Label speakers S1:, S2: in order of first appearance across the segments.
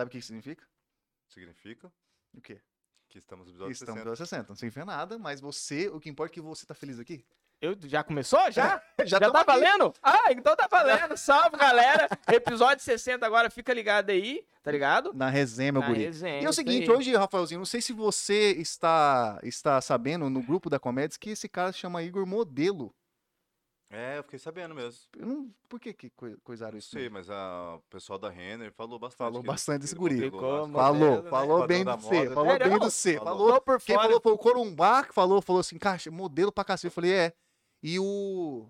S1: Sabe o que que significa?
S2: Significa
S1: O quê?
S2: que estamos no episódio
S1: Estamos
S2: 60.
S1: pela 60. Não significa nada, mas você, o que importa é que você tá feliz aqui.
S3: Eu, já começou? Já? Já,
S1: É, tamo
S3: tá
S1: aqui.
S3: valendo? Ah, então tá valendo. Salve, galera. Episódio 60 agora, fica ligado aí, tá ligado?
S1: Na resenha, meu
S3: Na
S1: guri.
S3: resenha,
S1: E é o
S3: isso
S1: seguinte,
S3: aí.
S1: hoje, Rafaelzinho, não sei se você está, está sabendo no grupo da Comédias que esse cara se chama Igor Modelo.
S2: É, eu fiquei sabendo mesmo.
S1: Eu não, por que, que coi- coisaram
S2: Não
S1: isso?
S2: sei, mas a, o pessoal da Renner falou bastante.
S1: Falou
S2: que-
S1: bastante
S2: que
S1: desse
S2: ele
S1: guri.
S2: modelou
S3: Ficou
S2: bastante.
S3: modelo,
S1: Falou,
S3: né?
S1: falou
S2: Padrão
S1: bem
S2: da
S1: do C,
S2: moda,
S1: falou
S3: né?
S1: bem do
S3: Não,
S1: C.
S2: falou.
S1: Falou,
S3: Tô por
S1: quem
S3: fora.
S1: falou foi o Corumbá, que falou, falou assim, cara, modelo pra cacete. Eu falei, é. E o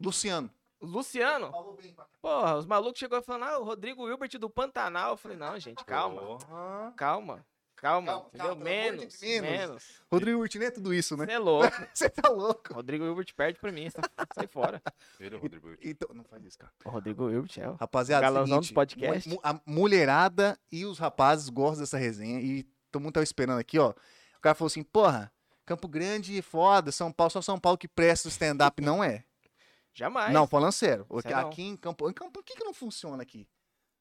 S1: Luciano.
S3: Luciano.
S1: Falou bem pra
S3: Porra, os malucos chegou falando, ah, o Rodrigo Hilbert do Pantanal. Eu falei, não, gente, calma.
S2: Porra.
S3: Calma. Calma,
S1: Calma, calma,
S3: entendeu?
S1: pelo amor de
S3: menos,
S1: Deus.
S3: menos.
S1: Rodrigo Urtinei é tudo isso, né?
S3: Você é louco.
S1: Você tá louco.
S3: Rodrigo Hilbert perde pra mim, sai- sai fora.
S2: Ele, é o Rodrigo.
S1: Então, não faz isso, cara.
S3: Ô, Rodrigo Hilbert é... o-
S1: Rapaziada,
S3: O galãozão
S1: seguinte,
S3: dos podcasts.
S1: mu- a mulherada e os rapazes gostam dessa resenha e todo mundo tava esperando aqui, ó. O cara falou assim, porra, Campo Grande é foda, São Paulo, só São Paulo que presta o stand-up, não é?
S3: Jamais.
S1: Não, falando sério. Aqui,
S3: Sério é não.
S1: aqui em Campo... Em Campo, o que que não funciona aqui?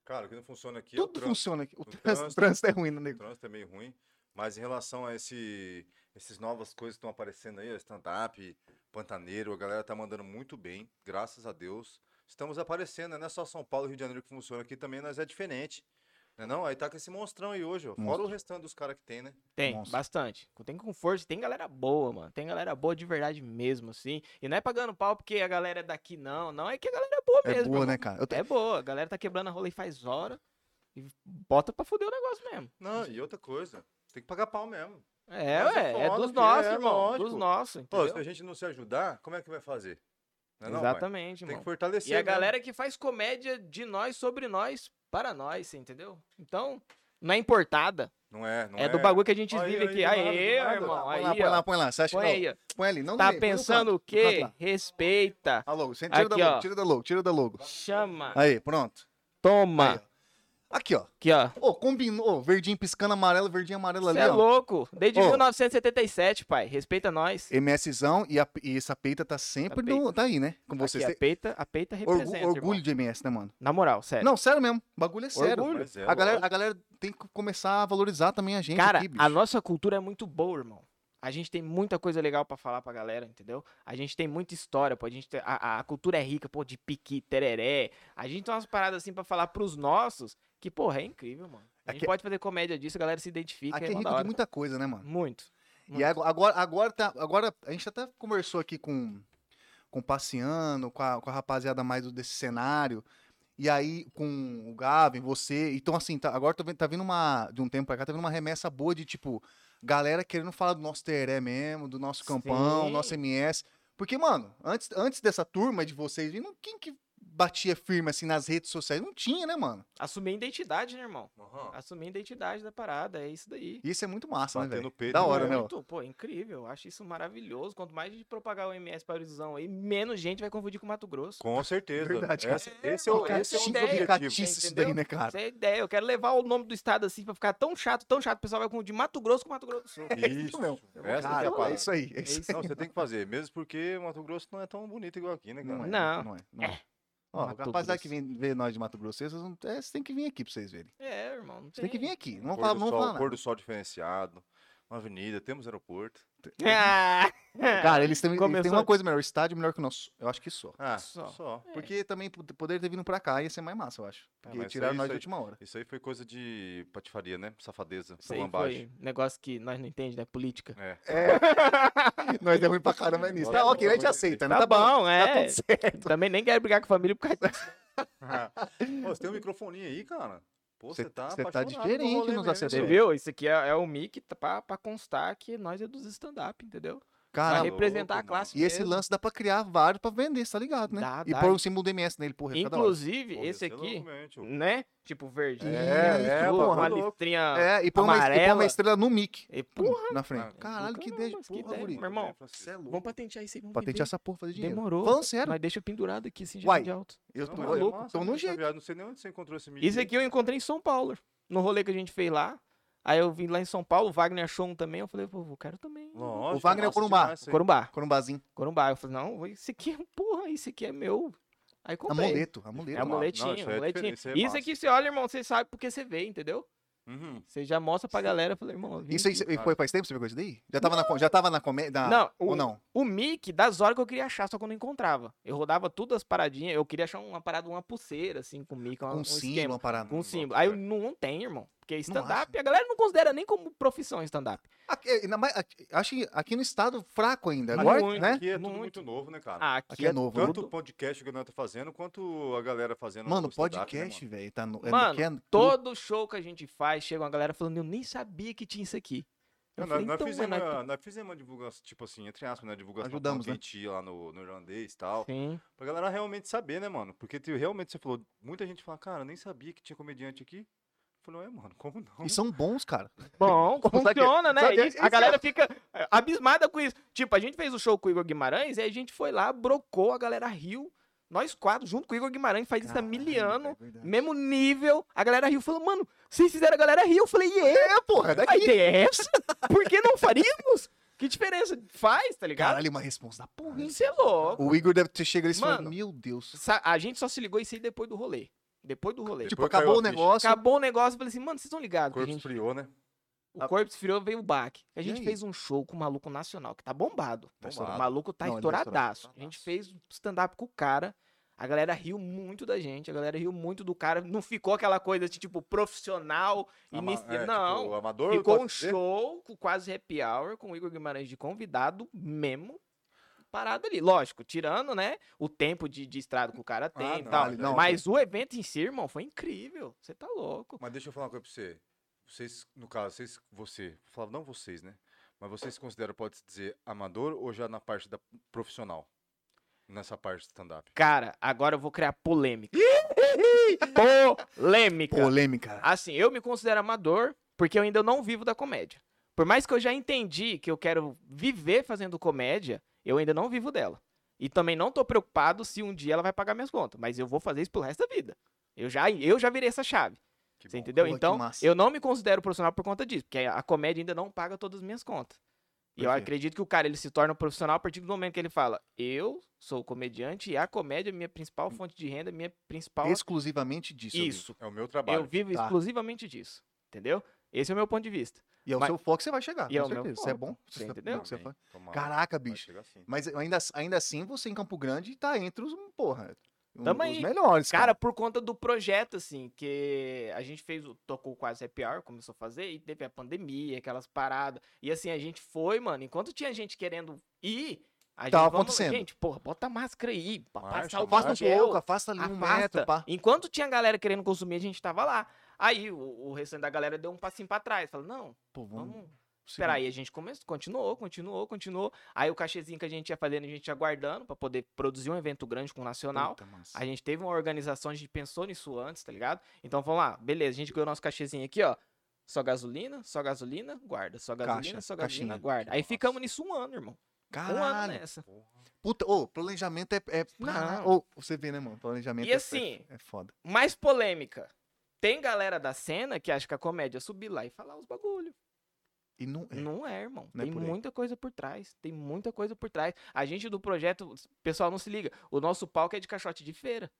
S2: Cara, o que não funciona aqui é o
S1: Tudo
S2: trânsito.
S1: funciona aqui. O
S2: O
S1: trânsito,
S2: trânsito.
S1: trânsito é ruim no
S2: O
S1: negócio.
S2: trânsito é meio ruim. Mas em relação a esse, essas novas coisas que estão aparecendo aí, ó, stand-up, pantaneiro, a galera tá mandando muito bem, graças a Deus. Estamos aparecendo, né? não é só São Paulo e Rio de Janeiro que funciona aqui, também nós é diferente. Não é não? Aí tá com esse monstrão aí hoje, ó. Fora
S1: Monstro.
S2: o restante dos caras que tem, né?
S3: Tem,
S1: Monstro.
S3: bastante. Tem com força, tem galera boa, mano. Tem galera boa de verdade mesmo, assim. E não é pagando pau porque a galera é daqui, não. Não, é que a galera é boa
S1: É
S3: mesmo.
S1: boa,
S3: irmão.
S1: né, cara? Eu te-
S3: É boa. A galera tá quebrando a rola e faz hora. E bota pra foder o negócio mesmo.
S2: Não, e outra coisa, tem que pagar pau mesmo.
S3: É,
S2: Mas é
S3: ué. É
S2: foda,
S3: dos
S2: filho,
S3: nossos,
S2: é
S3: irmão.
S2: lógico.
S3: Dos nossos,
S2: Pô,
S3: entendeu?
S2: se a gente não se ajudar, como é que vai fazer? Não é não, pai?
S3: Exatamente,
S2: Tem
S3: irmão.
S2: que fortalecer.
S3: E a
S2: mesmo.
S3: galera que faz comédia de nós, sobre nós, para nós, você entendeu? Então, não é importada.
S2: Não é, não
S3: é, do bagulho que a gente
S2: Aí,
S3: vive
S2: aí,
S3: aqui.
S2: do nada, do
S3: Aê,
S2: nada.
S3: irmão.
S1: Põe
S3: Aí,
S1: lá, põe
S3: ó.
S1: lá, põe lá. Você acha
S3: Põe
S1: que não?
S3: aí, ó.
S1: Põe ali, não no
S3: Tá
S1: meio, põe no
S3: pensando
S1: canto,
S3: o
S1: no canto
S3: quê?
S1: lá.
S3: Respeita.
S1: Ah, logo, você tira da
S3: Aqui,
S1: logo,
S3: ó.
S1: tira da logo, tira da logo.
S3: Chama.
S1: Aí, pronto.
S3: Toma.
S1: Aí, ó. Aqui, ó.
S3: Aqui, ó.
S1: Ô, combinou. Ô, verdinho piscando amarelo, verdinho amarelo
S3: Você
S1: ali,
S3: é
S1: ó.
S3: louco. Desde
S1: Ô.
S3: 1977, pai. Respeita nós.
S1: MSzão e, a- e essa peita tá sempre
S3: A peita.
S1: no- tá aí, né? Com vocês.
S3: Aqui, a
S1: Cê-
S3: peita, a peita
S1: orgu-
S3: representa,
S1: orgulho
S3: irmão.
S1: de MS, né, mano?
S3: Na moral, sério.
S1: Não, sério mesmo. O bagulho é sério.
S3: Orgulho.
S2: Mas é,
S1: A galera,
S2: lógico.
S1: a galera tem que começar a valorizar também a gente
S3: Cara,
S1: aqui, bicho.
S3: a nossa cultura é muito boa, irmão. A gente tem muita coisa legal pra falar pra galera, entendeu? A gente tem muita história, pô. A, gente tem- a, a- a cultura é rica, pô, de piqui, tereré. A gente tem umas paradas assim pra falar pros nossos que, porra, é incrível, mano. A gente
S1: Aqui-
S3: pode fazer comédia disso, a galera se identifica.
S1: Aqui
S3: é
S1: é
S3: mó da
S1: rico de
S3: hora.
S1: muita coisa, né, mano?
S3: Muito.
S1: E
S3: muito.
S1: ago- agora, agora, tá, agora a gente até conversou aqui com, com o Passeano, com a, com a rapaziada mais do- desse cenário, e aí com o Gavin, você. Então, assim, tá- agora tá, vendo- tá vindo uma. De um tempo pra cá, tá vindo uma remessa boa de tipo, galera querendo falar do nosso teré mesmo, do nosso campão,
S3: Sim.
S1: nosso MS. Porque, mano, antes, antes dessa turma de vocês, não, quem que batia firme assim nas redes sociais? Não tinha, né, mano?
S3: Assumir a identidade, né, irmão?
S1: tá
S2: Aham.
S3: Assumir a identidade da parada, é isso daí.
S1: Isso é muito massa,
S2: Bater
S1: né,
S2: no
S1: velho?
S2: peito,
S1: Da
S2: né,
S1: hora,
S2: velho?
S1: né? ó?
S3: Muito, pô, incrível. Eu acho isso maravilhoso. Quanto mais a gente propagar o MS para o Horizão aí, menos gente vai confundir com o Mato Grosso.
S2: Com certeza.
S1: Verdade,
S2: Esse, esse é
S3: irmão,
S2: o, esse é o
S3: cativo,
S1: Catiça-
S2: objetivo.
S1: catiça isso daí,
S3: entendeu?
S1: né, cara?
S3: Essa é a ideia. Eu quero levar o nome do estado assim pra ficar tão chato, tão chato. O pessoal vai confundir Mato Grosso com Mato Grosso do Sul.
S2: Isso,
S1: mesmo.
S2: Essa
S1: Cara,
S2: que é a parada.
S1: é isso aí. É
S3: É
S1: isso
S3: isso.
S2: Não, você tem que fazer, mesmo porque Mato Grosso não é tão bonito igual aqui, né, cara?
S1: Não é.
S3: Não.
S1: Não é. Não é. Ó,
S3: Mato
S1: rapaziada
S3: Grosso.
S1: que vem ver nós de Mato Grosso, vocês, não, é, vocês têm que vir aqui pra vocês verem.
S3: É, irmão. Não
S1: Vocês têm que vir aqui. Não
S2: Pôr
S1: fala,
S2: do
S1: não
S2: sol,
S1: fala.
S2: Pôr
S1: nada.
S2: do sol diferenciado, uma avenida, temos aeroporto.
S1: né?
S3: Ah!
S1: Cara, eles têm, eles têm
S3: Começou
S1: uma
S3: aqui.
S1: coisa melhor. O estádio é melhor que o nosso. Eu acho que só.
S2: Ah,
S3: Só.
S2: só.
S3: É.
S1: Porque também pod- poderia ter vindo pra cá, ia ser mais massa, eu acho. Porque
S2: Ah, mas isso
S1: tiraram
S2: aí,
S1: nós
S2: isso
S1: de
S2: aí.
S1: última hora.
S2: Isso aí foi coisa de patifaria, né? Safadeza,
S3: Isso aí
S2: lambagem.
S3: foi negócio que nós não entendemos, né? Política.
S2: É.
S1: nós é ruim pra caramba nisso. Tá
S2: Olha,
S1: ok, a gente
S2: olha.
S1: aceita, né?
S3: Tá, bom,
S1: Tá
S3: é.
S1: tudo certo. Tá
S3: Também nem quero brigar com a família por causa disso.
S2: Pô, você tem um microfone aí, cara? Pô,
S1: Você
S2: você tá
S1: tá
S2: apaixonado no
S1: diferente
S2: rolê
S1: nos
S2: mesmo,
S3: Você
S1: acessórios.
S2: hein?
S3: viu? Isso aqui é, é o mic tá pra, pra constar que nós é dos stand-up, entendeu? Pra
S2: Tá
S1: Cara,
S2: louco,
S3: representar a
S2: mano.
S3: classe
S1: e esse
S3: mesmo.
S1: lance dá pra criar vários pra vender, você tá ligado, né?
S3: Dá,
S1: e
S3: dá.
S1: pôr um símbolo do MS nele, porra, cada hora.
S3: Inclusive,
S2: Pô,
S3: esse
S2: ia ser
S3: aqui,
S2: louco mesmo, tio.
S3: né? Tipo, verde.
S1: É, é,
S3: Pô,
S1: bagulho
S3: com a
S2: louco.
S3: listrinha.
S1: É, e põe uma, e põe uma
S3: amarela.
S1: estrela no mic
S3: E, pô,
S1: na frente.
S3: do
S1: Caralho, que
S3: caramba,
S1: ideia.
S3: mas que
S1: Porra,
S3: ideia,
S1: guri.
S3: meu irmão.
S1: Você é louco.
S3: Vamos patentear isso aí. Vamos
S1: Patentear
S3: vender.
S1: essa porra fazer dinheiro.
S3: Demorou.
S1: Falando sério.
S3: Nós deixa pendurado aqui, assim, de
S1: Uai.
S3: de alto.
S1: Eu
S2: Não,
S1: tô
S2: mas
S3: é
S1: eu
S3: louco,
S2: massa,
S1: tô no
S2: bicho,
S1: jeito.
S2: viado, Não sei nem onde você encontrou esse mic.
S3: Isso
S2: aí.
S3: aqui eu encontrei em São Paulo, no rolê que a gente fez lá. Aí eu vim lá em São Paulo, o Wagner achou um também. Eu falei, pô, eu quero também.
S2: Lógico,
S1: O Wagner é
S2: massa
S1: Corumbá.
S2: demais isso aí.
S3: Corumbá,
S1: Corumbazinho.
S3: um, Corumbá. Eu falei, não, esse aqui é, porra, esse aqui é meu. Aí comprei.
S1: Amuleto, amuleto.
S3: É
S1: mano.
S2: amuleto.
S3: amuletinho,
S2: Não, isso é
S3: amuletinho.
S2: diferente, isso é massa.
S3: Isso, aqui você olha, irmão, você sabe porque você vê, entendeu?
S2: Uhum.
S3: Você já mostra pra galera, eu falei, irmão, eu vim
S1: Isso aí
S3: aqui.
S1: cê- e foi faz tempo que você pegou isso daí? Já tava na, co- já tava na comédia?
S3: Não,
S1: Ah, ou
S3: o-
S1: não?
S3: O Mickey, das horas que eu queria achar, só que eu não encontrava. Eu rodava todas as paradinhas, eu queria achar uma parada, uma pulseira, assim, com o Mickey, uma-
S1: Com
S3: um
S1: símbolo,
S3: esquema.
S1: uma parada.
S3: Com
S2: Não,
S3: símbolo.
S2: bota
S3: Aí eu
S2: fé.
S3: não, não tem, irmão. Porque
S1: acha?
S3: stand-up, a galera não considera nem como profissão stand-up.
S1: Aqui, é, na ma- aqui- acho que aqui no estado fraco ainda. Agora,
S3: Muito.
S1: né?
S2: Aqui é tudo
S3: Muito.
S2: muito novo, né, cara?
S3: Ah, aqui,
S1: Aqui é novo, né?
S2: Tanto o podcast que o Nan tá fazendo, quanto a galera fazendo.
S1: Mano,
S2: o stand-up, né,
S1: podcast, velho, tá no. é-
S3: Mano,
S1: que é-
S3: Todo show que a gente faz, chega uma galera falando, eu nem sabia que tinha isso aqui. Eu
S2: Não, nós,
S3: falei,
S2: nós
S3: então,
S2: fizemos,
S3: mano,
S2: uma- nós fizemos uma divulgação, tipo assim, entre aspas, né? Divulgação
S1: Ajudamos,
S2: com
S1: né?
S2: a gente lá no, no irlandês e tal.
S3: Sim.
S2: Pra galera realmente saber, né, mano? Porque te- realmente você falou, muita gente fala, cara, nem sabia que tinha comediante aqui. Eu falei, é, mano, como não?
S1: E são bons, cara.
S3: Bom, funciona, né?
S1: sabe que-
S3: Isso, a galera fica é, abismada com isso. Tipo, a gente fez o show com o Igor Guimarães e a gente foi lá, brocou, a galera riu. Nós quatro, junto com o Igor Guimarães, faz isso há mil
S1: Caralho,
S3: anos.
S1: velho, é verdade.
S3: tá Mesmo nível, a galera riu, falou, mano, vocês fizeram a galera rir. Eu falei, e yeah.
S1: É, porra, é
S3: a
S1: daqui.
S3: ideia é essa? Por que não faríamos? Que diferença faz, tá ligado?
S1: Caralho, uma resposta da porra, hein?
S3: Isso é louco.
S1: O Igor deve ter chegado e falou:
S3: Mano.
S1: Meu Deus.
S3: Sa- A gente só se ligou isso aí depois do rolê. Depois do rolê.
S1: Tipo,
S2: Depois caiu
S1: acabou o
S2: a ficha.
S1: negócio.
S3: Acabou o negócio, eu falei assim, mano, vocês estão ligados? que a
S2: Corpo
S3: gente-
S2: esfriou, né?
S3: O corpo esfriou, veio o baque. A
S1: E
S3: gente
S1: aí?
S3: fez um show com o Maluco Nacional, que tá bombado.
S2: Tá
S3: O
S2: estourado.
S3: Maluco tá
S1: Não, ele tá estourado.
S3: estouradaço. A gente fez um stand-up com o cara. A galera riu muito da gente, a galera riu muito do cara. Não ficou aquela coisa de, tipo, profissional,
S2: Ama-
S3: inici...
S2: é,
S3: Não.
S2: tipo, amador,
S3: Ficou
S2: pode
S3: um
S2: dizer?
S3: show com quase happy hour, com o Igor Guimarães de convidado mesmo. Parado ali. Lógico, tirando, né? O tempo de, de estrada que o cara tem tá, e
S2: Ah, não,
S3: tal.
S2: ali não.
S3: Mas o evento em si, irmão, foi incrível. Você tá louco.
S2: Mas deixa eu falar uma coisa pra você. Vocês, no caso, vocês, você, falava não vocês, né? Mas vocês se consideram, pode-se dizer, amador ou já na parte da profissional? Nessa parte de stand-up?
S3: Cara, agora eu vou criar polêmica. polêmica.
S1: Polêmica.
S3: Assim, eu me considero amador porque eu ainda não vivo da comédia. Por mais que eu já entendi que eu quero viver fazendo comédia, eu ainda não vivo dela. E também não tô preocupado se um dia ela vai pagar minhas contas, mas eu vou fazer isso pelo resto da vida. Eu já, eu já virei essa chave,
S2: Que
S3: você
S2: bom.
S3: entendeu?
S1: Pô, que
S3: então,
S1: massa.
S3: eu não me considero profissional por conta disso, porque a comédia ainda não paga todas as minhas contas. E eu
S1: Perfeito.
S3: acredito que o cara ele se torna um profissional a partir do momento que ele fala: "Eu sou comediante e a comédia é minha principal fonte de renda, minha principal
S1: Exclusivamente disso. eu vi.
S3: isso.
S2: É o meu
S3: Eu
S2: trabalho.
S3: vivo
S1: Tá.
S3: exclusivamente disso. Entendeu? Esse é o meu ponto de vista.
S1: E é o
S3: Mas-
S1: seu foco que você vai chegar.
S3: E é
S1: com
S3: o meu
S1: certeza. Isso é
S3: foco,
S1: bom.
S3: você
S1: isso é bom
S3: entendeu?
S1: que você
S2: Amém.
S1: faz.
S2: Tomara,
S1: Caraca,
S2: vai
S1: bicho.
S2: chegar assim.
S1: Mas ainda, ainda assim, você em Campo Grande tá entre os, porra, um,
S3: Tamo
S1: os
S3: aí.
S1: melhores,
S3: Cara,
S1: cara.
S3: por conta do projeto, assim, que a gente fez, o tocou quase happy hour, começou a fazer, e teve a pandemia, aquelas paradas. E assim, a gente foi, mano. Enquanto tinha gente querendo ir, a gente
S1: Tava
S3: vamos-
S1: acontecendo.
S3: Gente, porra, bota a máscara aí, pa-
S2: Marcha,
S3: passar o
S1: afasta um
S3: papel,
S1: pouco, afasta ali um
S3: afasta.
S1: metro, pá.
S3: Enquanto tinha galera querendo consumir, a gente tava lá. Aí o, o restante da galera deu um passinho pra trás. Falou, não,
S1: Pô, vamos,
S3: vamos, Espera aí, a gente começou, continuou, continuou, continuou. Aí o cachezinho que a gente ia fazendo, a gente ia guardando pra poder produzir um evento grande com o nacional.
S1: Puta, massa.
S3: A gente teve uma organização, a gente pensou nisso antes, tá ligado? Então vamos lá, beleza, a gente ganhou nosso cachezinho aqui, ó. Só gasolina, só gasolina, guarda. Só gasolina,
S1: Caixa,
S3: só gasolina,
S1: caixinha.
S3: guarda. Aí
S2: Nossa.
S3: ficamos nisso um ano, irmão. Um ano
S1: Caralho.
S3: nessa.
S1: Puta, ô, planejamento é. é
S3: Não.
S1: caralho. Ô, você vê, né, mano? Planejamento
S3: E
S1: é- é-
S3: assim,
S1: É, foda.
S3: Mais polêmica. Tem galera da cena que acha que a comédia é subir lá e falar os bagulho.
S1: E não. é.
S3: Não é, irmão.
S1: Não é
S3: tem
S1: por aí.
S3: muita coisa por trás. Tem muita coisa por trás. A gente do projeto, pessoal, não se liga. O nosso palco é de caixote de feira.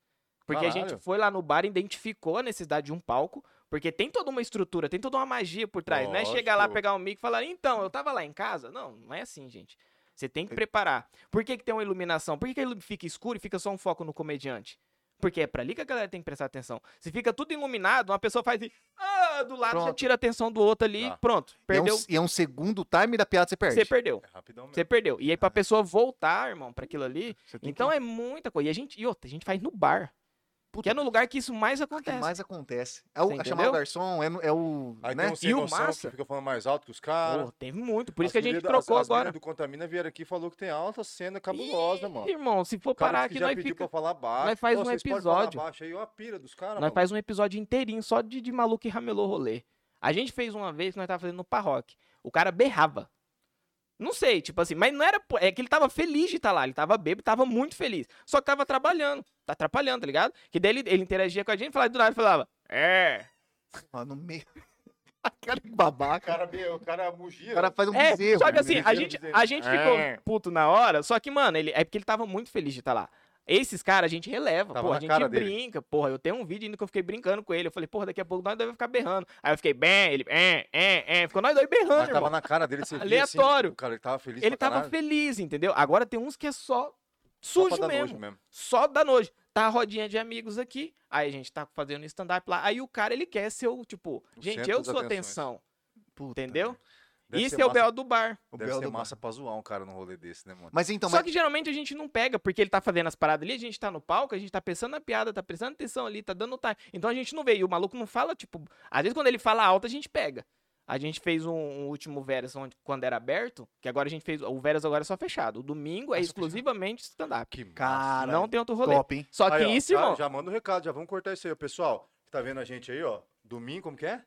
S3: Porque a gente
S2: Caralho.
S3: foi lá no bar e identificou a necessidade de um palco. Porque tem toda uma estrutura, tem toda uma magia por trás. Não é chegar lá,
S2: Lógico.
S3: pegar um mic e falar, então, eu tava lá em casa. Não, não é assim, gente. Você
S1: É
S3: tem que preparar. Por que, que tem uma iluminação? Por que, que ele fica escuro e fica só um foco no comediante? Porque é pra ali que a galera tem que prestar atenção. Se fica tudo iluminado, uma pessoa faz assim, ah, do lado, já
S1: Pronto.
S3: tira a atenção do outro ali,
S2: Tá.
S3: pronto.
S1: E é um-
S3: Perdeu.
S1: E é um segundo time da piada, você perde.
S3: Você perdeu.
S2: É rapidão mesmo.
S3: Você perdeu. E aí,
S2: É.
S3: pra pessoa voltar, irmão, pra aquilo ali.
S1: Você tem
S3: Então
S1: que...
S3: é muita coisa. E a gente, e outra, a gente faz no bar.
S1: Puta,
S3: Que é no lugar que isso mais
S1: o que
S3: acontece.
S1: mais acontece. É, o,
S3: Você
S1: é chamar o
S3: entendeu?
S1: garçom, é, no- é o.
S2: Aí
S1: né?
S2: tem um sem
S3: E o
S2: noção
S3: massa-
S2: que fica falando mais alto que os caras.
S3: Porra, teve muito. Por isso
S2: As
S3: que a gente
S2: gurias da-
S3: trocou
S2: as, as
S3: agora.
S2: gurias do Contamina vieram aqui e falou que tem alta cena cabulosa, mano.
S3: Ih, Irmão, se for
S2: O cara
S3: parar
S2: disse
S3: aqui,
S2: que já
S3: nós
S2: pediu pra
S3: fica.
S2: falar baixo.
S3: nós faz
S2: Pô,
S3: um
S2: vocês podem falar
S3: episódio.
S2: Baixo. Aí, ó a pira dos caras,
S3: Nós
S2: mano.
S3: faz um episódio inteirinho só de, de maluco e ramelô rolê. A gente fez uma vez que nós tava fazendo no parroque. O cara berrava. Não sei, tipo assim, mas não era. po- É que ele tava feliz de estar lá. Ele tava bêbado, tava muito feliz. Só que tava trabalhando. Tá atrapalhando, tá ligado? Que daí ele, ele interagia com a gente e falava do nada, ele falava. É.
S1: Ó, no meio. A cara de babaca.
S2: O cara, meu, o cara mugia.
S1: O cara faz um
S3: É,
S1: bezerro.
S3: só que
S1: né?
S3: assim, a
S2: bezerro,
S3: gente,
S2: bezerro.
S3: a gente ficou puto na hora, só que, mano, ele, é porque ele tava muito feliz de estar lá. Esses caras a gente releva,
S2: Tava
S3: pô,
S2: na
S3: a gente
S2: cara dele.
S3: brinca, porra. Eu tenho um vídeo ainda que eu fiquei brincando com ele. Eu falei, porra, daqui a pouco nós dois vai ficar berrando. Aí eu fiquei, bem, ele, é, é, é. Ficou nós dois berrando,
S2: Mas
S3: irmão.
S2: tava na cara dele, você via,
S3: Aleatório.
S2: Assim, o cara ele tava feliz pra
S3: Ele tava
S2: caralho.
S3: feliz, entendeu? Agora tem uns que é só
S2: Só pra
S3: sujo
S2: dar nojo
S3: mesmo. Só dá nojo. Tá a rodinha de amigos aqui, aí a gente tá fazendo stand-up lá. Aí o cara, ele quer ser o, tipo, gente,
S2: centro
S3: eu
S2: das
S3: sou
S2: atenções.
S3: atenção. assim, Entendeu?
S2: Deve
S3: Isso
S2: ser
S3: é o
S2: massa-
S3: B.O. do bar.
S1: O
S2: Deve
S1: Bel
S2: ser
S1: do Mar.
S2: massa pra zoar um cara num rolê desse, né, mano?
S1: Mas então,
S3: Só
S1: mas,
S3: que geralmente a gente não pega, porque ele tá fazendo as paradas ali, a gente tá no palco, a gente tá pensando na piada, tá prestando atenção ali, tá dando time. Então a gente não vê. E o maluco não fala, tipo. Às vezes quando ele fala alto, a gente pega. A gente fez um, um último Veras onde, quando era aberto, que agora a gente fez. O Veras agora é só fechado. O domingo é
S1: Ah, só fechado.
S3: exclusivamente stand-up.
S2: Que massa.
S1: cara,
S3: Não tem outro rolê.
S1: top, hein?
S3: Só que
S2: Aí, ó,
S3: isso,
S2: já,
S3: irmão,
S2: Já manda o recado, já vamos cortar isso aí, ó. pessoal. Que tá vendo a gente aí, ó. Domingo, como que é?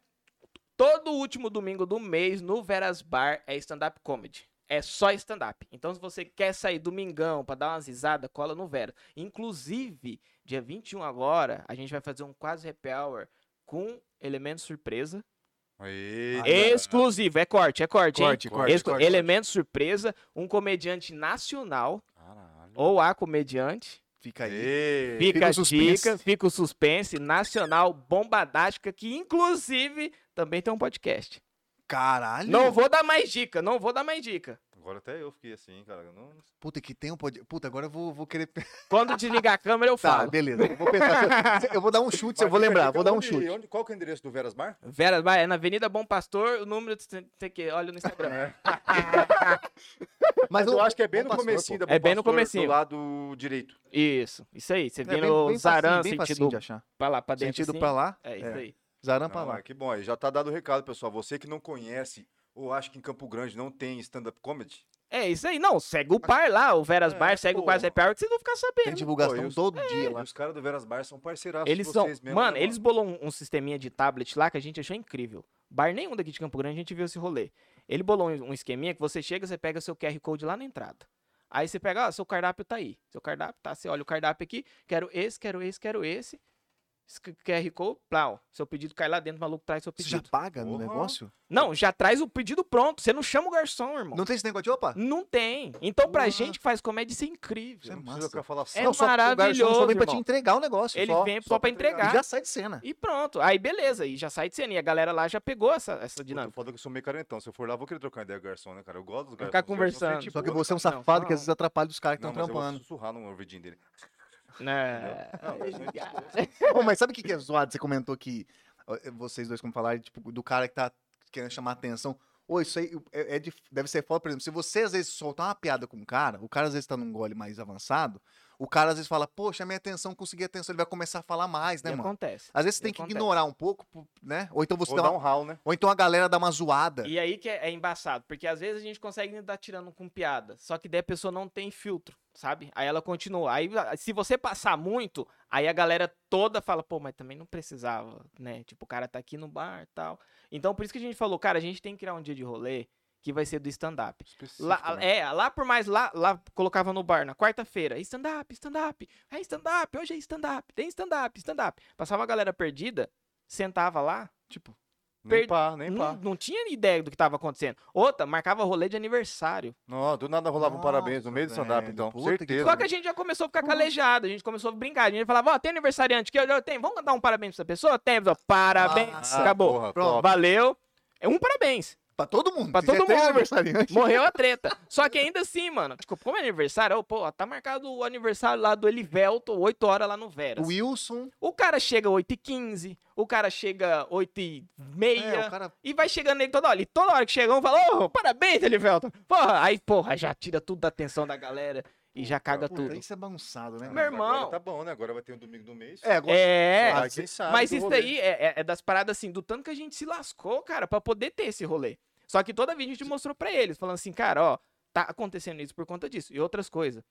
S3: todo último domingo do mês no Veras Bar é stand-up comedy. É só stand-up. Então, se você quer sair domingão pra dar umas risadas, cola no Veras. Inclusive, dia 21 agora, a gente vai fazer um quase happy hour com elemento surpresa.
S2: Aí,
S3: Exclusivo, é corte, é corte, hein?
S1: Corte, corte,
S3: Exclu-
S1: corte.
S3: elemento surpresa, um comediante nacional
S2: Caralho.
S3: ou a comediante.
S1: Fica aí.
S2: Ei.
S3: Fica a
S1: o suspense.
S3: dica, fica o suspense, nacional, bombadástica, que inclusive também tem um podcast.
S1: Caralho.
S3: Não vou dar mais dica, não vou dar mais dica.
S2: Agora até eu fiquei assim, cara. eu Não...
S1: Puta, que tem um podcast. Puta, agora eu vou, vou querer.
S3: Quando desligar a câmera, eu
S1: Tá,
S3: falo.
S1: beleza. Eu vou pensar. Eu vou dar um chute,
S2: Mas
S1: eu vou
S2: fica a
S1: lembrar.
S2: dica,
S1: Vou dar um
S2: onde-
S1: chute.
S2: onde- qual que é o endereço do Veras Bar?
S3: Vera, vai, é na Avenida Bom Pastor, o número de sei que, olha no Instagram.
S1: É. Mas
S2: É. eu, acho que é bem
S1: Bom
S2: no
S1: pastor,
S2: comecinho
S1: pô.
S2: da Bom
S3: É bem no
S2: Pastor,
S3: comecinho.
S2: Do lado direito.
S3: Isso, isso aí. Você
S1: É bem-
S3: vem no
S1: bem
S3: Zaran,
S1: facinho, bem facinho
S3: sentido
S1: de achar.
S3: pra lá, pra dentro.
S1: Sentido
S3: assim.
S1: pra lá.
S3: É isso
S1: é.
S3: aí.
S1: Zaran
S2: Não,
S1: pra lá.
S2: é que bom, aí já tá dado o recado, pessoal. Você que não conhece ou acha que em Campo Grande não tem stand-up comedy,
S3: É isso aí. Não, segue o par lá, o Veras
S2: É,
S3: Bar, segue o
S2: pô.
S3: Quase Happy Hour, que vocês vão ficar
S1: Tem
S3: sabendo.
S1: divulgação
S2: Pô, eu-
S3: É,
S1: todo dia
S2: e
S1: lá.
S2: os caras do Veras Bar são parceiraços de
S3: Eles são.
S2: vocês mesmo,
S3: mano,
S2: né,
S3: eles bolou um, um sisteminha de tablet lá que a gente achou incrível. Bar nenhum daqui de Campo Grande a gente viu esse rolê. Ele bolou um, um esqueminha que você chega, você pega seu QR Code lá na entrada. Aí você pega, ó, seu cardápio tá aí. Seu cardápio tá, você olha o cardápio aqui, quero esse, quero esse, quero esse. Esse QR Code, plau. Seu pedido cai lá dentro, o maluco traz seu
S1: Você já
S3: pedido.
S1: paga no
S2: Porra.
S1: negócio?
S3: Não, já traz o pedido pronto. Você não chama o garçom, irmão. É
S1: Não tem esse negócio de opa?
S3: Não tem. Então, pra
S1: Porra.
S3: gente que faz comédia, isso é incrível.
S1: Isso é
S2: Não precisa
S1: massa.
S2: ficar falando
S3: É
S1: não, só, o garçom só
S3: maravilhoso,
S1: vem pra te
S3: irmão.
S1: entregar o negócio.
S3: Ele
S1: só.
S3: vem só,
S2: só
S3: pra
S2: pra entregar.
S1: E
S3: entregar.
S1: já sai de cena.
S3: E pronto. Aí beleza, aí já sai de cena. E a galera lá já pegou essa,
S2: Dinâmica.
S3: essa dinâmica.
S2: Foda que eu sou meio carentão. Se eu for lá, eu vou querer trocar ideia com o garçom, né, cara? Eu gosto dos garçons.
S3: Vai ficar
S2: os garçons são
S3: conversando.
S2: gente
S1: Só que
S2: boa,
S1: você é um
S3: cara. Tipo, Não,
S1: safado
S3: só
S1: que
S3: não.
S1: às vezes atrapalha os caras que
S2: Não,
S1: estão
S2: mas eu vou
S1: trampando.
S2: sussurrar no ouvidinho dele.
S3: Né?
S2: Não, mas não
S1: Ô, mas sabe o que que é zoado? Você comentou que ó, eh, vocês dois, como falaram, tipo, do cara que tá querendo chamar atenção. Ô, isso aí é, é dif- deve ser foda, por exemplo, se você às vezes soltar uma piada com um cara, o cara às vezes tá num gole mais avançado, o cara às vezes fala, pô, chamei atenção, consegui atenção, ele vai começar a falar mais, né,
S3: E
S1: mano?
S3: acontece.
S1: Às vezes você
S3: e
S1: tem que
S3: acontece.
S1: ignorar um pouco, pu- né? Ou então você
S2: Vou
S1: dá
S2: dar
S1: uma-
S2: um rau, né?
S1: Ou então a galera dá uma zoada.
S3: E aí que é, é embaçado, porque às vezes a gente consegue ainda tá tirando com piada, só que daí a pessoa não tem filtro, sabe? Aí ela continua. Aí a- se você passar muito, aí a galera toda fala, pô, mas também não precisava, né? Tipo, o cara tá aqui no bar e tal. Então por isso que a gente falou, cara, a gente tem que criar um dia de rolê que vai ser do stand-up. Lá,
S2: Específico, né?
S3: é, lá por mais, lá, lá colocava no bar, na quarta-feira, stand-up, stand-up, é stand-up, hoje é stand-up, tem stand-up, stand-up. Passava a galera perdida, sentava lá, tipo,
S2: Nem
S3: per-
S2: pá, nem
S3: não,
S2: pá.
S3: não tinha ideia do que tava acontecendo. Outra, marcava rolê de aniversário.
S2: Não, do nada rolava um
S1: Nossa,
S2: parabéns no meio do stand-up,
S1: velho,
S2: então.
S1: puta que
S2: Certeza.
S3: Só que é a gente já começou a ficar
S2: Uhum.
S3: calejado, a gente começou a brincar, a gente falava, ó, tem aniversariante que eu, eu tenho, vamos dar um parabéns pra essa pessoa? Tem, ó, parabéns,
S1: Nossa,
S3: acabou.
S2: Porra,
S1: Pronto.
S2: top.
S3: Valeu. É um parabéns.
S1: Pra todo mundo.
S3: Pra
S1: Se já
S3: todo
S1: tem
S3: mundo.
S1: aniversariante.
S3: Morreu a treta. Só que ainda assim, mano, tipo, como é aniversário, ô, pô, tá marcado o aniversário lá do Elivelto, 8 horas lá no Veras.
S1: Wilson.
S3: O cara chega 8h15, o cara chega 8h30,
S1: É, o cara.
S3: e vai chegando nele toda hora. E toda hora que chega um, fala, ô, parabéns, Elivelto. Porra, aí, porra, já tira tudo da atenção da galera e já caga
S1: Puta,
S3: tudo.
S1: isso é bagunçado, né?
S2: Ah,
S1: mano?
S3: Meu irmão.
S2: Agora tá bom, né? Agora vai ter um domingo do mês.
S1: É, agora.
S3: É,
S2: Ah,
S1: mas-
S2: quem sabe
S3: mas
S2: do
S3: isso
S2: rolê.
S3: aí é, é- é das paradas assim, do tanto que a gente se lascou, cara, pra poder ter esse rolê. Só que toda vez a gente mostrou pra eles, falando assim, cara, ó, tá acontecendo isso por conta disso. E outras coisas.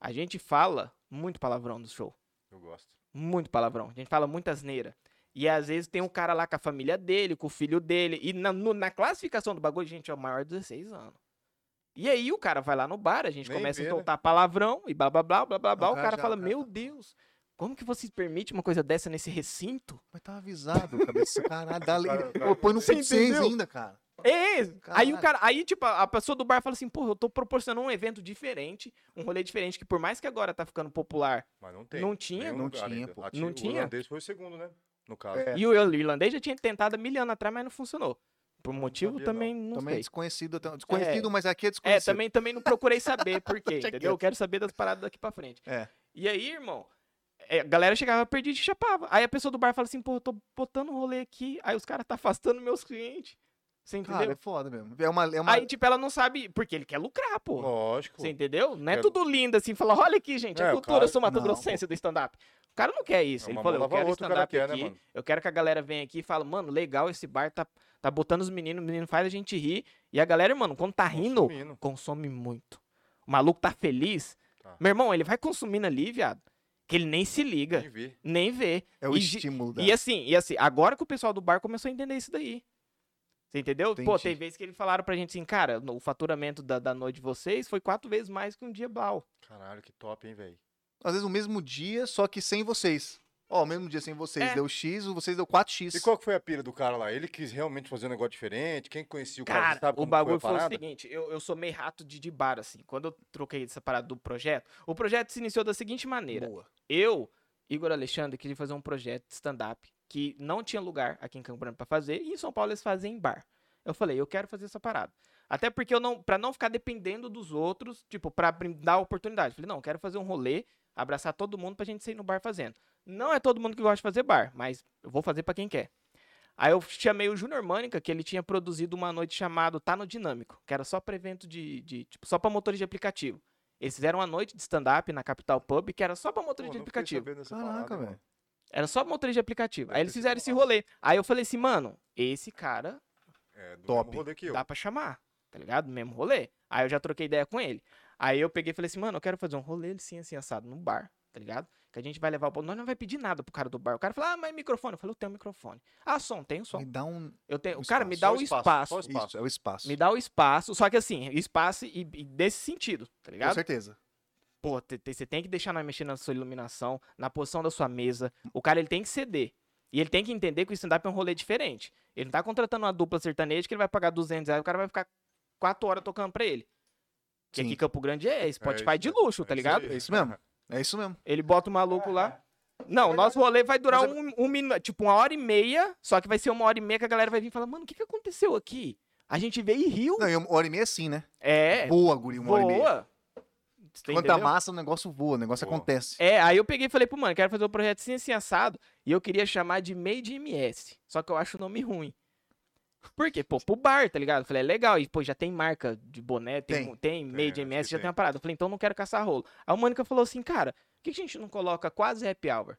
S3: A gente fala muito palavrão no show.
S2: Eu gosto.
S3: Muito palavrão. A gente fala muita asneira. E às vezes tem um cara lá com a família dele, com o filho dele. E na, no- na classificação do bagulho, gente, é o maior de 16 anos. E aí o cara vai lá no bar, a gente
S2: Nem
S3: começa
S2: vê,
S3: a
S2: né?
S3: soltar palavrão e blá blá blá blá blá blá. O
S1: cara
S3: cara
S1: já-
S3: fala,
S1: o cara
S3: meu
S1: tá-
S3: Deus, como que você permite uma coisa dessa nesse recinto?
S1: Mas tá avisado, cabeça. Caralho, dá...
S2: Cara,
S1: Pô, põe no
S2: você
S1: Pix seis
S3: entendeu?
S1: ainda, cara.
S3: É, é. aí o
S1: Caralho.
S3: cara, aí tipo, a a pessoa do bar fala assim, pô, eu tô proporcionando um evento diferente, um rolê diferente, que por mais que agora tá ficando popular,
S2: Mas não tem.
S3: Não tinha?
S2: Nenhum
S1: Não
S2: lugar
S1: tinha,
S2: ainda.
S1: pô.
S2: Ati-
S3: Não
S2: O
S3: tinha?
S2: holandês foi o segundo, né? No caso.
S1: É.
S3: e o irlandês já tinha tentado há mil anos atrás, mas não funcionou. Por motivo
S2: sabia,
S3: também não,
S1: Também é
S3: sei.
S1: desconhecido. tam- Desconhecido, mas aqui é
S3: É,
S1: desconhecido.
S3: também, também não procurei saber por quê,
S1: Tinha
S3: entendeu? Eu
S1: quieto.
S3: quero saber das paradas daqui pra frente.
S1: É.
S3: E aí, irmão, é, a galera chegava perdida e chapava. Aí a pessoa do bar fala assim, pô, eu tô botando um rolê aqui, aí os caras tá afastando meus clientes. Você entendeu?
S1: Cara, é foda mesmo. É uma. É uma...
S3: Aí, tipo, ela não sabe, porque ele quer lucrar, pô.
S2: Lógico.
S3: Você entendeu? Não é
S2: Quero-
S3: tudo lindo assim, falar, olha aqui, gente,
S2: É,
S3: a
S2: o
S3: cultura
S2: cara-
S3: sou mato
S1: Não, pô.
S3: grossense do stand-up. O cara não quer isso.
S2: É
S3: ele
S2: uma
S3: falou,
S2: mão
S3: eu
S2: lava
S3: quero
S2: outra, o cara
S3: stand-up
S2: quer, né,
S3: aqui,
S2: mano?
S3: eu quero que a galera venha aqui e fala, mano, legal esse bar, tá, tá botando os meninos, o menino faz a gente rir. E a galera, mano, quando tá rindo,
S2: Consumindo.
S3: consome muito. O maluco tá feliz.
S2: Tá.
S3: Meu irmão, ele vai consumindo ali, viado, que ele nem se liga,
S2: Nem vi.
S3: nem vê.
S1: É o
S3: E gi-
S1: estímulo dela.
S3: E assim, e assim, agora que o pessoal do bar começou a entender isso daí. Você entendeu? Pô,
S1: Entendi.
S3: tem vezes que eles falaram pra gente assim, cara, no- o faturamento da, da noite de vocês foi quatro vezes mais que um dia blau.
S2: Caralho, que top, hein, velho.
S1: Às vezes o mesmo dia, só que sem vocês. Ó, o mesmo dia sem vocês.
S3: É.
S1: Deu X, vocês deu 4X.
S2: E qual que foi a pira do cara lá? Ele quis realmente fazer um negócio diferente? Quem conhecia o cara,
S3: Cara,
S2: sabe
S3: o
S2: como
S3: bagulho
S2: foi
S3: foi,
S2: a
S3: o
S2: parada?
S3: seguinte, eu, eu sou meio rato de, de bar, assim. Quando eu troquei essa parada do projeto, o projeto se iniciou da seguinte maneira.
S1: Boa.
S3: Eu, Igor Alexandre, queria fazer um projeto de stand-up que não tinha lugar aqui em Campo Branco pra fazer e em São Paulo eles fazem em bar. Eu falei, eu quero fazer essa parada. Até porque eu não, para não ficar dependendo dos outros, tipo, pra brin- dar oportunidade. Falei, não, eu quero fazer um rolê, abraçar todo mundo pra gente sair no bar fazendo. Não é todo mundo que gosta de fazer bar, mas eu vou fazer pra quem quer. Aí eu chamei o Junior Mânica, que ele tinha produzido uma noite chamada Tá no Dinâmico, que era só pra evento de, de tipo, só pra motores de aplicativo. Eles fizeram uma noite de stand-up na Capital Pub, que era só pra
S2: Pô,
S3: motorista de
S2: não fiquei
S3: aplicativo.
S2: sabendo dessa
S1: Caraca,
S2: parada,
S1: velho.
S2: mano.
S3: Era só motorista de aplicativo.
S2: Deve
S3: Aí eles
S2: ter sido
S3: fizeram esse
S2: massa.
S3: rolê. Aí eu falei assim, mano, esse cara
S2: É, do
S1: Top.
S2: mesmo rolê que eu.
S3: dá pra chamar, tá ligado? Do mesmo rolê. Aí eu já troquei ideia com ele. Aí eu peguei e falei assim, mano, eu quero fazer um rolê assim, assim, assado, no bar, tá ligado? Que a gente vai levar o... Nós não vai pedir nada pro cara do bar. O cara fala, ah, mas microfone. Eu falei, eu tenho microfone. Ah, som, tenho som.
S1: Me dá um.
S3: Eu tenho...
S1: um
S3: Cara, me dá
S1: espaço,
S3: É o
S2: só espaço, só
S3: espaço.
S2: Espaço.
S1: Isso, é o espaço.
S3: Me dá tá o espaço. Só que assim, espaço e, e desse sentido,
S1: Com
S3: tá ligado?
S1: certeza.
S3: Pô, te- te- você tem que deixar nós mexer na sua iluminação, na posição da sua mesa. O cara, ele tem que ceder. E ele tem que entender que o stand-up é um rolê diferente. Ele não tá contratando uma dupla sertaneja que ele vai pagar 200 reais e o cara vai ficar 4 horas tocando pra ele. Que aqui
S1: Sim.
S3: em Campo Grande é Spotify
S2: É isso
S3: de
S2: aí,
S3: luxo, tá
S2: é isso
S3: ligado?
S2: aí.
S1: É isso mesmo. É isso mesmo.
S3: Ele bota o maluco lá. Não, o nosso rolê vai durar
S1: É, Mas é
S3: um, um minuto, tipo uma hora e meia. Só que vai ser uma hora e meia que a galera vai vir e falar, mano, o que, que aconteceu aqui? A gente veio e riu.
S1: Não, e uma hora e meia sim, né?
S3: É,
S1: Boa, guri, uma hora e meia.
S3: boa. Você tá
S1: Quanta
S3: entendeu?
S1: massa, o negócio voa, o negócio
S2: Boa.
S1: acontece.
S3: É, aí eu peguei e falei pro mano, quero fazer um projeto assim, assim, assado, e eu queria chamar de Made MS, só que eu acho o nome ruim. Por quê? Pô, pro bar, tá ligado? Eu falei, é legal, e pô, já tem marca de boné, tem,
S1: Tem,
S3: tem Made
S2: acho
S3: MS,
S2: que
S3: já
S2: tem.
S3: tem uma parada. Eu falei, então não quero caçar rolo. Aí o Mônica falou assim, cara, por que que a gente não coloca quase happy hour?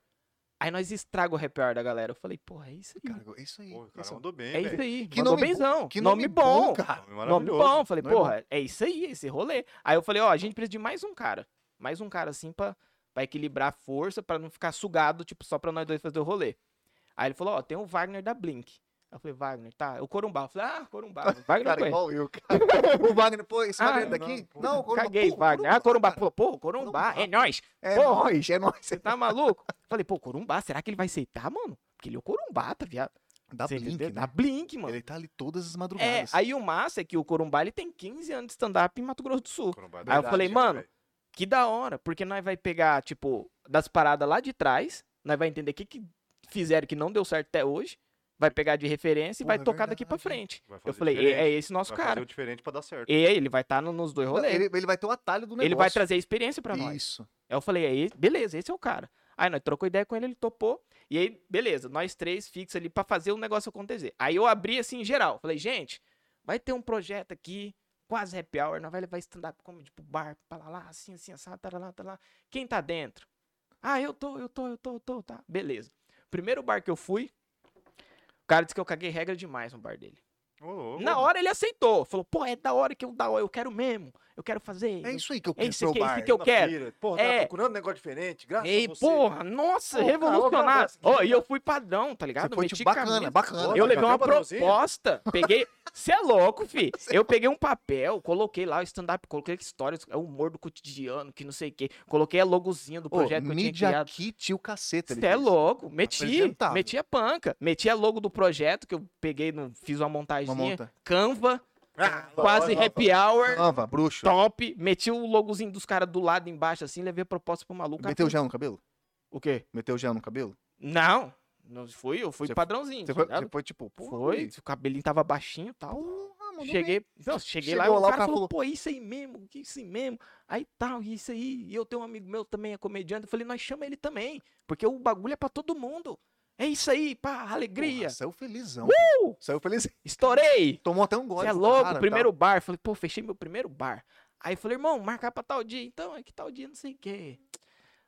S3: Aí nós estraga o happy hour da galera. Eu falei, pô, é isso aí.
S1: Cara, é isso aí.
S2: Pô, o cara
S1: Esse-
S2: mandou bem,
S3: é um isso
S2: velho.
S3: aí.
S1: Que
S3: Mandou
S1: nome bo-
S3: benzão.
S1: que
S3: nome, bom.
S1: cara.
S3: Nome
S2: Maravilhoso.
S3: bom. Falei,
S1: Nome
S3: porra, é isso aí, esse rolê. Aí eu falei, ó, a gente precisa de mais um cara. Mais um cara, assim, pra, pra equilibrar a força, pra não ficar sugado, tipo, só pra nós dois fazer o rolê. Aí ele falou, ó, tem o Wagner da Blink. Aí eu falei, Wagner, tá. O Corumbá. Eu falei, ah, Corumbá. O Wagner
S1: Cara,
S3: foi.
S1: igual eu, cara. O Wagner, pô, esse
S3: Ah,
S1: Wagner
S2: não,
S1: daqui?
S2: pô.
S1: Não, o Corumbá.
S3: Caguei,
S1: pô,
S3: Wagner. Ah, Corumbá.
S1: cara.
S3: Falou, pô, Corumbá,
S1: Corumbá.
S3: é nóis.
S1: É
S3: Pô.
S1: nóis, é nóis.
S3: Você tá maluco? Falei, pô, Corumbá, será que ele vai aceitar, mano? Porque ele é o Corumbá, tá viado?
S1: Dá
S3: Você
S1: blink,
S3: entendeu?
S1: né?
S3: Da Blink, mano.
S1: Ele tá ali todas as
S3: É,
S1: madrugadas.
S3: aí o massa é que o Corumbá, ele tem 15 anos de stand-up em Mato Grosso do Sul.
S2: Corumbá,
S3: Aí eu
S2: verdade,
S3: falei,
S2: né,
S3: mano,
S2: velho?
S3: Que da hora, porque nós vai pegar, tipo, das paradas lá de trás, nós vai entender o que, que fizeram que não deu certo até hoje, vai pegar de referência e
S1: Pô,
S3: vai
S1: é
S3: tocar daqui pra
S1: verdade, hein?
S3: frente.
S2: Vai
S3: Eu
S2: fazer
S3: falei, e-
S2: diferente,
S3: é esse nosso
S2: vai fazer
S3: cara.
S2: o diferente pra dar certo.
S3: E aí, ele vai estar nos dois
S1: Não,
S3: rolês. Ele,
S1: ele, ele vai ter o atalho do negócio.
S3: vai trazer experiência pra nós.
S1: Isso.
S3: Aí eu falei, é esse- beleza, esse é o cara. Aí nós trocou ideia com ele, ele topou. E aí, beleza, nós três fixos ali pra fazer o negócio acontecer. Aí eu abri assim em geral. Falei, gente, vai ter um projeto aqui, quase happy hour, nós vai levar stand-up comedy pro bar, pra lá, lá, assim, assim, assim, taralá, taralá. Quem tá dentro? Ah, eu tô, eu tô, eu tô, eu tô, tá. Beleza. Primeiro bar que eu fui, o cara disse que eu caguei regra demais no bar dele.
S2: Ô, louco.
S3: Na hora ele aceitou. Falou, pô, é da hora que eu da hora, eu quero mesmo, eu quero fazer.
S1: É isso aí que eu
S3: É
S1: quis
S3: isso
S1: pro
S3: que, é isso
S1: bar.
S3: que eu
S2: Na
S3: quero.
S2: pira. Porra, tava
S3: É.
S2: procurando um negócio diferente, graças
S3: Ei,
S2: a você.
S3: porra, nossa,
S2: Pô, cara, olha o
S3: revolucionário.
S2: abraço.
S3: Ó, e eu fui padrão, tá
S1: Você
S3: ligado?
S1: foi
S3: Meti
S1: tipo bacana,
S3: camisa.
S1: bacana.
S3: Eu
S2: Olha,
S3: levei uma
S2: cadê o padrãozinho?
S3: proposta, peguei. Você é louco, fi. Eu peguei um papel, coloquei lá o stand-up, coloquei histórias, é o humor do cotidiano, que não sei o quê. Coloquei a logozinha do
S1: Ô,
S3: projeto que eu tinha
S1: Media
S3: criado.
S1: Kit e o caceta. ele
S3: Você é
S1: fez.
S3: louco, meti,
S1: Apresentável.
S3: meti a panca, meti a logo do projeto que eu peguei, no, fiz uma montagem
S1: Uma
S3: coisinha.
S1: monta.
S3: Canva,
S2: Ah,
S3: tá quase
S2: vai, vai,
S3: happy hour,
S1: Nova, bruxo.
S3: top. Meti o logozinho dos caras do lado embaixo, assim, levei a proposta pro maluco.
S1: Meteu
S3: assim.
S1: gel no cabelo?
S3: O quê?
S1: Meteu gel no cabelo?
S3: Não. Não fui, eu fui
S1: Você-
S3: padrãozinho.
S1: Você
S3: tá
S1: foi,
S3: ligado?
S1: você foi tipo, pô, Ah,
S3: Foi, o cabelinho tava baixinho e tal. Cheguei, não, cheguei lá, e
S1: Chegou
S3: o
S1: lá,
S3: cara falou, pô, isso aí mesmo, que isso aí mesmo. Aí tal, isso aí. E eu tenho um amigo meu também, é comediante. Eu falei, nós chama ele também, porque o bagulho é pra todo mundo. É isso aí, pá, alegria.
S1: Porra, saiu felizão.
S3: Uh!
S1: Saiu felizão.
S3: Estourei!
S1: Tomou até um gole.
S3: Você é
S1: do
S3: louco,
S1: cara, tá
S3: primeiro bar. Falei, pô, fechei meu primeiro bar. Aí falei, irmão, marcar pra tal dia. Então, é que tal dia, não sei o quê.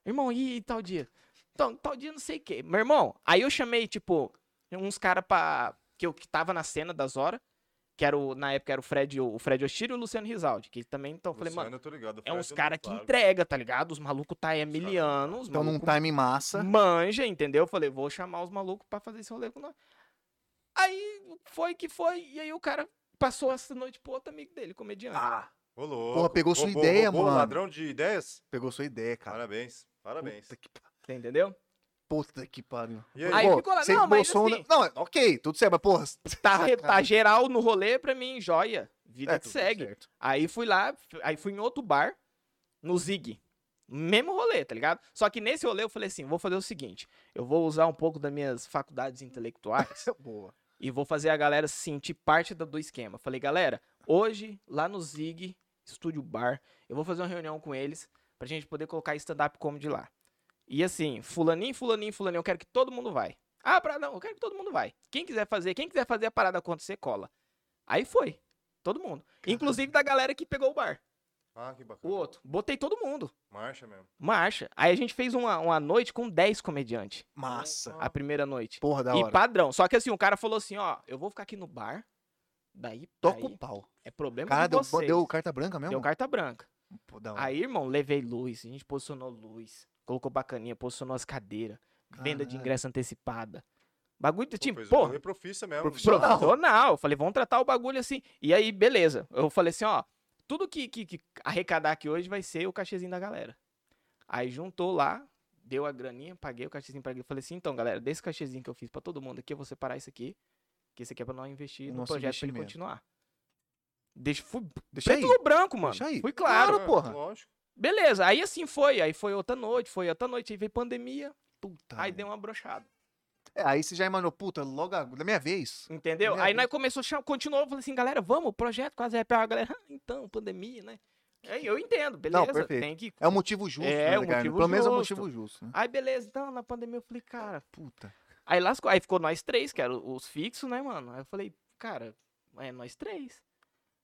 S3: Irmão, e e tal dia? Então, tal dia, não sei o quê. Meu irmão, aí eu chamei, tipo, uns caras pra... Que eu que tava na cena das horas. Que era o, na época era o Fred, o Fred Oshiro e o Luciano Risaldi. Que também, então, eu falei,
S2: Luciano,
S3: mano,
S2: eu tô ligado,
S3: é
S2: Fred,
S3: uns
S2: eu não
S3: caras que
S2: pago.
S3: entrega, tá ligado? Os malucos tá aí há
S2: Os caras-
S3: mil anos. os
S1: Então, num
S3: maluco
S1: time massa.
S3: manja, entendeu? Eu Falei, vou chamar os malucos pra fazer esse rolê com nós. Aí foi que foi, e aí o cara passou essa noite pro outro amigo dele, comediante.
S2: Ah, ô louco.
S1: Porra, pegou sua
S2: Roubou-
S1: ideia,
S2: roubou o
S1: mano.
S2: ladrão de ideias?
S1: Pegou sua ideia, cara.
S2: Parabéns, parabéns.
S1: Puta que, pa-
S3: Você entendeu?
S1: puta que pariu.
S2: E aí?
S3: Aí ficou lá,
S1: você
S3: não, mas
S1: esboçou um-
S3: assim-
S1: Não, é- ok, tudo certo, mas porra.
S3: Tá, re- tá
S1: sacanagem.
S3: geral no rolê pra mim, joia. Vida
S1: Ah, É,
S3: que
S1: tudo
S3: segue.
S1: certo.
S3: Aí fui lá, f- aí fui em outro bar, no Zig. Mesmo rolê, tá ligado? Só que nesse rolê eu falei assim: vou fazer o seguinte, eu vou usar um pouco das minhas faculdades intelectuais
S1: Boa.
S3: e vou fazer a galera se sentir parte da- do esquema. Falei, galera, hoje, lá no Zig, Estúdio Bar, eu vou fazer uma reunião com eles pra gente poder colocar stand-up comedy lá. E assim, fulaninho, fulaninho, fulaninho, eu quero que todo mundo vai. Ah, pra não, eu quero que todo mundo vai. Quem quiser fazer, quem quiser fazer a parada acontecer, cola. Aí foi. Todo mundo. Inclusive da galera que pegou o bar.
S2: Ah, que bacana.
S3: O outro. Botei todo mundo.
S2: Marcha mesmo.
S3: Marcha. Aí a gente fez uma, uma noite com 10 comediantes.
S1: Massa.
S3: A primeira noite.
S1: Porra da
S3: E
S1: hora.
S3: padrão. Só que assim, o cara falou assim, ó, eu vou ficar aqui no bar, daí
S1: Toca
S3: daí
S1: o pau.
S3: é problema
S1: Cara,
S3: de
S1: deu, um
S3: vocês.
S1: deu carta branca mesmo?
S3: Deu carta branca.
S1: Pô, da hora.
S3: Aí, irmão, levei luz, a gente posicionou luz, colocou bacaninha, posicionou as cadeiras, venda de
S1: Caralho.
S3: ingresso antecipada. Bagulho do
S2: Pô,
S3: tipo,
S2: fez um
S3: porra,
S2: rolê profissa mesmo.
S1: profissional.
S3: profissional. Eu falei, vamos tratar o bagulho assim. E aí, beleza. Eu falei assim, ó, tudo que, que, que arrecadar aqui hoje vai ser o cachezinho da galera. Aí juntou lá, deu a graninha, paguei o cachezinho pra ele. Falei assim, então, galera, desse cachezinho que eu fiz pra todo mundo aqui, eu vou separar isso aqui, que isso aqui é pra nós investir
S1: O
S3: no
S1: nosso
S3: projeto pra ele
S1: investimento.
S3: continuar. Deixa, fui,
S1: Deixa aí.
S3: preto no branco, mano.
S1: Deixa aí.
S3: Fui claro.
S1: Claro, porra.
S2: Lógico.
S3: Beleza, aí assim foi. Aí foi outra noite, foi outra noite, aí veio pandemia,
S1: Puta.
S3: aí
S1: merda.
S3: deu uma brochada.
S1: É, aí você já emanou, puta, logo a- da minha vez.
S3: Entendeu?
S1: Minha
S3: Aí
S1: vida.
S3: nós começou, a chamar- continuou, falei assim, galera, vamos, o projeto quase é a galera, "Ah, então, pandemia, né? Aí eu entendo, beleza,
S1: perfeito.
S3: tem que...
S1: É um motivo justo,
S3: É,
S1: né,
S3: um
S1: cara?
S3: motivo
S1: Pelo menos é um
S3: justo.
S1: motivo justo, né?
S3: Aí beleza, então, na pandemia eu falei, cara...
S1: Puta.
S3: Aí lascou, aí ficou nós três, que eram os fixos, né, mano? Aí eu falei, cara, é nós três.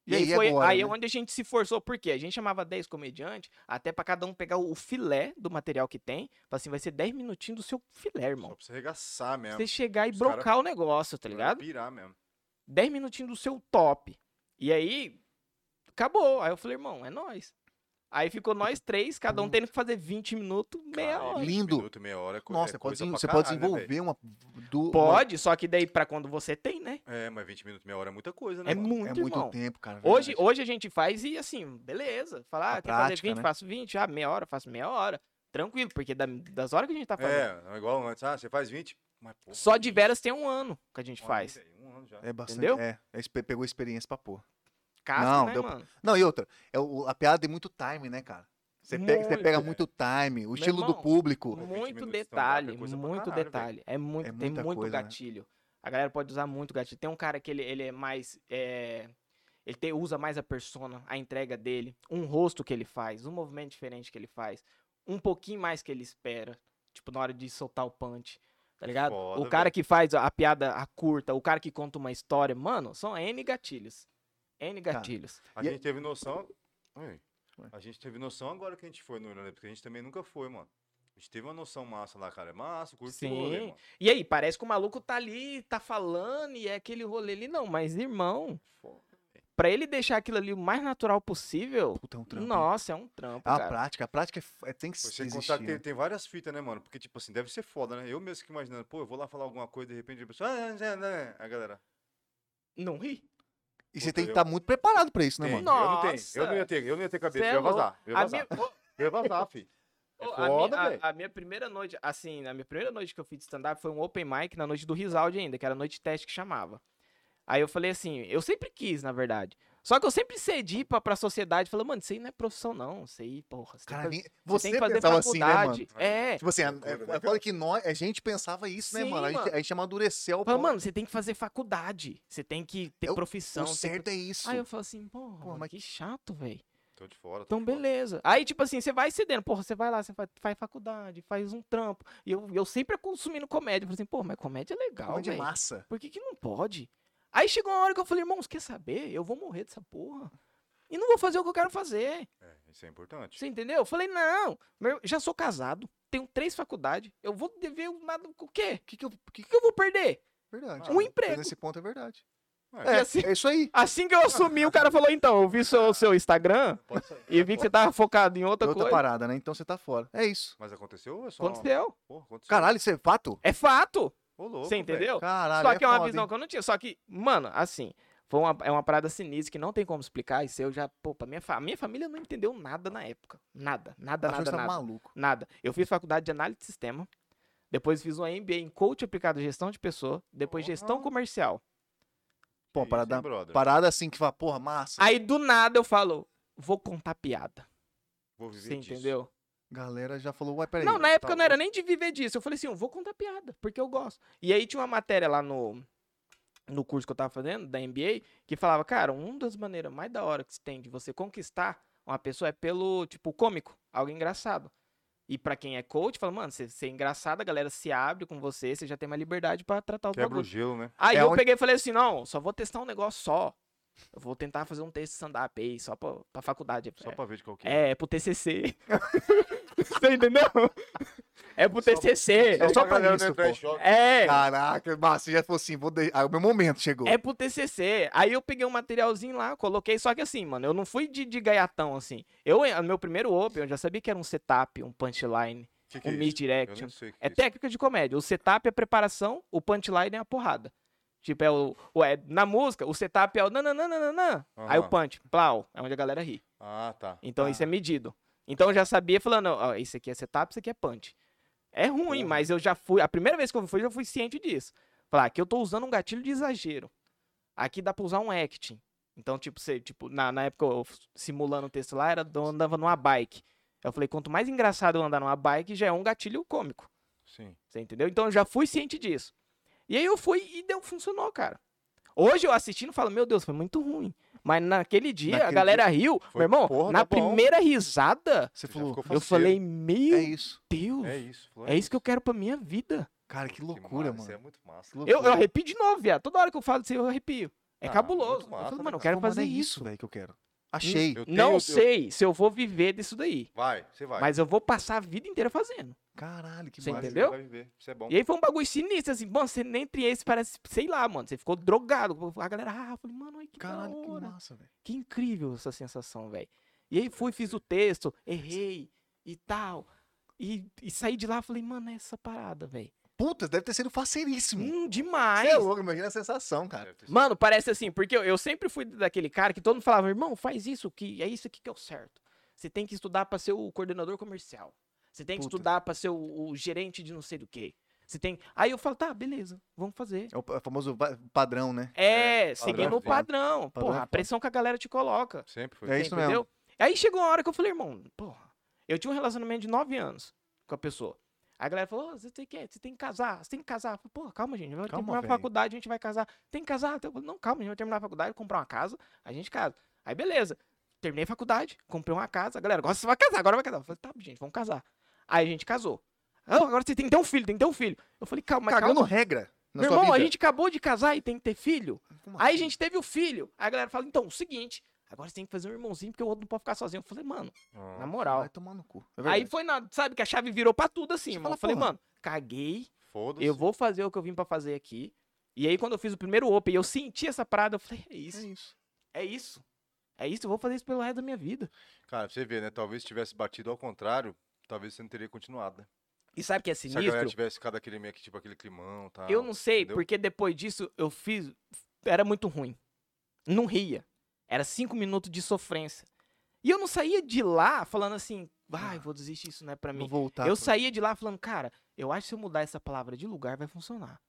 S1: E aí,
S3: foi,
S1: agora,
S3: aí é
S1: né?
S3: onde a gente se forçou, porque a gente chamava 10 comediantes, até pra cada um pegar o filé do material que tem, Falei assim, vai ser 10 minutinhos do seu filé,
S2: Só
S3: irmão.
S2: pra você arregaçar
S1: é
S2: mesmo.
S3: Você chegar e
S2: Os cara-
S3: brocar o negócio, tá
S2: Pra
S3: ligado?
S2: Pirar mesmo.
S3: 10 minutinhos do seu top. E aí, acabou. Aí eu falei, irmão, é nós. Aí ficou nós três, cada um tendo que fazer 20 minutos, meia
S2: Cara,
S3: hora.
S2: vinte
S1: Lindo.
S2: Minuto, meia hora é co-
S1: Nossa,
S2: é
S1: você pode
S2: coisa
S1: desenvol-
S2: pra
S1: você pode
S2: caralho, né,
S1: desenvolver uma, du- uma-
S3: Pode, só que daí pra quando você tem, né?
S2: velho? É, mas 20 minutos, meia hora é muita coisa, né?
S3: É
S2: mano?
S3: muito,
S1: É muito
S3: irmão.
S1: tempo, cara.
S3: Hoje,
S1: verdade.
S3: hoje a gente faz e assim, beleza. Falar,
S1: Na
S3: ah, quer fazer
S1: prática,
S3: 20,
S1: né?
S3: faço 20. Ah, meia hora, faço meia hora. Tranquilo, porque da- das horas que a gente tá fazendo.
S2: É, não é igual antes. Ah, você faz 20? Mas, porra,
S3: Só de
S2: 20,
S3: veras tem um ano que a gente
S2: olha,
S3: faz.
S2: velho, Um ano já.
S1: É bastante.
S3: Entendeu?
S1: É, é expe- pegou experiência pra pôr.
S3: Casca,
S1: Não,
S3: né,
S1: deu-
S3: mano?
S1: Não, e outra, é o- a piada tem muito time, né, cara? Você pega, você
S3: Muito. é.
S1: pega muito time, o estilo do
S3: irmão,
S1: público.
S2: Pô, 20 minutos
S3: Muito
S2: de stand-up
S3: detalhe,
S2: é coisa pra
S3: muito
S2: caralho, velho.
S3: detalhe. É muito,
S1: Tipo, É
S3: tem
S1: muita
S3: muito
S1: coisa, né?
S3: gatilho. A galera pode usar muito gatilho. Tem um cara que ele, ele é mais. é, ele tem- usa mais a persona, a entrega dele, um rosto que ele faz, um movimento diferente que ele faz, um pouquinho mais que ele espera. Tipo, na hora de soltar o punch. Tá ligado?
S2: Foda,
S3: o cara
S2: velho.
S3: que faz a, a piada a curta, o cara que conta uma história, mano, são N gatilhos. N
S1: Cara,
S3: gatilhos.
S2: A
S1: E-
S2: gente teve noção. Oi.
S1: Ué.
S2: A gente teve noção agora que a gente foi no Irlanda, porque a gente também nunca foi, mano. A gente teve uma noção massa lá, cara. É massa, curte o rolê,
S3: Sim.
S2: mano.
S3: E aí, parece que o maluco tá ali, tá falando, e é aquele rolê ali. Não, mas irmão,
S2: Foda.
S3: Pra ele deixar aquilo ali o mais natural possível,
S1: Puta, é um trampo. hein?
S3: nossa, é um trampo,
S1: É uma
S3: cara.
S1: prática, a prática é f- é- tem que
S2: Você
S1: existir,
S2: contar que tem,
S1: né?
S2: tem várias fitas, né, mano? Porque, tipo assim, deve ser foda, né? Eu mesmo que imaginando, pô, eu vou lá falar alguma coisa de repente, a pessoa. "Ah, né, né, né", A galera.
S3: Não ri?
S1: E você
S2: Puta,
S1: tem que
S2: eu-
S1: estar muito preparado pra isso, né,
S2: Tem, eu
S1: mano?
S2: não tenho. Eu não
S3: Nossa.
S2: ia ter, eu não ia ter cabeça.
S3: Cê é
S2: Eu ia vazar. Eu ia
S3: A
S2: vazar.
S3: minha- ô,
S2: Eu ia vazar, fi. É
S3: ô, a
S2: foda,
S3: minha-
S2: velho.
S3: a- a minha primeira noite, assim, a minha primeira noite que eu fiz de stand-up foi um open mic na noite do Risaldi ainda, que era a noite teste que chamava. Aí eu falei assim, eu sempre quis, na verdade. Só que eu sempre cedi pra, pra sociedade, falei, mano, isso aí não é profissão, não. Isso aí, porra, você
S1: Cara,
S3: tem que
S1: nem-
S3: fa- você
S1: você
S3: tem que fazer
S1: pensava assim, né, mano?
S3: faculdade. é.
S1: Tipo assim, é,
S2: Loucura,
S1: é,
S2: né,
S1: é foda que nós, a gente pensava isso, né,
S3: Sim,
S1: mano? A gente,
S3: mano.
S1: a gente amadureceu.
S3: Fala,
S1: pô,
S3: mano, você tem que fazer faculdade. Você tem que ter
S1: Eu-
S3: profissão.
S1: o
S3: você tem que-
S1: certo é isso.
S3: Aí eu falo assim, porra, mano,
S1: mas-
S3: que chato, velho.
S2: Tô de fora. tô
S3: Então,
S2: de fora.
S3: beleza. Aí, tipo assim, você vai cedendo. Porra, você vai lá, você faz, faz faculdade, faz um trampo. E eu, eu sempre é consumindo comédia. Eu falei assim, pô, mas comédia é legal,
S1: Como de
S3: velho.
S1: massa.
S3: Por que, que não pode? Aí chegou uma hora que eu falei, irmãos, quer saber? Eu vou morrer dessa porra. E não vou fazer o que eu quero fazer.
S2: É, isso é importante.
S3: Você entendeu? Eu falei, não, meu- já sou casado, tenho três faculdades, eu vou dever nada, o quê? O que, que, eu- o que que eu vou perder?
S1: Verdade.
S2: Um
S1: Mas
S3: emprego.
S1: Nesse ponto é verdade.
S2: É,
S1: É,
S3: assim-
S1: é isso aí.
S3: Assim que eu assumi, o cara falou, então, eu vi seu, seu Instagram
S2: pode sair.
S3: e vi que você tava focado em
S1: Outra,
S3: outra,
S1: outra
S3: coisa.
S1: parada, né? Então você tá fora. É isso.
S2: Mas aconteceu ou é só.
S3: Aconteceu.
S2: Porra, aconteceu.
S1: Caralho, isso é fato?
S3: É fato.
S2: Ô, louco,
S3: Você
S2: velho.
S3: entendeu?
S1: Caralho,
S3: Só que é uma
S1: foda,
S3: visão
S1: hein?
S3: que eu não tinha. Só que, mano, assim, foi uma, é uma parada sinistra que não tem como explicar. Isso eu já, pô, pra minha, fa- minha família não entendeu nada na época. Nada, nada,
S1: Achou que você
S3: nada,
S1: tá
S3: nada.
S1: maluco.
S3: Nada. Eu fiz faculdade de análise de sistema. Depois fiz um uma MBA em coach aplicado à gestão de pessoa. Depois
S2: Porra.
S3: gestão comercial.
S1: Pô,
S2: Que
S1: parada,
S2: isso, é hein, brother?
S1: parada assim que fala, porra, massa.
S3: Aí do nada eu falo, vou contar piada.
S2: Vou viver
S3: Você
S2: disso.
S3: entendeu?
S1: Galera já falou, ué, peraí.
S3: não, na época
S2: tá
S3: não era nem de viver disso. Eu falei assim, eu vou contar piada, porque eu gosto. E aí tinha uma matéria lá no, no curso que eu tava fazendo, da MBA, que falava, cara, uma das maneiras mais da hora que se tem de você conquistar uma pessoa é pelo, tipo, cômico, algo engraçado. E pra quem é coach, fala, mano, você você é engraçado, a galera se abre com você, você já tem mais liberdade pra tratar os
S2: Quebra o
S3: bagulho.
S2: gelo, né?
S3: Aí
S1: É
S3: eu
S1: onde-
S3: peguei e falei assim, não, só vou testar um negócio só. Eu vou tentar fazer um texto de stand-up aí, só pra, pra faculdade.
S2: Só
S3: é,
S2: pra ver de qualquer.
S3: é, é pro TCC. Você entendeu? É pro
S2: Só-
S3: TCC.
S1: só pra
S2: galera
S1: isso,
S2: não entrar em
S1: pô.
S2: choque.
S3: É,
S1: Caraca, massa, você já falou assim, vou de... ah, o meu momento chegou.
S3: é pro TCC. Aí eu peguei um materialzinho lá, coloquei, só que assim, mano, eu não fui de, de gaiatão, assim. Eu, no meu primeiro open, eu já sabia que era um setup, um punchline,
S2: Que que
S3: um
S2: é isso? Eu
S3: misdirection.
S2: nem sei o que
S3: É
S2: é isso.
S3: técnica de comédia. O setup é a preparação, o punchline é a porrada. Tipo, é o. o- é, na música, o setup é o nananana. Aí o
S2: Aham.
S3: punch, plau, é onde a galera ri.
S2: Ah, tá.
S3: Então
S1: Ah.
S3: isso é medido. Então eu já sabia falando, ó, isso aqui é setup, isso aqui é punch. É ruim,
S2: Porra.
S3: mas eu já fui. A primeira vez que eu fui, eu já fui ciente disso. Falar, aqui eu tô usando um gatilho de exagero. Aqui dá pra usar um acting. Então, tipo, você, tipo, na, na época eu f- simulando o texto lá, era eu andava numa bike. Eu falei, quanto mais engraçado eu andar numa bike, já é um gatilho cômico.
S2: Sim.
S3: Você entendeu? Então eu já fui ciente disso. E aí eu fui e deu, funcionou, cara. Hoje eu assistindo falo, meu Deus, foi muito ruim. Mas naquele dia a
S1: Naquele
S3: galera riu.
S2: Foi,
S3: Meu irmão,
S2: porra,
S3: na
S2: tá bom.
S3: primeira risada,
S1: Você
S2: Já
S1: falou,
S2: ficou
S3: eu
S2: faceiro.
S3: falei, meu
S1: é isso.
S3: Deus,
S2: É isso. falou,
S3: é isso que eu quero pra minha vida.
S1: Cara, que
S2: Que
S1: loucura,
S2: massa,
S1: mano.
S2: É muito massa.
S1: Que loucura.
S3: Eu, eu arrepio de novo, viado. Toda hora que eu falo isso, aí, eu arrepio. É
S2: Ah,
S3: cabuloso.
S2: muito
S3: Eu
S2: massa,
S3: falo,
S2: né,
S3: mano, eu
S2: cara?
S3: quero
S1: Pô, mano,
S3: fazer
S1: é
S3: isso.
S1: velho, que eu quero. Achei.
S2: Eu tenho-
S3: Não
S2: eu-
S3: sei se eu vou viver disso daí.
S2: Vai, você vai.
S3: Mas eu vou passar a vida inteira fazendo.
S1: Caralho, que
S3: Você
S1: massa.
S3: entendeu?
S2: Vai viver. Isso é bom.
S3: E aí foi um bagulho sinistro, assim, mano, você nem entre esse, parece, sei lá, mano, você ficou drogado. A galera, ah, eu falei, mano, ai, que
S1: Caralho,
S3: da
S1: que
S3: hora.
S1: massa, velho.
S3: Que incrível essa sensação, velho. E aí fui, fiz o texto, errei e tal. E, e saí de lá falei, mano, é essa parada, velho.
S1: Puta, deve ter sido faceiríssimo.
S3: Hum,
S1: Você
S3: demais.
S1: é louco, imagina a sensação, cara.
S2: Deve ter sido-
S3: Mano, parece assim, porque eu, eu sempre fui daquele cara que todo mundo falava, irmão, faz isso, que é isso aqui que é o certo. Você tem que estudar pra ser o coordenador comercial. Você tem que
S1: Puta.
S3: estudar pra ser o, o gerente de não sei do que. Você tem. Aí eu falo, tá, beleza, vamos fazer.
S1: É o pa- famoso va- padrão, né?
S3: É,
S2: É,
S1: padrão é
S3: seguindo o
S1: foda.
S3: padrão.
S1: Padrão é
S3: Porra, a
S1: foda.
S3: pressão que a galera te coloca.
S2: Sempre foi.
S1: É
S3: Você
S1: isso
S3: entendeu?
S1: mesmo.
S3: Aí chegou uma hora que eu falei, irmão, porra, eu tinha um relacionamento de 9 anos com a pessoa. Aí a galera falou, "Ô, você tem que, você tem que casar, você tem que casar. Eu falei, Porra, calma, gente, vai
S1: Calma,
S3: terminar
S1: velho.
S3: a faculdade, a gente vai casar. Tem que casar. Eu falei, não, calma, a gente vai terminar a faculdade, comprar uma casa, a gente casa. Aí beleza, terminei a faculdade, comprei uma casa, a galera, agora você vai casar, agora vai casar. Eu falei, tá, gente, vamos casar. Aí a gente casou. "Ah, agora você tem que ter um filho, tem que ter um filho. Eu falei, calma,
S1: Cagando
S3: calma.
S1: regra. Na
S3: Meu
S1: sua
S3: irmão, a
S1: vida.
S3: gente acabou de casar e tem que ter filho.
S1: Como
S3: Aí a
S1: assim?
S3: gente teve o filho. Aí a galera fala, então, o seguinte, agora você tem que fazer um irmãozinho, porque o outro não pode ficar sozinho. Eu falei, mano,
S2: Ah,
S3: na
S1: Vai
S3: moral.
S1: tomar no cu. É
S3: Aí foi na, sabe, que a chave virou pra tudo assim,
S1: Você
S3: irmão.
S1: fala,
S3: Eu falei,
S1: porra.
S3: mano, caguei,
S2: Foda-se.
S3: eu vou fazer o que eu vim pra fazer aqui. E aí quando eu fiz o primeiro open, eu senti essa parada, eu falei, é
S1: isso.
S3: isso,
S1: É isso.
S3: é isso. É isso, eu vou fazer isso pelo resto da minha vida.
S2: Cara, pra você vê, né? Talvez se tivesse batido ao contrário, talvez você não teria continuado, né?
S3: E sabe o que é
S2: Se a galera
S3: sinistro?
S2: tivesse ficado aquele meio que, tipo, aquele climão e tal.
S3: Eu não sei,
S2: entendeu?
S3: porque depois disso eu fiz. Era muito ruim. Não ria. Era cinco minutos de sofrência. E eu não saía de lá falando assim, vai, vou desistir, isso não é pra
S1: Vou
S3: mim.
S1: voltar.
S3: eu
S1: pra-
S3: saía de lá falando, cara, eu acho que se eu mudar essa palavra de lugar vai funcionar.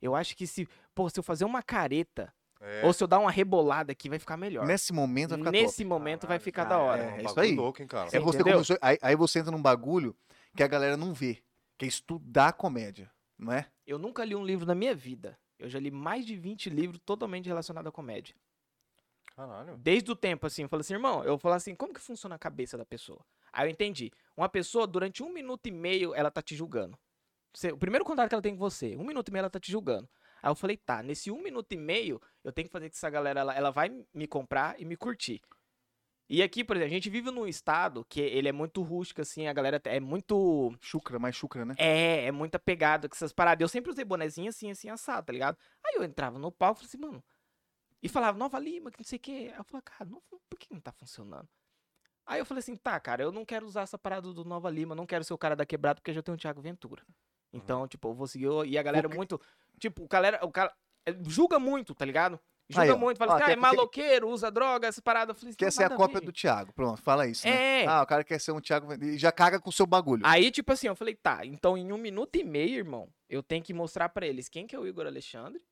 S3: Eu acho que se, pô, se eu fazer uma careta
S2: É,
S3: Ou se eu dar uma rebolada aqui, vai ficar melhor.
S1: Nesse momento vai ficar top.
S3: Nesse momento vai
S2: Caralho,
S3: ficar
S2: cara,
S3: da hora.
S1: é
S2: um
S1: isso
S2: bagulho
S1: aí.
S2: louco, hein, cara?
S1: É
S3: Sim.
S1: você
S3: entendeu?
S1: começou, aí, aí você entra num bagulho que a galera não vê, que é estudar comédia, não é?
S3: Eu nunca li um livro na minha vida. Eu já li mais de 20 livros totalmente relacionados à comédia.
S2: Caralho.
S3: Desde o tempo, assim, eu falo assim, irmão, eu falo assim, como que funciona a cabeça da pessoa? Aí eu entendi. Uma pessoa, durante um minuto e meio, ela tá te julgando. Você- o primeiro contato que ela tem com você, um minuto e meio ela tá te julgando. Aí eu falei, tá, nesse um minuto e meio, eu tenho que fazer que essa galera, ela, ela vai me comprar e me curtir. E aqui, por exemplo, a gente vive num estado que ele é muito rústico, assim, a galera é muito...
S1: Chucra, mais chucra, né?
S3: É, é muito apegado com essas paradas. Eu sempre usei bonezinho assim, assim, assado, tá ligado? Aí eu entrava no palco e falei assim, mano. E falava, Nova Lima, que não sei o quê. Aí eu falava, cara, não- por que não tá funcionando? Aí eu falei assim, tá, cara, eu não quero usar essa parada do Nova Lima, não quero ser o cara da quebrada, porque eu já tenho o Thiago Ventura. Então,
S1: Uhum.
S3: tipo, eu vou seguir. o- E a galera
S1: Porque-
S3: muito. Tipo, o galera. O cara é, julga muito, tá ligado? Julga
S1: Aí, ó.
S3: muito, fala assim,
S1: Ó,
S3: ah,
S1: quer-
S3: é maloqueiro, usa droga, essa parada. Eu falei assim,
S1: Quer
S3: não,
S1: ser a
S3: nada
S1: cópia
S3: ver.
S1: do Thiago, pronto, fala isso, né?
S3: É,
S1: Ah, o cara quer ser um Thiago e já caga com o seu bagulho.
S3: Aí, tipo assim, eu falei, tá, então em um minuto e meio, irmão, eu tenho que mostrar pra eles quem que é o Igor Alexandre.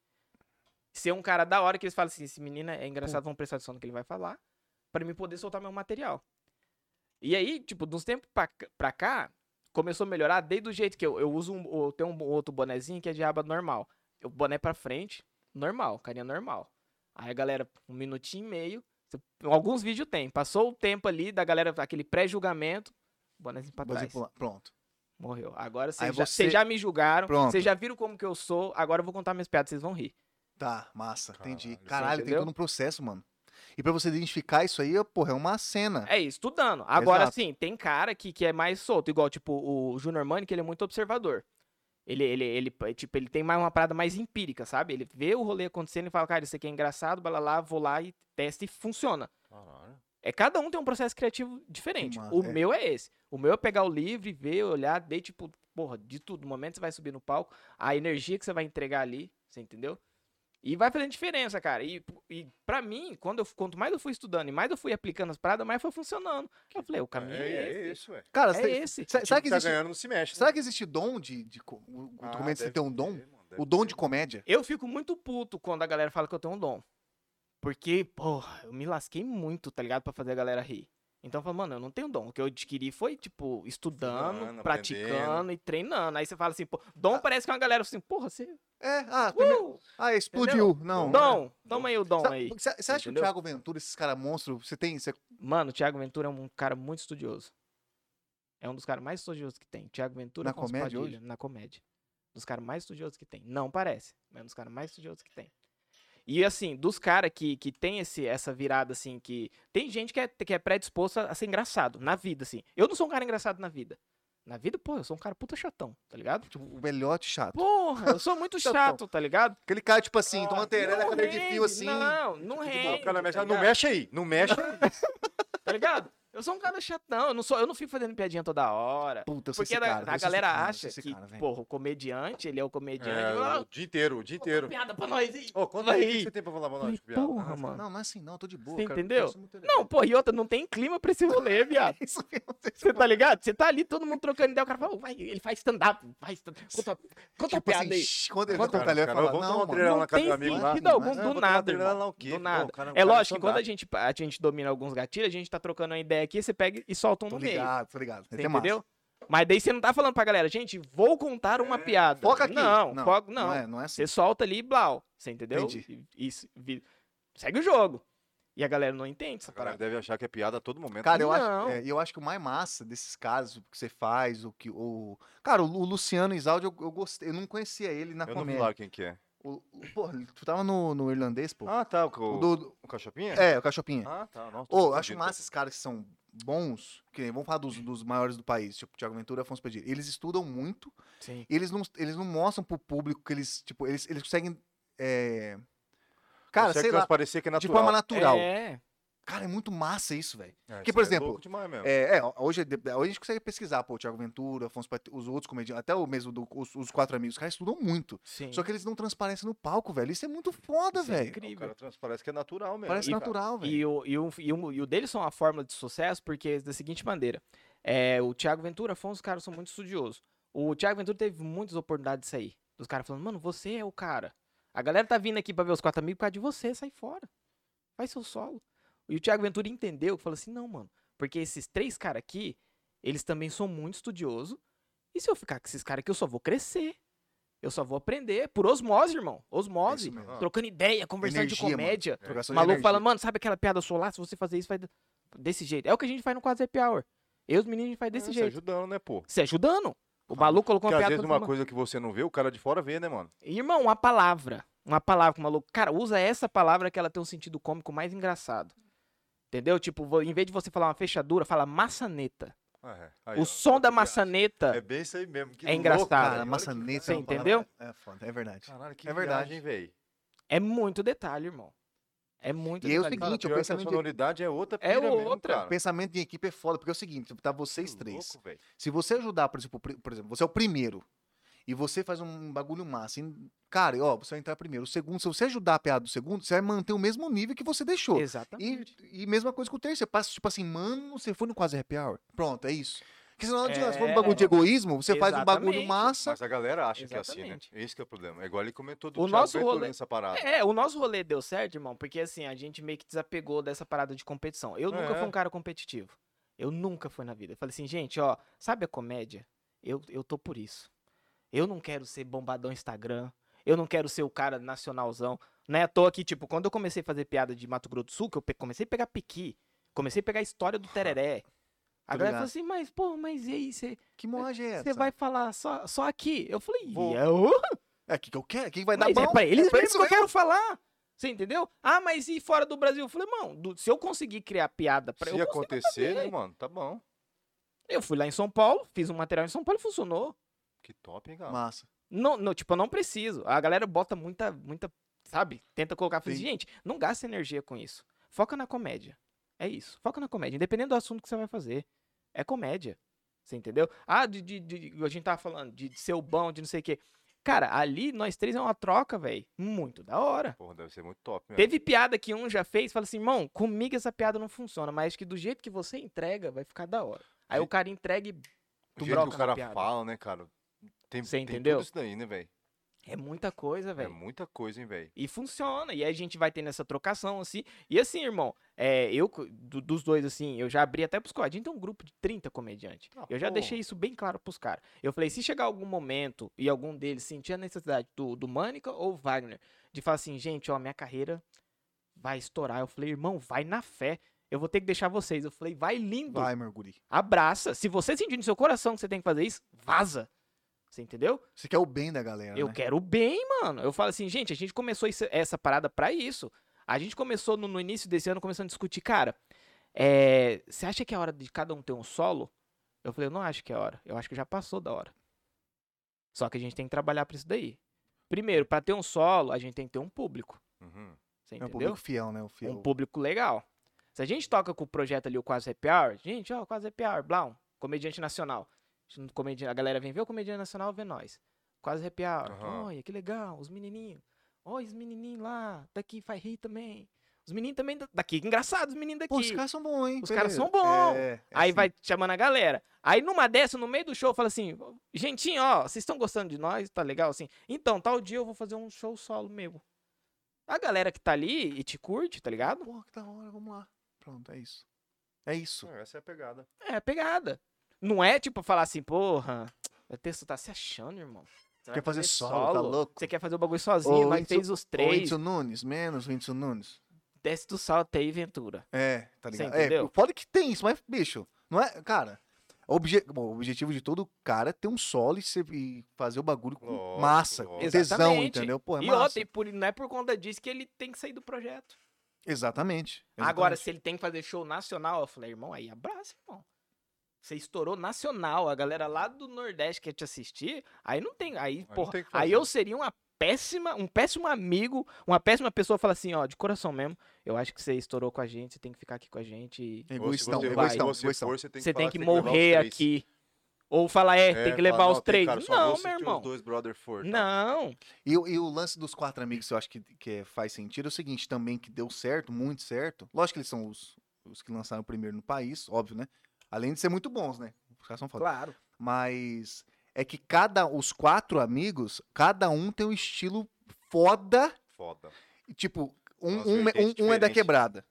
S3: Ser um cara da hora que eles falam assim, esse menino é engraçado, vamos prestar atenção no que ele vai falar, pra mim poder soltar meu material. E aí, tipo, dos tempos pra, c- pra cá, começou a melhorar desde o jeito que eu, eu uso, um, eu tenho um outro bonezinho que é de aba normal. O boné pra frente, normal, carinha normal. Aí a galera, um minutinho e meio, cê- alguns vídeos tem, passou o tempo ali da galera, aquele pré-julgamento, bonézinho pra
S1: Mas, tipo,
S3: trás.
S1: pô, Pronto.
S3: Morreu. Agora
S1: Aí
S3: vocês já,
S1: você-
S3: vocês já me julgaram,
S1: Pronto.
S3: vocês já viram como que eu sou, agora eu vou contar minhas piadas, vocês vão rir.
S1: Tá, massa, entendi.
S2: Caralho,
S1: Caralho, tem
S3: entendeu?
S1: todo um processo, mano. E pra você identificar isso aí, porra, é uma cena.
S3: É isso, estudando. Agora
S1: Exato.
S3: sim, tem cara que, que é mais solto, igual tipo o Junior Money, que ele é muito observador. Ele, ele, ele, tipo, ele tem mais uma parada mais empírica, sabe? Ele vê o rolê acontecendo e fala, cara, isso aqui é engraçado, blá, blá, blá, vou lá e testa e funciona.
S2: Caralho.
S3: É, cada um tem um processo criativo diferente.
S1: Uma-
S3: o
S1: é.
S3: meu é esse. O meu é pegar o livro e ver, olhar, dei tipo, porra, de tudo. No momento que você vai subir no palco, a energia que você vai entregar ali, você entendeu? E vai fazendo diferença, cara. E, e pra mim, quando eu, fu- quanto mais eu fui estudando e mais eu fui aplicando as paradas, mais foi funcionando. Eu falei, o caminho é,
S2: É, é
S3: esse.
S2: isso, ué.
S1: Cara,
S3: É,
S1: você-
S3: esse.
S1: sa-
S2: O
S1: será,
S2: time
S1: que
S2: tá
S1: existe,
S2: ganhando não se mexe, né?
S1: será que existe dom de. de co- o o
S2: Ah,
S1: comediante você
S2: deve
S1: tem um dom?
S2: ter, mano, deve
S1: O dom
S2: ter.
S1: de comédia?
S3: Eu fico muito puto quando a galera fala que eu tenho um dom. Porque, porra, eu me lasquei muito, tá ligado? Pra fazer a galera rir. Então eu falo, mano, eu não tenho dom. O que eu adquiri foi, tipo, estudando,
S2: Estudando,
S3: praticando
S2: aprendendo.
S3: e treinando. Aí você fala assim, pô, dom parece que é uma galera assim, porra, você.
S1: É, ah, primeiro-
S3: Uh,
S1: ah explodiu. Não.
S3: dom,
S2: Dom.
S3: toma aí o dom aí.
S1: Você acha que o
S3: Entendeu?
S1: Thiago Ventura, esses caras monstros, você tem. Você
S3: Mano, o Thiago Ventura é um cara muito estudioso. É um dos caras mais estudiosos que tem. Thiago Ventura
S1: Na
S3: Afonso
S1: comédia
S3: Padilha, na comédia. Dos caras mais estudiosos que tem. Não parece, mas é um dos caras mais estudiosos que tem. E assim, dos caras que, que tem esse, essa virada assim, que. Tem gente que é, que é predisposta a ser engraçado na vida, assim. Eu não sou um cara engraçado na vida. Na vida, pô, eu sou um cara puta chatão, tá ligado?
S1: tipo, o melhote chato.
S3: Porra, eu sou muito
S1: Chatão.
S3: chato, tá ligado?
S1: Aquele cara, tipo assim,
S2: Ah,
S1: tomando terra na
S3: Não
S1: cadeira de
S3: rende,
S1: fio, assim.
S3: Não, não
S2: Ah,
S3: rende.
S2: o cara mexe,
S3: tá
S2: ah, não
S3: ligado?
S2: mexe aí, não mexe aí.
S3: tá ligado? Eu sou um cara chatão, eu não, sou, eu não fico fazendo piadinha toda hora.
S1: Puta, eu sou
S2: é
S3: Porque
S1: esse
S3: a-
S1: cara. eu
S3: a,
S1: sou esse
S3: galera
S1: cara, eu sou
S3: acha
S1: esse
S3: que,
S1: cara, velho.
S3: porra, o comediante, ele é o comediante.
S2: É,
S3: Ah,
S2: o dia inteiro, o dia
S3: conta uma
S2: inteiro.
S3: piada pra nós aí.
S2: Ô, conta
S3: Vai
S2: aí o que
S3: aí.
S2: você tem pra falar, Manoel,
S3: Falei,
S2: de piada.
S3: porra,
S2: Ah,
S3: mano.
S1: Não, não é assim, não, tô de boa.
S3: Você
S1: cara, eu
S3: entendeu?
S1: sou muito
S3: Não, porra, e outra, não tem clima pra esse rolê, viado.
S1: Isso mesmo.
S3: Você tá ligado? Você tá ali, todo mundo trocando ideia, o cara fala, "Ô, vai, ele faz stand-up, faz stand-up. Conta, conta a
S1: Tipo
S3: piada
S1: assim,
S3: aí.
S1: shh, quando ele
S3: Conta-
S1: contar, ele vai
S2: Cara,
S1: falar,
S2: vamos tomar
S1: não,
S2: um
S1: mano.
S2: treinão
S3: Não
S2: na casa
S3: tem
S2: do amigo lá. é,
S3: sentido algum,
S1: Mas,
S2: vou
S3: do
S2: tomar
S3: nada,
S2: treinão
S3: irmão.
S2: lá o quê?
S3: Do
S2: Pô,
S3: nada.
S2: o cara- o
S3: É
S2: cara
S3: lógico que
S2: não
S3: quando
S2: dá.
S3: a gente, a gente domina alguns gatilhos, a gente tá trocando uma ideia aqui, você pega e solta um
S1: Tô
S3: no meio.
S1: ligado, tô ligado.
S3: Você
S1: Esse é massa.
S3: entendeu? Mas daí você não tá falando pra galera, gente, vou contar uma piada.
S1: É, Foca aqui.
S3: Não,
S1: Não,
S3: foca-
S1: Não
S3: não.
S1: é, não é assim.
S3: Você solta ali e blau. Você entendeu?
S1: Entendi.
S3: E- Isso. vi- Segue o jogo. E a galera não entende essa
S2: A galera
S3: parada.
S2: deve achar que é piada a todo momento.
S1: Cara, eu acho,
S3: Não.
S1: é, e eu acho que o mais massa desses casos que você faz, o que o cara, o Lu- o Luciano Isaldi, eu, eu gostei, eu não conhecia ele na
S2: eu não vou
S1: comédia.
S2: falar quem que é.
S1: O- o- porra, tu tava no, no irlandês, pô?
S2: Ah, tá, o, o,
S1: o do,
S2: o Cachopinha?
S1: é, o Cachopinha.
S2: Ah, tá. Nossa,
S1: Ô,
S2: tô
S1: eu acho
S2: confundido,
S1: massa esses caras que são bons, que nem, vamos falar dos, dos maiores do país, tipo Thiago Ventura, Afonso Padilha. Eles estudam muito,
S3: Sim.
S1: e eles não, eles não mostram pro público que eles, tipo, eles, eles conseguem é, Cara,
S2: Consegue
S1: sei lá,
S2: transparecer que é
S1: de
S2: natural.
S1: forma natural.
S3: É.
S1: Cara, é muito massa isso, velho.
S2: É,
S1: que,
S2: isso
S1: por
S2: é
S1: exemplo,
S2: louco demais mesmo.
S1: É, é, hoje, hoje a gente consegue pesquisar, pô, o Thiago Ventura, Afonso Pat... os outros comediantes, até o mesmo do- os, os quatro amigos, os caras estudam muito.
S3: Sim.
S1: Só que eles não transparecem no palco, velho. Isso é muito foda,
S3: Isso é
S1: velho.
S2: O
S3: incrível.
S2: cara transparece que é natural mesmo.
S1: Parece
S2: E-
S1: natural, velho.
S3: E o, e, o, e, o, e o deles são uma fórmula de sucesso, porque é da seguinte maneira. É, o Thiago Ventura, Afonso, os caras são muito estudiosos. O Thiago Ventura teve muitas oportunidades de sair. Dos caras falando, mano, você é o cara. A galera tá vindo aqui pra ver os quatro amigos por causa de você, sai fora. Faz seu solo. E o Thiago Ventura entendeu, falou assim, não, mano, porque esses três caras aqui, eles também são muito estudiosos, e se eu ficar com esses caras aqui, eu só vou crescer. Eu só vou aprender, por osmose, irmão. Osmose.
S1: É isso mesmo.
S2: Ah,
S3: Trocando ideia, conversando
S1: Energia,
S3: de
S1: mano.
S3: comédia.
S1: Trocação de
S3: O maluco
S1: energia.
S3: fala, mano, sabe aquela piada solar? Se você fazer isso, vai. dar-" Desse jeito. É o que a gente faz no quadro Happy Hour. Eu e os meninos a gente faz desse
S2: se
S3: jeito.
S2: ajudando, né, pô?
S3: Se ajudando. O maluco colocou
S2: Porque
S3: uma
S2: às
S3: piada.
S2: vezes
S3: pra
S2: uma
S3: falar.
S2: coisa que você não vê, o cara de fora vê, né, mano?
S3: Irmão, uma palavra. Uma palavra que o maluco. Cara, usa essa palavra que ela tem um sentido cômico mais engraçado. Entendeu? Tipo, vo- em vez de você falar uma fechadura, fala maçaneta.
S2: Ah, é. Aí, ó,
S3: o som da
S2: que viagem.
S3: maçaneta.
S2: É bem isso aí mesmo. que
S3: É
S2: louco,
S3: engraçado.
S2: cara.
S1: Cara,
S2: Olha que
S1: maçaneta.
S3: Você
S1: é uma palavra-
S3: entendeu?
S1: É foda, é verdade.
S2: Caralho, que
S1: É
S2: é
S1: verdade.
S2: verdade, hein, velho?
S3: É, muito detalhe, irmão. É muito
S1: E aí o
S3: detalhe.
S1: seguinte,
S2: Cara,
S1: o
S2: pior que a
S1: pensamento-
S2: sonoridade é outra
S3: É
S2: pira mesmo,
S3: outra.
S2: cara.
S1: O pensamento em equipe é foda, porque é o seguinte, tá vocês
S2: Que
S1: três.
S2: louco, velho.
S1: Se você ajudar, por exemplo, o pri- por exemplo, você é o primeiro e você faz um bagulho massa, e, cara, ó, você vai entrar primeiro. O segundo, se você ajudar a piada do segundo, você vai manter o mesmo nível que você deixou. E,
S3: Exatamente.
S1: e mesma coisa com o terceiro. Você passa, tipo assim, mano, você foi no quase happy hour. Pronto, é isso. Porque senão não adianta. Se for um
S3: É.
S1: bagulho de egoísmo, você faz um bagulho
S3: Exatamente.
S1: massa.
S2: Mas a galera acha que é assim, né?
S3: Exatamente.
S2: Esse que é o problema. É igual ele comentou do
S3: O
S2: Thiago
S3: nosso
S2: Ventura
S3: rolê-
S2: nessa parada.
S3: É, o nosso rolê deu certo, irmão, porque assim, a gente meio que desapegou dessa parada de competição. Eu nunca
S2: É.
S3: fui um cara competitivo. Eu nunca fui na vida. Eu falei assim, gente, ó, sabe a comédia? Eu, eu tô por isso. Eu não quero ser bombadão Instagram. Eu não quero ser o cara nacionalzão. Não é à toa que, tipo, quando eu comecei a fazer piada de Mato Grosso do Sul, que eu pe- comecei a pegar piqui, comecei a pegar a história do tereré. A
S1: Tô
S3: galera
S1: ligado.
S3: falou assim, mas, pô, mas e aí, você
S1: Que moagem é essa?
S3: vai falar só, só aqui? Eu falei,
S2: Vou.
S3: eu?
S1: É aqui que eu quero, aqui que vai dar
S3: Mas
S1: bom.
S3: é pra eles
S1: É pra
S3: mesmo
S1: isso
S3: que eu
S1: mesmo.
S3: quero falar. Você entendeu? Ah, mas e fora do Brasil? Eu falei, mano, do- se eu conseguir criar piada pra
S2: Se
S3: eu. consigo
S2: acontecer, né,
S3: fazer.
S2: mano, tá bom.
S3: Eu fui lá em São Paulo, fiz um material em São Paulo e funcionou.
S2: Que top, hein, cara?
S1: Massa.
S3: Não, não, tipo, eu não preciso. A galera bota muita, muita, sabe? Tenta colocar. Falei,
S1: Sim.
S3: gente, não gasta energia com isso. Foca na comédia. É isso. Foca na comédia. Independente do assunto que você vai fazer. É comédia. Você entendeu? Ah, de, de- de- a gente tava falando de, de ser o bom, de não sei o quê. Cara, ali nós três é uma troca, velho. Muito da hora.
S2: Porra, deve ser muito top mesmo.
S3: Teve piada que um já fez, fala assim, irmão, comigo essa piada não funciona, mas que do jeito que você entrega, vai ficar da hora. Aí o
S2: Gente-
S3: cara entrega e
S2: O
S3: tu
S2: jeito que
S3: broca
S2: o
S3: na
S2: cara
S3: piada.
S2: fala, né, cara? Tem,
S3: Você
S2: tem
S3: entendeu?
S2: tudo isso daí, né, velho?
S3: é muita coisa,
S2: É
S3: velho.
S2: muita coisa, hein, velho?
S3: E funciona, e aí a gente vai tendo essa trocação, assim. E assim, irmão, é, eu, co- do- dos dois, assim, eu já abri até pros colegas. A gente tem um grupo de 30 comediantes.
S2: Ah,
S3: eu já
S2: porra.
S3: deixei isso bem claro pros caras. Eu falei, se chegar algum momento e algum deles sentir a necessidade do, do Mânica ou Wagner, de falar assim, gente, ó, minha carreira vai estourar. Eu falei, irmão, vai na fé. Eu vou ter que deixar vocês. Eu falei, vai lindo.
S1: Vai, meu guri.
S3: Abraça. Se você sentir no seu coração que você tem que fazer isso, vaza. Você entendeu?
S1: Você quer o bem da galera,
S3: Eu
S1: né?
S3: quero o bem, mano. Eu falo assim, gente, a gente começou isso- essa parada pra isso. A gente começou no, no início desse ano, começando a discutir, cara, é, você acha que é hora de cada um ter um solo? Eu falei, eu não acho que é hora. Eu acho que já passou da hora. Só que a gente tem que trabalhar pra isso daí. Primeiro, pra ter um solo, a gente tem que ter um público.
S2: Uhum.
S3: Você
S1: É um
S3: entendeu?
S1: público fiel, né? O fiel.
S3: um público legal. Se a gente toca com o projeto ali, o Quase Happy Hour, gente, ó, Quase Happy Hour, Blau, comediante nacional. Gente, comedi- A galera vem ver o comediante nacional, vê nós. Quase Happy Hour.
S2: Aham.
S3: Olha, que legal, os menininhos. Olha os menininhos lá, daqui faz rir também. Os meninos também da- daqui, engraçado, os meninos daqui.
S1: Pô, os caras são bons, hein?
S3: Os caras
S1: Pereira?
S3: são bons.
S1: É, é
S3: Aí
S1: assim.
S3: vai tá chamando a galera. Aí numa dessa, no meio do show, fala assim: Gentinho, ó, vocês estão gostando de nós? Tá legal? Assim, então, tal dia eu vou fazer um show solo meu. A galera que tá ali e te curte, tá ligado?
S1: Pô, que da hora, vamos lá. Pronto, é isso. É isso.
S2: Ah, Essa é a pegada.
S3: É, pegada. Não é tipo falar assim, porra, o texto tá se achando, irmão. Você vai
S1: Quer fazer solo, tá louco?
S3: Você quer fazer o bagulho sozinho,
S1: Ô,
S3: vai
S1: Whindersson-
S3: fez os
S1: O
S3: três,
S1: Whindersson Nunes, menos o Whindersson Nunes.
S3: desce do salto aí, Ventura.
S1: É, tá
S3: Cê
S1: ligado?
S3: entendeu?
S1: É, foda que tem isso, mas, bicho, não é. Cara, obje- bom, o objetivo de todo cara é ter um solo e, ser- e fazer o bagulho com
S2: Lógico,
S1: massa, com
S2: lógico.
S1: tesão,
S3: Exatamente.
S1: entendeu? Pô, é
S3: e
S1: massa.
S3: outra, e por, não é por conta disso que ele tem que sair do projeto.
S1: Exatamente.
S3: Agora,
S1: exatamente.
S3: se ele tem que fazer show nacional, eu falei, irmão, aí abraça, irmão. Você estourou nacional, a galera lá do Nordeste quer te assistir, aí não tem, aí,
S2: não
S3: porra,
S2: tem o que
S3: aí
S2: fazer.
S3: eu seria uma péssima, um péssimo amigo, uma péssima pessoa fala assim, ó, de coração mesmo, eu acho que você estourou com a gente, você tem que ficar aqui com a gente e
S1: Egoístão,
S2: Ou se você,
S1: egoístão,
S2: ou se você
S1: egoístão.
S2: for, você tem que
S3: você tem
S2: falar
S3: que
S2: levar os
S3: morrer
S2: três.
S3: aqui. Ou falar, é, tem que levar
S2: fala,
S3: os
S2: não, tem,
S3: três.
S2: cara, só vou
S3: não,
S2: se
S3: meu
S2: os
S3: irmão.
S2: dois brother for, tá?
S3: Não.
S1: E, o- e o lance dos quatro amigos, eu acho que, que faz sentido, é o seguinte, também que deu certo, muito certo. Lógico que eles são os, os que lançaram primeiro no país, óbvio, né? Além de ser muito bons, né? Os caras são foda.
S3: Claro.
S1: Mas é que cada, os quatro amigos, cada um tem um estilo foda.
S2: Foda.
S1: e, Tipo, um,
S2: Umas
S1: um-
S2: vertentes
S1: um- um é da
S2: diferentes.
S1: quebrada.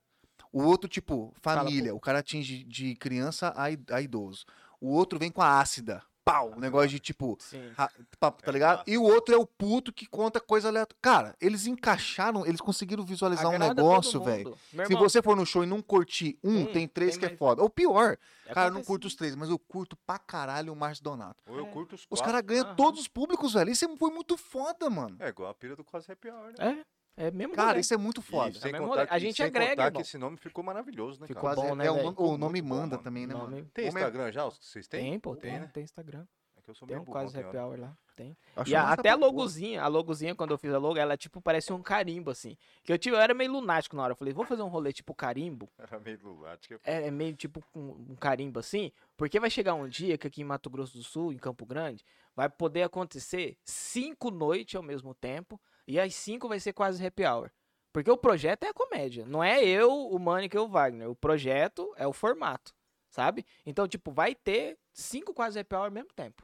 S1: O outro, tipo,
S3: Fala, um
S1: família. o cara atinge de criança a, i- a idoso. O outro vem com a ácida. Pau!
S3: Ah,
S1: O negócio de tipo.
S3: Sim.
S1: ra- pa- Tá
S2: É
S1: ligado?
S2: massa.
S1: E o outro é o puto que conta coisa aleatória. Cara, eles encaixaram, eles conseguiram visualizar
S3: Agrada
S1: um
S3: todo
S1: negócio,
S3: mundo.
S1: velho.
S3: Meu
S1: Se
S3: irmão,
S1: você for no show e não curtir um,
S3: Hum,
S1: tem três
S3: tem
S1: que é
S3: mais- É
S1: foda. Ou pior, cara, eu não
S3: acontece
S1: curto os três, mas eu curto pra caralho o Márcio Donato.
S2: Ou eu
S3: É.
S2: curto os
S1: Os
S2: quatro.
S1: caras ganham
S3: Aham.
S1: todos os públicos, velho. Isso é- foi muito foda, mano.
S2: É igual a pira do quase happy hour, né?
S3: É, é mesmo.
S1: Cara,
S3: rolê.
S1: isso é muito foda.
S2: E sem
S3: É mesmo
S2: contar
S3: rolê.
S2: que,
S3: A gente
S2: sem
S3: agrega,
S2: contar que
S3: irmão.
S2: esse nome ficou maravilhoso, né,
S1: Ficou
S2: cara?
S3: bom,
S1: quase-
S3: né,
S1: é, o
S3: velho?
S1: nome,
S2: Ficou
S1: o nome
S2: muito bom,
S1: manda
S2: mano.
S1: também, né,
S3: Nome-
S1: mano?
S2: Tem
S3: Ô, meu,
S2: Instagram já? Os que vocês têm?
S3: Tem, pô, tem,
S2: né?
S3: tem Instagram.
S2: É que eu sou
S3: Tem
S2: meio
S3: um
S2: burro,
S3: quase happy hour lá. Tem.
S1: Acho
S3: E a-
S1: massa
S3: até a
S1: pra porra.
S3: logozinha, a logozinha, quando eu fiz a logo, ela tipo parece um carimbo, assim. Que eu, tive, eu era meio lunático na hora. Eu falei, vou fazer um rolê tipo carimbo.
S2: Era meio lulático.
S3: É, é meio tipo um, um carimbo assim. Porque vai chegar um dia que aqui em Mato Grosso do Sul, em Campo Grande, vai poder acontecer cinco noites ao mesmo tempo. E as cinco vai ser quase happy hour. Porque o projeto é a comédia. Não é eu, o Mânica e o Wagner. O projeto é o formato, sabe? Então, tipo, vai ter cinco quase happy hour ao mesmo tempo.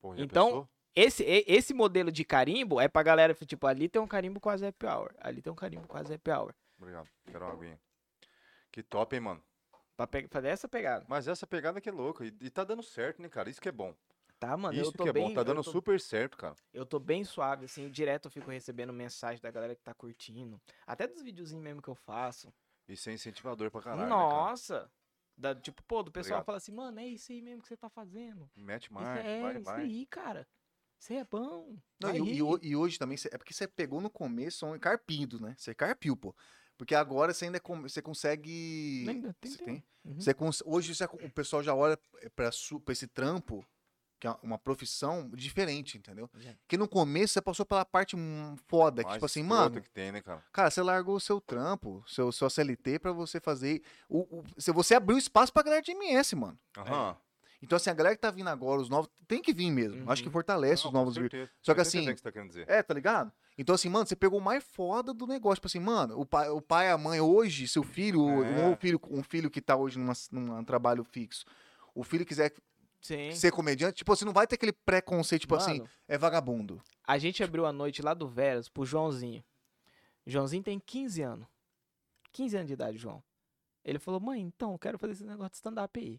S2: Pô, já
S3: Então,
S2: pensou?
S3: Esse, e- esse modelo de carimbo é pra galera, tipo, ali tem um carimbo quase happy hour, ali tem um carimbo quase happy hour.
S2: Obrigado. Quero uma aguinha. Que top, hein, mano?
S3: Pra pe- fazer essa pegada.
S2: Mas essa pegada que é louca. E, e tá dando certo, né, cara? Isso que é bom.
S3: Tá, mano?
S2: Isso
S3: eu tô
S2: que é
S3: bem,
S2: bom. Tá
S3: eu
S2: dando
S3: tô-
S2: super certo, cara.
S3: Eu tô bem suave, assim, direto eu fico recebendo mensagem da galera que tá curtindo. Até dos videozinhos mesmo que eu faço.
S2: Isso é incentivador pra caralho. né, cara?
S3: Nossa! Da- tipo, pô, do pessoal
S2: Obrigado.
S3: fala assim, mano, é isso aí mesmo que você tá fazendo.
S2: Mete
S3: Isso
S2: mais,
S3: é,
S2: vai,
S3: isso
S2: vai.
S3: aí, cara. Você é bom.
S1: Não,
S3: vai
S1: e, e
S3: rir."
S1: ho- e hoje também, cê- é porque você pegou no começo um carpido, né? Você carpiu, pô. Porque agora você ainda você consegue.
S3: Ainda tem
S1: cê
S3: tempo. Uhum.
S1: Você cons- Hoje cê- o pessoal já olha pra, su- pra esse trampo, que é uma profissão diferente, entendeu?
S3: Já.
S1: Porque no começo você passou pela parte hum, foda, que
S2: Mais
S1: tipo assim,
S2: escrota
S1: mano.
S2: que tem, né, cara?
S1: Cara, você largou o seu trampo, seu, sua CLT pra você fazer. O, o- se você abriu espaço pra galera de MS, mano.
S2: Aham.
S1: Então, assim, a galera que tá vindo agora, os novos, tem que vir mesmo.
S3: Uhum.
S1: Acho que fortalece
S2: Não,
S1: os
S2: com
S1: novos. vir-
S2: certeza.
S1: Só que
S2: Eu entendi
S1: assim-
S2: o que você tá querendo dizer.
S1: É, tá ligado? Então, assim, mano, você pegou o mais foda do negócio. Tipo assim, mano, o pai, o pai a mãe hoje, se o filho,
S2: É.
S1: um, filho, um filho que tá hoje numa, num trabalho fixo, o filho quiser
S3: Sim.
S1: ser comediante, tipo assim, não vai ter aquele preconceito, tipo assim,
S3: Mano,
S1: é vagabundo.
S3: A gente abriu a noite lá do Veras pro Joãozinho. Joãozinho tem 15 anos. 15 anos de idade, João. Ele falou, mãe, então, eu quero fazer esse negócio de stand-up aí.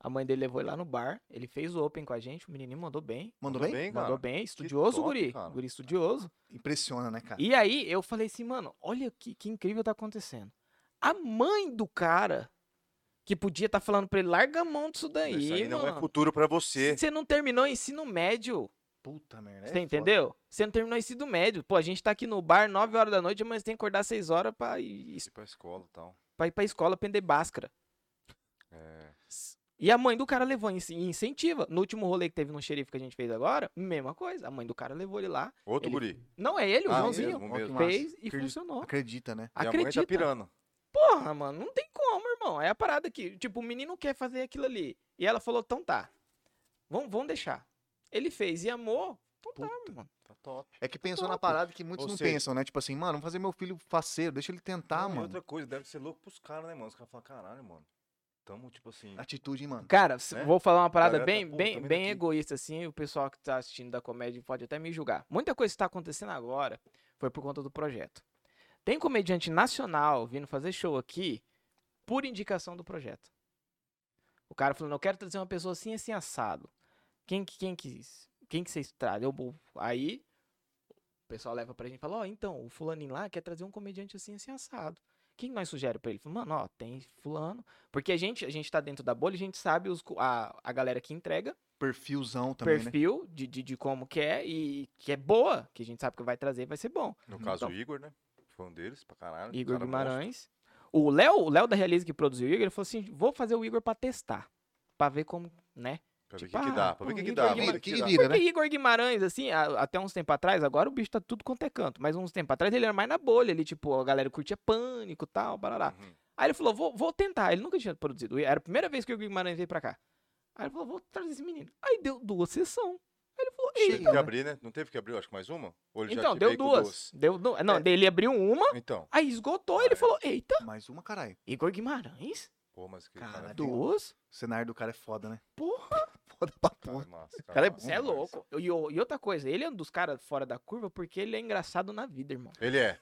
S3: A mãe dele levou ele lá no bar, ele fez o open com a gente, o menininho mandou bem.
S1: Mandou
S2: Mandou
S1: bem?
S2: bem, cara.
S3: mandou bem, estudioso
S2: top,
S3: o guri.
S2: cara. É.
S3: Guri estudioso.
S1: Impressiona, né, cara?
S3: E aí eu falei assim, mano, olha que, que incrível tá acontecendo. A mãe do cara, que podia estar falando pra ele, larga a mão disso daí,
S2: Isso aí não
S3: mano.
S2: é futuro pra você.
S3: Você não terminou o ensino médio.
S1: Puta merda. é
S3: Você
S1: foda.
S3: tá entendeu? Você não terminou o ensino médio. Pô, a gente tá aqui no bar 9 horas da noite, mas tem que acordar 6 horas pra ir,
S2: Ir pra escola e tal.
S3: pra ir pra escola aprender báscara.
S2: É.
S3: E a mãe do cara levou e inci- e incentiva. No último rolê que teve no xerife que a gente fez agora, mesma coisa. A mãe do cara levou ele lá.
S2: Outro
S3: Ele-
S2: guri.
S3: Não é ele, o
S2: Ah,
S3: Joãozinho.
S2: mesmo,
S1: Ó, que
S2: mesmo.
S1: massa.
S3: Fez e
S1: Acredi-
S3: funcionou.
S1: Acredita, né?
S2: E a mãe tá
S3: Acredita.
S2: pirando.
S3: Porra, mano, não tem como, irmão. É a parada que, tipo, o menino quer fazer aquilo ali. E ela falou, então tá. Vamos, vamos deixar. Ele fez e amou. Então tá, mano.
S2: Tá top.
S1: É que pensou na
S3: Top.
S1: parada que muitos
S2: Ou
S1: não
S2: seja-
S1: pensam, né? Tipo assim, mano, vamos fazer meu filho faceiro, deixa ele tentar,
S2: Não, e
S1: mano.
S2: outra coisa, deve ser louco pros caras, né, mano? Os caras falam, caralho, mano. Tamo, tipo assim...
S1: Atitude, hein, mano.
S3: Cara, se-
S2: né?
S3: vou falar uma parada
S2: Galera tá,
S3: bem,
S2: pô,
S3: bem,
S2: tamo indo
S3: bem
S2: aqui.
S3: egoísta, assim, o pessoal que tá assistindo da comédia pode até me julgar. Muita coisa que tá acontecendo agora foi por conta do projeto. Tem comediante nacional vindo fazer show aqui por indicação do projeto. O cara falando, eu quero trazer uma pessoa assim, assim, assado. Quem que, quem que, quem que vocês trazem? Eu vou- aí o pessoal leva pra gente e fala, ó, então, o fulaninho lá quer trazer um comediante assim, assim, assado. Quem nós sugere pra ele? Fala, Mano, ó, tem fulano, porque a gente, a gente tá dentro da bolha, a gente sabe os, co- a, a galera que entrega,
S1: Perfilzão também, né?
S3: perfil de, de, de como que é e que é boa, que a gente sabe que vai trazer, vai ser bom.
S2: No caso,
S3: Então-
S2: o Igor, né? Foi um deles, pra caralho.
S3: Igor
S2: cara
S3: Guimarães. O Léo, o Léo da Realize que produziu o Igor, ele falou assim: vou fazer o Igor pra testar. Pra ver como, né?
S2: monstro. Pra ver o
S3: Tipo,
S2: que, que
S3: ah,
S2: dá, pra ver o
S3: pô,
S2: que, que
S3: Igor
S2: dá.
S1: Guimarães,
S2: mano,
S1: que
S2: dá.
S1: vira,
S3: Porque
S1: né?
S3: Igor Guimarães, assim, a- até uns tempos atrás, agora o bicho tá tudo quanto é canto, mas uns tempos atrás ele era mais na bolha, ele, tipo, a galera curtia pânico e tal, barará.
S2: Uhum.
S3: Aí ele falou, vou, vou tentar. Ele nunca tinha produzido. Era a primeira vez que o Igor Guimarães veio pra cá. Aí ele falou, vou trazer esse menino. Aí deu duas sessões. Aí ele falou,
S1: Cheio,
S3: Ei,
S2: Teve que
S1: né?
S2: abrir, né? Não teve que abrir, eu acho, mais uma? Ou ele já
S3: então,
S2: te
S3: deu
S2: veio com
S3: duas. Deu duas. Não,
S2: É.
S3: daí ele abriu uma,
S2: Então.
S3: aí esgotou.
S2: Ah,
S3: Ele
S2: é.
S3: falou, eita,
S1: Mais uma, caralho.
S3: Igor Guimarães?
S2: Pô, mas que
S1: Cara,
S2: cara.
S1: do-
S2: do...
S3: Duas?
S1: O cenário do cara é foda, né?
S3: Porra!
S1: foda pra
S2: Cara,
S1: porra.
S2: é massa, cara,
S1: Cara, é
S2: massa
S3: Você é
S2: demais.
S3: louco. E, o- e outra coisa, ele é um dos caras fora da curva porque ele é engraçado na vida, irmão.
S2: Ele é.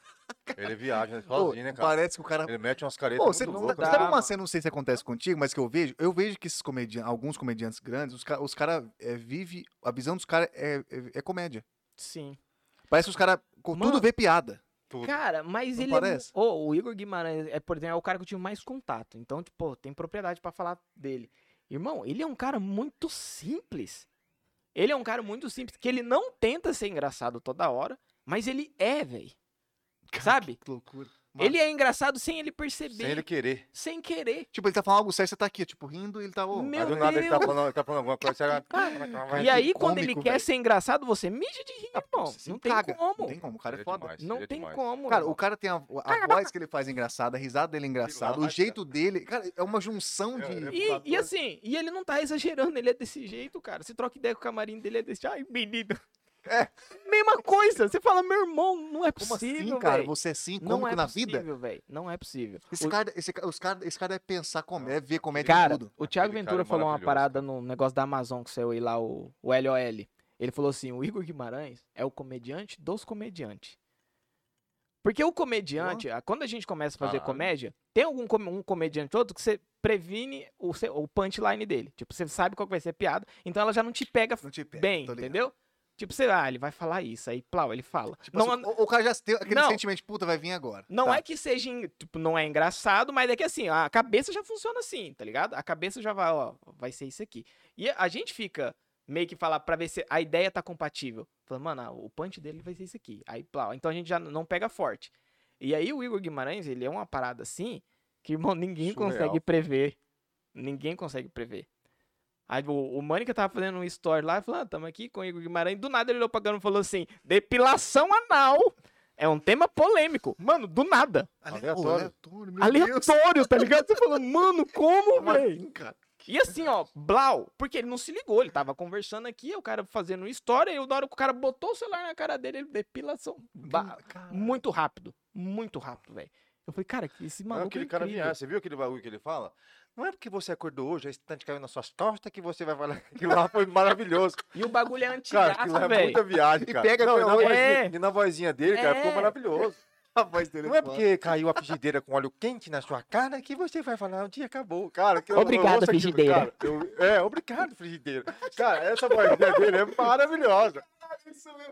S2: Ele viaja sozinho, né,
S1: Pô,
S2: cara?
S1: Parece que o cara.
S2: Ele mete umas caretas
S1: Pô,
S2: muito
S1: você não
S2: loucas.
S3: dá-
S2: né?
S1: sabe uma
S3: mano.
S1: cena, não sei se acontece contigo, mas que eu vejo, eu vejo que esses comediantes, alguns comediantes grandes, os caras os cara, é, vive, a visão dos caras é, é, é comédia.
S3: Sim.
S1: Parece que os caras, tudo
S3: Mano.
S1: vê piada.
S2: Tudo.
S3: Cara, mas
S1: tipo, Não
S3: ele
S1: parece?
S3: é. mu- Ô, o Igor Guimarães, é, por exemplo, é o cara que eu tive mais contato. Então, tipo, tem propriedade pra falar dele. Irmão, ele é um cara muito simples. Ele é um cara muito simples, que ele não tenta ser engraçado toda hora, mas ele é, velho.
S1: Cara,
S3: Sabe?
S1: Que loucura. Mano.
S3: Ele é engraçado sem ele perceber,
S2: Sem
S3: sem,
S2: ele querer.
S3: querer.
S1: Tipo, ele tá falando algo sério, você tá aqui, tipo, rindo e ele tá. ô,
S3: Meu
S2: Mas do nada ele tá
S3: Deus.
S2: falando, ele tá falando alguma coisa. Será...
S1: Cara,
S3: e
S1: que
S3: aí, quando ele
S1: cômico,
S3: quer
S1: velho.
S3: ser engraçado, você mija de rir, irmão.
S1: você se
S3: Não tem
S1: caga.
S3: como.
S1: Não tem como, o cara é
S2: Ele
S1: foda.
S2: demais, ele
S3: Não
S2: é
S3: tem
S2: demais.
S3: como.
S1: Cara,
S3: irmão.
S1: o cara tem a, a voz que ele faz engraçada, a risada dele é engraçada, o
S2: Vai,
S1: jeito dele. Cara, é uma junção
S2: É,
S1: de.
S2: é-
S3: E,
S2: fator.
S3: e assim, e ele não tá exagerando, ele é desse jeito, cara. Você troca ideia com o camarim dele, é desse jeito. Ai, menino. Mesma coisa. Você fala, meu irmão, não é
S1: É. Como
S3: possível,
S1: assim, cara?
S3: véi.
S1: Você é assim,
S3: Não
S1: cômico
S3: é
S1: na
S3: possível,
S1: vida?
S3: velho. Não é possível.
S1: Esse
S3: O-
S1: cara, esse, ca- os cara, esse cara é pensar comédia, é ver comédia em
S3: Cara,
S1: tudo.
S3: o Thiago
S2: Aquele cara
S3: Ventura
S2: é
S3: falou uma
S2: maravilhoso,
S3: parada no negócio da Amazon que saiu aí lá, o, o LOL. Ele falou assim: o Igor Guimarães é o comediante dos comediantes. Porque o comediante, ah, quando a gente começa a fazer
S2: Caralho.
S3: comédia, tem algum com- um comediante outro que você previne o, seu- o punchline dele. Tipo, você sabe qual que vai ser a piada, então ela já não te pega
S1: Não te pega,
S3: bem,
S1: tô ligado.
S3: entendeu? Tipo, sei lá, ele vai falar isso, aí, plau, ele fala.
S1: Tipo
S3: não
S1: assim, o, o cara já tem aquele
S3: Não.
S1: sentimento de puta, vai vir agora.
S3: não
S1: Tá.
S3: é que seja, en- tipo, não é engraçado, mas é que assim, a cabeça já funciona assim, tá ligado? A cabeça já vai, ó, vai ser isso aqui. E a gente fica meio que falar pra ver se a ideia tá compatível. Falando, mano, ah, o punch dele vai ser isso aqui. Aí, plá, então a gente já não pega forte. E aí o Igor Guimarães, ele é uma parada assim, que, irmão, ninguém
S2: Surreal.
S3: consegue prever. Ninguém consegue prever. Aí o, o Mânica tava fazendo um story lá, falando, ah, tamo aqui com o Igor Guimarães. Do nada ele olhou pra Gano e falou assim, depilação anal. É um tema polêmico. Mano, do nada.
S1: Aleatório.
S2: Aleatório.
S1: aleatório, meu Deus.
S3: Aleatório, tá ligado? Você fala, mano, como,
S1: Como
S3: velho?
S1: assim, cara?
S3: E assim, ó, Blau, porque ele não se ligou, ele tava conversando aqui, o cara fazendo história, e o da hora que o cara botou o celular na cara dele, ele depilação. Ba-
S1: Cara,
S3: muito rápido, muito rápido, velho. Eu falei, cara, que esse
S2: Não,
S3: maluco
S2: Ah, aquele
S3: é
S2: cara
S3: incrível.
S2: viaja. Você viu aquele bagulho que ele fala? Não é porque você acordou hoje, a estante caiu nas suas costas que você vai falar que lá foi maravilhoso.
S3: E o bagulho
S2: Cara,
S3: é
S2: que lá
S3: antigaça,
S2: é
S3: velho.
S2: muita viagem,
S1: E
S2: cara.
S1: pega
S2: não, e
S1: com
S2: na
S1: a
S2: vozinha,
S3: voz- É.
S2: e na vozinha dele, cara, ficou
S3: É.
S2: maravilhoso.
S1: a voz dele
S2: Não é
S1: foda.
S2: porque caiu a frigideira com óleo quente na sua cara que você vai falar, o dia acabou. Cara, que eu- eu
S3: Obrigado,
S2: ouço aquilo,
S3: frigideira.
S2: cara, eu- é, obrigado, frigideira. Cara, essa vozinha dele é maravilhosa.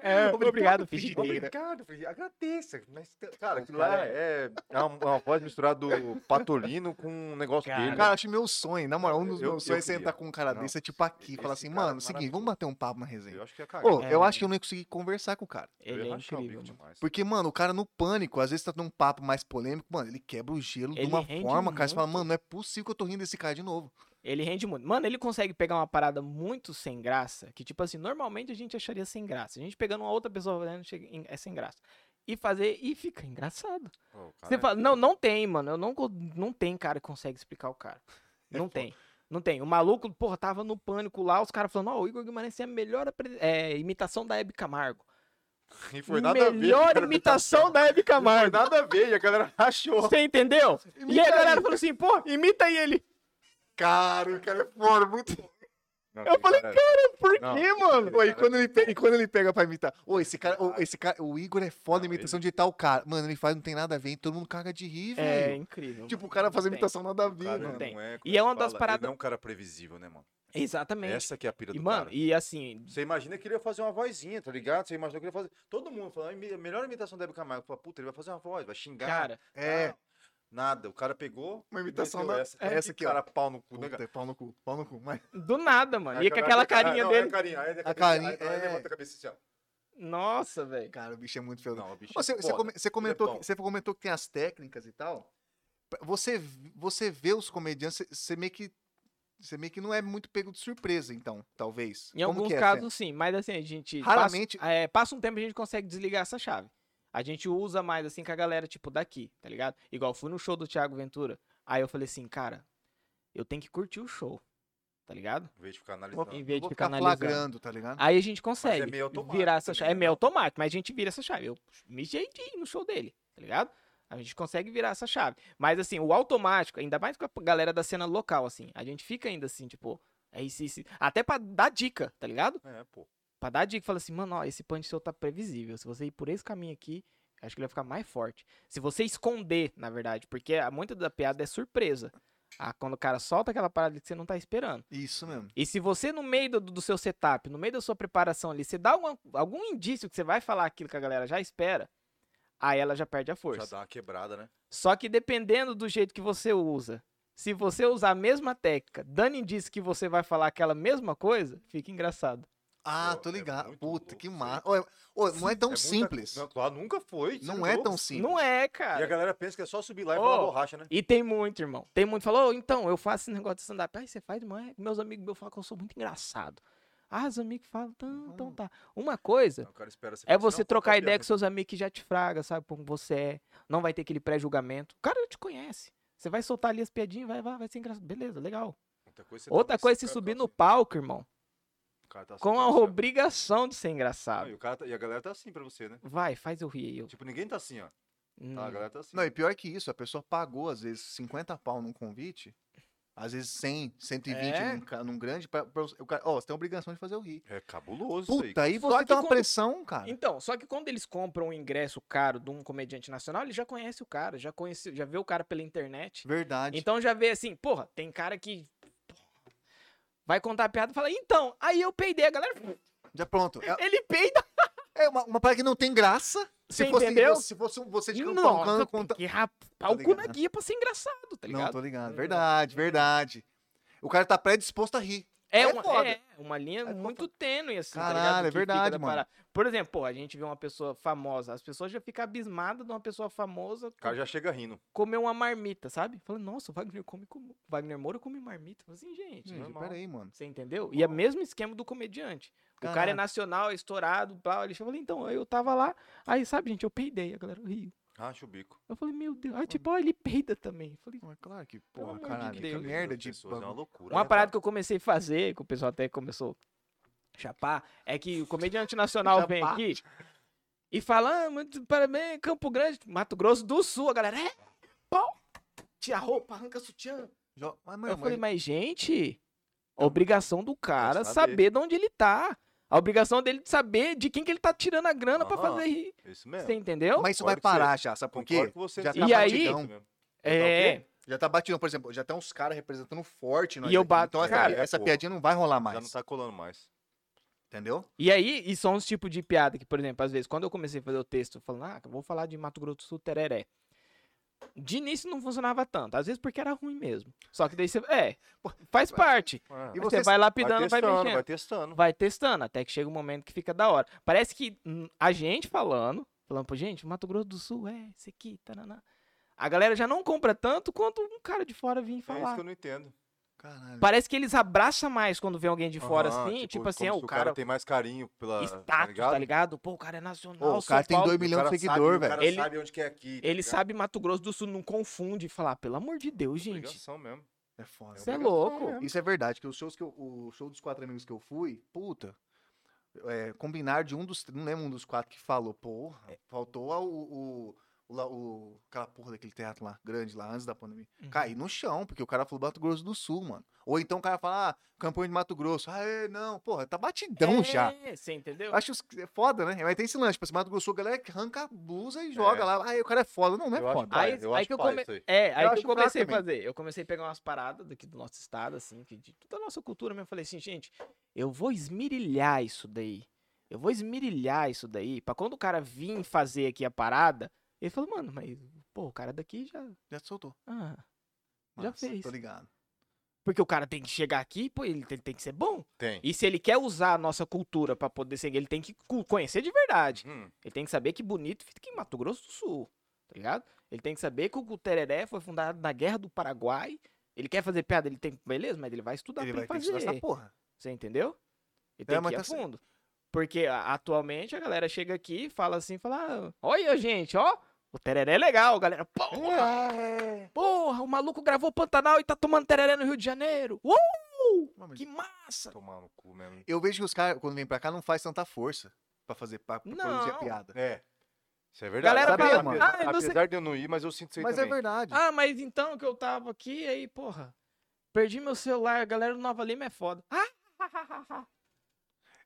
S3: É, obrigado, frigideira.
S2: Obrigado, frigideira. Agradeça. Mas, cara, aquilo
S3: cara
S2: lá é, é uma, uma voz misturada do Patolino com um negócio
S3: Cara,
S2: dele.
S1: Cara, acho meu sonho, na moral, um dos
S2: Eu-
S1: meus
S2: eu
S1: sonhos é
S2: queria.
S1: sentar com um cara
S2: Não.
S1: desse, é tipo aqui, e
S2: Esse
S1: falar assim,
S2: cara é
S1: mano, seguinte, vamos bater um papo na resenha.
S2: eu acho que ia cagar.
S1: Ô, eu
S3: É.
S1: acho que eu não ia conseguir conversar com o cara.
S2: Eu
S3: Ele
S2: ia
S3: é
S2: rachar o bico
S3: incrível, mano.
S2: demais.
S1: Porque, mano, o cara no pânico, às vezes tá num papo mais polêmico, mano, ele quebra o gelo de
S3: Ele
S1: uma
S3: rende
S1: forma, cara. Você fala,
S3: muito.
S1: mano, não é possível que eu tô rindo desse cara de novo.
S3: Ele rende muito. Mano, ele consegue pegar uma parada muito sem graça, que tipo assim, normalmente a gente acharia sem graça. A gente pegando uma outra pessoa fazendo chega em- é sem graça. E fazer e fica engraçado.
S2: Ô, cara,
S3: Você fala, não, não tem, mano. Eu não, co- não tem cara que consegue explicar o cara.
S1: É
S3: Não
S1: foda.
S3: tem. Não tem. O maluco, porra, tava no pânico lá, os caras falando, ó, o Igor Guimarães tem a melhor apre- é, imitação da Hebe Camargo.
S2: E foi nada a ver.
S3: melhor
S2: cara,
S3: imitação da Hebe
S2: Não foi
S3: Camargo.
S2: nada a ver, e a galera rachou.
S3: Você entendeu? e
S1: Imita
S3: aí a galera
S1: aí.
S3: falou assim, pô, imita aí ele.
S1: Cara, o cara é foda, muito.
S2: Não,
S3: Eu
S2: tem
S3: falei, Por
S2: Não.
S3: quê, mano?
S1: Ô, e, quando ele pega, e quando ele pega pra imitar. Ô, esse cara, ô, esse cara, o Igor é foda em
S2: Não,
S1: imitação de tal cara. Mano, ele faz, não tem nada a ver, e todo mundo caga de rir,
S3: É
S1: velho.
S3: incrível.
S1: Tipo, o cara faz
S3: Não tem.
S1: imitação nada a ver,
S2: Cara,
S1: mano.
S3: não tem.
S2: é, como
S3: E
S2: que
S3: é uma das
S2: fala?
S3: paradas-
S2: Ele não é um cara previsível, né, mano?
S3: Exatamente.
S2: Essa que é a pira
S3: E,
S2: do
S3: mano,
S2: cara.
S3: e assim,
S2: Você imagina que ele ia fazer uma vozinha, tá ligado? Você imagina que ele ia fazer. Todo mundo falando, "Ah, imi- melhor imitação da Hebe Camargo. Fala, puta, ele vai fazer uma voz, vai xingar.
S3: cara,
S1: É,
S2: tal." Nada. O cara pegou.
S1: uma imitação
S2: meteu
S1: da.
S2: essa.
S3: É.
S1: Essa aqui,
S2: que
S1: ó.
S2: cara, pau no cu. né,
S1: Puta,
S2: cara?
S1: é pau no cu, pau no cu. Mas,
S3: do nada, mano.
S2: Aí
S3: E
S2: a
S3: com
S2: cara-
S3: aquela
S2: ah,
S3: carinha
S2: não, é
S3: dele.
S2: a carinha. aí
S1: A
S2: cabeça-
S1: carinha,
S2: aí- aí
S1: é.
S2: levanta a cabeça assim, ó.
S3: Nossa, velho.
S1: cara, o bicho é muito feio.
S2: Não, o bicho é
S1: Você, você
S2: foda.
S1: come- você comentou,
S2: bom.
S1: que, você comentou que tem as técnicas e tal. Pra- Você, v- você vê os comediantes, você- você meio que. Você meio que não é muito pego de surpresa, então, talvez.
S3: Em
S1: Como
S3: alguns
S1: que é,
S3: casos, sim. Mas assim, a gente. passa-
S1: Raramente-
S3: é, passa um tempo e a gente consegue desligar essa chave. A gente usa mais assim com a galera, tipo, daqui, tá ligado? Igual fui no show do Thiago Ventura. Aí eu falei assim, cara, eu tenho que curtir o show, tá ligado?
S2: Em vez de ficar analisando.
S3: Em
S1: Fê?
S3: vez de
S1: Vou
S3: ficar
S1: ficar
S3: analisando.
S1: flagrando, tá ligado?
S3: Aí a gente consegue
S2: Mas é meio automático
S3: virar essa
S2: também,
S3: chave. É
S2: né?
S3: meio automático, mas a gente vira essa chave. Eu me jeitei no show dele, tá ligado? A gente consegue virar essa chave. Mas assim, o automático, ainda mais com a galera da cena local, assim, a gente fica ainda assim, tipo, É isso, isso. Até pra dar dica, tá ligado?
S2: É, pô.
S3: Pra dar dica, fala assim, mano, ó, esse punch seu tá previsível. Se você ir por esse caminho aqui, acho que ele vai ficar mais forte. Se você esconder, na verdade, porque a- muita da piada é surpresa. Ah, quando o cara solta aquela parada que você não tá esperando.
S1: Isso mesmo.
S3: E se você, no meio do, do seu setup, no meio da sua preparação ali, você dá alguma- algum indício que você vai falar aquilo que a galera já espera, aí ela já perde a
S2: Já
S3: força.
S2: dá uma quebrada, né?
S3: Só que dependendo do jeito que você usa, se você usar a mesma técnica, dando indício que você vai falar aquela mesma coisa, fica engraçado.
S1: Ah,
S2: Pô,
S1: tô
S2: é
S1: ligado.
S2: muito
S1: Puta,
S2: louco
S1: que
S2: isso
S1: massa.
S2: aí.
S1: Ô, é- ô, não é tão
S2: muita-
S1: simples.
S2: Não, claro, nunca foi. você
S1: Não,
S2: tá
S1: é
S2: louco?
S1: tão simples.
S3: Não é,
S2: E a
S3: cara.
S2: galera pensa que é só subir lá e falar
S3: Ô.
S2: borracha, né?
S3: E tem muito, irmão. Tem muito. Falou, então, eu faço esse negócio de stand-up. Aí você faz, mas meus amigos meus falam que eu sou muito engraçado. Ah, os amigos falam, então, então tá. Uma coisa
S2: O cara espera
S3: É
S2: falar assim,
S3: você
S2: "Não,
S3: trocar
S2: conta a
S3: ideia
S2: piada".
S3: com seus amigos que já te fraga, sabe como você é. Não vai ter aquele pré-julgamento. O cara já te conhece. Você vai soltar ali as piadinhas, vai, vai, vai ser engraçado. Beleza, legal.
S2: Outra coisa, você tá
S3: Outra
S2: mais-
S3: coisa é
S2: o
S3: se
S2: cara
S3: subir
S2: tá
S3: no
S2: assim,
S3: palco, irmão,
S2: o cara tá assim
S3: com
S2: pra
S3: a
S2: você, ó.
S3: obrigação de ser
S2: Não,
S3: engraçado.
S2: e, o cara tá- e a galera tá assim pra você, né?
S3: Vai, faz eu rir aí. Eu...
S2: Tipo, ninguém tá assim, ó.
S3: Hum.
S2: Tá, a galera tá assim.
S1: Não, e pior que isso, a pessoa pagou, às vezes, 50 pau num convite, às vezes 100, 120
S3: É.
S1: num, ca- num grande, pra, pra você- o cara, ó, você tem a obrigação de fazer eu rir.
S2: É cabuloso isso
S1: Puta,
S2: aí.
S1: aí
S3: Só
S1: você
S3: que
S1: tem uma
S3: quando-
S1: pressão, cara.
S3: Então, só que quando eles compram um ingresso caro de um comediante nacional, ele já conhece o cara, já conhece, já vê o cara pela internet.
S1: Verdade.
S3: Então já vê assim, porra, tem cara que porra, vai contar a piada e fala, então, aí eu peidei, a galera,
S1: Já pronto. É,
S3: ele peida
S1: é uma, uma parada que não tem graça.
S3: Você
S1: se fosse,
S3: entendeu?
S1: Se fosse um- você de
S3: Nossa,
S1: cantão, cantando,
S3: tem
S1: conta...
S3: que rapar o cu na
S1: ligado?
S3: guia pra ser engraçado, tá
S1: Não,
S3: ligado?
S1: tô ligado.
S3: Hum.
S1: Verdade, verdade. O cara tá predisposto a rir.
S3: é,
S1: é
S3: uma,
S1: foda.
S3: é uma linha
S1: É
S3: muito tênue, assim, tá
S1: Caralho,
S3: ligado? Do
S1: é
S3: que fica
S1: verdade,
S3: da
S1: mano.
S3: parada. Por exemplo, pô, a gente vê uma pessoa famosa, as pessoas já ficam abismadas de uma pessoa famosa
S2: O cara já chega rindo.
S3: comer uma marmita, sabe? Fala, nossa, o Wagner, come, com- Wagner Moura come marmita. Fala assim, gente,
S1: Gente,
S2: normal.
S1: Hum, peraí, mano.
S3: você entendeu? E é o
S2: Normal.
S3: mesmo esquema do comediante. O cara é
S1: Caralho.
S3: nacional, é estourado, blá, ele falou, então, aí eu tava lá, aí, sabe, gente, eu peidei, a galera riu.
S2: Racha o bico.
S3: Eu falei, meu Deus, aí, tipo, ó, ele peida também. Eu falei,
S1: Mas é claro que,
S3: Pelo
S1: porra,
S3: amor de
S1: caralho. Que
S3: Deus.
S1: merda
S2: Das
S1: de.
S2: pessoas, É uma
S1: bagulho.
S2: loucura.
S3: Uma
S2: né,
S3: parada
S2: cara?
S3: que eu comecei a fazer, que o pessoal até começou a chapar, é que o comediante nacional vem
S1: Chapar.
S3: aqui e fala, ah, muito parabéns, Campo Grande, Mato Grosso do Sul, a galera, é, pau, tira a roupa, arranca sutiã.
S1: Jo- Mas,
S3: eu
S1: mano,
S3: falei,
S1: mas-
S3: mas gente, a obrigação do cara
S2: saber.
S3: saber de onde ele tá. A obrigação dele de saber de quem que ele tá tirando a grana pra
S2: Aham. É.
S3: fazer rir.
S2: Isso
S3: Você
S2: mesmo.
S3: entendeu?
S1: mas isso vai
S2: Concordo com
S1: parar já, sabe por
S2: Concordo
S1: quê?
S2: com você.
S1: Já
S2: nisso.
S1: tá
S3: E aí-
S1: batidão.
S3: é,
S1: Já tá batidão, por exemplo, já tem uns caras representando forte. nós
S3: E eu
S1: aqui,
S3: bato-
S1: Então essa,
S3: cara,
S1: pi-
S2: é
S1: essa
S2: pouco.
S1: piadinha não vai rolar mais.
S2: Já não tá colando mais.
S1: Entendeu?
S3: E aí, e são uns tipos de piada que, por exemplo, às vezes, quando eu comecei a fazer o texto, falando, ah, eu vou falar de Mato Grosso do Sul, tereré. De início não funcionava tanto, às vezes porque era ruim mesmo. Só que daí você, é, faz parte.
S1: E
S3: E
S1: você
S3: você vai lapidando, vai,
S2: vai É. testando,
S3: mexendo.
S2: vai
S3: Vai...
S2: testando.
S3: testando, até que chega um momento que fica da hora. Parece que hum, a gente falando, falando, pô, gente, Mato Grosso do Sul, é, isso aqui, tananá. A galera já não compra tanto quanto um cara de fora vir
S2: É isso
S3: falar.
S2: que eu não entendo.
S1: Caralho.
S3: Parece que eles abraçam mais quando vê alguém de fora
S2: Aham,
S3: assim, tipo, assim, é,
S2: como
S3: o
S2: se
S3: cara,
S2: tem mais carinho pela.
S3: status,
S2: tá ligado?
S3: tá ligado? Pô, o cara é nacional.
S1: Ô, o
S3: São
S1: cara tem
S3: Paulo.
S1: 2 milhões de
S2: cara sabe,
S1: seguidor,
S2: o cara
S1: velho.
S3: Ele-
S2: sabe onde que é aqui. tá
S3: Ele
S2: ligado?
S3: sabe Mato Grosso do Sul, não confunde e falar, pelo amor de Deus,
S2: É
S3: gente.
S2: obrigação mesmo.
S1: É foda.
S3: Você é
S2: obrigação
S3: louco.
S2: mesmo.
S1: Isso é verdade, que os shows que eu, o show dos quatro amigos que eu fui, puta, é, combinar de um dos, não lembro um dos quatro que falou, porra,
S3: É.
S1: faltou a- o, o, o, lá- o- aquela porra daquele teatro lá, grande lá, antes da pandemia.
S3: Uhum.
S1: Caí no chão, porque o cara falou Mato Grosso do Sul, mano. Ou então o cara fala, ah, campanha de Mato Grosso. Ah, é, não, porra, tá
S2: então
S1: batidão já.
S3: É, você entendeu?
S1: Acho os- é foda, né? Mas tem esse lance, tipo, assim, Mato Grosso, do Sul, a galera que arranca a blusa e joga
S2: É.
S1: lá. Ah, o cara é foda. Não, não é
S2: Eu acho
S1: foda.
S2: que- pai,
S3: aí,
S2: eu
S3: aí
S2: acho
S3: que eu
S2: pai
S3: come-
S2: isso aí.
S3: É, aí
S1: Eu
S3: que
S1: acho
S3: eu comecei a
S1: fraco
S3: fazer. Eu comecei a pegar umas paradas daqui do nosso estado, assim, que de toda a nossa cultura mesmo. Eu falei assim, gente, eu vou esmirilhar isso daí. Eu vou esmirilhar isso daí. Pra quando o cara vir fazer aqui a parada, ele falou, mano, mas, pô, o cara daqui já.
S1: Já te soltou.
S3: ah, Já fez.
S1: Tô ligado.
S3: Porque o cara tem que chegar aqui, pô, ele tem- tem que ser bom.
S2: Tem.
S3: E se ele quer usar a nossa cultura pra poder seguir, ele tem que cu- conhecer de verdade.
S2: Hum,
S3: Ele tem que saber que bonito fica em Mato Grosso do Sul, tá ligado? Ele tem que saber que o Tereré foi fundado na Guerra do Paraguai. Ele quer fazer piada, ele tem, beleza, mas ele vai estudar
S1: Ele
S3: pra
S1: vai
S3: ele
S1: ter que
S3: fazer.
S1: estudar essa porra.
S3: Você entendeu? Ele tem
S1: mas
S3: que ir a
S1: tá certo.
S3: fundo. Porque a- atualmente a galera chega aqui, fala assim, fala, "Ah, olha gente, ó, o Tereré é legal, galera. Porra, porra, o maluco gravou Pantanal e tá tomando Tereré no Rio de Janeiro. Uh,
S1: Não, mas-
S3: que massa!
S2: Tomar no cu mesmo.
S1: Eu vejo que os caras, quando vêm pra cá, não faz tanta força pra fazer pra, pra produzir
S3: Não.
S1: a piada.
S2: É. Isso é verdade.
S3: Galera
S2: Sabe,
S1: fala,
S2: mano,
S3: "Ah, eu não sei."
S2: Apesar de eu não ir, mas eu sinto isso aí
S1: Mas é
S2: também.
S1: verdade.
S3: Ah, mas então que eu tava aqui, aí, porra. Perdi meu celular, a galera do Nova Lima é foda. Ah!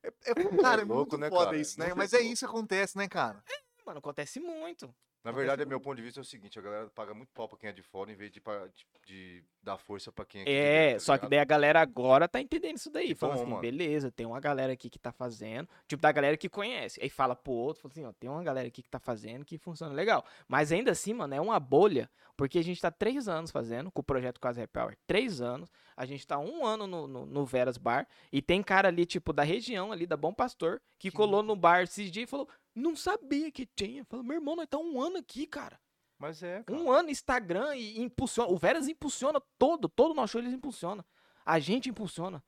S1: É, cara, é,
S2: É louco,
S1: muito
S2: né,
S1: foda
S2: cara? É
S1: isso, né?
S2: muito
S1: Mas é
S2: louco.
S1: isso que acontece, né, cara?
S3: Mano, acontece muito.
S2: Na verdade, meu ponto de vista é o seguinte: a galera paga muito pau pra quem é de fora em vez de, pa- de- de dar força pra quem é aqui de
S3: É,
S2: dentro, tá
S3: só que
S2: ligado?
S3: daí a galera agora tá entendendo isso daí.
S2: Que
S3: Falando
S2: bom,
S3: assim,
S2: mano.
S3: beleza, tem uma galera aqui que tá fazendo. Tipo, da galera que conhece. Aí fala pro outro, fala assim, ó, tem uma galera aqui que tá fazendo que funciona legal. Mas ainda assim, mano, é uma bolha. Porque a gente tá três anos fazendo com o projeto Quase Repower. Três anos. A gente tá um ano no, no, no Veras Bar. E tem cara ali, tipo, da região ali, da Bom Pastor, que
S1: Que
S3: colou no bar esses dias e falou, não sabia que tinha. Falou, meu irmão, nós tá um ano aqui, cara.
S2: Mas é, cara.
S3: Um ano Instagram e impulsiona. O Veras impulsiona todo, todo o nosso show eles impulsiona. A gente impulsiona.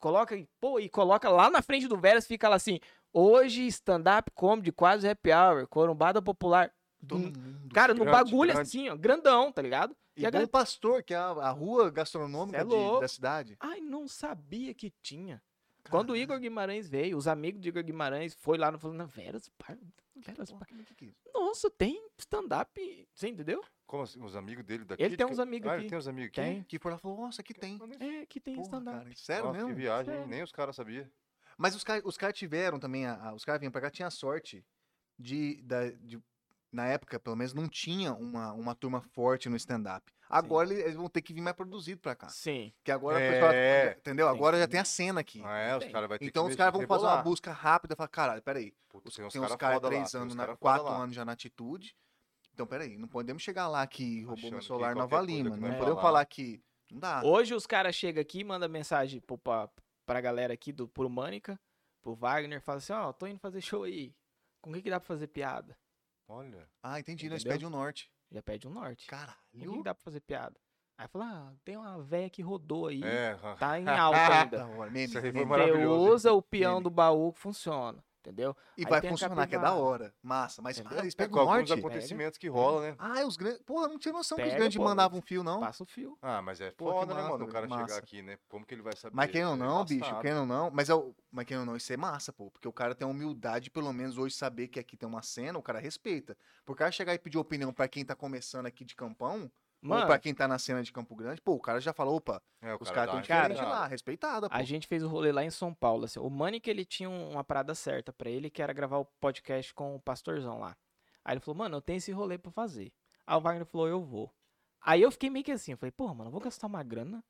S3: Coloca, e- pô, e coloca lá na frente do Veras, fica lá assim: hoje stand-up comedy, quase happy hour, corumbada popular.
S1: Todo
S3: Hum,
S1: mundo.
S3: Cara, no
S2: grande,
S3: bagulho
S2: grande.
S3: assim, ó, grandão, tá ligado?
S1: E
S3: e a
S1: Bom
S3: galera-
S1: Pastor, que é a, a rua gastronômica
S3: Cê é
S1: de-
S3: louco.
S1: da cidade.
S3: Ai, não sabia que tinha. Quando o Igor Guimarães veio, os amigos do Igor Guimarães foi lá e falou: na Veras, par, Veras,
S1: Porra,
S3: par.
S1: que- que que é isso?
S3: Nossa, tem stand-up. Você entendeu?
S2: Como assim? Os amigos dele daqui?
S3: Ele tem
S2: Que-
S3: uns amigos
S2: ah,
S3: aqui.
S2: ele tem uns amigos aqui?
S3: Tem.
S1: Que foi lá e falou, nossa, aqui tem.
S3: É, que tem
S1: Porra,
S3: stand-up.
S1: cara, sério
S2: Nossa, que
S1: mesmo?
S2: viagem, hein?
S3: Sério.
S2: nem os caras sabiam.
S1: Mas os caras os cara tiveram também, a- a- os caras vinham pra cá, tinha a sorte de, da- de- na época, pelo menos, não tinha uma, uma turma forte no stand-up. Agora ele- eles vão ter que vir mais produzido pra cá.
S3: Sim.
S1: Porque agora,
S2: É.
S1: o pessoal- entendeu?
S3: Tem
S1: Agora
S3: que-
S1: já tem a cena aqui.
S2: Ah, é, os
S3: Tem.
S2: caras vão ter
S1: Então
S2: que
S1: os caras vão fazer uma
S2: rebolar.
S1: busca rápida e falar, caralho, peraí,
S2: Puta,
S1: os,
S2: tem uns
S1: tem uns
S2: cara
S1: caras
S2: foda lá,
S1: três
S2: tem
S1: anos,
S2: uns
S1: na-
S2: cara foda
S1: quatro
S2: lá.
S1: anos já na atitude. Então, peraí, não podemos chegar lá que roubou
S2: Achando
S1: meu
S2: que
S1: celular
S2: qualquer
S1: Nova
S2: coisa que
S1: Lima. Não
S2: vai
S1: podemos
S2: falar.
S1: falar que. Não
S2: Ah.
S1: dá.
S3: Hoje os caras chegam aqui e mandam mensagem pro, pra, pra galera aqui do pro Mânica, pro Wagner, fala assim, ó, tô indo fazer show aí. Com o que, que dá pra fazer piada?
S2: Olha.
S1: Ah, entendi. Nós
S3: Entendeu?
S1: pede o norte.
S3: Já pede um norte. Com o que, que
S1: Caralho.
S3: dá pra fazer piada? Aí fala, ah, tem uma véia que rodou aí,
S2: É,
S3: tá em alta ainda.
S1: Da hora, meme,
S2: Isso aí foi
S1: meme.
S3: Você
S2: maravilhoso, hein?
S3: usa o peão
S1: Meme.
S3: do baú que funciona, entendeu?
S1: E
S3: Aí
S1: vai
S3: tem a
S1: funcionar, que é da
S3: capivara.
S1: hora. Massa. Mas
S3: Entendeu?
S1: ah, eles
S2: é
S1: pegam
S2: com
S1: o
S2: alguns
S1: norte.
S2: acontecimentos que rola, né?
S1: Ah, os grandes. Porra, não tinha noção que os
S3: Pega,
S1: grandes
S3: pô,
S1: mandavam um fio, não.
S3: Passa o fio.
S2: Ah, mas é
S1: Pô, que
S2: foda, né,
S1: massa,
S2: mano? O
S1: velho,
S2: cara
S1: massa.
S2: chegar aqui, né? Como que ele vai saber?
S1: Mas quem não,
S2: Ele é
S1: não, bicho,
S2: embaçado.
S1: quem não, não. Mas, é o, mas quem não, não, isso é massa, pô. Porque o cara tem a humildade, pelo menos hoje, saber que aqui tem uma cena, o cara respeita. Por cara chegar e pedir opinião pra quem tá começando aqui de campão, ou
S3: Mano,
S1: pra quem tá na cena de Campo Grande, pô, o cara já falou, opa,
S2: É, o
S1: os caras
S2: dá
S1: tão
S2: uma
S1: diferente
S2: enganada.
S1: lá, respeitada, pô. É
S3: A gente fez o rolê lá em São Paulo. assim, o Manic, ele tinha um- uma parada certa pra ele, que era gravar o podcast com o pastorzão lá. Aí ele falou, mano, eu tenho esse rolê pra fazer. Aí o Wagner falou, eu vou. Aí eu fiquei meio que assim, eu falei, porra, mano, eu vou gastar uma grana.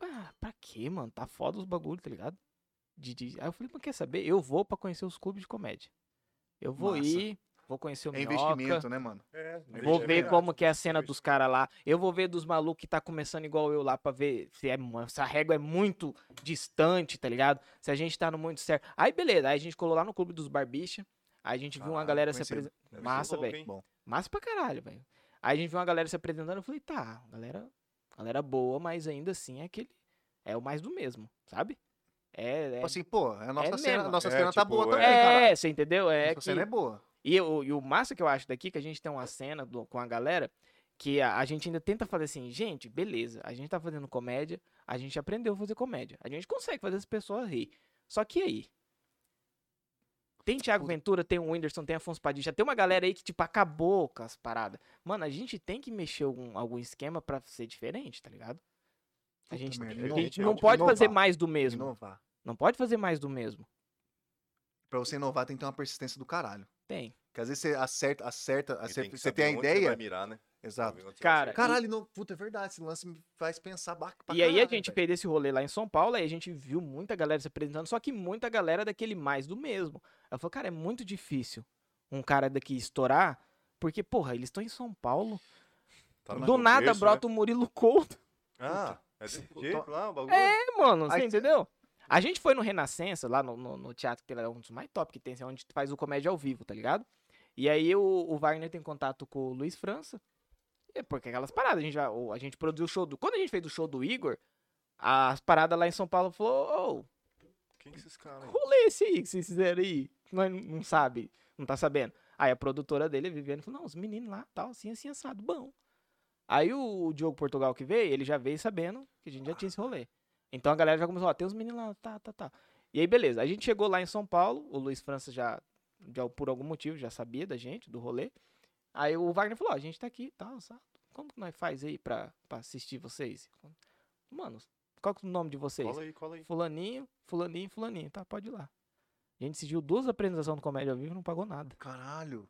S3: Ah, pra quê, mano? Tá foda os bagulho, tá ligado? De- de- Aí eu falei, mas quer saber? Eu vou pra conhecer os clubes de comédia. Eu vou
S1: Massa.
S3: ir, vou conhecer o
S1: É
S3: Minhoca,
S1: investimento, né, mano?
S2: É,
S3: Vou
S2: é
S3: ver
S2: verdade.
S3: como que é a cena dos caras lá. Eu vou ver dos malucos que tá começando igual eu lá pra ver se é, mu- essa régua é muito distante, tá ligado? Se a gente tá no muito certo. Aí beleza, aí a gente colou lá no clube dos barbicha. Aí a gente viu uma
S1: Caralho,
S3: galera se
S1: Ah, conhecido.
S3: apresentando.
S2: Deve ser
S3: Massa,
S2: louco,
S3: velho.
S2: hein?
S1: Bom. tipo
S3: Massa pra caralho, velho. Aí a gente viu uma galera se apresentando, eu falei, tá, galera, galera boa, mas ainda assim é aquele é o mais do mesmo, sabe? É, é,
S1: Tipo assim, pô, a nossa
S3: mesmo.
S1: cena, a nossa
S2: É,
S1: cena tá
S2: tipo,
S1: boa
S2: é.
S1: também,
S3: é,
S1: cara.
S3: você entendeu? É
S1: Nossa cena
S3: que-
S1: é boa.
S3: e, o, e o massa que eu acho daqui, que a gente tem uma cena do- com a galera, que a, a gente ainda tenta fazer assim, gente, beleza, a gente tá fazendo comédia, a gente aprendeu a fazer comédia. A gente consegue fazer as pessoas rir. Só que e aí? Tem Thiago
S1: Puta.
S3: Ventura, tem o Whindersson, tem Afonso Padilha, já tem uma galera aí que, tipo, acabou com as paradas. Mano, a gente tem que mexer algum, algum esquema pra ser diferente, tá ligado? A
S1: Puta
S3: gente,
S1: merda,
S3: a
S1: ino-
S3: gente
S1: ino-
S3: não pode fazer
S1: inovar,
S3: mais do mesmo.
S1: Inovar.
S3: Não pode fazer mais do mesmo.
S1: Pra você inovar tem que ter uma persistência do caralho.
S3: Tem.
S1: Porque às vezes você acerta, acerta,
S2: Ele
S1: acerta
S2: que
S1: você
S2: saber
S1: tem a
S2: onde ele vai
S1: ideia.
S2: mirar, né?
S1: Exato.
S2: Saber onde você vai
S3: Cara,
S2: chegar.
S1: Caralho, não, puta, é verdade. Esse lance me faz pensar ba- pra
S3: E aí a
S1: caralho,
S3: gente
S1: velho.
S3: fez esse rolê lá em São Paulo, aí a gente viu muita galera se apresentando, só que muita galera daquele mais do mesmo. Eu falei, cara, é muito difícil um cara daqui estourar, porque, porra, eles estão em São Paulo.
S2: Tá no
S3: do nada
S2: começo,
S3: brota o Murilo Couto,
S2: Né? Ah, é desse
S1: Puta.
S2: jeito lá, o bagulho.
S3: né, mano, você
S1: Aí cê-
S3: entendeu? A gente foi no Renascença, lá no, no, no teatro, que é um dos mais top que tem, assim, onde faz o comédia ao vivo, tá ligado? E aí o, o Wagner tem contato com o Luiz França, e é porque aquelas paradas, a gente, já, o- a gente produziu o show do... Quando a gente fez o show do Igor, as paradas lá em São Paulo falou, ô,
S2: Quem que esses caras?
S3: Que rolê é esse aí que vocês fizeram aí? Que Nós não- não sabe, não tá sabendo. Aí a produtora dele, a Viviane, falou, não, os meninos lá, tal, assim, assim, assado, bom. Aí o, o Diogo Portugal que veio, ele já veio sabendo que a gente já tinha esse rolê. Então a galera já começou, ó, tem uns meninos lá, tá, tá, tá. E aí, beleza, a gente chegou lá em São Paulo, o Luiz França já, já por algum motivo, já sabia da gente, do rolê. Aí o Wagner falou, ó, a gente tá aqui, tal, tá, como que nós faz aí pra, pra assistir vocês? Mano, qual que é o nome de vocês?
S2: Cola aí, cola aí.
S3: Fulaninho, fulaninho, fulaninho. Tá, pode ir lá. A gente assistiu duas apresentações do Comédia ao Vivo e não pagou nada.
S1: Caralho.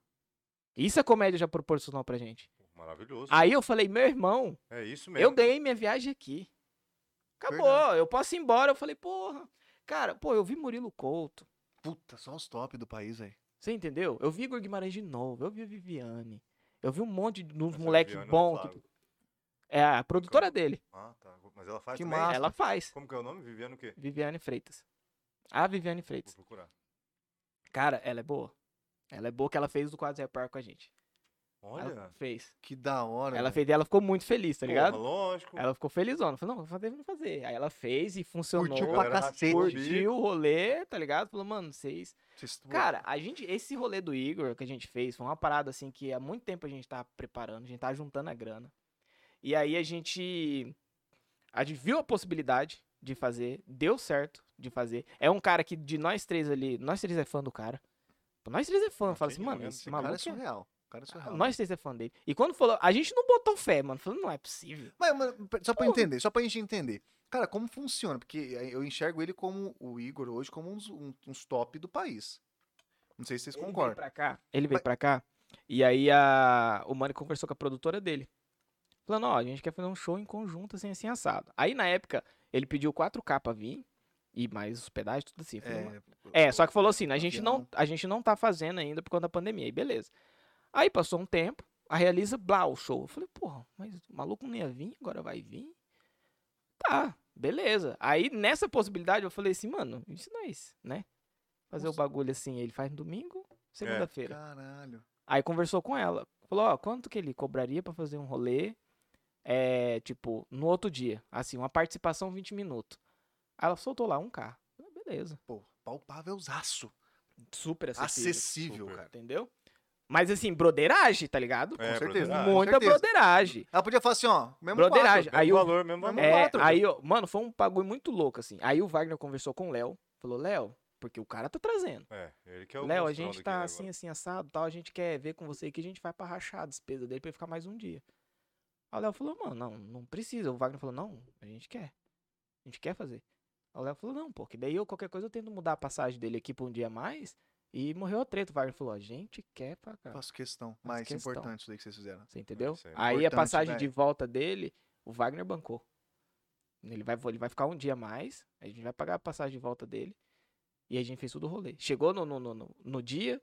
S3: Isso a comédia já proporcionou pra gente.
S2: Maravilhoso.
S3: Aí eu falei, meu irmão,
S2: É isso mesmo.
S3: eu ganhei minha viagem aqui. Acabou,
S1: Verdade.
S3: eu posso ir embora. Eu falei, porra. Cara, pô, eu vi Murilo Couto.
S1: Puta, só os top do país aí.
S3: Você entendeu? Eu vi Igor Guimarães de novo. Eu vi a Viviane. Eu vi um monte de uns
S2: Essa
S3: moleque
S2: Viviane eu não
S3: bom. que-
S2: sabe.
S3: É a produtora dele.
S2: Ah, tá. Mas ela faz
S1: Que
S2: também?
S1: massa.
S3: Ela faz.
S2: Como que é o nome? Viviane o quê?
S3: Viviane Freitas. A Viviane
S2: Vou
S3: Freitas.
S2: procurar.
S3: Cara, ela é boa. Ela é boa que ela fez do quadro Repar com a gente. Ela
S2: Olha.
S3: fez.
S1: Que da hora.
S3: Ela
S1: velho.
S3: fez e ela ficou muito feliz, tá
S2: Porra,
S3: ligado?
S2: lógico.
S3: Ela ficou felizona. Falou, não, vou fazer, vou fazer. Aí ela fez e funcionou.
S1: Curtiu pra
S2: Galera na
S1: cacete.
S2: curva.
S3: curtiu o rolê, tá ligado? Falou, mano, vocês.
S1: Vocês-
S3: Cara, a gente, esse rolê do Igor que a gente fez foi uma parada assim que há muito tempo a gente tá preparando, a gente tá juntando a grana. E aí a gente. A gente viu a possibilidade de fazer, deu certo de fazer. É um cara que de nós três ali, nós três é fã do cara. Nós três é fã,
S2: Não
S3: fala
S2: tem
S3: assim, mano,
S2: ninguém,
S3: esse
S2: esse
S1: O
S3: maluco.
S1: cara
S3: é-
S1: é surreal. O cara é surreal.
S3: Nós três é fã dele. E quando falou, a gente não botou fé, mano. Falou, não é possível.
S1: Mas, mas, só pra
S3: Porra.
S1: entender, só pra gente entender. Cara, como funciona? Porque eh, eu enxergo ele como o Igor hoje, como uns, um- uns top do país. Não sei se vocês
S3: Ele tá veio
S1: concordam.
S3: pra cá. Ele veio
S1: Mas-
S3: pra cá. E aí a... o Mani conversou com a produtora dele. Falando, ó, a gente quer fazer um show em conjunto, assim, assim, assado. Aí na época, ele pediu 4K pra vir. E mais hospedagem, tudo assim. Eu falei, "Mano, é, só que falou assim, a gente, não, a gente não tá fazendo ainda por conta da pandemia. Aí beleza. Aí passou um tempo, a Realiza, blá, o show. Eu falei, porra, mas o maluco não ia vir, agora vai vir? Tá, beleza. Aí nessa possibilidade eu falei assim, mano, isso não é isso, né? Fazer
S1: Nossa. É,
S3: o bagulho assim, ele faz no domingo, segunda-feira.
S1: Caralho.
S3: Aí conversou com ela. Falou, ó, quanto que ele cobraria pra fazer um rolê? É, tipo, no outro dia. Assim, uma participação 20 minutos. Aí ela soltou lá um k Beleza.
S1: Pô, palpávelzaço.
S3: Super acessível.
S1: Acessível,
S2: Super.
S1: cara.
S3: Entendeu? Mas assim, broderagem, tá ligado?
S2: É,
S1: certeza.
S2: brother.
S1: com
S3: Muita
S1: certeza.
S3: broderagem.
S1: Ela podia falar assim, ó, mesmo
S3: Broderagem.
S2: Mesmo
S3: Aí o,
S2: valor, mesmo
S1: Mas
S2: valor.
S1: não
S3: é,
S1: quatro,
S3: aí, ó, mano, foi um bagulho muito louco, assim. Aí o Wagner conversou com o Léo. Falou, Léo, porque o cara tá trazendo.
S2: É, ele que é o
S3: Léo, a
S2: monstrão
S3: gente
S2: daqui,
S3: tá
S2: né,
S3: assim,
S2: agora.
S3: assim, assado tal. A gente quer ver com você que a gente vai pra rachar a despesa dele pra ele ficar mais um dia. Aí o Léo falou, mano, não, não precisa. O Wagner falou, não, a gente quer. A gente quer fazer. Aí o Léo falou, não, pô, que daí eu, qualquer coisa, eu tento mudar a passagem dele aqui pra um dia a mais. E morreu a treta. O Wagner falou, a gente quer pra cá.
S1: quatro, faço questão.
S3: Faço
S1: Mais
S3: questão.
S1: importante isso daí que vocês fizeram.
S3: Você entendeu?
S2: isso é
S3: aí a
S1: importante,
S3: passagem de
S1: velho.
S3: volta dele, o Wagner bancou. Ele vai, ele vai ficar um dia a mais, a gente vai pagar a passagem de volta dele. E a gente fez tudo o rolê. Chegou no, no, no, no- no dia,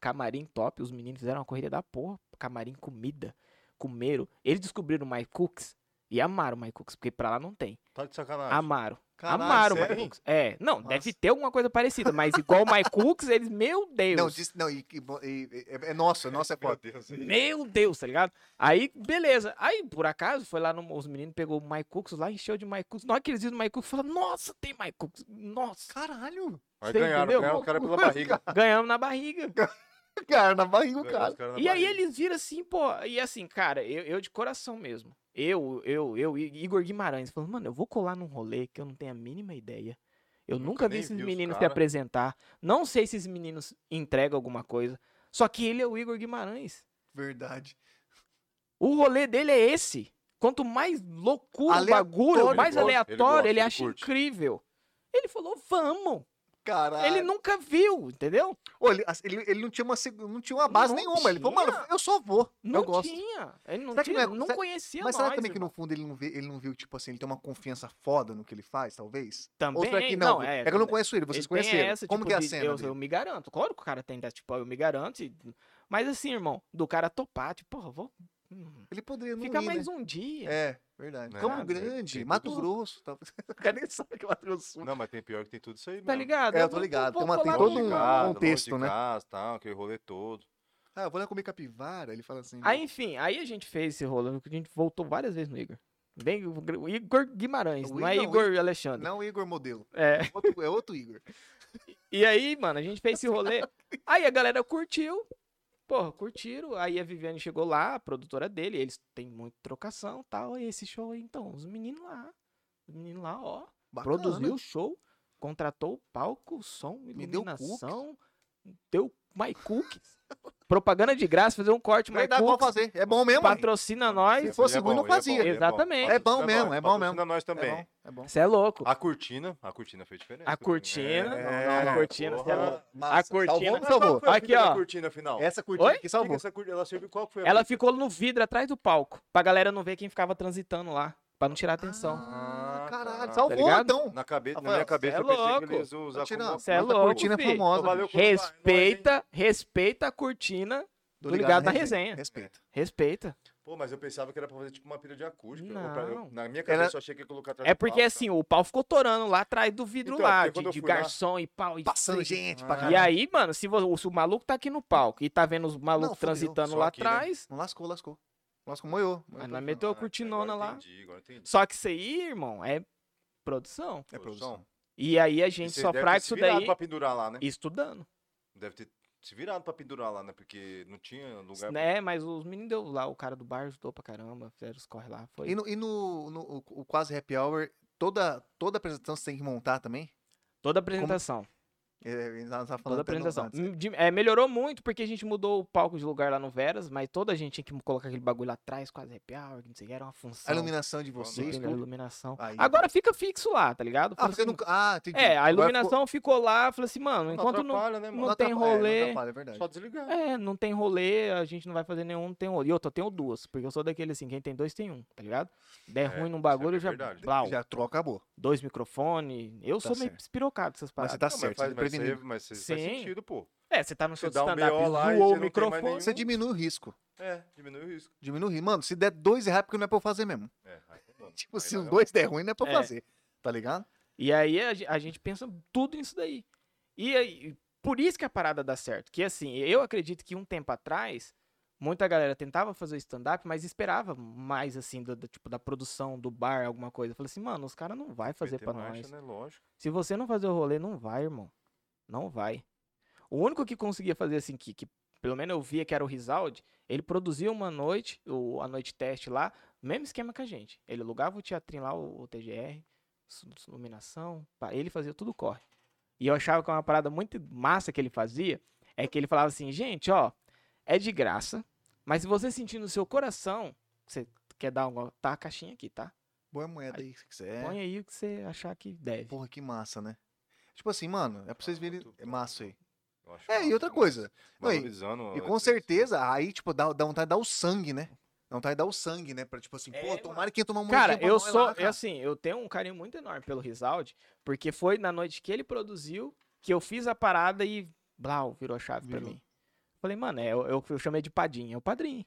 S3: camarim top, os meninos fizeram uma correria da porra. Camarim, comida, comeram. Eles descobriram o My Cooks e amaram o My Cooks, porque pra lá não tem.
S2: Tá de sacanagem.
S3: Amaram.
S1: Caralho,
S3: amaram o
S2: sério?
S3: My Cooks. É, não,
S1: Nossa.
S3: deve ter alguma coisa parecida, mas igual o My Cooks, eles, meu Deus.
S1: Não, disse, não, e, e- e- e- é nossa, nossa é
S2: Meu
S1: foda.
S2: Deus.
S3: Meu Deus, tá ligado? Aí, beleza. Aí, por acaso, foi lá, no, os meninos pegou o My Cooks lá, encheu de My Cooks. Na hora que eles viram o My Cooks, falaram, nossa, tem My Cooks. Nossa.
S1: Caralho!
S2: Aí
S3: Você
S2: ganharam,
S3: entendeu?
S2: ganharam o cara pela barriga.
S3: Ganhamos na barriga.
S1: Cara, na barriga o
S2: Ganharam
S1: cara.
S2: os caras na
S3: E aí
S2: barriga.
S3: eles viram assim, pô, e assim, cara, eu, eu de coração mesmo. Eu, eu, eu, I- Igor Guimarães, falando, mano, eu vou colar num rolê que eu não tenho a mínima ideia. Eu
S2: Nunca
S3: nunca, vi
S2: nem
S3: esses
S2: vi os
S3: meninos se
S2: cara.
S3: apresentar. Não sei se esses meninos entregam alguma coisa. Só que ele é o Igor Guimarães.
S1: Verdade.
S3: O rolê dele é esse. Quanto mais loucura
S1: Aleatório.
S3: o bagulho,
S1: Ele
S3: mais
S2: gosta, ele
S3: aleatório,
S2: gosta,
S3: ele,
S2: ele
S3: acha
S2: curte.
S3: incrível. Ele falou, vamos.
S1: Caralho.
S3: Ele nunca viu, entendeu?
S1: Ô, ele, ele, ele não tinha uma, seg- não tinha uma base
S3: Não
S1: nenhuma. Ele falou, mano,
S3: tinha.
S1: eu só vou.
S3: Não
S1: eu gosto.
S3: tinha. Ele não,
S1: Será que
S3: tinha,
S1: não é-
S3: não
S1: será-
S3: conhecia
S1: Mas
S3: nós.
S1: será também que
S3: irmão.
S1: no fundo ele não, vê, ele não viu, tipo assim, ele tem uma confiança foda no que ele faz, talvez?
S3: Também,
S1: Ou será que não? é,
S3: é,
S1: que eu não
S3: também.
S1: conheço ele, vocês
S3: Ele tem
S1: conheceram.
S3: essa,
S1: Como
S3: tipo,
S1: que é a
S3: de-
S1: cena?
S3: Eu,
S1: dele?
S3: eu me garanto. Claro que o cara tem dessa, tipo, eu me garanto. e- Mas assim, irmão, do cara topar, tipo, porra, vou hum,
S1: Ele poderia não
S3: ficar
S1: ir,
S3: mais
S1: né?
S3: um dia.
S1: É, verdade.
S2: Né?
S1: Campo
S2: Ah,
S1: Grande,
S2: tem
S1: Mato
S2: tudo.
S1: Grosso. talvez. O cara nem sabe que é Mato Grosso do Sul.
S2: Não, mas tem pior que tem tudo isso aí mesmo.
S3: Tá ligado?
S1: É, eu
S3: vou-
S1: tô
S3: vou-
S1: ligado.
S3: vou
S1: Tem uma- tem
S3: colar
S1: todo
S3: no
S1: um-
S3: cara.
S1: um contexto, né?
S2: Casa, tal, aquele rolê todo.
S1: Ah, eu vou lá comer capivara. Ele fala assim.
S3: Aí, enfim, aí a gente fez esse rolo, a gente voltou várias vezes no Igor. Bem, o Igor Guimarães,
S1: O
S3: não é
S1: Igor-
S3: Igor Alexandre.
S1: Não, Igor modelo.
S3: É.
S1: É outro, é outro Igor.
S3: E aí, mano, a gente fez esse rolê. Aí a galera curtiu. Porra, curtiram. Aí a Viviane chegou lá, a produtora dele, eles têm muita trocação e tal. E esse show aí, então, os meninos lá. Os meninos lá, ó.
S1: Bacana.
S3: Produziu o show, contratou o palco, o som,
S1: Me deu
S3: iluminação. Deu My Cookies. Propaganda de graça, fazer um corte mais
S1: Verdade, vou
S3: curto.
S1: fazer. É bom mesmo. hein?
S3: Patrocina nós.
S1: Se fosse ruim, não fazia.
S3: Exatamente.
S1: É bom mesmo, é bom mesmo.
S2: nós também.
S1: É bom, é bom.
S3: Você é louco.
S2: A cortina, a cortina fez diferença.
S3: A cortina,
S1: não, não, a
S3: cortina,
S2: porra.
S3: você é louco.
S1: Massa.
S3: A cortina-
S1: Salvou, não salvou.
S2: Qual foi a
S3: Aqui,
S2: fita da
S3: ó.
S2: cortina final.
S1: Essa cortina
S3: Oi?
S1: aqui
S2: Quem que
S1: salvou.
S2: essa cortina, ela serviu qual que foi a
S3: Ela
S2: fita?
S3: ficou no vidro atrás do palco, pra galera não ver quem ficava transitando lá, pra não tirar atenção.
S1: Ah,
S2: Ah,
S1: caralho.
S2: tá.
S1: Salvou,
S3: ligado?
S1: então.
S2: na cabeça, na
S1: Rafael,
S2: minha cabeça
S3: cê é
S2: eu pensei que
S3: louco.
S2: eles usam
S1: Tá tirando.
S3: Cê é
S1: Mas a
S3: louco,
S1: cortina
S3: filho.
S1: famosa.
S2: Valeu. é
S3: Respeita, respeita a cortina,
S1: Do
S3: Tô ligado
S2: né?
S3: na resenha.
S1: Respeito.
S3: respeita.
S2: Pô, mas eu pensava que era pra fazer tipo uma pilha de acústica. Eu-
S3: Não.
S2: na minha cabeça
S1: Era-
S2: eu achei que ia colocar atrás
S3: É
S2: do
S3: porque
S2: palco,
S3: assim, o pau ficou torando lá atrás do vidro
S2: tá. Então,
S3: lá,
S2: porque
S3: de,
S2: quando eu
S3: de
S2: fui lá-
S3: garçom e pau. E,
S1: Passando gente pra
S2: E
S1: caralho.
S3: Ah. e aí, mano, se, vo- se o maluco tá aqui no palco e tá vendo os malucos
S1: Não, fudeu,
S3: transitando
S2: só
S3: lá
S2: aqui, né?
S3: atrás,
S1: Não lascou, lascou. Lascou, moiou.
S3: aí
S1: Moiou
S3: nós
S1: tudo.
S3: meteu a
S2: Ah,
S3: cortinona
S2: agora
S3: lá.
S2: entendi, agora entendi.
S3: Só que isso aí, irmão, é produção.
S1: É produção.
S3: E aí a
S2: E
S3: gente
S2: você
S3: só
S2: deve
S3: fraga
S2: ter se
S3: isso
S2: virado
S3: daí
S2: pra pendurar lá, né?
S3: estudando.
S2: Deve ter se virado pra pendurar lá, né? Porque não tinha lugar. pra-
S3: Né, mas os meninos deu lá, o cara do bar ajudou pra caramba, fizeram os corre lá, foi.
S1: E no, e no, no- o, o quase happy hour, toda, toda apresentação você tem que montar também?
S3: Toda a apresentação,
S1: É, é, nós tava
S3: toda
S1: falando
S3: a
S1: tá, até no-
S3: apresentação.
S1: antes.
S3: Hum, de- é, melhorou muito porque a gente mudou o palco de lugar lá no Veras, mas toda a gente tinha que colocar aquele bagulho lá atrás, quase happy hour, que não sei o que, era uma
S1: A
S3: função.
S1: iluminação de
S2: Vamos
S1: vocês,
S3: Entendeu? A
S1: tudo.
S3: iluminação.
S1: Aí.
S3: Agora fica fixo lá, tá ligado?
S1: Ah,
S3: Fala
S1: porque
S3: assim,
S1: nunca... Ah, entendi.
S3: É, a
S1: Agora
S3: iluminação ficou lá, falei assim, mano, enquanto não,
S2: atrapalha, né, mano?
S3: não tem
S1: atrapalha,
S3: rolê.
S1: Não atrapalha, é verdade.
S2: Só desligar.
S3: É, não tem rolê, a gente não vai fazer nenhum, não tem rolê. E outra, eu tenho duas, porque eu sou daquele assim, quem tem dois tem um, tá ligado? Der
S2: É,
S3: ruim
S2: isso é
S3: num bagulho,
S2: bem
S3: eu já,
S2: verdade.
S3: blau,
S1: Já troca, acabou.
S3: dois microfones. Eu
S1: Tá
S3: sou meio
S1: certo.
S3: espirocado com essas
S1: Mas
S3: paradas.
S1: você tá
S2: Não,
S1: certo,
S2: mas faz,
S1: você tá
S2: mas isso aí-
S1: prevenido.
S2: mas isso aí
S3: Sim.
S2: faz sentido, pô.
S3: É, você tá no show
S2: Você
S3: de
S2: dá um
S3: stand-up,
S2: BO lá e
S3: zoou
S2: você não
S3: o
S2: tem mais
S3: microfone.
S1: Você diminui o risco.
S2: É, diminui o risco.
S1: Diminui o risco. Mano, se der dois errar, é porque não é pra eu fazer mesmo.
S2: É, aí tá bom.
S1: Tipo,
S2: Aí
S1: se
S2: dá-
S1: os dois der ruim, não é pra eu
S3: É.
S1: fazer. Tá ligado?
S3: E aí a, ge- a gente pensa tudo nisso daí. E aí, por isso que a parada dá certo. Que assim, eu acredito que um tempo atrás, muita galera tentava fazer o stand-up, mas esperava mais assim, do, do tipo, da produção, do bar, alguma coisa. Eu falei assim, mano, os caras não vai fazer
S2: Meter
S3: pra
S2: marcha,
S3: nós.
S2: né? Lógico.
S3: Se você não fazer o rolê, não vai, irmão. Não vai. O único que conseguia fazer assim, que, que pelo menos eu via que era o Rizaldi, ele produzia uma noite, o, a noite teste lá, mesmo esquema que a gente. Ele alugava o teatrinho lá, o, o TGR, su- su- iluminação, pá, ele fazia tudo corre. E eu achava que uma parada muito massa que ele fazia é que ele falava assim, gente, ó, é de graça, mas se você sentir no seu coração, que você quer dar uma, tá a caixinha aqui, tá?
S1: Põe a moeda aí se quiser.
S3: Põe aí o que você achar que deve.
S1: Porra, que massa, né? Tipo assim, mano, é pra vocês
S2: Ah,
S1: verem.
S2: muito
S1: É massa aí.
S2: Eu acho né?
S1: É,
S2: massa
S1: e outra
S2: demais.
S1: coisa. Não, e-
S2: Valorizando.
S1: E
S2: a
S1: com
S2: artista.
S1: certeza, aí, tipo, dá, dá vontade de dar o sangue, né? Dá vontade de dar o sangue, né? Pra, tipo assim,
S3: É,
S1: pô,
S3: mano.
S1: tomara que ia tomar um
S3: Cara,
S1: montinho pra
S3: eu
S1: nós
S3: sou,
S1: lá,
S3: eu,
S1: cara.
S3: assim, eu tenho um carinho muito enorme pelo Rizaldi, porque foi na noite que ele produziu que eu fiz a parada e blau, virou a chave pra
S1: Virou.
S3: mim. Falei, mano, é, eu, eu, eu chamei de Padinho, é o padrinho.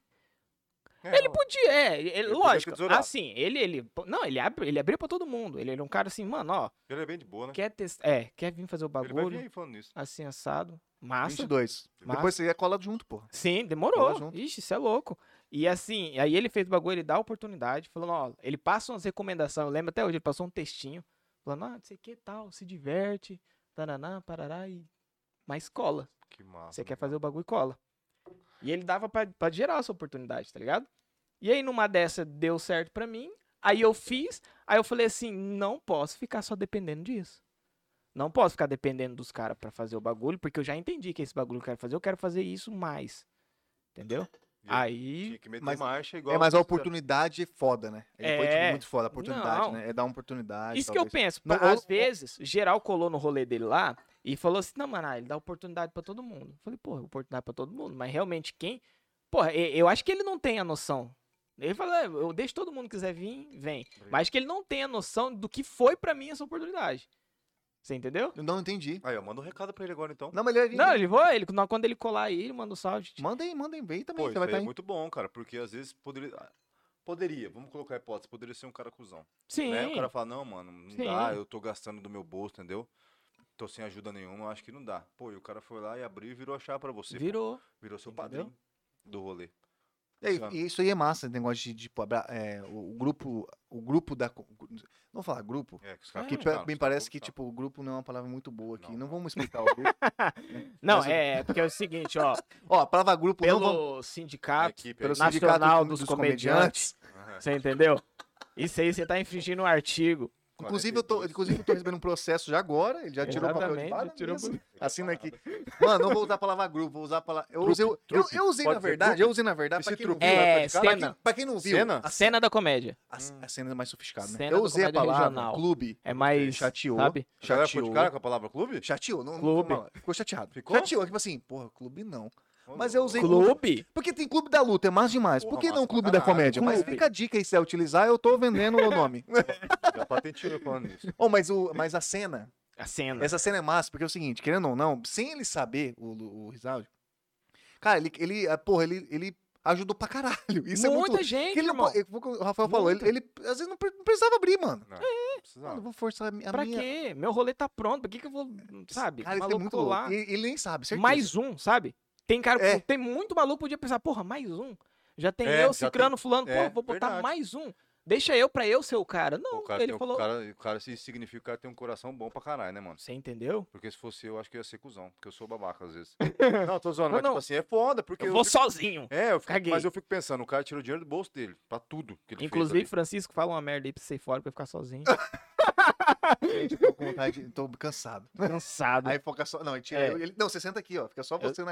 S2: É,
S3: Ele
S2: ó,
S3: podia, é, ele-
S2: podia ter
S3: lógico.
S2: tesourado.
S3: Assim, ele, ele, não, ele abre, ele abriu pra todo mundo. Ele era um cara assim, mano, ó,
S2: Ele é bem de boa, né?
S3: quer testar, é, quer vir fazer o
S2: Ele vai vir
S3: bagulho,
S2: aí falando nisso.
S3: assim assado, massa.
S1: 22.
S3: Massa.
S1: Depois você ia colar junto, pô.
S3: Sim,
S1: Cola
S3: demorou.
S1: junto.
S3: Ixi, isso é louco. E assim, aí ele fez o bagulho, ele dá a oportunidade, falando, ó, ele passa umas recomendações, eu lembro até hoje, ele passou um textinho, falando, ah, não sei o que tal, se diverte, tananá, parará, e... mas cola.
S2: Que massa.
S3: Você
S2: né,
S3: quer
S2: cara?
S3: fazer o bagulho, cola. E ele dava pra, pra gerar essa oportunidade, tá ligado? E aí numa dessa deu certo pra mim, aí eu fiz, aí eu falei assim, não posso ficar só dependendo disso. Não posso ficar dependendo dos caras pra fazer o bagulho, porque eu já entendi que esse bagulho que eu quero fazer, eu quero fazer isso mais. Entendeu?
S2: E
S3: Aí,
S2: Tinha que meter
S1: Mas-
S2: marcha igual.
S1: É, mas a
S2: vocês
S1: oportunidade é foda, né? Ele foi tipo,
S3: É.
S1: muito foda a oportunidade,
S3: Não.
S1: né? É dar uma oportunidade.
S3: isso que eu
S1: talvez.
S3: penso.
S1: Não,
S3: pra-
S1: ou- é
S3: às vezes, geral colou no rolê dele lá e falou assim: não, mano, ah, ele dá oportunidade pra todo mundo. Eu falei, porra, oportunidade pra todo mundo. Mas realmente quem. Porra, e- eu acho que ele não tem a noção. Ele fala, "É, eu deixo todo mundo que quiser vir, vem.
S2: fizeram.
S3: Mas acho que ele não tem a noção do que foi pra mim essa oportunidade. Você entendeu?
S1: Eu não entendi.
S2: Aí, ó, manda um recado pra ele agora então.
S1: Não, mas ele vai vir.
S3: Não, ele vai, ele, quando ele colar aí, ele manda um salve.
S1: Manda aí, manda aí. Vem também,
S2: Pô,
S1: você
S2: isso
S1: vai tá
S2: aí
S1: estar
S2: é
S1: aí.
S2: muito bom, cara, porque às vezes poderia. ah, Poderia, vamos colocar a hipótese, poderia ser um cara cuzão.
S3: Sim.
S2: Né? O cara fala, não, mano, não
S3: Sim.
S2: dá, eu tô gastando do meu bolso, entendeu? Tô sem ajuda nenhuma, eu acho que não dá. Pô, e o cara foi lá e abriu e virou a chave pra você. pô.
S3: Virou.
S2: Virou seu
S3: Entendeu?
S2: padrinho do rolê.
S1: É,
S2: Sabe?
S1: e isso aí é massa, esse negócio de, tipo, abra- é, o o grupo, o grupo da... co- Não vou falar grupo,
S2: É, que os
S3: É.
S1: que
S2: conquistaram,
S1: pra- me
S2: os caras
S1: parece que,
S2: conquistaram.
S1: tipo, o grupo não é uma palavra muito boa aqui.
S2: Não.
S1: Não, vamos explicar o grupo.
S3: Não,
S1: Mas o-
S3: é, porque é o seguinte, ó.
S1: Ó, a palavra grupo não vamos...
S3: Pelo
S2: A
S3: sindicato,
S2: equipe
S1: pelo
S2: aí.
S1: é Sindicato
S3: nacional
S1: dos
S3: dos,
S1: Comediantes.
S3: comediantes, você entendeu? Isso aí você tá infringindo um artigo
S1: Inclusive eu, tô,
S2: 42.
S1: inclusive, eu tô recebendo um processo já agora. Ele já tirou o papel de
S3: Exatamente,
S1: vara.
S3: já tirou
S1: mesmo.
S3: o-
S1: Assina aqui. Mano, não vou usar a palavra assim, né, grupo, vou usar a palavra. Eu usei, eu, eu,
S2: trupe.
S1: usei
S2: Pode
S1: na
S2: ser
S1: verdade.
S2: trupe?
S1: Eu usei na verdade.
S2: Esse
S1: pra quem não
S2: truque
S1: viu,
S3: É,
S2: lá praticado?
S1: pra,
S3: cena.
S1: quem, pra quem não viu,
S2: Cena?
S1: A,
S3: Cena da comédia.
S1: a, a cena é mais sofisticada. Né?
S3: Cena
S1: eu
S3: da
S1: usei a
S3: comédia
S1: palavra
S3: regional.
S1: clube.
S3: É mais.
S1: chateou.
S3: Sabe?
S2: A galera ficou
S1: Chateou.
S2: de cara é com a palavra clube?
S1: Chateou, não,
S3: Clube.
S1: não- ficou chateado.
S2: Ficou?
S1: Chateou, tipo assim, porra, clube não. Mas eu usei-
S3: Clube?
S1: Porque tem clube da luta, é mais demais. Por
S2: Porra,
S1: que não
S2: massa
S1: clube
S2: pra
S1: da
S2: caralho.
S1: comédia? Mas
S3: Clube.
S1: fica a dica aí se é utilizar, eu tô vendendo o nome.
S2: Já patenteou eu falando isso.
S1: oh, mas, o, mas a cena,
S3: A cena.
S1: Essa cena é massa, porque é o seguinte, querendo ou não, sem ele saber, o, Lu- o Rizaldi, cara, ele, ele, ah, porra, ele, ele ajudou pra caralho. Isso é muito...
S3: Muita
S1: louco.
S3: gente,
S1: Ele não
S3: irmão.
S1: po- é, foi o que o Rafael falou, ele, ele, às vezes não, pre- não precisava abrir, mano.
S2: Não
S1: Mano, eu
S2: precisava.
S1: vou forçar a, mi- a
S3: Pra
S1: é minha...
S3: quê? Meu rolê tá pronto. Pra que, que eu vou. Sabe?
S1: Cara, isso é
S3: maluco
S1: muito louco.
S3: lá.
S1: E- Ele, nem sabe, certeza.
S3: mais um, sabe? Tem cara,
S1: É.
S3: tem muito maluco que podia pensar, porra, mais um. Já tem
S2: É,
S3: eu,
S2: já
S3: Cicrano, fulano,
S2: é,
S3: pô, vou botar
S2: verdade.
S3: mais um. Deixa eu pra eu ser o cara. Não,
S2: O cara,
S3: ele
S2: tem,
S3: falou.
S2: o, cara, o cara se significa que o cara tem um coração bom pra caralho, né, mano?
S3: Você entendeu?
S2: Porque se fosse eu, acho que eu ia ser cuzão, porque eu sou babaca às vezes. não, tô zoando,
S3: Não,
S2: mas
S3: não.
S2: tipo assim, é foda, porque
S3: Eu, vou
S2: fico-
S3: sozinho.
S2: É, eu fico-
S3: Caguei.
S2: mas eu fico pensando, o cara tirou dinheiro do bolso dele, pra tudo que ele
S3: Inclusive,
S2: fez
S3: Francisco, fala uma merda aí pra você ir fora pra eu ficar sozinho.
S1: Gente,
S3: um
S1: tô com vontade, de- tô cansado.
S3: Cansado.
S1: Aí foca só... Não, ele tira
S3: Tá É.
S1: eu, ele- Não, você senta aqui, ó, fica só você na...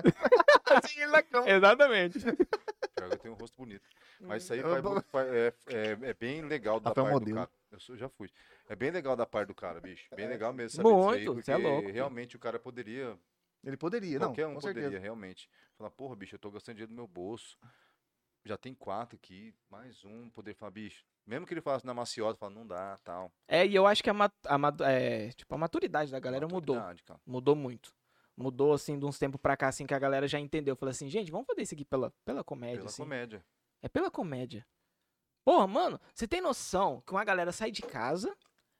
S1: assim, ele na cama.
S3: Exatamente.
S2: ali. Pior que Eu tenho um rosto bonito. Mas isso aí
S3: Hum.
S1: Eu
S2: vai
S1: vou-
S2: muito- vai- é, é- é bem legal da
S1: Rafael
S2: parte do
S1: modelo.
S2: cara. Eu sou- já fui. É bem legal da parte do cara, bicho. Bem legal mesmo saber disso aí,
S3: Muito,
S2: porque
S3: você é louco.
S2: realmente o cara poderia
S1: Ele poderia, não,
S2: Qualquer um
S1: com
S2: poderia,
S1: certeza.
S2: realmente. Falar, porra, bicho, eu tô gastando dinheiro do meu bolso. Já tem quatro aqui, mais um. Poder falar, bicho. Mesmo que ele falasse na maciota, fala, não dá, tal.
S3: É, e eu acho que a, ma- a ma- é, tipo, a maturidade da galera mudou.
S2: Maturidade, cara.
S3: Mudou muito. Mudou, assim, de uns tempos pra cá, assim, que a galera já entendeu. Falou assim, gente, vamos fazer isso aqui pela, pela comédia,
S2: Pela
S3: assim.
S2: comédia.
S3: É pela comédia. Porra, mano, você tem noção que uma galera sai de casa,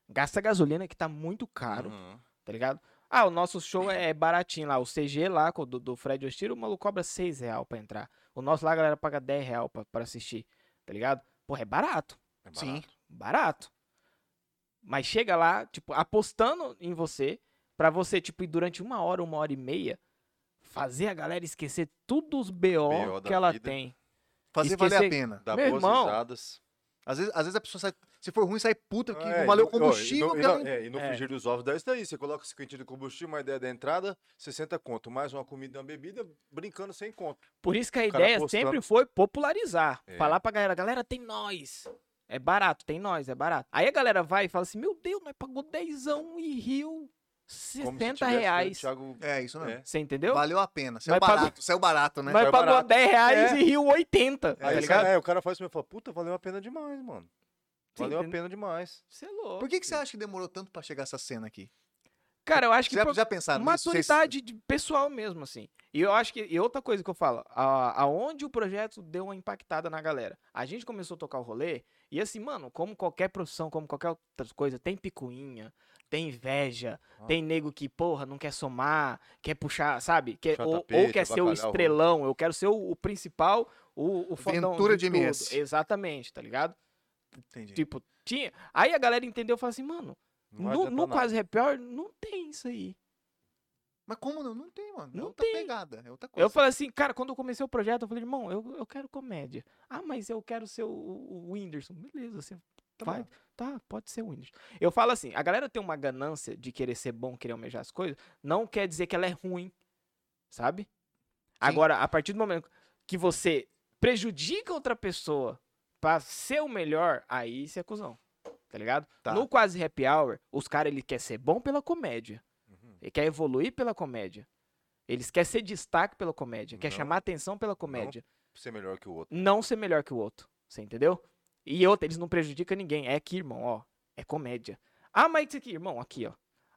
S3: gasta gasolina que tá muito caro,
S2: Uhum.
S3: tá ligado? Ah, o nosso show é baratinho lá. O CG lá, com o do, do Fred Ostiro, o maluco cobra 6 real pra entrar. O nosso lá, a galera paga 10 real pra, pra assistir, tá ligado? Porra, é barato.
S2: É
S1: Sim.
S2: barato.
S3: Barato. Mas chega lá, tipo, apostando em você, pra você, tipo, ir durante uma hora, uma hora e meia, fazer a galera esquecer tudo os BO,
S2: BO da
S3: que ela
S2: vida.
S3: tem.
S1: Fazer valer a
S3: Esquecer-
S1: pena.
S2: Dá
S3: Meu
S2: boas
S3: irmão.
S2: risadas.
S1: Às vezes, às vezes a pessoa sai... Se for ruim, sai puta que
S2: É,
S1: não valeu
S2: e
S1: o
S2: no- ó,
S1: combustível.
S2: E no,
S1: porque
S2: e
S1: ela
S2: no, é, e no
S3: É.
S2: frigir dos ovos dá isso daí. Você coloca 50 de combustível, uma ideia da entrada, 60 conto. Mais uma comida e uma bebida, brincando sem conto.
S3: Por isso que a
S2: O cara
S3: ideia
S2: postando.
S3: sempre foi popularizar.
S2: É.
S3: Falar pra galera, galera, tem nós. É barato, tem nós, é barato. Aí a galera vai e fala assim, meu Deus, nós pagou dezão e riu
S2: Como se
S3: 60
S2: tivesse, né,
S3: reais.
S2: Thiago-
S1: É, isso mesmo.
S2: É.
S3: Você entendeu?
S1: Valeu a pena. Saiu
S3: Mas
S1: barato,
S3: pagou-
S1: saiu barato, né?
S3: nós
S2: Foi
S3: pagou
S2: barato.
S3: 10 reais
S2: É.
S3: e riu 80, tá
S2: Aí o
S3: ligado?
S2: cara- é, o cara faz isso mesmo e fala, puta, valeu a pena demais, mano.
S3: Sim,
S2: Valeu a
S3: entendeu?
S2: pena demais.
S3: Você é louco.
S1: Por que, que você acha que demorou tanto pra chegar essa cena aqui?
S3: Cara, eu acho que
S1: Já,
S3: pro-
S1: já pensaram nisso? Vocês-
S3: maturidade de pessoal mesmo, assim. E eu acho que. E outra coisa que eu falo, a- aonde o projeto deu uma impactada na galera. A gente começou a tocar o rolê, e assim, mano, como qualquer profissão, como qualquer outra coisa, tem picuinha, tem inveja,
S2: Ah.
S3: tem nego que, porra, não quer somar, quer puxar, sabe? Quer,
S2: Puxar
S3: ou, ou
S2: tapete,
S3: quer ser o
S2: avacalhar o
S3: estrelão, eu quero ser o, o principal, o, o fodão
S1: Ventura de
S3: tudo.
S1: MS.
S3: Exatamente, tá ligado?
S1: Entendi.
S3: Tipo, tinha. Aí a galera entendeu e falou assim, mano,
S2: vai
S3: no,
S2: adiantar
S3: no
S2: nada.
S3: quase repior, não tem isso aí.
S1: Mas como não? Não tem, mano. É
S3: Não
S1: outra
S3: tem.
S1: pegada. É outra coisa.
S3: Eu falei assim, cara, quando eu comecei o projeto, eu falei, irmão, eu, eu quero comédia. Ah, mas eu quero ser o, o o Whindersson. Beleza, você
S1: Tá
S3: vai.
S1: bom.
S3: Tá, pode ser o Whindersson. Eu falo assim, a galera tem uma ganância de querer ser bom, querer almejar as coisas, não quer dizer que ela é ruim, sabe? Agora, a partir do momento que você prejudica outra pessoa pra ser o melhor, aí você é cuzão, tá ligado?
S1: Tá.
S3: No quase happy hour, os caras, ele quer ser bom pela comédia.
S2: Uhum.
S3: Ele quer evoluir pela comédia. Eles querem ser destaque pela comédia, quer
S2: Não.
S3: chamar atenção pela comédia,
S2: Ser melhor que o outro.
S3: não. ser melhor que o outro, você entendeu? E outra, eles não prejudicam ninguém. É aqui, irmão, ó, é comédia. Ah, mas isso aqui, irmão, aqui, ó.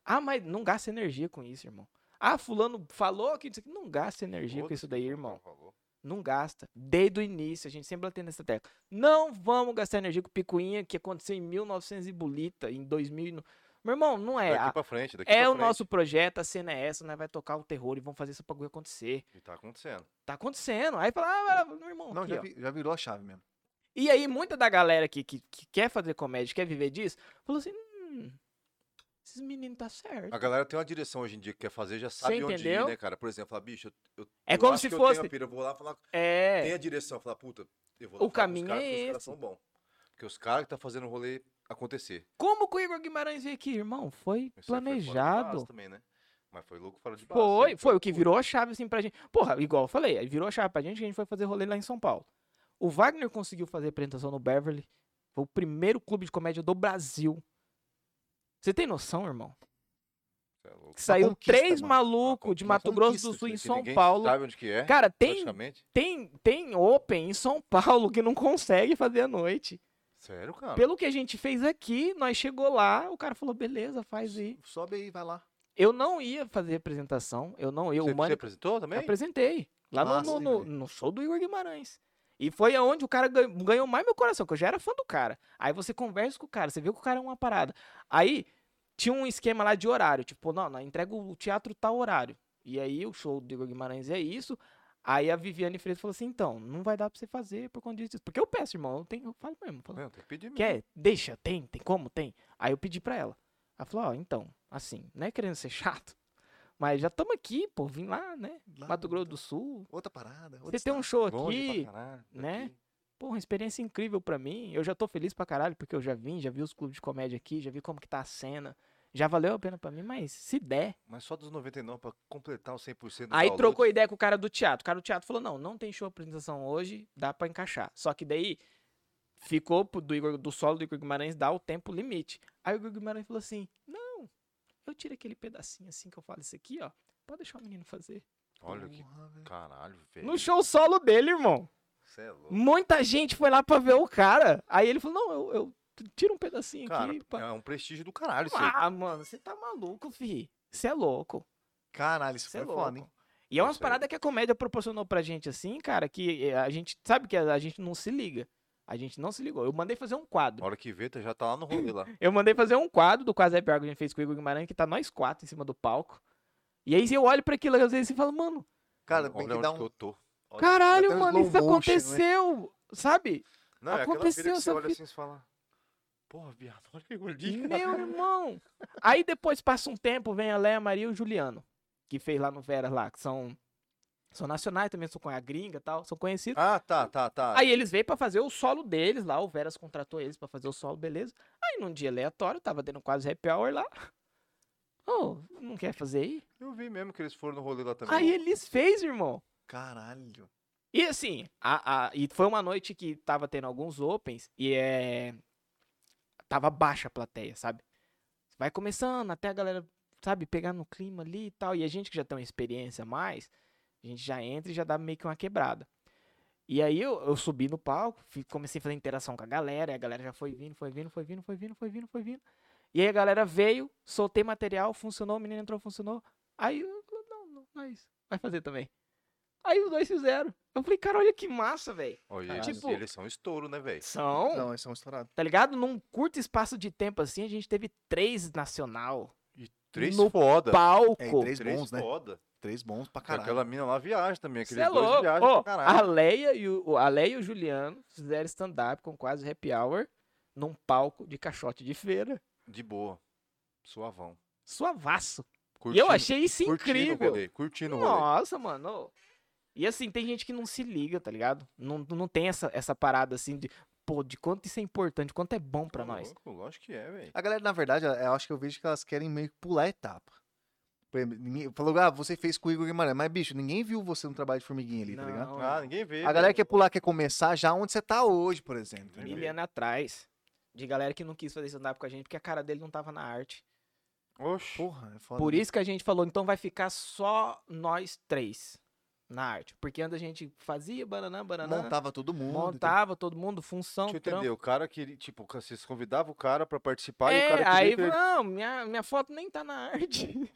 S3: Ah, mas não gasta energia com isso, irmão. Ah, fulano falou que isso aqui. Não gasta energia com
S2: Outro
S3: isso daí, irmão.
S2: Falou.
S3: Não gasta. Desde o início, a gente sempre bateu nessa tecla. Não vamos gastar energia com picuinha que aconteceu em 1900 e bolita, em 2000. e no- Meu irmão, não é.
S2: Daqui
S3: A-
S2: pra frente, daqui
S3: é
S2: pra
S3: o
S2: frente.
S3: nosso projeto, a cena é essa, nós vai tocar o terror e vamos fazer esse bagulho acontecer.
S2: E tá acontecendo.
S3: Tá acontecendo. Aí fala, ah,
S2: Hum.
S3: meu irmão,
S1: Não,
S3: aqui,
S1: já,
S3: ó.
S1: vi- já virou a chave mesmo.
S3: E aí, muita da galera que, que, que quer fazer comédia, quer viver disso, falou assim: hum, esses meninos tá certo.
S2: A galera tem uma direção hoje em dia que quer fazer, já sabe onde
S3: entendeu?
S2: ir, né, cara? Por exemplo, falar, bicho, eu, eu,
S3: É
S2: eu
S3: como
S2: acho
S3: se
S2: que Eu,
S3: fosse.
S2: tenho a pira, eu vou lá falar, tem
S3: É.
S2: a direção, falar, puta, eu vou
S3: O
S2: lá falar com os
S3: caminho
S2: caras,
S3: é
S2: porque os caras
S3: esse.
S2: são bons. Porque os caras que tá fazendo rolê acontecer.
S3: Como que o Igor Guimarães veio aqui, irmão? Foi
S2: Isso aí foi fora de
S3: planejado.
S2: base também, né? Mas foi louco fora de base.
S3: Foi,
S2: né?
S3: foi o que
S2: loucura.
S3: virou a chave assim pra gente. Porra, igual eu falei, aí virou a chave pra gente que a gente foi fazer rolê lá em São Paulo. O Wagner conseguiu fazer apresentação no Beverly. Foi o primeiro clube de comédia do Brasil. Você tem noção, irmão?
S2: Isso é louco.
S3: Que saiu
S1: conquista,
S3: três
S1: mano.
S3: malucos de
S1: Uma
S3: Mato Grosso
S1: conquista,
S3: do Sul em
S2: Que
S3: São
S2: ninguém
S3: Paulo.
S2: Sabe onde que é?
S3: Cara, tem,
S2: praticamente.
S3: tem, tem Open em São Paulo que não consegue fazer à noite.
S2: Sério, cara?
S3: Pelo que a gente fez aqui, nós chegou lá, o cara falou, beleza, faz aí.
S1: Sobe aí, vai lá.
S3: Eu não ia fazer apresentação, eu não ia.
S2: Você,
S3: O Mani
S2: você apresentou também?
S3: Apresentei. Lá no-
S1: Massa,
S3: no,
S1: hein,
S3: no-
S1: velho?
S3: no show do Igor Guimarães. E foi aonde o cara gan- ganhou mais meu coração, que eu já era fã do cara. Aí você conversa com o cara, você vê que o cara é uma parada. Aí tinha um esquema lá de horário, tipo, não, não entrega o teatro tal horário. E aí o show do Igor Guimarães é isso. Aí a Viviane Freitas falou assim: então, não vai dar pra você fazer por conta disso. disso." Porque eu peço, irmão, eu, tenho, eu falo mesmo. Falo,
S2: Não, tem que pedir mesmo.
S3: Quer? Deixa, tem, tem como? Tem. Aí eu pedi pra ela. Ela falou, ó, então, assim, não é querendo ser chato, mas já estamos aqui, pô, vim lá, né?
S1: Lá,
S3: Mato Grosso
S1: outra-
S3: do Sul.
S1: Outra parada. outro
S3: Você tem um
S1: estado.
S3: show
S2: Longe
S3: aqui,
S2: pra caralho, tá daqui.
S3: né? pô, uma experiência incrível pra mim. Eu já tô feliz pra caralho, porque eu já vim, já vi os clubes de comédia aqui, já vi como que tá a cena. Já valeu a pena pra mim, mas se der.
S2: Mas só dos 99 pra completar os 100% do
S3: Aí
S2: download.
S3: trocou ideia com o cara do teatro. O cara do teatro falou: não, não tem show apresentação hoje, dá pra encaixar. Só que daí ficou pro- do, Igor- do solo do Igor Guimarães dar o tempo limite. Aí o Igor Guimarães falou assim: não, eu tiro aquele pedacinho assim que eu falo isso aqui, ó. Pode deixar o menino fazer.
S2: Olha que
S1: Porra, velho.
S2: caralho, velho.
S3: Uhum. No show solo dele, irmão.
S2: Você é louco.
S3: Muita gente foi lá pra ver o cara. Aí ele falou: não, eu, eu tiro um pedacinho
S2: Cara,
S3: aqui. Pra...
S2: é um prestígio do caralho isso aí.
S3: Ah, mano, você tá maluco, fi. Você é louco.
S1: Caralho, isso
S3: Você
S1: foi
S3: é
S1: foda, hein?
S3: louco. E é umas
S2: Isso aí.
S3: paradas que a comédia proporcionou pra gente, assim, cara, que eh, a gente sabe que a a gente não se liga. A gente não se ligou. Eu mandei fazer um
S2: Na
S3: quadro.
S2: hora que vê, tu já tá lá no rolê lá.
S3: Eu mandei fazer um quadro do Quase é Pior que a gente fez com o Igor Guimarães, que tá nós quatro em cima do palco. E aí eu olho pra aquilo às vezes e falo, mano,
S1: Cara,
S2: Olha
S1: tem que
S2: onde
S1: dar
S2: que
S1: um.
S2: eu tô. Olha,
S1: até
S3: caralho,
S1: um
S3: mano,
S1: slow
S3: isso
S1: motion, né?
S3: aconteceu, sabe?
S2: Não, é aquela
S3: aconteceu
S2: filha que você
S3: essa
S2: olha
S3: fita.
S2: assim e fala... Porra, viado, olha que gordinho.
S3: Meu irmão. Aí depois passa um tempo, vem a Leia Maria e o Juliano, que fez lá no Vera lá, que são são nacionais também, são com a gringa e tal, são conhecidos.
S2: Ah, tá, tá, tá.
S3: Aí eles veio pra fazer o solo deles lá, o Veras contratou eles pra fazer o solo, beleza. Aí num dia aleatório, tava tendo quase happy hour lá. Ô, não quer fazer aí?
S2: Eu vi mesmo que eles foram no rolê lá também.
S3: Aí eles fez, irmão.
S1: Caralho.
S3: E assim, a, a- e foi uma noite que tava tendo alguns opens e é. Tava baixa a plateia, sabe? Vai começando até a galera, sabe, pegar no clima ali e tal. E a gente que já tem uma experiência a mais, a gente já entra e já dá meio que uma quebrada. E aí eu, eu subi no palco, fi- comecei a fazer interação com a galera, e a galera já foi vindo, foi vindo, foi vindo, foi vindo, foi vindo, foi vindo. E aí a galera veio, soltei material, funcionou, o menino entrou, funcionou. Aí eu falei, não, não, não é isso. Vai fazer também. Aí os dois fizeram. Eu falei, cara, olha que massa, velho.
S2: Olha,
S1: Caralho.
S2: eles,
S3: Tipo-
S2: eles são estouro, né, velho?
S3: São,
S1: Não, é um eles são estourados.
S3: tá ligado? Num curto espaço de tempo assim, a gente teve três nacional.
S2: Três
S3: No
S2: foda.
S1: É,
S3: Palco.
S1: e três
S2: Três
S1: bons, né?
S2: foda.
S1: Três bons pra
S2: Cara,
S1: caralho.
S2: Aquela mina lá viaja também.
S3: Cê
S2: Aqueles
S3: é
S2: dois
S3: louco.
S2: viajam
S3: Ó,
S2: pra
S3: a
S2: caralho.
S3: Leia e o, o- a Leia e o Juliano fizeram stand-up com quase happy hour num palco de caixote de feira.
S2: De boa. Suavão.
S3: Suavaço. E
S2: Curtindo,
S3: eu achei isso
S2: curtindo o
S3: incrível.
S2: rolê, Curtindo o rolê.
S3: Nossa, mano. ô. E assim, tem gente que não se liga, tá ligado? Não, não tem essa, essa parada assim de, pô, de quanto isso é importante, quanto é bom pra
S2: Ô,
S3: nós.
S2: Tá louco, Lógico que é, velho.
S1: A galera, na verdade, eu- eu acho que eu vejo que elas querem meio que pular a etapa. Por exemplo, ninguém- Falou, ah, você fez com o Igor Guimarães. Mas, bicho, ninguém viu você no trabalho de formiguinha ali, tá ligado?
S3: Não, né?
S2: Ah, ninguém vê.
S1: A galera
S2: velho.
S1: quer pular, quer começar já onde você tá hoje, por exemplo.
S2: Ninguém
S3: mil
S2: vê.
S3: anos atrás. De galera que não quis fazer stand-up com a gente, porque a cara dele não tava na arte.
S2: Oxi.
S1: Porra, é foda.
S3: Por isso que a gente falou, então vai ficar só nós três na arte. Porque antes a gente fazia bananã, bananã, montava,
S1: Montava todo mundo.
S3: todo mundo, função,
S2: Deixa eu
S3: trampo.
S2: entender. O cara que, tipo, vocês convidavam o cara pra participar e o
S3: É,
S2: cara
S3: aí,
S2: queria que ele-
S3: não, minha, minha foto nem tá na arte.
S1: entendeu?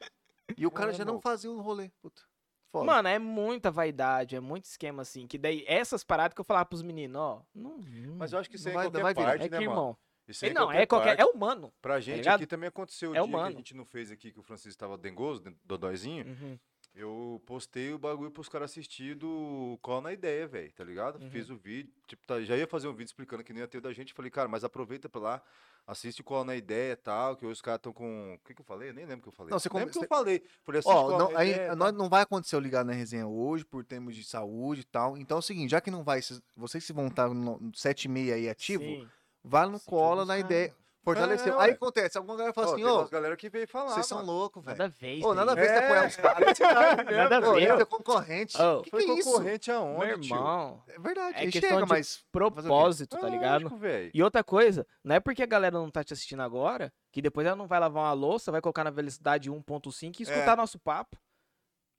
S1: E o cara
S2: É,
S1: já não
S2: irmão.
S1: fazia o rolê. Puta. Foda.
S3: Mano, é muita vaidade, é muito esquema assim. Que daí, essas paradas que eu falava pros meninos, ó. Não, hum,
S2: Mas eu acho que isso
S1: Não
S2: aí
S1: vai-
S2: é
S1: não
S2: qualquer
S1: vai virar.
S2: parte,
S3: é que,
S2: né, mano?
S3: irmão.
S2: Isso aí
S3: não, é qualquer.
S2: parte.
S3: É humano.
S2: Pra gente
S3: ligado?
S2: aqui também aconteceu o
S3: É
S2: dia que
S3: humano.
S2: a gente não fez aqui, que o Francisco tava dengoso, den- dodóizinho.
S3: Uhum.
S2: Eu postei o bagulho pros caras assistir do Qual na Ideia, velho, tá ligado?
S3: Uhum.
S2: Fiz o vídeo, tipo, tá- já ia fazer um vídeo explicando que nem ia ter o da gente. Falei, cara, mas aproveita pra lá, assiste o Qual na Ideia e tal, que hoje os caras estão com... O que que eu falei? Eu nem lembro o que eu falei.
S1: Não, você
S2: lembro o que
S1: come-
S2: eu falei. Falei, assiste
S1: Ó,
S2: Qual
S1: não,
S2: na
S1: aí,
S3: é,
S2: Ideia e
S1: nós-
S2: tal.
S1: não vai acontecer o ligado na resenha hoje, por termos de saúde e tal. Então é o seguinte, já que não vai, esses- vocês que vão estar no no 7 e meia aí ativo,
S3: Sim.
S1: vá no
S3: Sim,
S1: cola
S3: vamos
S1: na
S3: lá.
S1: ideia. Fortaleceu.
S2: É,
S1: aí
S2: ué.
S1: acontece, alguma galera fala
S2: Ó,
S1: assim,
S2: tem
S1: ô,
S2: umas galera que veio falar.
S1: vocês são
S2: mano.
S1: loucos,
S3: Nada
S1: velho.
S3: a ver,
S1: Ô, nada a ver
S2: isso
S1: você
S2: aí.
S1: apoiar os caras.
S3: Nada a
S1: Ô,
S3: ver.
S1: eles é concorrente.
S3: Ô,
S1: que
S2: Foi
S1: que é isso?
S2: concorrente
S3: Meu
S2: aonde, tio?
S3: irmão,
S1: É verdade,
S3: É
S1: ele
S3: questão
S1: chega,
S3: de
S1: mas...
S3: propósito, tá
S2: É
S3: ligado?
S2: lógico, velho.
S3: E outra coisa, não é porque a galera não tá te assistindo agora que depois ela não vai lavar uma louça, vai colocar na velocidade 1.5 e escutar nosso papo.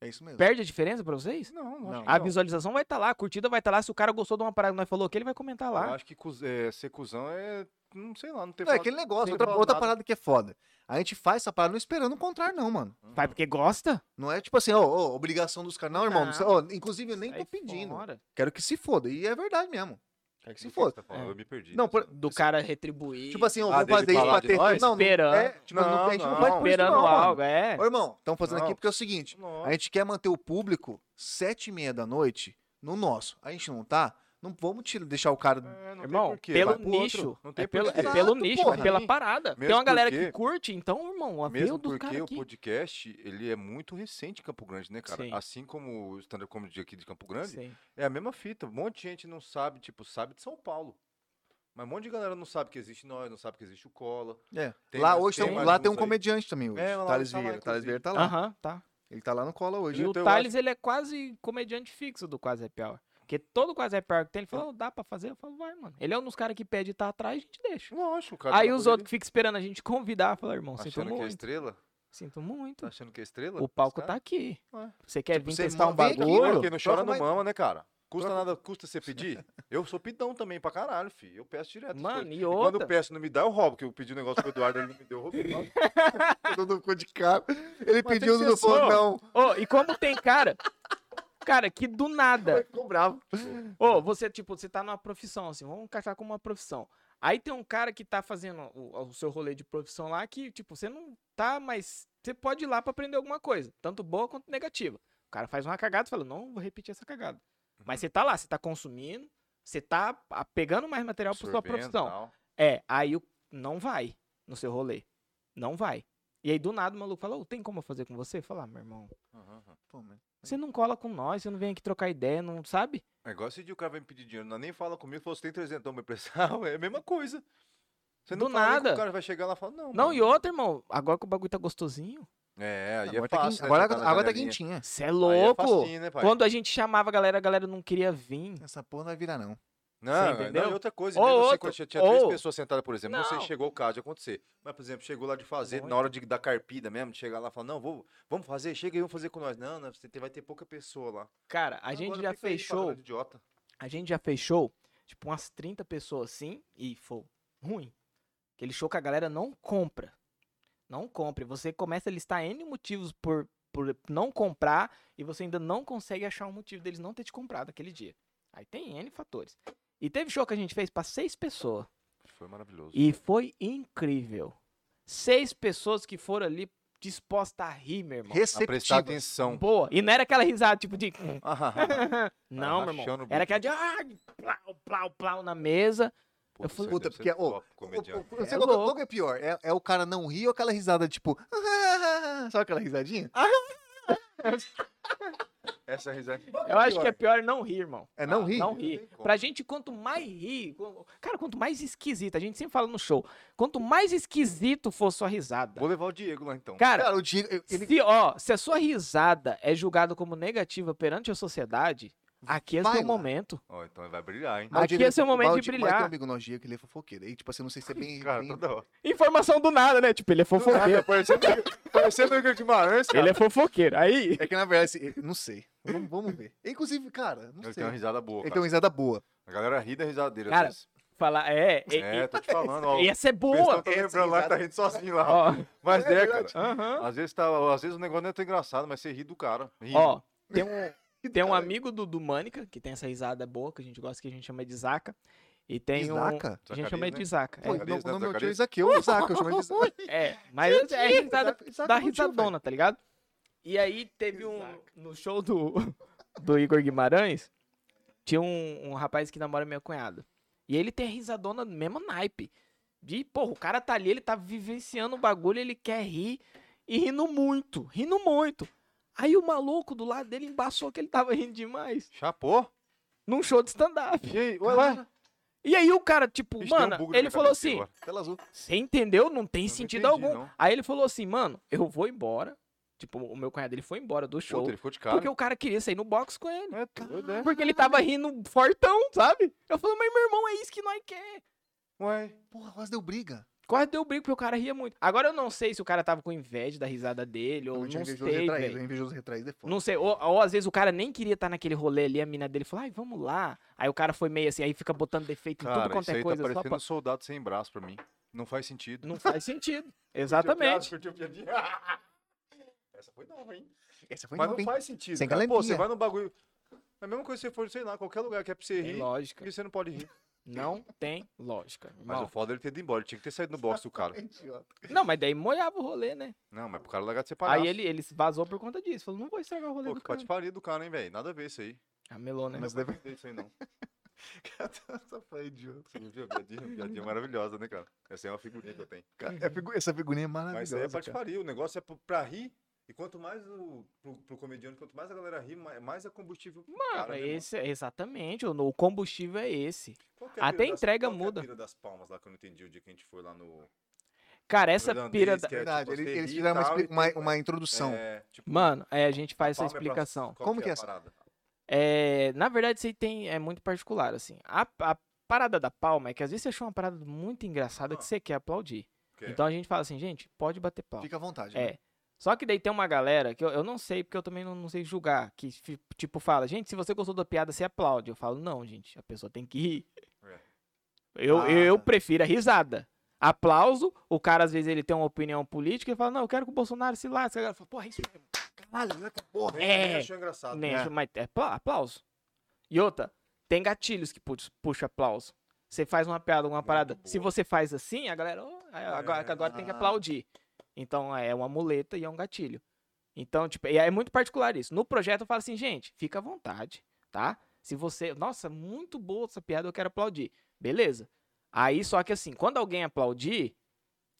S1: É isso mesmo.
S3: Perde a diferença pra vocês?
S2: Não,
S1: Não.
S2: lógico que
S3: A visualização vai estar lá, a curtida vai estar lá. Se o cara gostou de uma parada que nós falou aqui, ele vai comentar
S2: Eu
S3: lá.
S2: acho que cuz- é, ser cuzão é. Não sei lá, não tem
S1: Não, é aquele negócio,
S2: sem
S1: outra,
S2: falar
S1: outra
S2: nada.
S1: parada que é foda. A gente faz essa parada não esperando o contrário, não, mano.
S2: Hum.
S3: Vai porque gosta?
S1: Não é tipo assim, ó, ó, obrigação dos caras. Não, irmão, não
S3: Não.
S1: sei- ó, inclusive eu nem
S3: Sai
S1: tô tá pedindo.
S3: fora.
S1: Quero que se foda. E é verdade mesmo.
S2: É que
S1: se
S2: se
S1: foda.
S2: foda.
S3: É.
S2: Eu me perdi. tá
S1: Não, por-
S3: Do cara retribuir.
S1: tipo assim, eu
S2: Ah,
S1: vou
S2: dele
S1: fazer isso
S2: falar
S1: pra
S2: de
S1: ter.
S2: nós?
S1: Não, não, é,
S3: Esperando.
S1: tipo, não,
S2: Não,
S1: tem, a gente não
S2: não.
S1: pode por isso
S3: esperando
S1: não, mano.
S3: algo, é.
S1: Ô, irmão, estamos fazendo
S2: Não.
S1: aqui porque é o seguinte.
S2: Nossa.
S1: A gente quer manter o público sete e meia da noite no nosso. A gente não tá? Não vamos te deixar o cara...
S2: É, não tem
S3: Irmão,
S2: porquê,
S3: pelo
S2: vai pro outro.
S3: nicho.
S2: Não tem
S3: É pelo, é
S2: porquê.
S1: Exato,
S3: pelo nicho,
S1: porra.
S3: é pela parada. tem
S2: Mesmo
S3: uma galera
S2: porque-
S3: que curte, então, irmão, a veio
S2: Mesmo
S3: do
S2: porque
S3: cara
S2: o
S3: aqui.
S2: podcast, ele é muito recente em Campo Grande, né, cara?
S3: Sim.
S2: Assim como o stand-up comedy aqui de Campo Grande,
S3: Sim.
S2: é a mesma fita. Um monte de gente não sabe, tipo, sabe de São Paulo. Mas um monte de galera não sabe que existe nós, não sabe que existe o Cola.
S1: É.
S2: Tem
S1: lá
S2: mais-
S1: hoje
S2: tem
S1: tem, um-
S2: mais
S1: lá
S2: uns
S1: tem um
S2: aí.
S1: comediante também hoje.
S2: É, lá
S1: Thales
S2: tá lá,
S1: Vieira. Thales
S2: inclusive.
S1: Vieira tá lá.
S3: Aham, tá.
S1: Ele tá lá no cola hoje.
S3: E o
S2: Então, eu
S3: Thales, ele é quase comediante fixo do Quase Happy Hour. Porque todo Quase Happy Hour que tem, ele fala, "Ô, dá pra fazer? Eu falo, vai, mano. Ele é um dos caras que pede tá atrás, a gente deixa.
S2: Lógico, cara.
S3: Aí
S2: tá
S3: os
S2: por
S3: outros que ficam esperando a gente convidar, fala, irmão,
S2: ali.
S3: sinto
S2: Achando que é
S3: muito.
S2: estrela?
S3: Sinto
S2: Tá
S3: muito.
S2: achando que é estrela?
S3: O palco
S2: Os
S3: tá
S2: caras-
S3: aqui.
S2: Ué.
S3: Você quer
S1: Tipo,
S3: vir
S1: você
S3: testar um
S1: move aqui,
S2: Não,
S3: bagulho?
S2: Quem não chora
S1: Troca
S2: não
S1: uma-
S2: mama, né, cara? Custa
S1: Troca-
S2: nada, custa você pedir? Eu sou pidão também pra caralho, filho. Eu peço direto. as coisas.
S3: Mano, e
S2: né? E quando eu
S3: outra.
S2: peço e não me dá, eu roubo. Porque eu pedi um negócio pro Eduardo, ele não me deu, eu roubei.
S1: O Dudu ficou de cara. Ele
S2: Mas tem
S1: pediu, o
S2: que
S1: Dudu
S2: ser
S1: falou,
S2: assim, ó.
S1: não.
S3: Ô, e como tem cara. Cara, que do nada.
S1: Ficou bravo.
S3: Ô,
S2: Hum.
S3: você, tipo, você tá numa profissão, assim, vamos encaixar como uma profissão. Aí tem um cara que tá fazendo o, o seu rolê de profissão lá que, tipo, você não tá, mas você pode ir lá pra aprender alguma coisa, tanto boa quanto negativa. O cara faz uma cagada e fala, não vou repetir essa cagada.
S2: Uhum.
S3: Mas você tá lá, você tá consumindo, você tá ah, pegando mais material pra sua
S2: Absorvendo,
S3: profissão.
S2: tal.
S3: É, aí o- não vai no seu rolê. Não vai. E aí, do nada, o maluco fala, ô, tem como eu fazer com você? Falar, meu irmão,
S2: Aham, aham.
S1: Pô, mas-
S3: você não cola com nós, você não vem aqui trocar ideia, não sabe?
S2: É igual se o cara vai me pedir dinheiro, não, nem fala comigo, falou, você tem 300 então, meu empresário, é a mesma coisa. Você não
S3: Do
S2: fala nem com
S3: nada.
S2: o cara vai chegar lá e fala, não,
S3: Não,
S2: mano.
S3: e outra, irmão, agora que o bagulho tá gostosinho.
S2: É, aí
S1: Agora
S2: é
S1: tá
S2: fácil,
S1: quente-
S2: né,
S1: agora
S2: já tá na
S1: agora tá
S2: janelinha.
S1: quentinha.
S3: Você é
S2: Aí é
S3: louco.
S2: facinho, né, pai?
S3: Quando a gente chamava a galera, a galera não queria vir.
S1: Essa porra não vai virar, não.
S2: Não,
S3: Você
S2: não,
S3: entendeu?
S2: e outra coisa,
S3: Ou
S2: mesmo assim,
S3: outro,
S2: quando tinha, tinha três
S3: ou-
S2: pessoas sentadas, por exemplo, não, sei
S3: Não.
S2: se chegou o caso de acontecer, mas, por exemplo, chegou lá de fazer,
S3: Muito.
S2: na hora de, da carpida mesmo, de chegar lá e falar, não, vou, vamos fazer, chega aí, vamos fazer com nós. Não, não, você tem- vai ter pouca pessoa lá.
S3: Cara, a gente já fechou.
S2: Idiota.
S3: A gente já fechou, tipo, umas 30 pessoas assim, e foi ruim. Aquele show que a galera não compra. Não compra. E Você começa a listar N motivos por, por não comprar e você ainda não consegue achar o motivo deles não ter te comprado aquele dia. Aí tem N fatores. E teve show que a gente fez pra seis pessoas.
S2: Foi maravilhoso.
S3: E foi incrível. Seis pessoas que foram ali dispostas a rir, meu irmão.
S2: A prestar
S1: Receptivo.
S2: atenção. Ah,
S3: Boa. E não era aquela risada, tipo de.
S2: Não, meu
S3: não, meu
S2: irmão. rachando o
S3: irmão.
S2: bico.
S3: Era aquela de. Ah, plau, plau, plau na mesa. Eu fui-
S1: Puta,
S2: é,
S1: porque, ô,
S2: comediante.
S1: O- o- Você
S3: É
S1: colocou-
S3: louco.
S1: qual que é pior? É, é o cara não rir ou aquela risada, tipo... Sabe aquela risadinha?
S2: Essa risada.
S3: Eu acho que é pior não rir, irmão.
S1: É não rir?
S3: Não
S2: Ah, não tem
S3: rir.
S2: como.
S3: Pra gente, quanto mais rir. qu- Cara, quanto mais esquisito. A gente sempre fala no show. Quanto mais esquisito for sua risada.
S2: Vou levar o Diego lá então.
S3: Cara,
S1: Cara, o Diego... Ele
S3: se, ó, se a sua risada é julgada como negativa perante a sociedade, aqui é
S1: Vai
S3: seu
S1: lá.
S3: momento.
S2: Ó, então ele vai brilhar, hein?
S1: Mas o
S3: Aqui
S1: Diego-
S3: é seu momento
S1: mas o
S3: de
S1: Diego- Mas
S3: brilhar.
S1: tem um amigo nosso, Diego, que ele é fofoqueiro. E, tipo assim, não sei se é bem...
S2: Cara, tá
S1: bem-
S2: toda hora.
S3: Informação do nada, né? Tipo, ele é fofoqueiro.
S2: Parecendo parecendo o Igor Guimarães, cara.
S3: Ele é fofoqueiro. Aí.
S1: É que, na verdade, esse- não sei. Vamos, vamos ver. Inclusive, cara, não
S2: Ele
S1: sei.
S2: tem uma risada boa,
S1: Ele
S2: cara.
S1: tem um- uma risada boa.
S2: A galera ri da risada dele.
S3: Cara,
S2: às
S3: Falar, é.
S2: vezes.
S3: E,
S2: é, tô te falando, ó.
S3: e- essa é
S2: O pessoal
S3: boa.
S2: tá
S1: essa
S2: lembrando lá que
S1: risada-
S2: tá rindo sozinho lá.
S3: Ó,
S2: Mas
S1: É
S2: é,
S1: verdade.
S2: cara.
S3: aham.
S2: Às vezes, tá, às vezes o negócio não é tão engraçado, mas você ri do cara. Ri.
S3: Ó, tem um, tem um amigo do, do Mânica, que tem essa risada boa, que a gente gosta, que a gente chama de Zaca. E tem um.
S1: Isaca?
S3: A gente chama
S2: Zacarias, né?
S3: ele de Zaca.
S1: Pô,
S2: Zacarias,
S1: não,
S2: né?
S1: o nome do meu tio é
S2: Zacarias.
S1: Isaqueu. Isaca, eu chamo ele de Isaca.
S3: É, é, mas é risada
S1: Isaca
S3: da
S1: é meu tio,
S3: risadona, tá ligado? E aí teve um. No show do, do Igor Guimarães, tinha um, um rapaz que namora minha cunhada. E ele tem a risadona do mesmo naipe. De, porra, o cara tá ali, ele tá vivenciando o bagulho, ele quer rir. E rindo muito, rindo muito. Aí o maluco do lado dele embaçou que ele tava rindo demais.
S2: Chapô?
S3: Num show de stand-up.
S2: E aí? Ué,
S1: velho.
S2: ué?
S1: Cara,
S3: E aí o cara, tipo,
S2: Ixi, deu um bug
S3: mano,
S2: na
S3: ele
S2: minha
S3: falou
S2: cabeça
S3: assim:
S2: agora.
S1: Tela azul.
S3: Você entendeu? Não tem
S2: Eu não
S3: sentido
S2: entendi,
S3: algum.
S2: não.
S3: Aí ele falou assim, mano, eu vou embora. Tipo, o meu cunhado ele foi embora do show.
S2: Puta, ele ficou de cara.
S3: é Porque o cara queria sair no box com ele.
S2: É, tá doido, é.
S3: Porque ele tava rindo fortão, sabe? Eu falei, mas meu irmão, é isso que nós quer.
S2: Ué.
S1: Porra, quase deu briga.
S3: Quase deu briga, porque o cara ria muito. Agora eu não sei se o cara tava com inveja da risada dele, ou não,
S1: Realmente,
S3: sei,
S1: invejoso retraído.
S3: velho.
S1: Invejoso retraído é foda.
S3: Não sei, ou, ou às vezes o cara nem queria estar naquele rolê ali, a mina dele falou, ai, vamos lá. Aí o cara foi meio assim, aí fica botando defeito em tudo
S2: Cara,
S3: quanto
S2: isso aí
S3: é coisa.
S2: tá
S3: só
S2: parecendo
S3: pra-
S2: um soldado sem braço pra mim. Não faz sentido.
S3: Não faz sentido. Exatamente.
S2: Curtiu a piada, curtiu a piadinha. Essa foi nova, hein?
S1: Essa foi
S2: Mas
S3: um
S1: nova,
S2: não
S1: hein?
S2: faz sentido.
S1: Sem
S2: cara. Pô, você
S1: galantia.
S2: vai num bagulho. É a mesma coisa se você for, sei lá, qualquer lugar que é pra você
S3: Tem
S2: rir.
S3: lógica.
S2: Porque você não pode rir.
S3: Não tem lógica.
S2: Mas
S3: irmão.
S2: o foda é ele ter ido embora. Ele tinha que ter saído no box do cara.
S1: Idiota.
S3: Não, mas daí molhava o rolê, né?
S2: Não, mas pro cara largar de ser palhaço.
S3: Aí ele, ele se vazou por conta disso. Falou, não vou estragar o rolê
S2: Pô,
S3: do
S2: que
S3: cara.
S2: pode parir do cara, hein, velho? Nada a ver isso aí.
S3: Amelou, né?
S1: Mas
S2: Não
S1: deve-
S2: vai ver isso aí, não.
S1: Essa foi idiota.
S2: Você não viu a piadinha? A piadinha é maravilhosa, né, cara? Essa aí é uma figurinha que eu tenho.
S1: Cara, é figu- Essa figurinha é
S2: Mas
S1: maravilhosa.
S2: aí é parte
S1: cara.
S2: faria. O negócio é pro- pra rir. E quanto mais o, pro, pro comediante, quanto mais a galera ri, mais, mais é combustível pro
S3: Mano, é
S2: cara. né,
S3: esse, exatamente. O, o combustível é esse.
S2: Qual que é a
S3: até
S2: pira das-
S3: entrega
S2: qual que é a
S3: muda.
S2: pira das palmas lá que eu não entendi o dia que a gente foi lá no.
S3: Cara, essa
S2: irlandês,
S3: pira da...
S2: que é,
S1: Verdade,
S2: tipo,
S1: ele-
S2: você
S1: eles
S2: ri e
S1: fizeram uma,
S2: tal,
S1: expli-
S2: e tem-
S1: uma, uma introdução.
S2: É, tipo,
S3: Mano, é, a gente faz essa
S2: palma é pra-
S3: explicação.
S2: qual
S1: Como
S2: que
S1: que
S2: é
S1: é
S2: a
S1: essa?
S2: parada?
S3: É, na verdade, isso aí tem, é muito particular, assim. A, a parada da palma é que às vezes você achou uma parada muito
S2: Ah.
S3: engraçada
S2: É.
S3: que você quer aplaudir.
S2: Quer.
S3: Então a gente fala assim, gente, pode bater palma.
S1: Fica à vontade.
S3: É.
S1: né?
S3: Só que daí tem uma galera que eu, eu não sei, porque eu também não, não sei julgar, que fi- tipo fala, gente, se você gostou da piada, você aplaude. Eu falo, não, gente, a pessoa tem que rir.
S2: É.
S3: Eu,
S1: Ah,
S3: eu
S1: tá.
S3: prefiro a risada. Aplauso, o cara às vezes ele tem uma opinião política e fala, não, eu quero que o Bolsonaro se lasque. A galera fala, porra, é isso mesmo.
S1: Caralho, olha que porra.
S2: Nem-
S3: É.
S2: nem achou engraçado.
S3: Nem
S2: né?
S3: acho- Mas é apla- aplauso. E outra, tem gatilhos que pu- puxa aplauso. Você faz uma piada, alguma
S2: Muito
S3: parada. Se
S2: boa. É.
S3: você faz assim, a galera. "Oh, aí agora, agora tem que
S1: Ah.
S3: aplaudir. Então é uma muleta e é um gatilho. Então, tipo, e é muito particular isso. No projeto eu falo assim, gente, fica à vontade, tá? Se você. Nossa, muito boa essa piada, eu quero aplaudir. Beleza. Aí, só que assim, quando alguém aplaudir,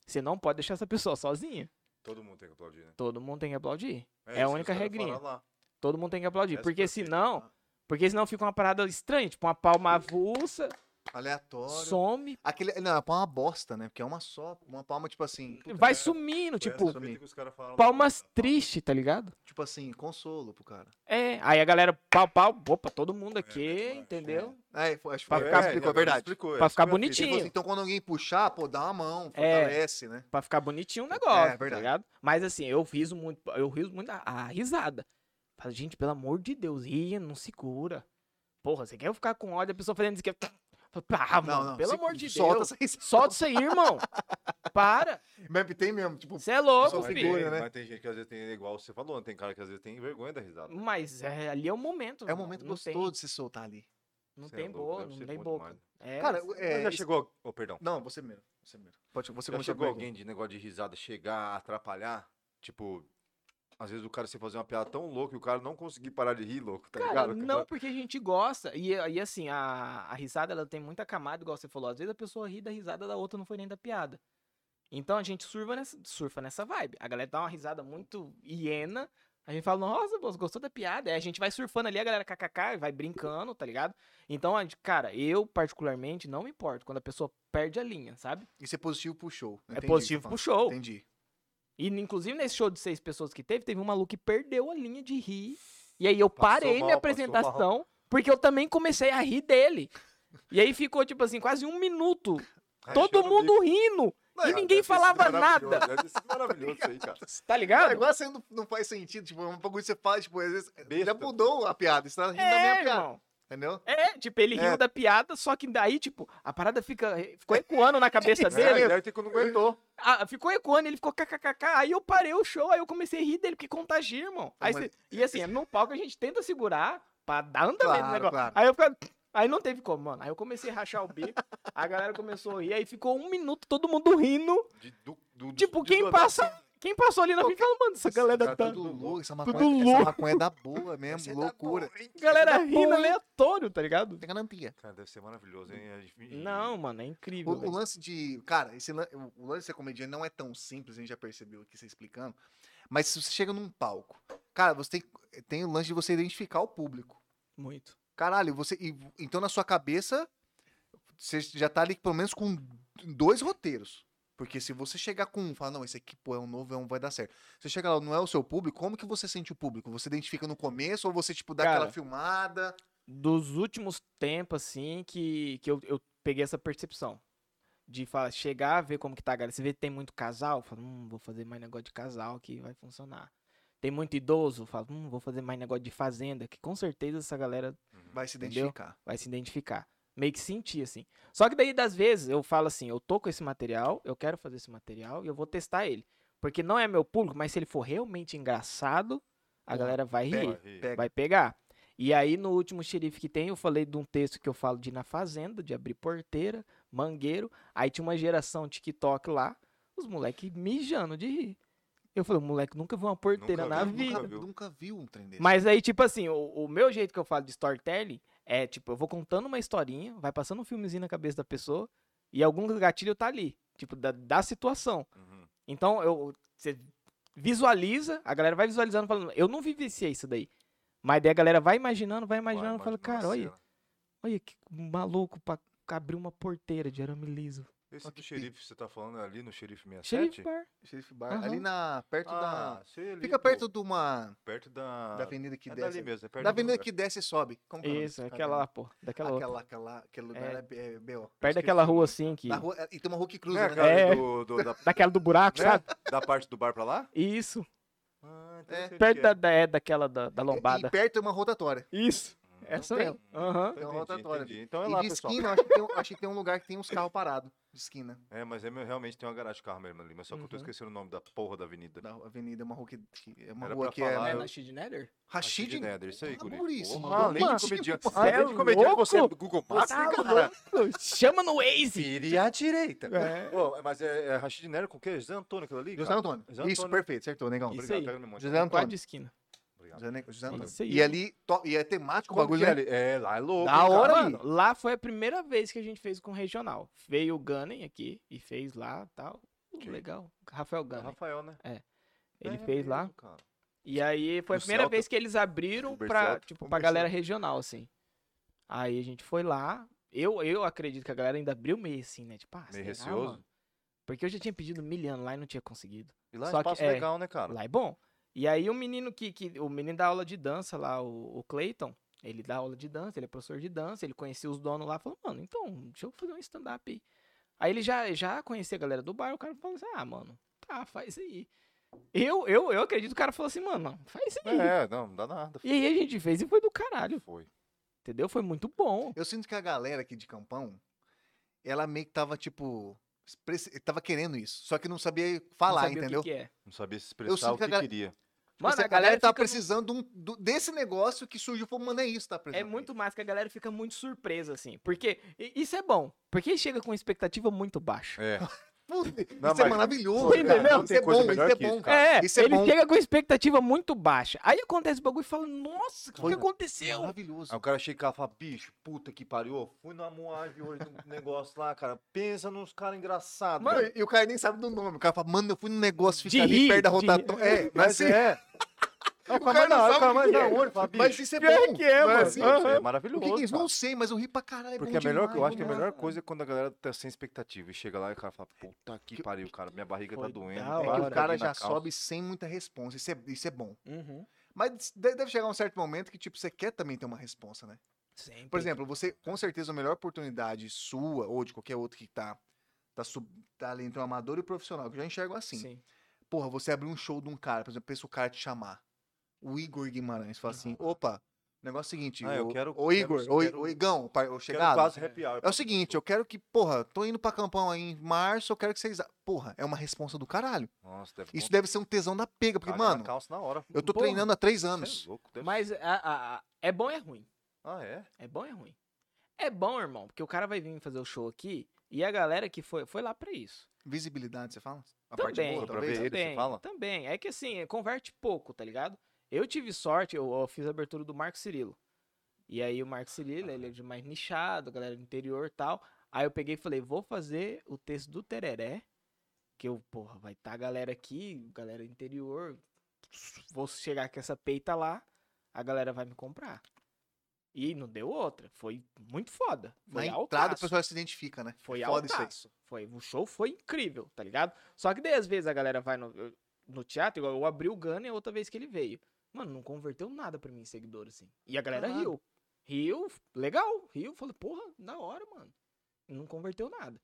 S3: você não pode deixar essa pessoa sozinha.
S2: Todo mundo tem que aplaudir, né?
S3: Todo mundo tem que aplaudir. É a
S2: isso que
S3: única
S2: os caras
S3: regrinha.
S2: falaram lá.
S3: Todo mundo tem que aplaudir.
S2: Essa
S3: Porque
S2: perfeita.
S3: senão.
S1: Ah.
S3: Porque senão fica uma parada estranha, tipo uma palma avulsa,
S1: Aleatório.
S3: some,
S1: Aquele, não, é pra uma bosta, né? Porque é uma só. Uma palma, tipo assim. puta,
S3: Hum, vai
S2: é.
S3: sumindo,
S2: Foi essa
S3: tipo,
S2: perfeita que os caras falaram lá.
S3: palmas tristes, tá ligado?
S1: Tipo assim, consolo pro cara.
S3: É, aí a galera, pau, pau, opa, todo mundo aqui,
S2: demais,
S3: entendeu?
S1: É, foi- acho que
S3: Pra
S1: foi
S3: ficar- né,
S1: é, explicou, é verdade.
S2: Explicou,
S3: Pra
S2: essa
S3: ficar
S2: foi a fita.
S1: Tipo
S3: bonitinho.
S1: assim, então quando alguém puxar, pô, dá uma mão,
S3: É.
S1: fortalece, né?
S3: Pra ficar bonitinho o negócio, tá
S1: é verdade.
S3: ligado? Mas assim, eu riso muito, eu riso muito a, a risada. Falo, gente, pelo amor de Deus, ria, não segura. Porra, você quer eu ficar com ódio, a pessoa fazendo isso que é... Ah, mano, pelo
S1: se-
S3: amor de
S1: solta
S3: Deus.
S1: Solta essa
S3: Solta isso aí, irmão. Para.
S1: Mas tem mesmo, tipo,
S3: Você é louco,
S1: Só
S2: Mas tem-
S3: filho.
S1: figura. né?
S2: Mas tem gente que às vezes tem igual você falou, tem cara que às vezes tem vergonha da risada.
S3: Mas é, ali é o momento.
S1: é um
S3: mano,
S1: momento
S3: não tem-
S1: gostoso de se soltar ali.
S3: Não
S2: Cê é
S3: tem
S2: louco,
S3: boa,
S2: deve
S3: não
S2: ser
S3: tem
S2: bom
S3: boca.
S2: demais.
S3: É,
S1: Cara,
S3: isso-
S1: é,
S2: Mas já
S1: isso-
S2: chegou. Oh, perdão.
S1: Não, você mesmo. Você mesmo. Pode, você
S2: Já
S1: começou
S2: chegou
S1: primeiro.
S2: alguém de negócio de risada chegar, atrapalhar? Tipo, às vezes o cara você fazer uma piada tão louca e o cara não conseguir parar de rir, louco, tá
S3: cara,
S2: ligado?
S3: não porque a gente gosta. E, e assim, a, a risada ela tem muita camada, igual você falou. Às vezes a pessoa ri da risada da outra, não foi nem da piada. Então a gente surfa nessa, surfa nessa vibe. A galera dá uma risada muito hiena. A gente fala, nossa, moço, gostou da piada? Aí a gente vai surfando ali, a galera kkk, vai brincando, tá ligado? Então, a gente- cara, eu particularmente não me importo quando a pessoa perde a linha, sabe?
S1: Isso é positivo pro show.
S3: é positivo pro show.
S1: tá Entendi.
S3: E inclusive nesse show de seis pessoas que teve, teve um maluco que perdeu a linha de rir. E aí eu parei
S2: mal,
S3: minha
S2: passou
S3: apresentação, porque eu também comecei a rir dele. E aí ficou, tipo assim, quase um minuto. todo
S2: Rachando o
S3: mundo rindo.
S1: Não,
S3: e ninguém
S2: Deve ter sido
S3: falava
S2: maravilhoso, é
S3: nada.
S2: Deve ter sido maravilhoso isso aí, cara.
S3: Tá
S1: O
S3: ligado?
S1: negócio ainda não faz sentido. Tipo, é um bagulho que você faz, tipo, às vezes.
S2: Besta.
S1: Já mudou a piada. Você tá rindo da
S3: É,
S1: minha piada.
S3: irmão.
S1: Entendeu?
S3: É, tipo, ele riu
S1: É.
S3: da piada, só que daí, tipo, a parada fica, eh, ficou ecoando na cabeça
S2: É,
S3: dele.
S2: deve ter que eu não aguentou.
S3: Ah, ficou ecoando, ele ficou kkkk. Aí eu parei o show, aí eu comecei a rir dele, porque contagia, irmão. Aí
S1: Mas-
S3: cê- E assim, é no palco a gente tenta segurar pra dar andamento no
S1: Claro,
S3: negócio.
S1: claro.
S3: Aí eu ficava. Aí não teve como, mano. Aí eu comecei a rachar o bico, a galera começou a rir, aí ficou um minuto todo mundo rindo.
S2: De- do- do- do-
S3: Tipo,
S2: de
S3: quem
S2: duas-
S3: passa. Quem passou ali na frente fala, mano, essa galera
S2: cara
S3: tá.
S1: Tudo louco. Essa maconha,
S3: Tudo
S1: Essa
S3: louco.
S1: maconha é da boa mesmo.
S2: Essa é da
S1: loucura.
S2: porra, hein?
S3: Galera
S1: tá bom,
S3: rindo
S1: hein?
S3: aleatório, tá ligado?
S1: Tem garantia.
S2: é Cara, deve ser maravilhoso, hein? É difícil.
S3: Não, mano, é
S1: O,
S3: incrível.
S1: o
S3: velho.
S1: lance de. Cara, esse, lan- o- o lance de ser comediante não é tão simples, a gente já percebeu aqui você explicando. Mas se você chega num palco, cara, você tem, tem o lance de você identificar o público.
S3: Muito.
S1: Caralho, você. e- então na sua cabeça você já tá ali pelo menos com dois roteiros. Porque se você chegar com um, fala, não, esse aqui, pô, é um novo, é um, vai dar certo. Você chega lá, não é o seu público, como que você sente o público? Você identifica no começo ou você, tipo, dá
S3: Cara,
S1: aquela filmada?
S3: dos últimos tempos, assim, que, que eu, eu peguei essa percepção. De falar, chegar, ver como que tá a galera. Você vê que tem muito casal, fala, hum, vou fazer mais negócio de casal que vai funcionar. Tem muito idoso, fala, hum, vou fazer mais negócio de fazenda, que com certeza essa galera
S1: Vai se
S3: Entendeu?
S1: identificar.
S3: vai se identificar. Meio que sentir, assim. Só que daí, das vezes, eu falo assim, eu tô com esse material, eu quero fazer esse material e eu vou testar ele. Porque não é meu público, mas se ele for realmente engraçado, a
S1: Pô,
S3: galera vai rir
S2: Vai rir.
S1: Pega.
S3: É, vai pegar. E aí, no último xerife que tem, eu falei de um texto que eu falo de ir na fazenda, de abrir porteira, mangueiro. Aí tinha uma geração TikTok lá, os moleque mijando de rir. Eu falei, moleque, nunca viu uma porteira
S2: Nunca
S3: na
S2: vi,
S3: vida.
S1: nunca,
S2: viu?
S1: nunca viu um trem desse.
S3: Mas aí, tipo assim, o, o meu jeito que eu falo de storytelling é, tipo, eu vou contando uma historinha, vai passando um filmezinho na cabeça da pessoa e algum gatilho tá ali, tipo, da, da situação.
S2: Uhum.
S3: Então, eu, você visualiza, a galera vai visualizando, falando, eu não vivenciei isso daí. Mas daí a galera vai imaginando, vai imaginando,
S2: Vai,
S3: fala,
S2: imagina
S3: cara,
S2: uma
S3: olha,
S2: cena.
S3: olha que maluco pra abrir uma porteira de arame liso.
S2: Esse
S1: Olha
S2: do
S1: que
S2: xerife, você tá falando ali no xerife 67?
S3: Xerife Bar.
S1: Xerife Bar,
S3: Aham.
S1: Uhum. ali na, perto
S2: Ah,
S1: da...
S2: sei ali,
S1: Fica
S2: pô,
S1: perto de uma...
S2: Perto da...
S1: da avenida que
S2: é
S1: desce.
S2: dali mesmo, é perto
S1: da
S2: do
S1: avenida
S2: lugar.
S1: que desce e sobe. Como que é o nome
S3: Isso,
S1: dessa
S3: aquela lá,
S1: avenida?
S3: pô. Daquela outra.
S1: Aquela, aquela, aquele lugar é, é, B.O.
S3: Perto
S2: esqueci
S3: daquela
S2: o nome.
S3: rua assim que.
S1: Na rua, é, e tem uma rua que
S2: Não
S1: cruza,
S2: é a
S1: né?
S2: cara
S3: É.
S2: do- do- da,
S3: Daquela do buraco,
S2: né?
S3: sabe?
S2: da parte do bar pra lá?
S3: Isso.
S2: Ah, então
S1: É.
S2: eu sei onde
S3: Perto
S2: que
S3: da, da, é, daquela da, da
S1: E
S3: lombada.
S1: perto é uma rotatória.
S3: Isso.
S2: Hum,
S3: Essa
S1: tem.
S3: mesmo. Aham.
S2: então
S1: uma
S2: entendi,
S1: rotatória
S2: entendi. Então é
S1: e
S2: lá,
S1: de
S2: pessoal.
S1: esquina, eu acho que, tem, um- acho que tem um lugar que tem uns carros parados. De esquina.
S2: É, mas é, meu- realmente tem uma garagem de carro mesmo ali, mas só que eu tô
S3: Uhum.
S2: esquecendo o nome da porra da avenida.
S1: Da avenida, é uma rua que. que- É uma
S2: Era
S1: rua
S2: pra
S1: que é.
S2: falar,
S1: né?
S2: eu-
S1: Rashid.
S2: Nether, isso aí,
S1: Ah,
S2: guri.
S1: Maurício, mano,
S2: Porra,
S1: tipo, um
S2: além de
S1: Maurício,
S2: comediante,
S1: mano.
S2: além
S3: Cê
S2: de
S3: é
S2: comediante, você é
S3: louco?
S2: do Google Maps,
S3: Tá
S2: hein, cara?
S3: louco? Chama no Waze.
S2: Vire à direita.
S3: É.
S2: Ô, mas é, é Rashid Nether com o quê? José Antônio aquilo ali?
S1: José
S2: cara?
S1: Antônio.
S2: José Antônio.
S1: Isso, perfeito, acertou, negão.
S3: Isso
S2: Obrigado,
S3: aí.
S2: pega na memória.
S1: José Antônio.
S3: Quase esquina.
S2: Obrigado.
S1: José, Ne- José Antônio.
S3: Isso aí.
S1: E ali. to- E é temático o
S2: Como
S1: bagulho,
S2: que é
S1: né?
S2: ali? É, lá é louco.
S1: Da
S2: hein, cara?
S1: hora,
S3: Mano,
S1: ali.
S3: lá foi a primeira vez que a gente fez com regional. Veio o Gunning aqui e fez lá tal. Uh,
S2: Ok.
S3: legal. Rafael
S2: É o
S3: Gunning.
S2: Rafael, né?
S3: Ele
S2: É
S3: fez lá.
S2: mesmo, cara.
S3: E aí foi a
S2: Do
S3: primeira
S2: Celta.
S3: vez que eles abriram
S2: Uber
S3: pra,
S2: Celta.
S3: tipo,
S1: Uber
S3: pra galera regional, assim. Aí a gente foi lá. Eu, eu acredito que a galera ainda abriu meio assim, né? Tipo, ah,
S2: Meio
S3: será,
S2: receoso.
S3: mano? Porque eu já tinha pedido milhão lá e não tinha conseguido.
S2: E lá é
S3: Só que-
S2: espaço
S3: é.
S2: legal, né, cara?
S3: Lá é bom. E aí o menino que, que o menino da aula de dança lá, o, o Clayton, ele dá aula de dança, ele é professor de dança, ele conhecia os donos lá, falou, mano, então, deixa eu fazer um stand-up aí. Aí ele já, já conhecia a galera do bar, o cara falou assim, ah, mano, tá, faz aí. Eu, eu, eu acredito que o cara falou assim, mano, não, faz aí.
S2: É, não, não dá nada.
S3: E aí a gente fez e foi do caralho,
S2: Foi.
S3: entendeu? Foi muito bom.
S1: Eu sinto que a galera aqui de Campão, ela meio que tava, tipo. prece- Tava querendo isso. Só que não sabia falar,
S3: Não sabia o que
S1: entendeu?
S3: que é.
S2: Não sabia se
S1: Eu
S2: expressar
S1: sinto
S2: o
S1: que a
S2: que
S1: gal-
S2: queria.
S3: Mano,
S1: Assim,
S3: a galera
S1: tá
S3: fica mu-
S1: precisando de um- do- desse negócio que surgiu foi mano, é isso, tá
S3: É
S1: precisando.
S3: muito massa que a galera fica muito surpresa, assim. Porque e- isso é bom. Porque chega com expectativa muito baixa.
S2: É.
S1: Puta,
S2: Não,
S1: isso é
S2: mas-
S1: maravilhoso.
S2: Pô,
S1: cara.
S2: entendeu?
S1: Isso
S2: Tem
S1: é
S2: coisa
S1: bom, isso
S2: melhor
S1: é
S2: que isso,
S1: bom,
S2: cara.
S3: É,
S1: Isso é
S3: ele
S1: bom.
S3: chega com expectativa muito baixa. Aí acontece o bagulho e fala, nossa, o que,
S1: Foi. um
S3: que aconteceu?
S1: é Maravilhoso.
S2: Aí o cara chega e fala, bicho, puta que pariu, fui na moagem hoje no negócio lá, cara. Pensa nos caras engraçados.
S1: Mano,
S2: velho."
S1: e o cara nem sabe do nome. O cara fala, mano, eu fui no negócio, fica
S3: De
S1: ali
S3: rir,
S1: perto da
S3: de
S1: rotatória. É, mas
S2: mas
S1: assim,
S2: é. Não, o
S1: cara
S2: cara
S1: não
S2: não,
S1: sabe
S2: o cara
S1: o
S2: mais
S1: que
S2: da
S1: é.
S2: hora, fala,
S1: mas
S2: bicho.
S1: isso é bom.
S3: pior que é,
S1: Não
S3: mano.
S2: assim,
S1: assim?
S3: Aham.
S2: isso aí é
S1: O
S2: maravilhoso.
S1: que que é isso?
S2: cara.
S1: Não sei, mas eu ri pra caralho. é
S2: Porque
S1: bom
S2: a melhor,
S1: demais,
S2: eu acho que a
S1: mano.
S2: melhor coisa é quando a galera tá sem expectativa e chega lá e o cara fala, puta que pariu, cara, minha barriga tá
S3: Foi
S2: doendo.
S3: da
S2: não
S1: É
S3: hora,
S2: bate
S1: que o
S2: ali
S1: cara
S2: né, na
S1: já
S2: calça."
S1: sobe sem muita responsa. Isso é, isso é bom.
S3: Uhum.
S1: Mas de- deve chegar um certo momento que, tipo, você quer também ter uma responsa, né?
S3: Sempre.
S1: Por exemplo, você, com certeza, a melhor oportunidade sua ou de qualquer outro que tá, tá, sub, tá ali entre o amador e o profissional, que eu já enxergo assim.
S3: Sim.
S1: Porra, você abrir um show de um cara, por exemplo, pensa o cara te chamar. O Igor Guimarães fala assim: opa, o negócio é o seguinte,
S2: Ah, eu
S1: ô-
S2: quero-
S1: ô
S2: quero-
S1: Igor, ô, I-
S2: quero-
S1: ô Igão, par- ô
S2: Quero
S1: chegado.
S2: quase happy hour.
S1: É o seguinte, eu quero que, porra, tô indo pra campão aí em março, eu quero que vocês. a- Porra, é uma responsa do caralho.
S2: Nossa, deve
S1: Isso deve ser um tesão da pega, porque,
S2: Caga na
S1: mano,
S2: calça na hora.
S1: eu tô
S3: Porra,
S1: treinando há três
S2: Cê
S1: anos.
S2: é louco, deve-
S3: Mas a- a- a- é bom e é ruim.
S2: Ah, é?
S3: É bom e é ruim. É bom, irmão, porque o cara vai vir fazer o show aqui e a galera que foi, foi lá pra isso.
S1: Visibilidade, você fala? A
S3: Também.
S2: Só pra
S1: talvez.
S2: ver ele, você
S3: também,
S2: fala?
S3: também. É que assim, converte pouco, tá ligado? Eu tive sorte, eu, eu fiz a abertura do Marco Cirilo. E aí o Marco Cirilo, ele é de mais nichado, galera do interior e tal. Aí eu peguei e falei, vou fazer o texto do Tereré, que eu, porra, vai tá a galera aqui, galera do interior, vou chegar com essa peita lá, a galera vai me comprar. E não deu outra. Foi muito foda. Foi
S1: Na
S3: alto.
S1: entrada o pessoal se identifica, né?
S3: Foi
S1: Foda isso aí.
S3: altaço. Foi, o show foi incrível, tá ligado? Só que daí às vezes a galera vai no, no teatro, igual eu abri o Gunner outra vez que ele veio. Mano, não converteu nada pra mim em seguidor, assim. E a galera
S1: Caralho.
S3: riu. Riu, legal, riu. Falei, porra, da hora, mano. Não converteu nada.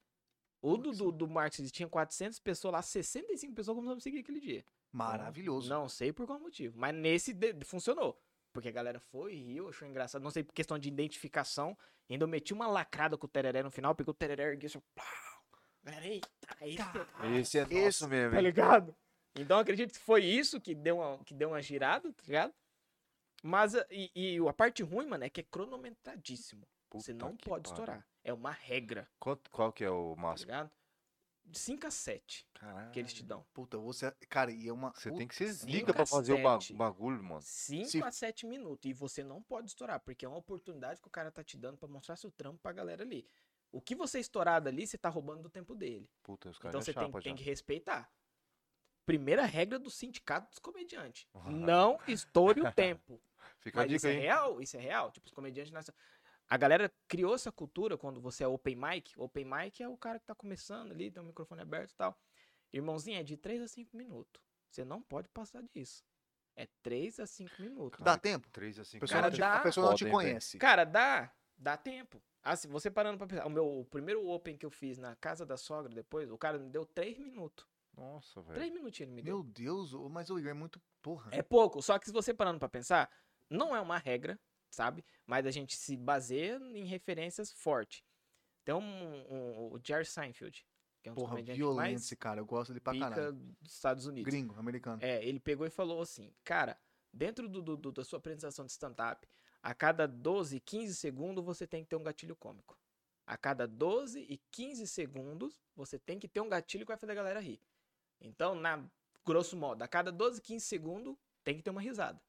S3: O do, do, do Marcos ele tinha 400 pessoas lá, 65 pessoas começaram a me seguir aquele dia.
S1: Maravilhoso.
S3: Não sei por qual motivo, mas nesse de- funcionou. Porque a galera foi, riu, achou engraçado. Não sei por questão de identificação. Ainda eu meti uma lacrada com o Tereré no final, porque o Tereré ergueu assim, plau. A Galera, eita, esse é-
S4: Esse é
S1: Ah, Esse-
S4: nosso mesmo.
S3: tá
S4: hein?
S3: ligado? Então eu acredito que foi isso que deu uma, que deu uma girada, tá ligado? Mas, a- e, e a parte ruim, mano, é que é cronometradíssimo. Você
S2: Puta
S3: não
S2: que
S3: pode
S2: pariu.
S3: estourar. É uma regra,
S2: Quanto- qual que é o
S3: tá
S2: máximo?
S3: ligado? De 5 a 7
S2: Caralho.
S3: que eles te dão.
S1: Puta, você. Cara, e é uma.
S2: Você
S1: Puta,
S2: tem que ser
S3: cinco
S2: zica pra
S3: a
S2: fazer o ba-
S3: sete.
S2: bagulho, mano.
S3: 5
S1: Se-
S3: a 7 minutos. E você não pode estourar, porque é uma oportunidade que o cara tá te dando pra mostrar seu trampo pra galera ali. O que você estourar dali, você tá roubando do tempo dele.
S2: Puta, os
S3: então
S2: caras
S3: você
S2: já
S3: tem,
S2: é chapa
S3: tem
S2: já.
S3: que respeitar. Primeira regra do sindicato dos comediantes.
S2: Ah.
S3: Não estoure o tempo.
S2: Fica a
S3: Mas isso
S2: dica
S3: é
S2: aí.
S3: real, isso é real. Tipo, os comediantes nascem. A galera criou essa cultura quando você é open mic. Open mic é o cara que tá começando ali, tem o microfone aberto e tal. Irmãozinho, é de 3 a 5 minutos. Você não pode passar disso. É 3 a 5 minutos.
S1: Dá tempo?
S2: 3 a 5
S1: A pessoa,
S3: Cara,
S1: não te,
S3: dá.
S1: a pessoa não te
S2: Foda, hein,
S1: conhece.
S3: Cara, dá, dá tempo. Assim, você parando pra pensar, o meu o primeiro open que eu fiz na casa da sogra depois, o cara me deu 3 minutos.
S2: Nossa, velho.
S3: 3 minutinhos ele me deu.
S1: Meu Deus, ô, mas o Igor é muito. Porra.
S3: É pouco, só que se você parando pra pensar, não é uma regra, sabe? Mas a gente se baseia em referências fortes. Tem um, um- o Jerry Seinfeld, que é um dos
S1: porra,
S3: comediantes
S1: violento
S3: mais
S1: esse cara. Eu gosto dele pra
S3: pica
S1: caralho.
S3: dos Estados Unidos.
S1: Gringo, americano.
S3: É, ele pegou e falou assim, cara, dentro do, do- do- da sua apresentação de stand-up, a cada 12, 15 segundos você tem que ter um gatilho cômico. A cada 12 e 15 segundos você tem que ter um gatilho que vai fazer a galera rir. Então, na grosso modo, a cada 12, 15 segundos tem que ter uma risada.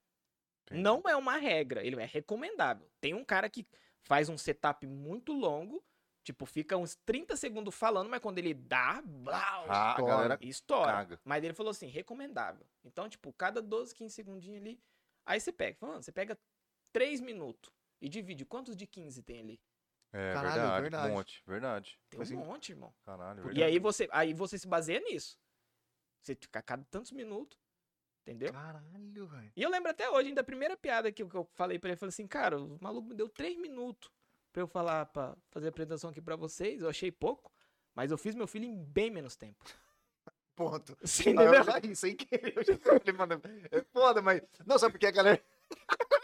S2: Entendi.
S3: Não é uma regra, ele é recomendável. Tem um cara que faz um setup muito longo, tipo, fica uns 30 segundos falando, mas quando ele dá, blau,
S2: Ah, a
S1: Toma.
S2: galera
S3: História.
S2: Caga.
S3: Mas ele falou assim, recomendável. Então, tipo, cada 12, 15 segundinhos ali. Aí você pega, falando, você pega 3 minutos e divide. Quantos de 15 tem ali?
S2: É
S1: Caralho,
S2: verdade,
S1: verdade.
S2: Um monte, verdade.
S3: Tem
S1: Mas
S3: um
S1: em-
S3: monte, irmão.
S2: Caralho,
S3: E
S2: É verdade.
S3: aí você, aí você se baseia nisso. Você fica a cada tantos minutos, entendeu?
S1: Caralho, velho.
S3: E eu lembro até hoje, ainda a primeira piada que eu, que eu falei pra ele, eu falei assim, cara, o maluco me deu 3 minutos pra eu falar, pra fazer a apresentação aqui pra vocês. Eu achei pouco, mas eu fiz meu filho em bem menos tempo.
S1: Ponto.
S3: Você
S1: Ah, eu ia
S3: entendeu?
S1: falar isso, sem querer. Eu já falei, mano, é foda, mas. Não, sabe por que a galera.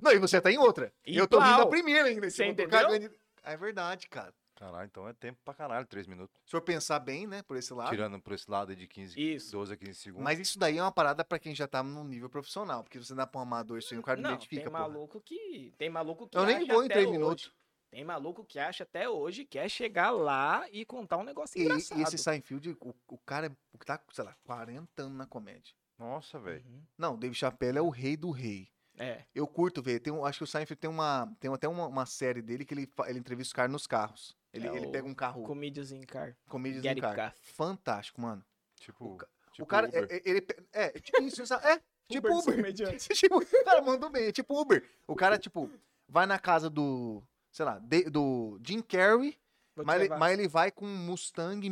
S1: Não, e você tá em outra. E eu tô
S3: Igual.
S1: rindo da primeira ainda.
S3: Você
S1: tipo, eu tô
S3: entendeu?
S1: cagando de- É verdade, cara.
S2: Caralho, então é tempo pra caralho, 3 minutos.
S1: Se for pensar bem, né, por esse lado.
S2: Tirando por esse lado aí de 15,
S3: Isso.
S2: 12 a 15 segundos.
S1: Mas isso daí é uma parada pra quem já tá num nível profissional. Porque você dá pra um amador isso aí, o cara não
S3: Hum, Não,
S1: identifica,
S3: tem
S1: porra.
S3: maluco que. Tem maluco que
S1: Eu nem
S3: acha
S1: vou em
S3: até
S1: três
S3: hoje-
S1: minutos.
S3: Tem maluco que acha até hoje que é chegar lá e contar um negócio
S1: E,
S3: engraçado.
S1: e esse Seinfeld, o, o cara é- o que tá, sei lá, 40 anos na comédia.
S2: Nossa, velho.
S3: Uhum.
S1: Não, o Dave Chappelle é o rei do rei.
S3: É.
S1: Eu curto ver. Tem, um- acho que o Seinfeld tem uma. Tem até uma, uma série dele que ele, fa- ele entrevista os caras nos carros. Ele,
S3: É
S1: ele
S3: o
S1: pega um carro.
S3: Comedians in Car.
S1: Comedians
S3: Gary
S1: no carro.
S3: Car.
S1: Fantástico, mano.
S2: Tipo,
S1: O ca-
S2: tipo
S1: o cara.
S2: Uber.
S1: É, é- ele, pe- é, tipo isso, exa- é, tipo
S3: dos
S1: Uber.
S3: comediantes.
S1: tipo, o cara mandou bem, é tipo Uber. O cara, tipo, vai na casa do. Sei lá, de- do Jim Carrey,
S3: Vou te
S1: mas ele,
S3: levar.
S1: mas ele vai com um Mustang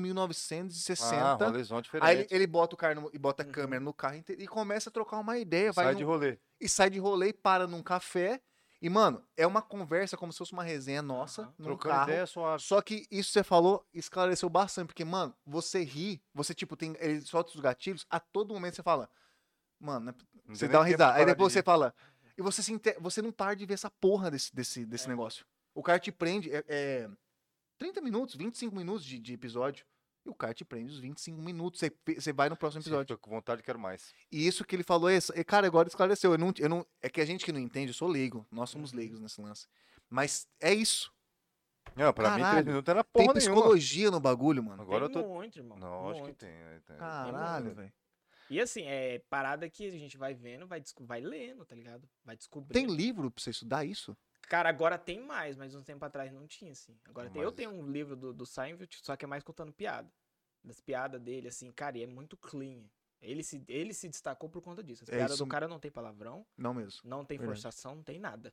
S2: Ah,
S1: 1960.
S2: rolezão diferente.
S1: Aí ele, ele bota o cara no- e bota a
S3: Uhum.
S1: câmera no carro inte- e começa a trocar uma ideia, vai
S2: Sai
S1: num-
S2: de rolê.
S1: e sai de rolê e para num café. E, mano, é uma conversa como se fosse uma resenha nossa,
S3: Aham.
S1: num
S2: Trocando
S1: carro.
S2: ideia suave.
S1: Só que isso que você falou esclareceu bastante, porque, mano, você ri, você, tipo, tem. Ele solta os gatilhos, a todo momento você fala. Mano, né,
S2: Não
S1: você
S2: tem
S1: dá
S2: nem
S1: uma
S2: tempo de
S1: risada. Aí
S2: parar de
S1: depois você
S2: rir.
S1: fala. E você, se inte- você não para de ver essa porra desse, desse, desse
S2: É.
S1: negócio. O cara te prende. É, é 30 minutos, 25 minutos de, de episódio. E o cara te prende os 25 minutos. Você, você vai no próximo
S2: Você
S1: episódio.
S2: fica com vontade, quero mais.
S1: E isso que ele falou, é, é- cara, agora esclareceu. Eu não, eu não, é que a gente que não entende, eu sou leigo. Nós somos
S3: Uhum.
S1: leigos nesse lance. Mas é isso.
S2: Não, pra mim,
S1: Caralho,
S2: 3 minutos era
S1: Tem
S2: porra nenhuma.
S1: psicologia no bagulho, mano.
S2: Agora eu
S3: tem
S2: tô...
S3: muito, irmão.
S2: Não, acho que
S3: muito.
S2: tem. aí tem.
S1: Caralho,
S3: muito.
S1: velho.
S3: E assim, é parada que a gente vai vendo, vai, desco- vai lendo, tá ligado? Vai descobrindo.
S1: Tem livro pra você estudar isso?
S3: Cara, agora tem mais, mas um tempo atrás não tinha, assim. Agora
S2: Não,
S3: tem. Eu
S2: mas-
S3: tenho um livro do, do Seinfeld, só que é mais contando piada. Das piadas dele, assim, cara, e é muito clean. Ele se, ele se destacou por conta disso. As
S1: É
S3: piadas
S1: isso
S3: do cara não tem palavrão,
S1: Não mesmo.
S3: não tem
S1: Verdade.
S3: forçação, não tem nada.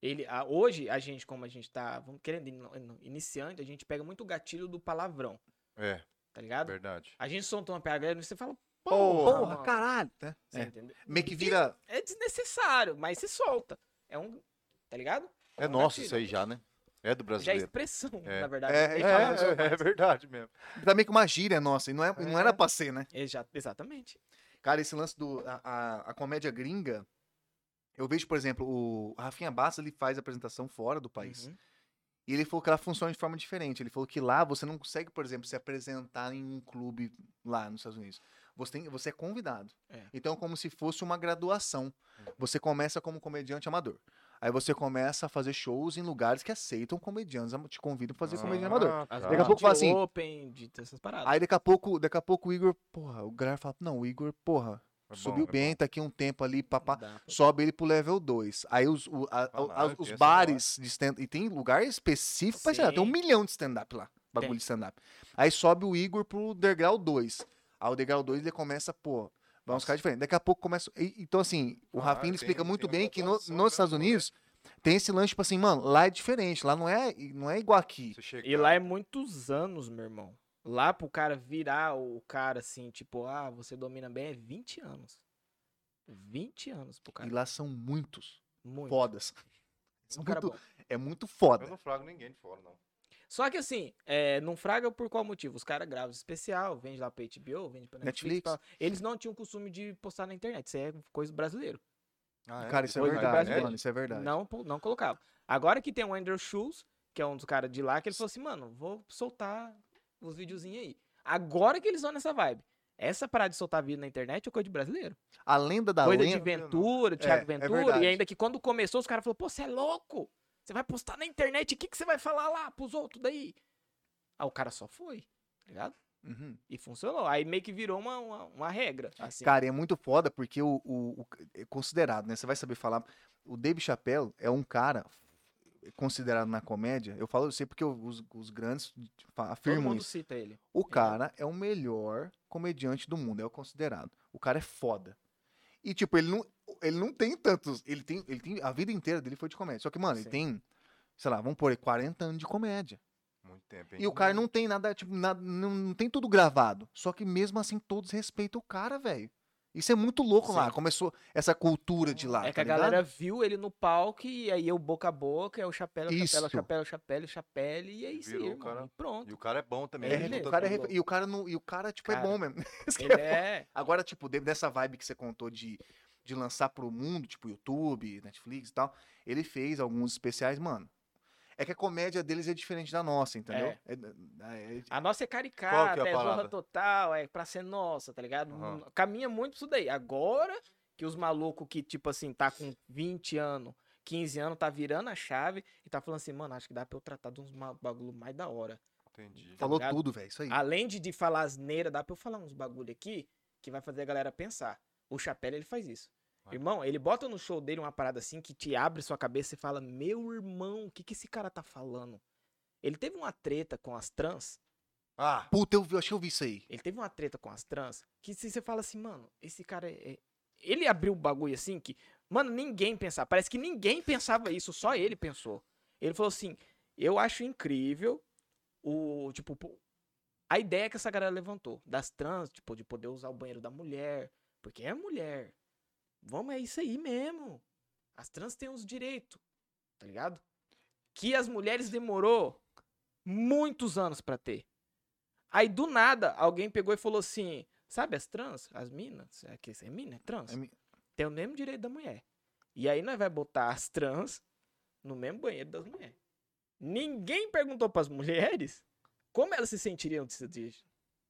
S3: Ele, a- hoje, a gente, como a gente tá vamos, querendo in- iniciante, a gente pega muito o gatilho do palavrão,
S2: É,
S3: tá ligado?
S2: verdade.
S3: A gente soltou uma piada e você fala, porra,
S1: Porra,
S3: mano."
S1: caralho. Né?
S3: Você
S1: É.
S3: entendeu?
S1: Meio que vira.
S3: É desnecessário, mas se solta. É um. Tá ligado?
S2: É
S3: um
S2: nosso
S3: gatilho.
S2: isso aí já, né? É do
S3: Já é
S2: brasileiro.
S3: expressão,
S2: É.
S3: na verdade.
S1: É,
S3: Nem
S1: é,
S3: fala dos
S2: é, é,
S3: outros.
S2: verdade mesmo.
S1: Tá meio que uma gíria nossa. E não, é, e não
S3: É.
S1: era pra ser, né?
S3: Exa- Exatamente.
S1: Cara, esse lance do. A, a, a comédia gringa. Eu vejo, por exemplo, o Rafinha Bastos, ele faz apresentação fora do país.
S3: Uhum.
S1: E ele falou que ela funciona de forma diferente. Ele falou que lá você não consegue, por exemplo, se apresentar em um clube lá nos Estados Unidos. Você, tem- você é convidado.
S3: É.
S1: Então é como se fosse uma graduação.
S2: É.
S1: Você começa como comediante amador. Aí você começa a fazer shows em lugares que aceitam comediantes. am- Te convidam pra fazer comediante amador.
S2: Ah,
S3: As
S2: tá.
S1: Daqui a pouco
S3: de
S1: fala assim-
S3: Open, de essas paradas.
S1: Aí daqui a pouco, daqui a pouco o Igor, porra, o Gar fala, não, o Igor, porra,
S2: É bom,
S1: subiu
S2: é
S1: bem, tá aqui um tempo ali, papá.
S3: Não dá.
S1: Sobe ele pro level 2. Aí os, o- a-
S2: Caralho,
S1: a- os
S2: tem essa
S1: bares de stand E tem lugar específico pra stand-up. Tem um
S3: Sim.
S1: milhão de stand-up lá. Bagulho
S3: Tem.
S1: de stand-up. Aí sobe o Igor pro degrau 2. Aí o degrau 2 ele começa, pô. Vai uns
S2: Nossa.
S1: caras diferentes. Daqui a pouco começa. e- então, assim, o
S2: Caralho,
S1: Rafinha ele
S2: tem- um,
S1: explica
S2: tem
S1: muito
S2: uma
S1: bem que no-
S2: graduação
S1: nos Estados
S2: mesmo, né?
S1: Unidos tem esse lance, tipo assim, mano, lá é diferente. Lá não é, não é igual aqui.
S2: Você chega-
S3: E lá é muitos anos, meu irmão. Lá pro cara virar o cara assim, tipo, ah, você domina bem, é 20 anos. 20 anos pro cara.
S1: E lá são muitos
S3: muito.
S1: fodas.
S3: Um cara
S1: muito-
S3: bom.
S1: É muito
S2: Eu
S1: foda.
S2: não frago ninguém de fora, não.
S3: Só que assim, é, não fraga por qual motivo? Os caras gravam especial, vende lá pra HBO, vende pra Netflix.
S1: Netflix.
S3: pra- Eles não tinham costume de postar na internet. Isso é coisa do brasileiro.
S2: Ah,
S1: Cara, isso é
S3: Coisa do
S1: verdade,
S3: Brasil.
S1: mano. Isso é verdade.
S3: Não, po- não colocava. Agora que tem o Andrew Schultz, que é um dos caras de lá, que ele falou assim, mano, vou soltar os videozinhos aí. Agora que eles vão nessa vibe. Essa parada de soltar vídeo na internet é coisa de brasileiro.
S1: A lenda da
S3: coisa de
S1: lenda.
S3: Ventura, Thiago
S1: é
S3: Ventura.
S1: verdade.
S3: e ainda que quando começou, os caras falaram, pô, você é louco? Você vai postar na internet, o que, que você vai falar lá pros outros daí? Ah, o cara só foi, tá ligado?
S1: Uhum.
S3: E funcionou. Aí meio que virou uma, uma, uma regra. Assim.
S1: Cara, e é muito foda porque o, o- o- é considerado, né? Você vai saber falar. O Dave Chappelle é um cara considerado na comédia. Eu falo, eu sei porque os, os grandes fa-
S3: Todo
S1: afirmam
S3: mundo
S1: isso.
S3: cita ele.
S1: O cara é o melhor comediante do mundo, é o considerado. O cara é foda. E, tipo, ele não, ele não tem tantos. Ele tem, ele tem. A vida inteira dele foi de comédia. Só que, mano,
S3: Sim.
S1: ele tem, sei lá, vamos pôr aí, 40 anos de comédia.
S2: Muito tempo, hein?
S1: E o cara não tem nada, tipo, nada, não, não tem tudo gravado. Só que mesmo assim, todos respeitam o cara, velho. Isso é muito louco lá.
S3: Sim.
S1: Começou essa cultura de lá.
S3: é que
S1: tá
S3: a
S1: ligado?
S3: galera viu ele no palco e aí o boca a boca, é o chapéu, é o chapéu, é o
S1: Isso.
S3: chapéu, é o chapéu, é o chapéu, e é isso aí,
S2: Virou o
S3: irmão.
S2: cara.
S3: E pronto.
S2: E o cara é bom também.
S3: É,
S2: né?
S1: É,
S3: ele-
S1: o cara é
S3: louco.
S1: refe- e o cara não, e o cara tipo
S3: Cara.
S1: é bom mesmo. Isso que
S3: Ele
S1: é foda.
S3: é.
S1: Agora tipo de- dessa vibe que você contou de de lançar pro mundo, tipo YouTube, Netflix e tal, ele fez alguns especiais, mano. É que a comédia deles é diferente da nossa, entendeu?
S3: É.
S1: É- é- é-
S3: A nossa é caricata,
S2: parada?
S3: é, zorra total, é pra ser nossa, tá ligado?
S2: Aham.
S3: Não- Caminha muito isso daí. Agora que os malucos que, tipo assim, tá com 20 anos, 15 anos, tá virando a chave e tá falando assim, mano, acho que dá pra eu tratar de uns ma- bagulho mais da hora.
S2: Entendi.
S1: falou
S3: ligado? Ah.
S1: tudo, velho, isso aí.
S3: Além de, de falar asneira, dá pra eu falar uns bagulho aqui que vai fazer a galera pensar. O Chapéu, ele faz isso.
S2: Vai.
S3: Irmão, ele bota no show dele uma parada assim que te abre sua cabeça e fala: Meu irmão, o que, que esse cara tá falando? Ele teve uma treta com as trans.
S2: Ah,
S1: Puta, eu, vi- eu acho que eu vi isso aí.
S3: Ele teve uma treta com as trans que se você fala assim, mano, esse cara é. é- Ele abriu o bagulho assim que. Mano, ninguém pensava. Parece que ninguém pensava isso, só ele pensou. Ele falou assim: eu acho incrível o. Tipo, pô, a ideia que essa galera levantou das trans, tipo, de poder usar o banheiro da mulher, porque é mulher. Vamos, é isso aí mesmo. As trans têm os direitos, tá ligado? Que as mulheres demorou muitos anos pra ter. Aí do nada, alguém pegou e falou assim: sabe as trans, as minas? É que é mina, é trans?
S1: É mi-
S3: Tem o mesmo direito da mulher. E aí nós vai botar as trans no mesmo banheiro das mulheres. Ninguém perguntou pras mulheres como elas se sentiriam desse jeito.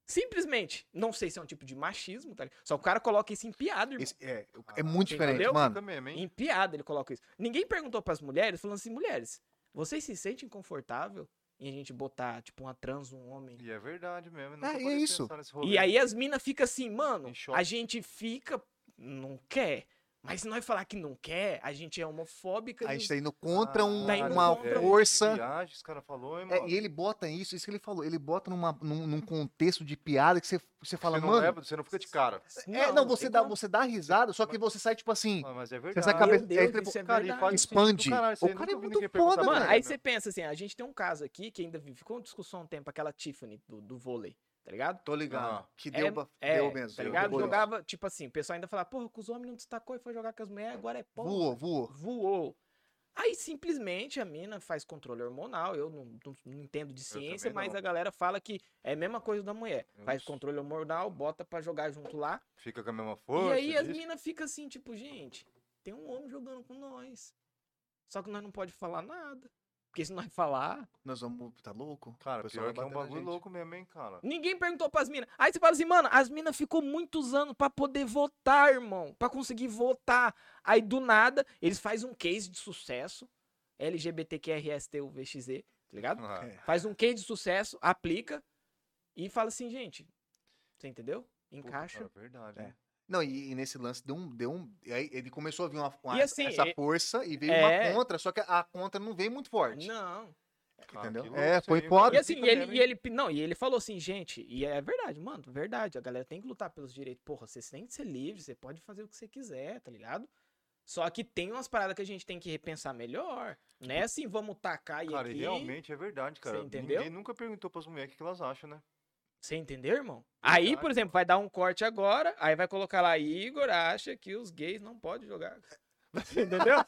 S3: Simplesmente, não sei se é um tipo de machismo, tá ligado? Só que o cara coloca isso em piada, irmão. ah,
S1: Esse- é, é muito
S3: Entendeu?
S1: diferente, mano.
S2: fica mesmo, hein?
S3: Em piada ele coloca isso. Ninguém perguntou pras mulheres, falando assim: mulheres, vocês se sentem confortável em a gente botar, tipo, uma trans, um homem
S2: E é verdade mesmo. eu
S1: É,
S2: nunca
S1: e é
S2: parei de
S1: isso.
S2: pensar nesse rolê.
S3: E aí as minas ficam assim, mano,
S2: Em choque.
S3: a gente fica, não quer, Mas se nós falar que não quer, a gente é homofóbica.
S1: A
S3: não-
S1: gente tá indo contra um-
S3: Tá indo
S1: uma
S3: contra um-
S1: força.
S2: Que É, viagem esse cara falou, hein,
S1: É,
S2: mano?
S1: e ele bota isso, isso que ele falou, ele bota numa, num, num contexto de piada que você, você fala,
S2: você não
S1: mano.
S2: leva, você não fica de cara.
S1: é, não, você
S3: tem
S1: dá,
S3: como.
S1: você dá risada, só que você sai, tipo assim,
S2: Ah, Mas é verdade.
S1: você sai a
S3: Meu
S1: cabeça.
S3: Deus,
S1: aí você
S3: isso é
S1: fala,
S3: verdade.
S2: faz sentido do
S1: expande.
S2: caralho, isso
S1: O
S2: aí,
S1: cara
S2: nunca
S1: é
S2: vi
S1: muito
S2: ninguém perguntar
S1: foda,
S2: pra
S3: Mano,
S1: velho.
S2: ele,
S3: aí
S2: né?
S3: você pensa assim, a gente tem um caso aqui que ainda vive- ficou uma discussão um tempo, aquela Tiffany do, do vôlei, tá ligado?
S1: Tô ligado.
S2: Ah.
S1: que deu, ba-
S3: é,
S1: deu mesmo.
S3: tá
S2: deu
S3: ligado?
S2: depois.
S3: Jogava, tipo assim, o pessoal ainda falava, porra, que os homens não destacou e foi jogar com as mulheres, agora é porra.
S1: Voou, voou.
S3: Voou. Aí simplesmente a mina faz controle hormonal, eu não, não- não entendo de ciência,
S2: também
S3: mas
S2: não.
S3: a galera fala que é a mesma coisa da mulher.
S2: Eu
S3: Faz
S2: não-
S3: controle hormonal, bota pra jogar junto lá.
S2: Fica com a mesma força.
S3: e aí as
S2: diz-
S3: minas ficam assim, tipo, gente, tem um homem jogando com nós. Só que nós não pode falar nada. Porque se nós falar,
S1: Nós vamos. Tá louco? O
S2: Cara,
S1: pessoal
S2: pior
S1: vai
S2: que é um
S1: bater na
S2: bagulho
S1: gente.
S2: louco mesmo, hein, cara.
S3: Ninguém perguntou pras minas. Aí você fala assim, mano, as minas ficou muitos anos pra poder votar, irmão. Pra conseguir votar. Aí do nada, eles fazem um case de sucesso. LGBTQRSTUVXZ, tá ligado?
S2: Ah,
S1: É.
S3: Faz um case de sucesso, aplica e fala assim, gente, você entendeu?
S2: puta,
S3: Encaixa.
S2: cara, verdade.
S1: É.
S2: hein?
S1: Não, e, e nesse lance deu um. Deu um e aí ele começou a vir uma, uma-
S3: E assim,
S1: essa
S3: e-
S1: força e veio
S3: é.
S1: uma contra, só que a contra não veio muito forte.
S3: Não.
S2: Cara,
S1: Entendeu?
S2: que
S1: É,
S2: louco isso
S1: foi
S2: aí,
S1: foda.
S3: E
S2: cara.
S3: assim,
S2: Fica
S3: e ele,
S2: mesmo,
S3: e
S2: hein?
S3: ele- não, e ele falou assim, gente, e é verdade, mano, verdade, a galera tem que lutar pelos direitos. Porra, você tem que ser livre, você pode fazer o que você quiser, tá ligado? Só que tem umas paradas que a gente tem que repensar melhor, né? Assim, vamos tacar e
S2: Cara, e
S3: aqui.
S2: realmente é verdade, cara.
S3: Você entendeu?
S2: Ninguém nunca perguntou pras mulheres o que que elas acham, né?
S3: Você entendeu, irmão? Aí,
S2: É
S3: por
S2: Verdade.
S3: exemplo, vai dar um corte agora, aí vai colocar lá, Igor acha que os gays não podem jogar. Entendeu?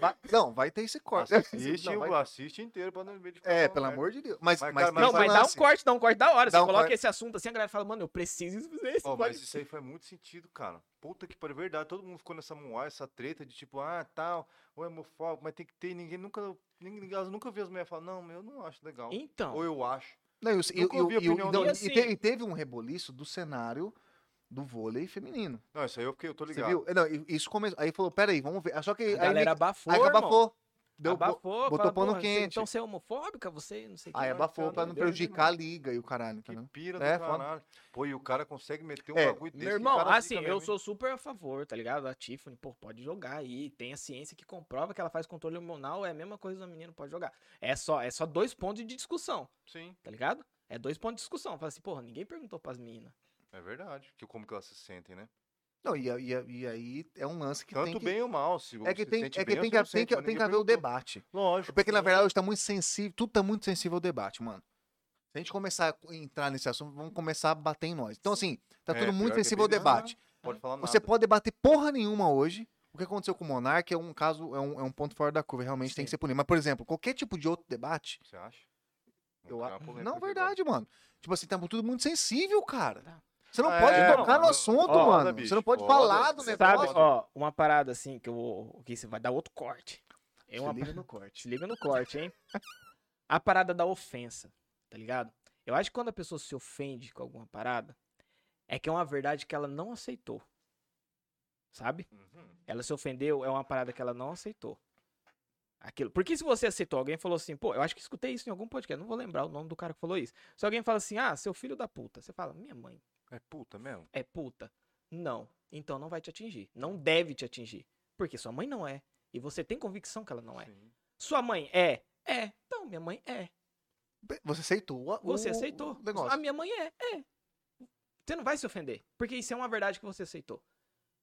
S1: Vai- não, vai ter esse corte.
S2: Assiste,
S1: Não, vai-
S2: o- assiste inteiro pra não ver de ficar
S1: É,
S2: falando
S1: pelo
S2: merda.
S1: amor de Deus. Mas,
S2: Mas, assim.
S1: mas,
S2: cara,
S1: tem
S3: não,
S1: esse
S3: mas dá um
S1: lance.
S3: corte, dá um corte da hora.
S1: Dá
S3: você
S1: um
S3: coloca
S1: corte.
S3: esse assunto assim, a galera fala, mano, eu preciso fazer isso.
S2: Ó,
S3: pode-
S2: mas isso aí faz muito sentido, cara. Puta que pariu, verdade. Todo mundo ficou nessa moá, essa treta de tipo, ah, tal, ou é homofóbico, mas tem que ter. Ninguém nunca. Ninguém, elas nunca viu as mulheres falar, não, eu não acho legal.
S3: Então.
S2: Ou eu acho.
S1: Não, e o- e o-
S2: Nunca
S1: e o-
S2: ouvi a
S1: e o-
S2: opinião
S1: não,
S3: dele.
S1: e
S3: E assim-
S1: te- e teve um reboliço do cenário do vôlei feminino.
S2: Não, isso aí eu fiquei, eu tô
S1: Você
S2: ligado.
S1: viu? Não, e- isso começou. Aí falou, peraí, vamos ver. Ah, Só que aí,
S3: A galera
S1: meio que-
S3: abafou,
S1: aí que
S3: irmão.
S1: abafou. Deu, bo-
S3: abafou,
S1: botou
S3: fala,
S1: pano
S3: "Porra, você-
S1: quente."
S3: Então você é homofóbica, você não sei tá o que.
S1: aí
S3: lá,
S1: abafou
S3: tal,
S1: pra não
S3: entendeu?
S1: prejudicar a liga e o caralho.
S2: Que
S1: entendeu?
S2: pira
S1: É,
S2: do
S1: foda.
S2: caralho. Pô, e o cara consegue meter um
S1: É,
S2: bagulho desse.
S3: Meu
S2: que
S3: irmão,
S2: cara
S3: assim,
S2: fica
S3: eu
S2: mesmo, hein?
S3: sou super a favor, tá ligado? A Tiffany, pô, pode jogar aí. Tem a ciência que comprova que ela faz controle hormonal, é a mesma coisa que o menino pode jogar. É só, é só dois pontos de discussão,
S2: Sim,
S3: tá ligado? É dois pontos de discussão. Fala assim, porra, ninguém perguntou pras meninas.
S2: é verdade. Que como que elas se sentem, né?
S1: Não, e, a- e a- e aí é um lance que tem
S2: Tanto
S1: que...
S2: bem ou mal, se
S1: É que
S2: você
S1: tem, é
S2: sente
S1: que,
S2: bem ou
S1: tem,
S2: se não
S1: que, tem,
S2: sente,
S1: que,
S2: mas
S1: tem que
S2: ninguém
S1: haver o
S2: perguntou.
S1: debate.
S2: Lógico.
S1: Porque, na
S2: lógico.
S1: verdade, hoje tá muito sensível, tudo tá muito sensível ao debate, mano. Se a gente começar a entrar nesse assunto, vamos começar a bater em nós. Então, assim, tá
S2: É,
S1: tudo
S2: pior
S1: muito
S2: que é
S1: sensível ao
S2: bem-
S1: debate.
S2: Pode falar nada.
S1: Você pode debater porra nenhuma hoje. O que aconteceu com o Monark é um caso, é um, é um ponto fora da curva, realmente tem que
S3: Sim.
S1: ser punido. Mas, por exemplo, qualquer tipo de outro debate,
S2: Você acha? Vamos
S1: eu
S2: criar
S1: a-
S2: uma
S3: é
S2: polêmica
S1: Não,
S2: aqui agora.
S1: verdade, mano. Tipo assim, tá tudo muito sensível,
S3: Tá.
S1: cara. Você não
S2: Ah,
S1: pode
S2: é,
S1: tocar
S2: mano.
S1: no assunto,
S3: Foda,
S1: mano.
S2: bicho,
S1: Você não pode
S2: foda.
S1: falar do
S2: Você
S1: negócio.
S3: Sabe,
S2: gosta?
S3: ó, uma parada assim que eu vou. Que você vai dar outro corte. É uma
S1: Se liga no
S3: Se
S1: corte.
S3: liga no corte, hein? A parada da ofensa, tá ligado? Eu acho que quando a pessoa se ofende com alguma parada, é que é uma verdade que ela não aceitou. Sabe?
S2: Uhum.
S3: Ela se ofendeu, é uma parada que ela não aceitou. Aquilo. Porque se você aceitou, alguém falou assim, pô, eu acho que escutei isso em algum podcast, não vou lembrar o nome do cara que falou isso. Se alguém fala assim, ah, seu filho da puta, você fala, minha mãe
S2: É puta mesmo?
S3: é puta? Não. Então não vai te atingir. Não deve te atingir. Porque sua mãe não é. E você tem convicção que ela não é.
S2: Sim.
S3: Sua mãe é? É. Então, minha mãe é.
S1: Você aceitou o-
S3: Você
S1: o-
S3: aceitou.
S1: o negócio.
S3: A minha mãe é. É. Você não vai se ofender. Porque isso é uma verdade que você aceitou.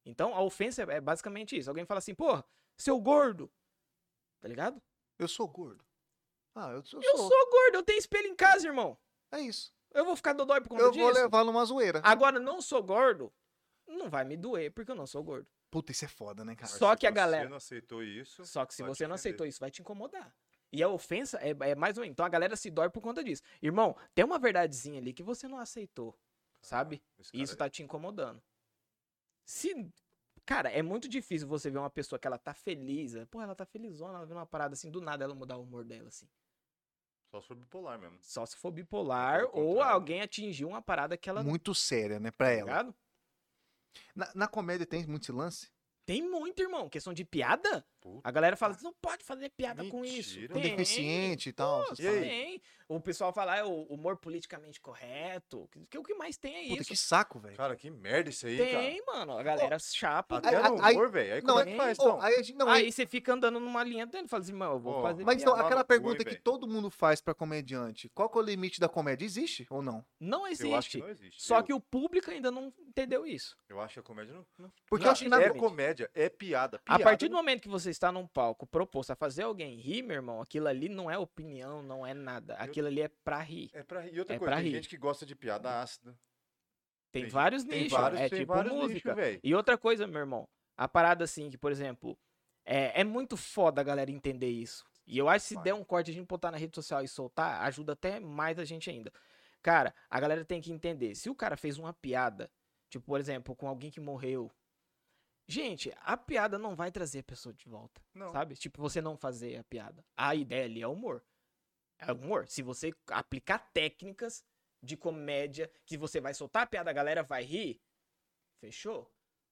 S3: Então, a ofensa é basicamente isso. Alguém fala assim, porra, seu gordo. Tá ligado?
S1: Eu sou gordo. Ah, eu sou.
S3: Eu sou gordo, eu tenho espelho em casa, irmão.
S1: É isso.
S3: Eu vou ficar dodói por conta
S1: Eu
S3: disso.
S1: vou levar numa zoeira.
S3: Agora, não sou gordo, não vai me doer, porque eu não sou gordo.
S1: Puta, isso é foda, né, cara?
S2: Mas
S3: Só
S2: se
S3: que a
S2: você
S3: galera-
S2: não aceitou isso.
S3: Só que se
S2: vai te
S3: você não
S2: ofender.
S3: aceitou isso, vai te incomodar. E a ofensa é, é mais ou menos. Então a galera se dói por conta disso. Irmão, tem uma verdadezinha ali que você não aceitou, sabe?
S2: Esse
S3: E isso
S2: cara
S3: tá te incomodando. Se. Cara, é muito difícil você ver uma pessoa que ela tá feliz. é, Pô, ela tá felizona, ela vê uma parada assim, do nada ela mudar o humor dela, assim.
S2: é Só sobre bipolar mesmo.
S3: Só se for bipolar
S2: Pelo
S3: ou
S2: contrário.
S3: alguém atingiu uma parada que ela.
S1: Muito séria, né, pra
S3: tá
S1: ela.
S3: ligado?
S1: Na, na comédia tem muito esse lance?
S3: Tem muito, irmão. Questão de piada?
S2: Puta.
S3: A galera fala, não pode fazer piada com isso.
S2: Mentira.
S1: Com
S3: Tem.
S1: Tipo, deficiente e tal.
S3: Pô,
S1: vocês
S2: e aí?
S1: falam.
S3: Tem. O pessoal fala, é o humor politicamente correto. Que, que o que mais tem é
S1: Puta,
S3: isso.
S1: que saco, velho.
S2: Cara, que merda isso aí,
S3: Tem, mano. A galera chapa.
S2: cara. Até
S1: Aí-
S2: no
S1: aí-
S2: humor, velho. Aí
S1: Não,
S2: como é
S1: é-
S2: que faz,
S1: Ô,
S2: então?
S1: aí a gente, não,
S3: aí você fica andando numa linha dele e fala assim, mano, eu vou
S2: Pô,
S3: fazer
S1: Mas então,
S3: piada.
S2: Minha
S1: aquela
S2: mala
S1: pergunta
S2: foi,
S1: que
S2: velho.
S1: todo mundo faz pra comediante: qual que é o limite da comédia? Existe ou não?
S2: Eu
S3: Não
S2: acho que
S3: existe.
S2: não existe.
S3: Só
S2: eu,
S3: que o público ainda não entendeu isso.
S2: eu acho que a comédia não. não-
S1: Porque
S3: Não,
S1: eu acho que na.
S2: é
S3: exatamente.
S2: comédia, é piada.
S3: A
S2: piada
S3: partir do
S2: não-
S3: momento que você está num palco proposto a fazer alguém rir, meu irmão, aquilo ali não é opinião, não é nada. Aquilo ali é pra rir.
S2: É pra rir. E outra
S3: É
S2: coisa,
S3: pra
S2: tem
S3: rir.
S2: gente que gosta de piada ácida.
S3: Tem
S2: Tem-
S3: vários
S2: Tem
S3: nichos,
S2: vários,
S3: é
S2: tem
S3: tipo
S2: vários
S3: música.
S2: nichos, velho.
S3: E outra coisa, meu irmão, a parada assim, que, por exemplo, é, é muito foda a galera entender isso. E eu acho que se
S2: Vai.
S3: der um corte, a gente botar na rede social e soltar, ajuda até mais a gente ainda. Cara, a galera tem que entender. Se o cara fez uma piada, tipo, por exemplo, com alguém que morreu. Gente, a piada não vai trazer a pessoa de volta,
S2: Não.
S3: sabe? Tipo, você não fazer a piada. A ideia ali é humor. É humor. Se você aplicar técnicas de comédia, que você vai soltar a piada, a galera vai rir, fechou?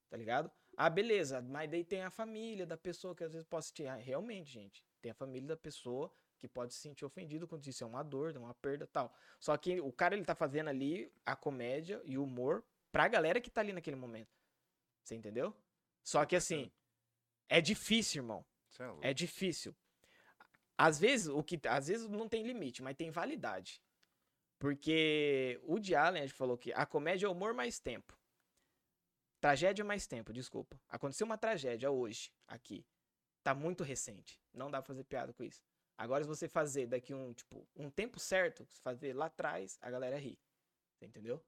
S3: Tá ligado? Ah, beleza, mas daí tem a família da pessoa que às vezes pode sentir. Ah, realmente, gente, tem a família da pessoa que pode se sentir ofendido quando isso é uma dor, é uma perda e tal. Só que o cara, ele tá fazendo ali a comédia e o humor pra galera que tá ali naquele momento. Você entendeu? Só que assim, é difícil, irmão.
S2: Cê é louco.
S3: É difícil. Às vezes, o que, tá, às vezes não tem limite, mas tem validade. Porque o de Allen a gente falou que a comédia é humor mais tempo. Tragédia mais tempo, desculpa. Aconteceu uma tragédia hoje, aqui. Tá muito recente. Não dá pra fazer piada com isso. Agora, se você fazer daqui um, tipo, um tempo certo, se fazer lá atrás, a galera ri. Você entendeu?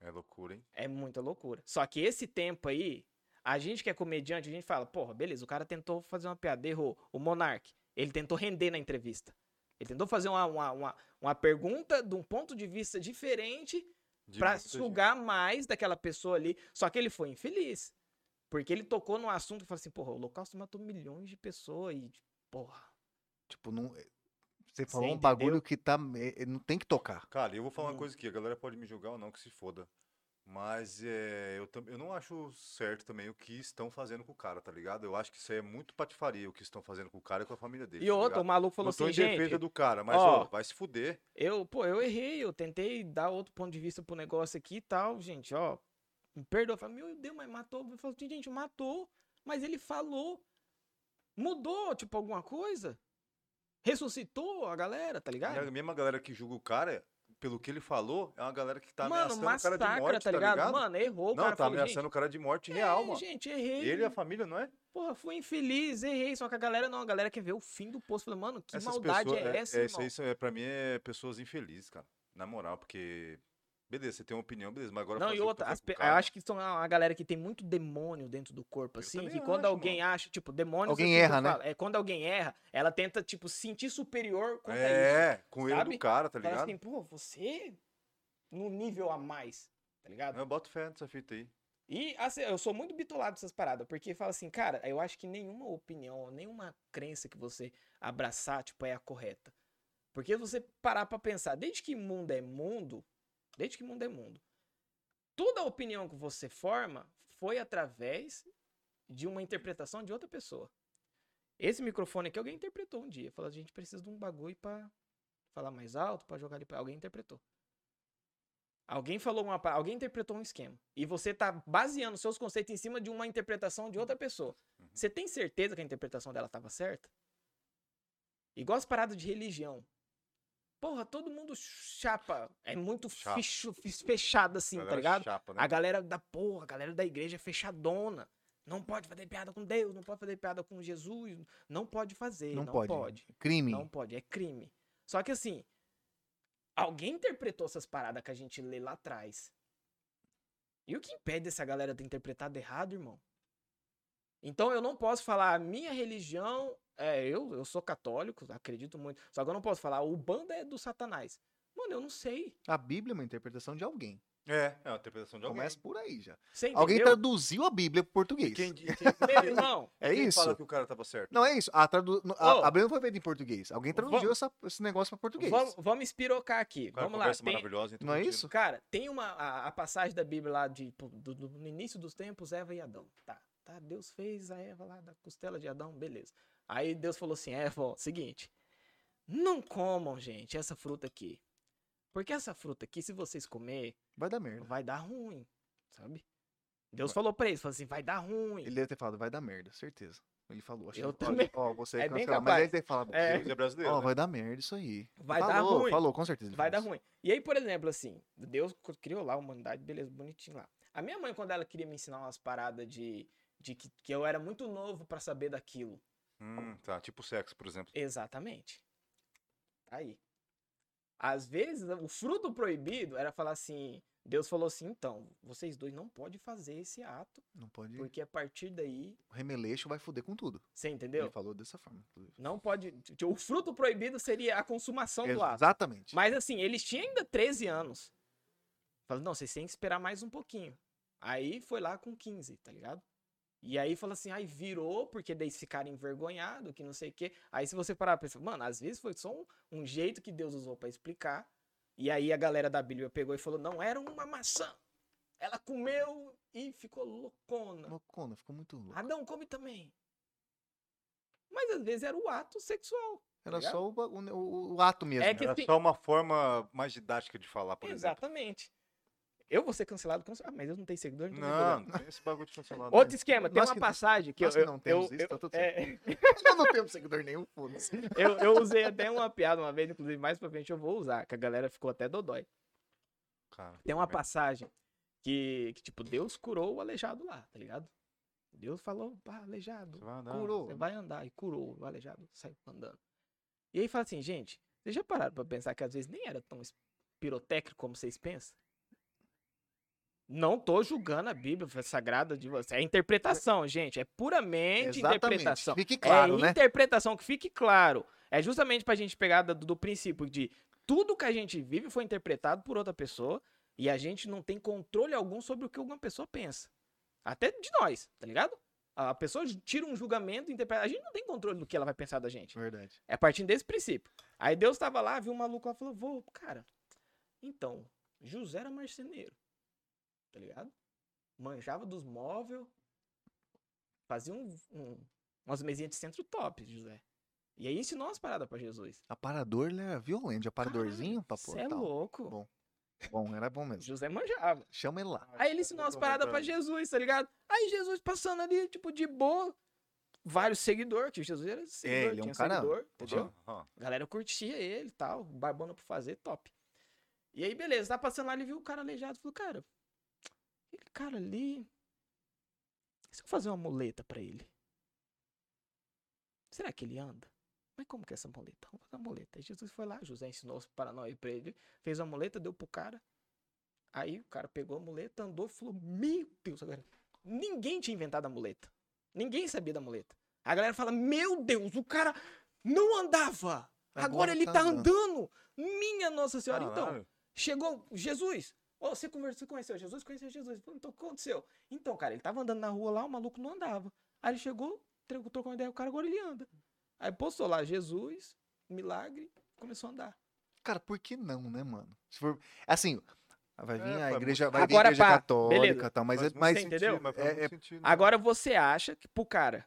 S2: É loucura, hein?
S3: É muita loucura. Só que esse tempo aí, a gente que é comediante, a gente fala, porra, beleza, o cara tentou fazer uma piada, errou. O Monark, ele tentou render na entrevista. Ele tentou fazer uma, uma, uma, uma pergunta de um ponto de vista diferente
S2: De
S3: pra
S2: muita gente.
S3: sugar mais daquela pessoa ali. Só que ele foi infeliz. Porque ele tocou num assunto e falou assim, porra, o Holocausto matou milhões de pessoas e, porra.
S1: Tipo, não. Você falou um
S3: entendeu?
S1: bagulho que tá. é- é- Não tem que tocar.
S2: Cara, eu vou falar uma
S3: Hum.
S2: coisa aqui, a galera pode me julgar ou não, que se foda. Mas é, eu, tam- eu não acho certo também o que estão fazendo com o cara, tá ligado? Eu acho que isso aí é muito patifaria o que estão fazendo com o cara e com a família dele.
S3: E
S2: tá
S3: outro, o
S2: ligado?
S3: maluco
S2: não
S3: falou
S2: tô
S3: assim,
S2: em defesa
S3: gente,
S2: do cara, mas
S3: ó,
S2: ó, vai se fuder.
S3: Eu, pô, eu errei, eu tentei dar outro ponto de vista pro negócio aqui e tal, gente, ó. Me perdoa. Eu Falei, meu Deus, mas matou. Eu falei, gente, matou, mas ele falou. Mudou, tipo, alguma coisa? Ressuscitou a galera, tá
S2: E a
S3: ligado?
S2: mesma galera que julga o cara, pelo que ele falou, é uma galera que tá
S3: Mano,
S2: ameaçando o cara
S3: massacra,
S2: de morte,
S3: tá, ligado? Mano, errou, o
S2: não,
S3: cara
S2: tá
S3: falou,
S2: ameaçando o cara de morte real,
S3: gente,
S2: mano.
S3: gente, errei.
S2: Ele e a família, não é?
S3: Porra, fui infeliz, errei. Só que a galera não, a galera quer ver o fim do poço. Falei, mano, que maldade é, essa,
S2: é,
S3: irmão?
S2: isso aí são- é, pra mim é pessoas infelizes, cara. Na moral, porque. Beleza, você tem uma opinião, beleza, mas agora
S3: Não,
S2: fazer
S3: e
S2: o que
S3: outra,
S2: fazer
S3: as
S2: com o
S3: pe-
S2: cara,
S3: eu acho que são a a galera que tem muito demônio dentro do corpo,
S2: Eu
S3: assim,
S2: também
S3: que quando
S2: acho,
S3: alguém acha, tipo, demônio...
S1: Alguém
S3: assim, que eu
S1: erra, né?
S3: falo, É, quando alguém erra, ela tenta, tipo, sentir superior contra isso.
S2: É, com o erro
S3: sabe?
S2: do cara, tá
S3: Parece
S2: ligado?
S3: assim, pô, você num nível a mais, tá ligado?
S2: Eu boto fé nessa fita aí.
S3: E assim, eu sou muito bitolado dessas paradas, porque fala assim, cara, eu acho que nenhuma opinião, nenhuma crença que você abraçar, tipo, é a correta. Porque você parar pra pensar, desde que mundo é mundo, desde que mundo é mundo, toda opinião que você forma foi através de uma interpretação de outra pessoa. Esse microfone aqui alguém interpretou um dia, falou, a gente precisa de um bagulho pra falar mais alto, pra jogar ali, pra... alguém interpretou. Alguém falou uma, pa- alguém interpretou um esquema e você tá baseando seus conceitos em cima de uma interpretação de outra pessoa.
S2: Uhum.
S3: Você tem certeza que a interpretação dela tava certa? Igual as paradas de religião. Porra, todo mundo chapa, é muito
S2: Chapa.
S3: ficho- fis- fechado assim, tá
S2: Galera
S3: ligado?
S2: Chapa, né?
S3: A galera da porra, a galera da igreja é fechadona. Não pode fazer piada com Deus, não pode fazer piada com Jesus, não pode fazer,
S1: Não, pode. né? Crime.
S3: não pode, é crime. Só que assim, alguém interpretou essas paradas que a gente lê lá atrás. E o que impede essa galera de interpretar errado, irmão? Então eu não posso falar a minha religião. É, eu, eu sou católico, acredito muito. Só que eu não posso falar o banda é do satanás. Mano, eu não sei.
S1: A Bíblia é uma interpretação de alguém.
S2: É, é uma interpretação de alguém.
S1: Começa por aí já.
S3: Você entendeu?
S1: Alguém traduziu a Bíblia pro português.
S2: Quem, quem,
S3: Meu irmão,
S1: É
S2: quem
S1: isso.
S2: fala que o cara tava certo?
S1: Não, é isso. A, tradu... a-
S3: Ô.
S1: a Bíblia não foi feita em português. Alguém traduziu
S3: Vamos-
S1: essa- esse negócio pra português.
S3: vamos, vamos espirocar aqui.
S2: O cara
S3: Vamos lá.
S2: é conversa
S3: Tem,
S2: maravilhosa. então
S1: Não é
S2: continua.
S1: isso?
S3: Cara, tem uma a, a passagem da Bíblia lá de pô, do, do- no início dos tempos, Eva e Adão, tá? Tá, Deus fez a Eva lá da costela de Adão, beleza. Aí Deus falou assim: Eva, ó, seguinte. Não comam, gente, essa fruta aqui. Porque essa fruta aqui, se vocês comer,
S1: Vai dar merda.
S3: vai dar ruim, sabe? Deus falou pra eles, falou assim, vai dar ruim.
S1: Ele deve ter falado, vai dar merda, certeza. Ele falou, acho
S3: Eu
S1: que- ó,
S3: também.
S1: Ó, você é
S3: É bem
S1: cancelado. Mas
S3: capaz.
S1: ele deve falar,
S3: É.
S2: Deus é brasileiro.
S1: ó,
S2: né?
S1: vai dar merda isso aí.
S3: Vai dar
S1: falou,
S3: ruim.
S1: Falou, com certeza. ele
S3: Vai dar
S1: falou isso.
S3: ruim. E aí, por exemplo, assim, Deus cri- criou lá a humanidade, beleza, bonitinho lá. A minha mãe, quando ela queria me ensinar umas paradas de, de que, que eu era muito novo pra saber daquilo.
S2: Hum, tá. Tipo sexo, por exemplo.
S3: Exatamente. Tá aí. Às vezes, o fruto proibido era falar assim: Deus falou assim, então, vocês dois não podem fazer esse ato,
S1: Não pode.
S3: porque a partir daí,
S1: O remeleixo vai foder com tudo.
S3: você
S1: Ele
S3: entendeu?
S1: falou dessa forma. inclusive.
S3: Não pode. tipo, O fruto proibido seria a consumação do ato.
S1: Exatamente.
S3: Mas assim, eles tinham ainda 13 anos. Falou, não, vocês têm que esperar mais um pouquinho. Aí foi lá com 15, tá ligado? E aí falou assim, aí virou, porque daí ficaram envergonhados, que não sei o quê. Aí se você parar pra pensar, mano, às vezes foi só um, um jeito que Deus usou pra explicar. E aí a galera da Bíblia pegou e falou, não, era uma maçã. Ela comeu e ficou loucona.
S1: Loucona, ficou muito louco.
S3: Adão come também. Mas às vezes era o ato sexual.
S1: Era
S3: ligado?
S1: só o, ba- o- o- o ato mesmo. né?
S3: É que
S2: Era
S3: assim-
S2: só uma forma mais didática de falar, por exemplo.
S3: Exatamente. Eu vou ser cancelado, cancelado. Ah, mas eu não tenho seguidor, então tem
S2: Não,
S3: problema.
S2: não tem esse bagulho de cancelar. né, não.
S3: Outro esquema, tem
S1: Nós
S3: uma
S1: que-
S3: passagem que eu,
S1: nós que
S3: eu,
S1: não temos
S3: eu,
S1: isso,
S3: eu-
S1: tá tudo
S3: é,
S1: Eu não tenho seguidor nenhum, foda-se.
S3: eu, eu usei até uma piada uma vez, inclusive mais pra frente eu vou usar, que a galera ficou até dodói.
S2: Cara,
S3: Tem
S1: É.
S3: uma
S2: tá vendo?
S3: passagem que, que, tipo, Deus curou o aleijado lá, tá ligado? Deus falou, pá, aleijado,
S2: Você vai andar.
S1: Curou.
S3: você vai andar. E curou o aleijado, saiu andando. E aí fala assim, gente, vocês já pararam pra pensar que às vezes nem era tão es- pirotécnico como vocês pensam? Não tô julgando a Bíblia sagrada de vocês. É interpretação, gente. É puramente interpretação.
S1: Fique claro,
S3: é
S1: né?
S3: interpretação, que fique claro. É justamente pra gente pegar do, do princípio de tudo que a gente vive foi interpretado por outra pessoa e a gente não tem controle algum sobre o que alguma pessoa pensa. Até de nós, tá ligado? A pessoa ju- tira um julgamento, interpreta. A gente não tem controle do que ela vai pensar da gente.
S1: Verdade.
S3: É partindo desse princípio. Aí Deus tava lá, viu um maluco lá e falou: Vou, cara, então, José era marceneiro. Tá ligado? Manjava dos móveis, fazia um, um- umas mesinhas de centro top, José. E aí ensinou umas paradas pra Jesus.
S1: Aparador, ele era violento. Aparadorzinho pra
S3: Você é
S1: portal.
S3: louco.
S1: Bom. Bom, era bom mesmo.
S3: José manjava.
S1: Chama ele
S2: né?
S1: lá.
S3: Aí ele ensinou umas paradas pra Jesus, tá ligado? Aí Jesus passando ali, tipo, de boa. Vários seguidores, que Jesus era seguidor,
S1: ele é um
S3: tinha
S1: cara-
S3: seguidor, entendeu?
S2: Aham.
S3: A galera curtia ele e tal, barbando pra fazer, top. E aí, beleza, tá passando lá, ele viu o cara aleijado, falou, cara, aquele cara ali, se eu fazer uma muleta pra ele, será que ele anda? Mas como que é essa muleta? Vamos fazer uma muleta. Aí Jesus foi lá, José ensinou os paranoia pra ele, fez uma muleta, deu pro cara. Aí o cara pegou a muleta, andou e falou, meu Deus, agora, ninguém tinha inventado a muleta. Ninguém sabia da muleta. A galera fala, meu Deus, o cara não andava. Agora, ele tá andando. Minha Nossa Senhora, então.
S2: Caralho.
S3: Chegou Jesus. Ô, você conversou, conheceu Jesus? Conheceu Jesus. Falei, Então, o que aconteceu? Então, cara, ele tava andando na rua lá, o maluco não andava. Aí ele chegou, trocou trocou uma ideia, com o cara agora ele anda. Aí postou lá, Jesus, milagre, começou a andar.
S1: Cara, por que não, né, mano? Se for... Assim, vai vir
S2: É,
S1: a
S2: foi
S1: igreja,
S2: muito-
S1: vai vir a
S3: Agora,
S1: igreja
S3: pá,
S1: católica
S3: beleza.
S1: e tal, mas,
S2: Faz
S1: é-
S2: muito
S1: mas
S2: sentido,
S3: entendeu?
S2: mas faz
S1: É-
S2: muito
S1: é-
S2: sentido, né?
S3: Agora você acha que pro cara,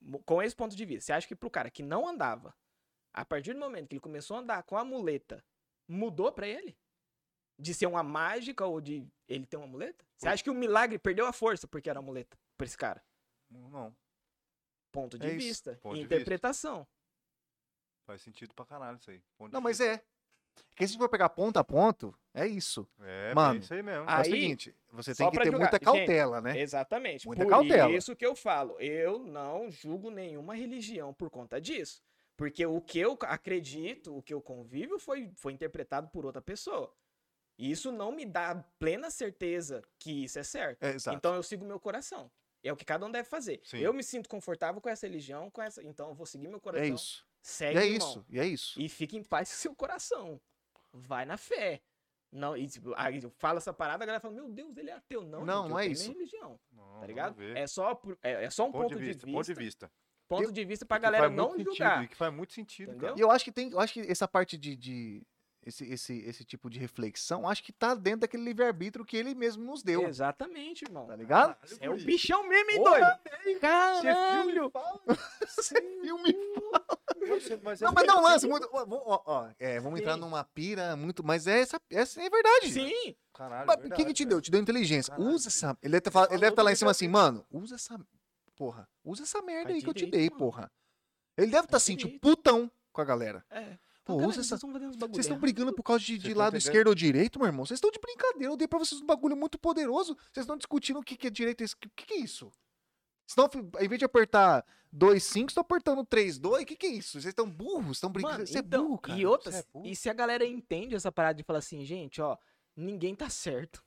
S3: mo- com esse ponto de vista, você acha que pro cara que não andava, a partir do momento que ele começou a andar com a muleta, mudou pra ele? De ser uma mágica ou de ele ter uma muleta? Você acha que o milagre perdeu a força porque era a muleta pra esse cara?
S2: Não,
S3: Ponto de
S1: É isso,
S3: vista,
S2: ponto de
S3: interpretação.
S2: faz sentido pra caralho isso aí. Ponto de
S1: não, mas
S2: vista.
S1: é. Porque se for pegar ponto a ponto, é isso.
S2: É,
S1: Mano,
S2: é isso aí mesmo.
S1: É o
S3: Aí,
S1: seguinte, você
S3: só
S1: tem que
S3: pra
S1: ter
S3: julgar.
S1: muita
S3: Gente, é
S1: cautela, né?
S3: Exatamente.
S1: Muita
S3: por
S1: cautela.
S3: isso que eu falo, eu não julgo nenhuma religião por conta disso. Porque o que eu acredito, o que eu convivo foi, foi interpretado por outra pessoa. E isso não me dá plena certeza que isso é certo.
S1: É, exato.
S3: Então eu sigo meu coração. É o que cada um deve fazer.
S2: Sim.
S3: Eu me sinto confortável com essa religião, com essa, então eu vou seguir meu coração.
S1: é isso. E
S3: Segue,
S1: é
S3: irmão.
S1: isso. E é isso.
S3: E fique em paz com seu coração. Vai na fé. Não, e tipo, aí eu falo essa parada, a galera fala, meu Deus, ele é ateu. Não,
S1: Não,
S3: gente,
S1: não
S3: eu
S1: é
S3: tenho
S1: isso.
S3: minha religião,
S2: Não,
S3: tá
S2: nada a
S3: ligado?
S2: ver.
S3: É só, por- é, é só um ponto, de vista,
S2: ponto de vista.
S3: ponto de vista pra
S2: Que
S3: galera
S2: faz
S3: não
S2: muito sentido,
S3: julgar.
S2: e que faz muito sentido,
S3: Entendeu?
S2: cara.
S1: E eu acho que tem, eu acho que essa parte de, de esse, esse, esse tipo de reflexão, acho que tá dentro daquele livre-arbítrio que ele mesmo nos deu.
S3: Exatamente, irmão.
S1: Tá ligado?
S2: Caralho,
S3: É o
S2: guri.
S3: bichão mesmo, hein,
S1: Porra, é
S3: doido? Caralho!
S1: Filme
S2: Mas- mas é-
S1: Não, mas não lance muito. Ó, vamos- ó, ó, é, vamos entrar
S3: Sim.
S1: numa pira muito. Mas é essa, essa é verdade.
S3: Sim!
S2: Caralho, é
S1: Mas o
S2: verdade,
S1: que, que te
S2: velho.
S1: deu? Te deu inteligência.
S2: Caralho.
S1: Usa essa. Ele deve, tá, ele
S2: Falou
S1: deve tá
S2: do
S1: lá em cima assim,
S2: livre-arbítrio.
S1: mano, usa essa. Porra, usa essa merda
S3: Faz
S1: aí que eu te
S3: direito,
S1: dei,
S3: mano.
S1: porra. Ele deve estar tá,
S3: Faz
S1: assim, tipo,
S3: direito.
S1: putão com a galera.
S3: É.
S1: Pô,
S3: Caralho,
S1: usa essa.
S3: estão fazendo uns
S1: Vocês estão
S3: bagulho.
S1: brigando por causa de, de
S2: Vocês tão
S1: lado
S2: entendendo?
S1: esquerdo ou direito, meu irmão? Vocês estão de brincadeira. Eu dei pra vocês um bagulho muito poderoso. Vocês estão discutindo o que, que é direito e esquerda. O que, que é isso? Senão, ao invés de apertar 2,5, estão apertando 3,2. O que, que é isso? Vocês estão burros? Estão brincando.
S3: Mano,
S1: Você
S3: então,
S1: é burro, cara.
S3: E outras,
S1: Você é burro.
S3: e se a galera entende essa parada de falar assim, gente, ó, ninguém tá certo.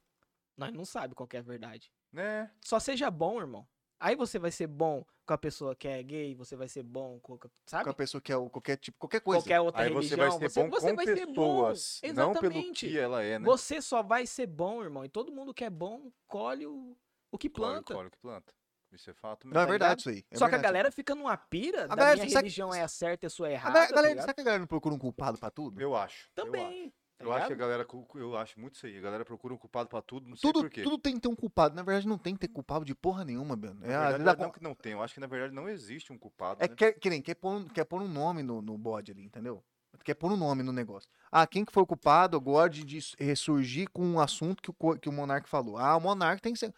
S3: Nós não sabe qual que é a verdade.
S2: Né?
S3: Só seja bom, irmão. Aí você vai ser bom com a pessoa que é gay, você vai ser bom com, a- sabe?
S1: Com a pessoa que é o- qualquer tipo, qualquer coisa.
S3: Qualquer um, outra
S2: Aí você
S3: religião.
S2: vai ser bom
S3: você
S2: com
S3: vai ser bom.
S2: pessoas, não pelo que ela é, né?
S3: Você só vai ser bom, irmão. E todo mundo que é bom colhe o, o que
S2: Colhe-
S3: planta.
S2: colhe o que planta. Isso é fato mesmo.
S1: Não, é
S3: tá
S1: verdade isso aí. É
S3: Só que a
S1: verdade.
S3: galera fica numa pira da
S1: galera,
S3: minha
S1: sabe-
S3: religião é a certa e a sua é
S1: A
S3: errada.
S1: ga-
S3: tá
S1: galera,
S3: ligado?
S1: será que a galera não procura um culpado pra tudo?
S2: Eu acho. Eu acho,
S3: Também. tá
S2: Eu acho é que a
S3: ligado?
S2: galera. cu- cu- Eu acho muito isso aí. A galera procura um culpado pra tudo, não sei
S1: tudo,
S2: por quê.
S1: tudo tem que ter um culpado. Na verdade, não tem que ter culpado de porra nenhuma, Beno.
S2: Na
S1: É, às
S2: verdade,
S1: vezes a
S2: não é
S1: con-
S2: que não tem. Eu acho que na verdade não existe um culpado.
S1: é
S2: né?
S1: quer, que nem, quer, pôr, um- quer pôr um nome no, no bode ali, entendeu? Quer pôr um nome no negócio. Ah, quem que foi o culpado agora de, de ressurgir com um assunto que o, co- que o Monark falou? Ah, o Monark tem que ser.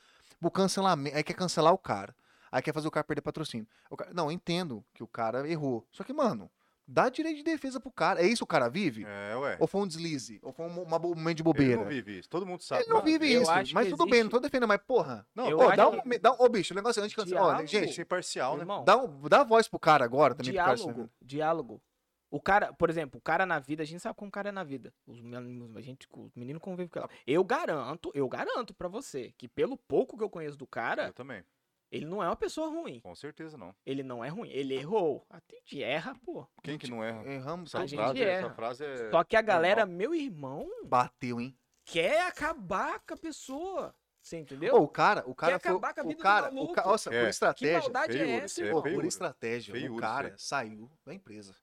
S1: O cancelamento. Aí quer cancelar o cara. Aí quer fazer o cara perder patrocínio. O cara- não, eu entendo que o cara errou. Só que, mano, dá direito de defesa pro cara. É isso que o cara vive?
S2: É, ué.
S1: Ou foi um deslize? Ou foi um, uma bo- um momento de
S2: Ele
S1: bobeira?
S2: não vive isso. Todo mundo sabe.
S1: Ele não
S2: cara.
S1: vive
S3: eu
S1: isso,
S3: acho
S1: mas
S3: que
S1: tudo bem, não
S3: existe-
S1: tô defendendo, mas porra.
S2: Não,
S3: Eu
S1: Pô,
S3: acho
S1: dá, um,
S3: que-
S1: me- dá um. Ô, bicho, o negócio é antes cancelar. Ó,
S3: Diálogo.
S1: gente,
S2: Isso é imparcial, né?
S3: Irmão,
S1: dá, um, dá a voz pro cara agora também. pro cara,
S3: diálogo,
S1: assim,
S3: diálogo. O cara, por exemplo, o cara na vida, a gente sabe como o cara é na vida. Os meninos, a gente, os meninos convivem com ela. Eu garanto, eu garanto pra você que pelo pouco que eu conheço do
S2: Eu
S3: cara,
S2: também.
S3: ele não é uma pessoa ruim.
S2: Com certeza não.
S3: Ele não é ruim, ele errou. Até de erra, pô.
S2: Quem que não erra?
S1: Erramos,
S2: Essa
S1: a
S3: A gente é-
S1: gente
S2: frase, essa
S3: erra.
S2: frase é.
S3: Só que a galera, meu irmão,
S1: bateu, hein?
S3: quer acabar com a pessoa. Você entendeu?
S1: Pô, o cara, o cara foi.
S3: acabar com a
S1: O
S3: vida do
S1: cara, o
S3: maluco.
S1: ca- nossa,
S2: É.
S1: por
S2: Que
S3: que
S1: estratégia.
S3: maldade
S2: feio,
S3: é
S2: isso
S3: essa,
S2: é
S1: pô,
S3: irmão?
S1: por
S2: feiura.
S1: estratégia, o
S2: Feiura,
S1: cara
S2: isso
S1: saiu da empresa.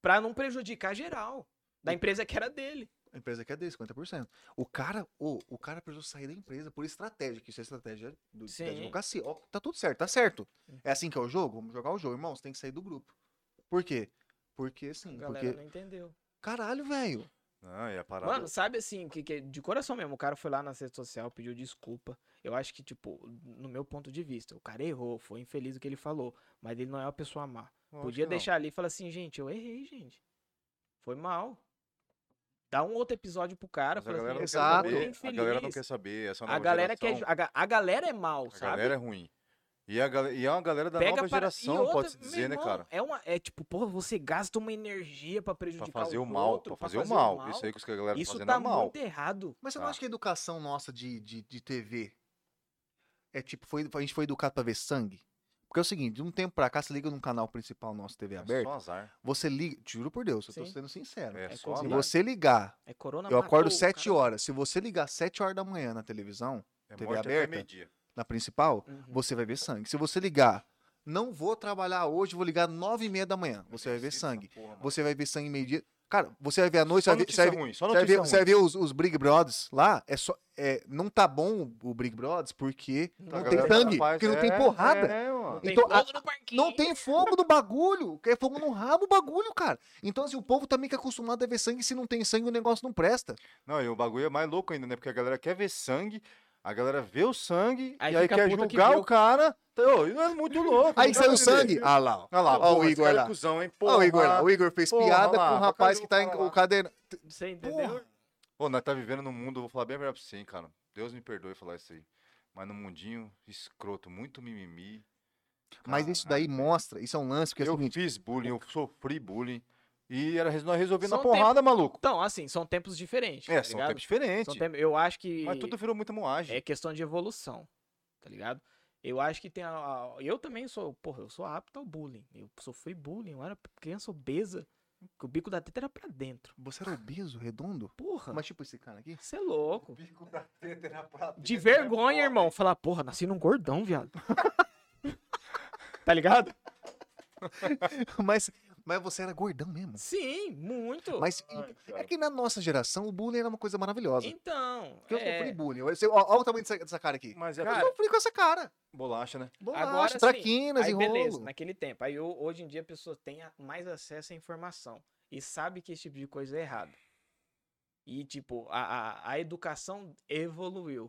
S3: Pra não prejudicar geral. Da empresa que era dele.
S1: A empresa quer dele, 50%. O cara, ô, o cara precisou sair da empresa por estratégia, que isso é estratégia do, da
S3: Sim.
S1: advocacia. Ó, tá tudo certo, tá certo. É assim que é o jogo? Vamos jogar o jogo, irmão. Você tem que sair do grupo. Por quê? Porque
S3: A
S1: sim,
S3: galera
S1: porque.
S3: não entendeu.
S1: Caralho, velho.
S2: Não, é a parada.
S3: Mano, sabe assim, que, que de coração mesmo, o cara foi lá na rede social, pediu desculpa. Eu acho que, tipo, no meu ponto de vista, o cara errou, foi infeliz o que ele falou, mas ele não é uma pessoa má.
S2: Lógico
S3: Podia
S2: que não.
S3: deixar ali e falar assim, gente, eu errei, gente. Foi mal. Dá um outro episódio pro cara,
S2: Mas a
S3: fala
S2: galera não
S3: assim,
S2: quer
S1: Exato.
S3: "Eu fui
S2: saber. A galera não
S3: infeliz."
S2: quer saber. Essa
S3: A
S2: nova
S3: galera quer
S2: geração,
S3: ju- a, ga- a galera é mal,
S2: A
S3: sabe?
S2: galera é ruim. E, a gal- e é uma galera da nova
S3: para- e
S2: geração,
S3: outra,
S2: pode-se
S3: meu
S2: dizer, né,
S3: irmão,
S2: cara?
S3: É uma é tipo, porra, você gasta uma energia pra
S2: Pra
S3: prejudicar
S2: fazer
S3: o
S2: o mal.
S3: outro,
S2: pra fazer o mal. Isso aí que os que a galera tá
S3: Isso
S2: fazendo
S3: tá
S2: é mal.
S3: muito errado.
S1: Mas você
S2: Tá.
S1: não acha que a educação nossa de, de, de TV é tipo, foi, a gente foi educado pra ver sangue? Porque é o seguinte, de um tempo pra cá, você liga num canal principal nosso, TV
S2: É
S1: aberta,
S2: só azar.
S1: você liga, juro por Deus, eu tô
S3: Sim.
S1: sendo sincero.
S2: É,
S3: É
S2: só
S1: Se
S3: coisa-
S2: azar.
S1: você ligar,
S3: É corona
S1: eu acordo
S3: matou o
S1: 7
S3: cara.
S1: horas, se você ligar 7 horas da manhã na televisão,
S2: É
S1: TV
S2: morte até
S1: aberta?
S2: meio-dia.
S1: na principal,
S3: Uhum.
S1: você vai ver sangue. Se você ligar, não vou trabalhar hoje, vou ligar 9 e meia da manhã, você vai ver
S2: Essa
S1: sangue.
S2: porra, mano.
S1: Você vai ver sangue meio-dia. Cara, você vai ver à noite,
S2: Só
S1: você vai ver- você
S2: notícia
S1: vai ver,
S2: ruim, só
S1: Você vai, ver,
S2: notícia
S1: você vai
S2: ruim.
S1: ver os, os Big Brothers lá, é só, é, não tá bom o Big Brothers porque
S3: Não
S2: Tá, a
S1: não tem
S2: galera
S1: sangue,
S2: capaz-
S1: porque não tem
S2: é,
S1: porrada.
S2: é, mano.
S1: Tem Então, fogo
S3: no parquinho.
S1: Não tem fogo no bagulho, que é fogo no rabo o bagulho, cara. Então, assim, o povo tá meio que acostumado a ver sangue, se não tem sangue o negócio não presta.
S2: Não, e o bagulho é mais louco ainda, né? Porque a galera quer ver sangue, a galera vê o sangue
S3: Aí
S2: e aí
S3: fica
S2: quer
S3: puta que
S2: julgar
S3: viu.
S2: o cara. Ô, isso é muito louco.
S1: Aí
S2: não dá
S1: saiu
S2: pra
S1: o sangue,
S2: entender.
S1: ah lá, ó.
S2: Olha lá,
S1: Ó o
S2: porra, esse
S1: Igor
S2: cara é
S1: lá.
S2: cuzão, hein?
S1: Ó o Igor lá,
S2: porra.
S1: o Igor fez
S2: Porra,
S1: piada
S2: olha lá, um
S1: com o rapaz
S2: pra
S1: que tá em
S2: caramba,
S1: o cadeira.
S3: Você entendeu?
S2: Ô, nós tá vivendo num mundo, eu vou falar bem a verdade pra você, hein, cara. Deus me perdoe falar isso aí. Mas num mundinho escroto, muito mimimi.
S1: Mas isso daí mostra, isso é um lance, porque é o
S2: Eu
S1: seguinte,
S2: fiz bullying, eu sofri bullying. E era, nós resolvemos na
S3: São
S2: porrada, maluco.
S3: Então, assim, são tempos diferentes.
S2: É,
S3: tá
S2: são
S3: ligado?
S2: tempos diferentes.
S3: São tempos- Eu acho que
S2: Mas tudo virou muita moagem.
S3: é questão de evolução, tá ligado? Eu acho que tem a, a- Eu também sou. Porra, eu sou apto ao bullying. Eu sofri bullying, eu era criança obesa. Que o bico da teta era pra dentro.
S1: você era obeso, redondo?
S3: Porra,
S1: Mas tipo esse cara aqui?
S3: você é louco.
S2: bico da teta era pra
S3: De
S2: dentro, é
S3: vergonha,
S2: foda.
S3: irmão. Falar, porra, nasci num gordão, viado. tá ligado?
S1: Mas Mas você era gordão mesmo.
S3: Sim, muito.
S1: Mas
S2: Ai, cara.
S1: é que na nossa geração o bullying era uma coisa maravilhosa.
S3: Então.
S1: Porque eu
S3: é,
S1: sofri bullying. Eu- você- ó, ó o tamanho dessa, dessa cara aqui.
S2: Mas é
S1: eu sofri com essa cara.
S2: bolacha, né?
S1: Bolacha,
S3: Agora sim.
S1: traquinas,
S3: Aí
S1: enrolo.
S3: beleza, né? naquele tempo. Aí ho- hoje em dia a pessoa tem a- mais acesso à informação e sabe que esse tipo de coisa é errado. E tipo, a, a, a educação evoluiu.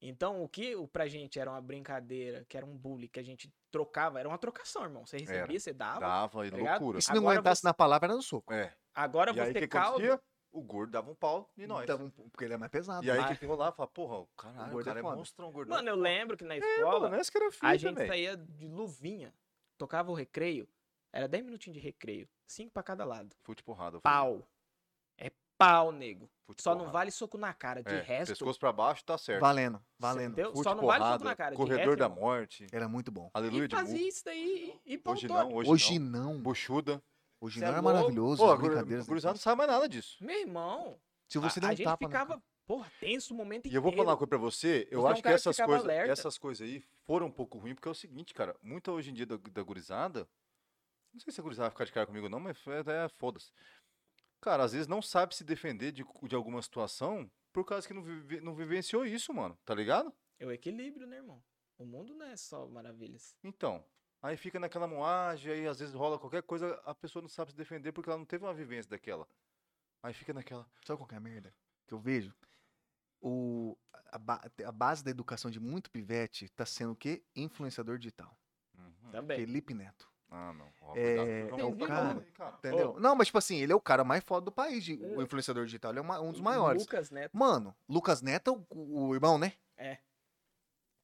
S3: Então o que o- pra gente era uma brincadeira, que era um bullying, que a gente trocava, era uma trocação, irmão. Você recebia,
S2: Era.
S3: você
S1: Ah,
S3: dava.
S2: Dava e
S3: Tá ligado?
S2: loucura.
S1: E se não
S3: Agora
S1: aguentasse
S3: você-
S1: na palavra, era no soco.
S2: É.
S3: Agora
S2: E aí o
S3: você
S2: que
S3: causa.
S2: acontecia? O gordo dava um pau e nós.
S1: Então, porque ele é mais pesado.
S2: E aí
S1: né?
S2: o que
S3: Mas-
S2: que rolava? Falava, porra, caralho, o
S1: gordo é
S2: cara é
S1: foda.
S2: monstrão, gordão.
S3: Mano, eu lembro que na
S2: É, mano,
S3: escola
S2: nessa que era
S3: a
S2: fita,
S3: gente
S2: velho.
S3: saía de luvinha, tocava o recreio, era 10 minutinhos de recreio, 5 pra cada lado.
S2: Fute porrada. eu falei.
S3: Pau. É pau, nego.
S2: Fute
S3: Só não
S2: porrada.
S3: vale soco na cara. De
S2: É,
S3: resto.
S2: Pescoço pra baixo, tá certo.
S1: Valendo, valendo.
S3: entendeu?
S2: Fute
S3: Só não vale soco
S2: porrada,
S3: na cara. de
S2: corredor
S3: resto,
S2: da
S3: irmão.
S2: morte.
S1: Era muito bom.
S2: Aleluia
S3: E
S2: de mu.
S3: fazia isso daí e, e
S2: Hoje
S3: pontou.
S2: não, hoje,
S1: Hoje
S2: não.
S1: não.
S2: Buchuda.
S1: Hoje
S3: Cê
S1: não
S3: é
S1: era
S3: louco.
S1: maravilhoso.
S2: Pô,
S1: as
S2: a gru-
S1: brincadeiras.
S2: o cruzado não sabe mais nada disso.
S3: Meu irmão.
S1: Se você
S3: a,
S1: der
S3: a
S1: um
S3: gente
S1: tapa na
S3: ficava,
S1: cara-
S3: porra, tenso o momento
S2: E eu vou
S3: inteiro.
S2: falar uma coisa pra você, eu
S3: Você é um
S2: acho que
S3: cara que
S2: essas
S3: ficava
S2: coisas,
S3: alerta.
S2: essas coisas aí foram um pouco ruins, porque é o seguinte, cara, muita hoje em dia da, da gurizada, não sei se a gurizada vai ficar de cara comigo ou não, mas é, é foda-se. Cara, às vezes não sabe se defender de, de alguma situação por causa que não, vive- não vivenciou isso, mano, tá ligado?
S3: É o equilíbrio, né, irmão? O mundo não é só maravilhas.
S2: Então, aí fica naquela moagem, aí às vezes rola qualquer coisa, a pessoa não sabe se defender porque ela não teve uma vivência daquela. Aí fica naquela,
S1: Sabe qual que é a merda que eu vejo? O, a, ba- a base da educação de muito pivete tá sendo o quê? Influenciador digital. Hum,
S2: uhum,
S3: Também.
S1: Felipe Neto.
S2: ah não, ó,
S1: É,
S2: cuidado, vocês não
S1: é
S2: vão
S1: o
S2: pegar
S1: cara-
S2: aí, cara.
S1: Entendeu? Não, mas tipo assim, ele é o cara mais foda do país. de-
S3: É.
S1: O influenciador digital ele é uma- um dos
S3: O
S1: maiores.
S3: Lucas Neto.
S1: Mano, Lucas Neto é o, o irmão, né?
S3: É.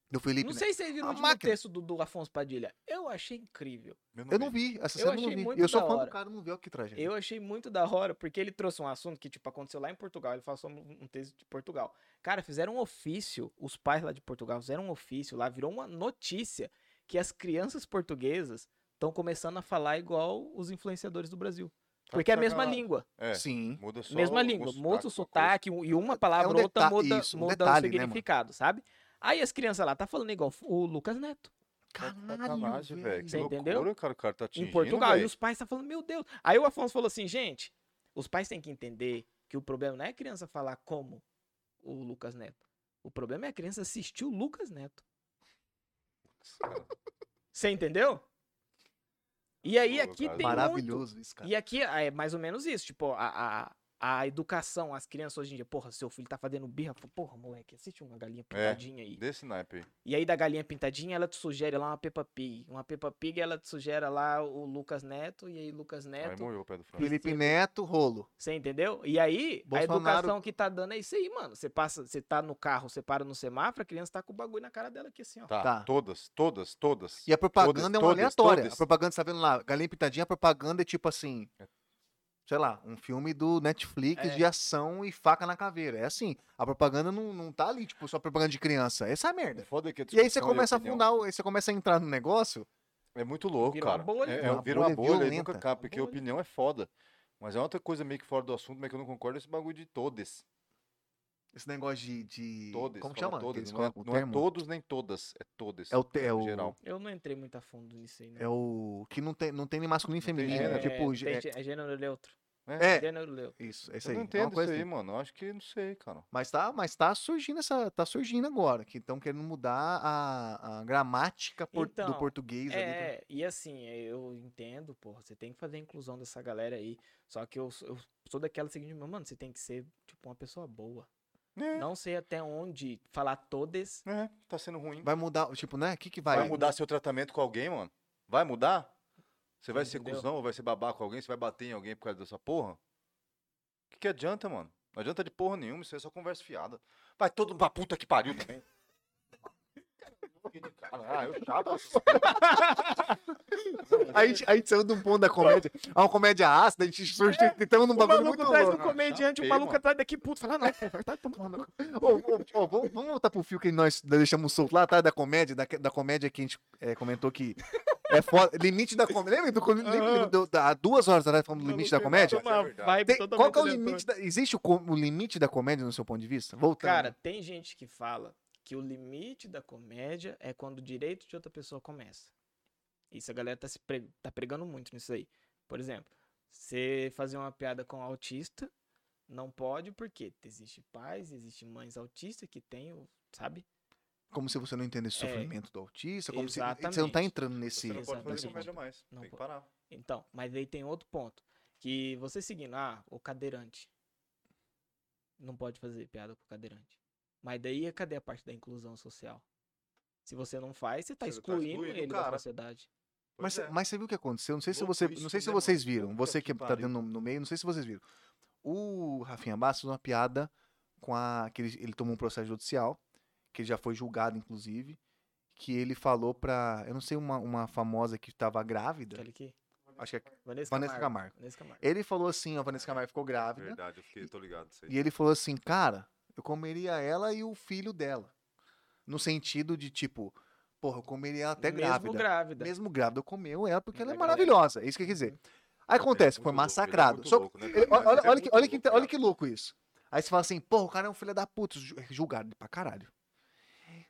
S1: Do Felipe
S3: Não
S1: Neto.
S3: sei se vocês
S1: né?
S3: viram
S1: A
S3: o último
S1: máquina.
S3: texto do, do Afonso Padilha. Eu achei incrível.
S1: Eu não vi, essa
S3: Eu
S1: cena eu não
S3: achei
S1: vi.
S3: muito
S1: Eu sou
S3: da
S1: fã
S3: hora.
S1: do cara, não vi, olha que tragédia.
S3: Eu achei muito da hora, porque ele trouxe um assunto que, tipo, aconteceu lá em Portugal. Ele falou sobre um texto de Portugal. Cara, fizeram um ofício, os pais lá de Portugal fizeram um ofício lá, virou uma notícia que as crianças portuguesas estão começando a falar igual os influenciadores do Brasil.
S1: Tá
S3: Porque é a mesma
S2: sacanagem.
S3: língua,
S2: Tá É.
S1: Sim.
S2: Muda só
S3: mesma
S2: o-
S3: língua.
S2: o
S3: Muda o
S2: uma coisa.
S3: sotaque e uma palavra,
S1: um
S3: outra
S1: deta-
S3: muda,
S1: isso, um
S3: muda
S1: detalhe,
S3: o
S1: né, mano?
S3: significado, sabe? Aí as crianças lá tá falando igual o Lucas Neto, Tá,
S1: Caralho,
S2: Sacanagem, velho.
S1: Tá velho.
S2: Que
S3: Você
S2: loucura,
S3: entendeu?
S2: cara. O cara tá atingindo,
S3: em Portugal. E
S2: velho.
S3: os pais tá falando, meu Deus. Aí o Afonso falou assim, gente, os pais têm que entender que o problema não é a criança falar como o Lucas Neto. O problema é a criança assistir o Lucas Neto.
S2: Cara,
S3: Você entendeu? E aí
S2: Pô,
S3: aqui
S2: cara,
S3: tem muito.
S1: Maravilhoso isso, cara.
S3: E aqui é mais ou menos isso, tipo, a, a, a educação, as crianças hoje em dia, porra, seu filho tá fazendo birra, fala, porra, moleque, assiste uma
S2: É.
S3: galinha pintadinha aí.
S2: Desse naipe aí.
S3: E aí da galinha pintadinha, ela te sugere lá uma Peppa Pig. Uma Peppa Pig, ela te sugere lá o Lucas Neto, e aí Lucas
S2: Aí
S3: Neto
S2: morreu o pé do Franco.
S1: Felipe Neto, rolo.
S3: Você entendeu? E aí,
S1: Bolsonaro-
S3: a educação que tá dando é isso aí, mano. Você passa, você tá no carro, você para no semáforo, a criança tá com o bagulho na cara dela aqui assim, ó.
S2: Tá,
S1: Tá.
S2: todas, todas, todas.
S1: E a propaganda
S2: Todas,
S1: é uma
S2: todas,
S1: aleatória.
S2: todas.
S1: A propaganda, você tá vendo lá, Galinha Pintadinha, a propaganda é tipo assim, sei lá, um filme do Netflix
S3: É.
S1: de ação e faca na caveira. É assim, a propaganda não, não tá ali, tipo, só propaganda de criança. Essa é a
S2: O
S1: merda.
S2: Foda é que a
S1: E aí você
S2: discussão de
S1: começa a
S2: opinião
S1: afundar, o- aí você começa a entrar no negócio,
S2: É muito louco,
S3: Vira uma
S2: cara.
S3: bolha,
S2: é,
S3: né?
S2: é,
S1: Uma
S2: vira uma
S1: bolha
S2: bolha, e
S1: violenta.
S2: nunca acaba, porque
S3: Uma bolha.
S2: opinião é foda. Mas é outra coisa meio que fora do assunto, mas que eu não concordo é esse bagulho de todas.
S1: esse negócio de. de-
S2: Todas.
S1: como
S2: fala
S1: chama? Que
S2: Todas.
S1: eles
S2: Não, é,
S1: colocam o
S2: não é
S1: termo?
S2: todos nem todas, é todas.
S1: É o te- é
S2: no
S1: o-
S2: geral.
S3: Eu não entrei muito a fundo nisso aí, não.
S1: É o. Que não tem, não tem nem masculino nem
S2: Não tem
S1: feminino.
S2: gênero.
S1: É, tipo.
S3: tem
S1: É,
S3: gê- é gênero neutro.
S1: é,
S3: Gênero neutro.
S1: isso, é isso
S2: Eu
S1: aí. é
S2: não
S1: uma
S2: entendo isso
S1: coisa
S2: aí,
S1: assim.
S2: mano. Eu Acho que não sei, cara.
S1: Mas tá, mas tá surgindo essa. Tá surgindo agora. Que estão querendo mudar a, a gramática por-
S3: Então,
S1: do português ali.
S3: É, e assim, eu entendo, porra, você tem que fazer a inclusão dessa galera aí. Só que eu, eu sou daquela seguinte, meu mano, você tem que ser, tipo, uma pessoa boa.
S2: É,
S3: Não sei até onde falar todes.
S2: é, tá sendo ruim.
S1: Vai mudar, tipo, né? O que que vai?
S2: Vai mudar seu tratamento com alguém, mano? Vai mudar? Você vai ser
S3: Entendeu?
S2: cuzão ou vai ser babá com alguém? Você vai bater em alguém por causa dessa porra? O que, que adianta, mano? Não adianta de porra nenhuma, isso aí é só conversa fiada. Vai todo mundo pra puta que pariu também. Ah, eu chapa.
S1: A gente, a gente saiu de um ponto da comédia. a uma comédia ácida, a gente surgiu. Estamos num
S3: O
S1: É um bagulho muito
S3: É. maluco um atrás do
S1: louco.
S2: louco.
S3: comediante, o
S2: Chapei,
S3: maluco
S2: mano.
S3: atrás daqui, puto, fala, não, porra, tá tomando.
S1: Ô, ô, ô, vamos, vamos voltar pro fio que nós deixamos solto lá atrás da comédia, da, da comédia que a gente é, comentou que é foda. Limite da comédia. Lembra do limite do- da- há duas horas atrás falamos do limite da comédia?
S2: Uma
S1: Tem- qual que é o limite da, Existe o, co- o limite da comédia no seu ponto de vista? Voltando.
S3: Cara, tem gente que fala que o limite da comédia é quando o direito de outra pessoa começa. Isso a galera tá, se pre- tá pregando muito nisso aí. Por exemplo, você fazer uma piada com um autista não pode porque existe pais, existe mães autistas que têm, o- sabe?
S1: Como se você não entendesse o
S3: É.
S1: sofrimento do autista, como se você não
S3: Exatamente.
S1: tá entrando
S2: Você
S1: nesse.
S2: não pode fazer
S3: exatamente.
S2: comédia mais.
S3: Não
S2: Tem que
S3: pode.
S2: parar.
S3: Então, mas aí tem outro ponto. Que você seguindo, ah, o cadeirante. Não pode fazer piada com o cadeirante. Mas daí cadê a parte da inclusão social? Se você não faz, você tá
S2: Você tá
S3: excluindo
S2: excluindo o
S3: ele
S2: cara.
S3: da sociedade.
S1: Mas,
S2: Pois é.
S1: mas você viu o que aconteceu? Não sei se
S2: Louco
S1: você,
S2: isso,
S1: não sei se
S2: né,
S1: vocês
S2: mano?
S1: viram.
S2: Puta
S1: Você que
S2: que
S1: tá
S2: pariu.
S1: dentro no, no meio, não sei se vocês viram. O Rafinha Bastos fez uma piada com a que ele, ele tomou um processo judicial, que ele já foi julgado inclusive, que ele falou pra, eu não sei uma, uma famosa que tava grávida,
S3: Aquele aqui.
S1: acho que é,
S3: Vanessa,
S1: Vanessa Camargo.
S3: Vanessa Camargo.
S1: ele falou assim, ó, a Vanessa Camargo ficou grávida.
S2: Verdade, eu fiquei, tô ligado. Isso aí.
S1: né? E ele falou assim, cara, eu comeria ela e o filho dela. No sentido de, tipo, porra, eu comeria ela até
S3: Mesmo
S1: grávida.
S3: tá grávida.
S1: Mesmo grávida, eu comeu ela porque ela é
S3: Legal, né?
S1: maravilhosa. É isso que quer dizer. Aí acontece,
S2: muito
S1: foi
S2: louco, ele é
S1: massacrado.
S2: muito
S1: Só-
S2: louco, né,
S1: ele-
S2: cara?
S1: olha,
S2: Ele é
S1: olha que,
S2: muito
S1: olha, que,
S2: louco,
S1: olha
S2: cara.
S1: que louco isso. Aí você fala assim, porra, o cara é um filho da puta, ju- julgado pra caralho.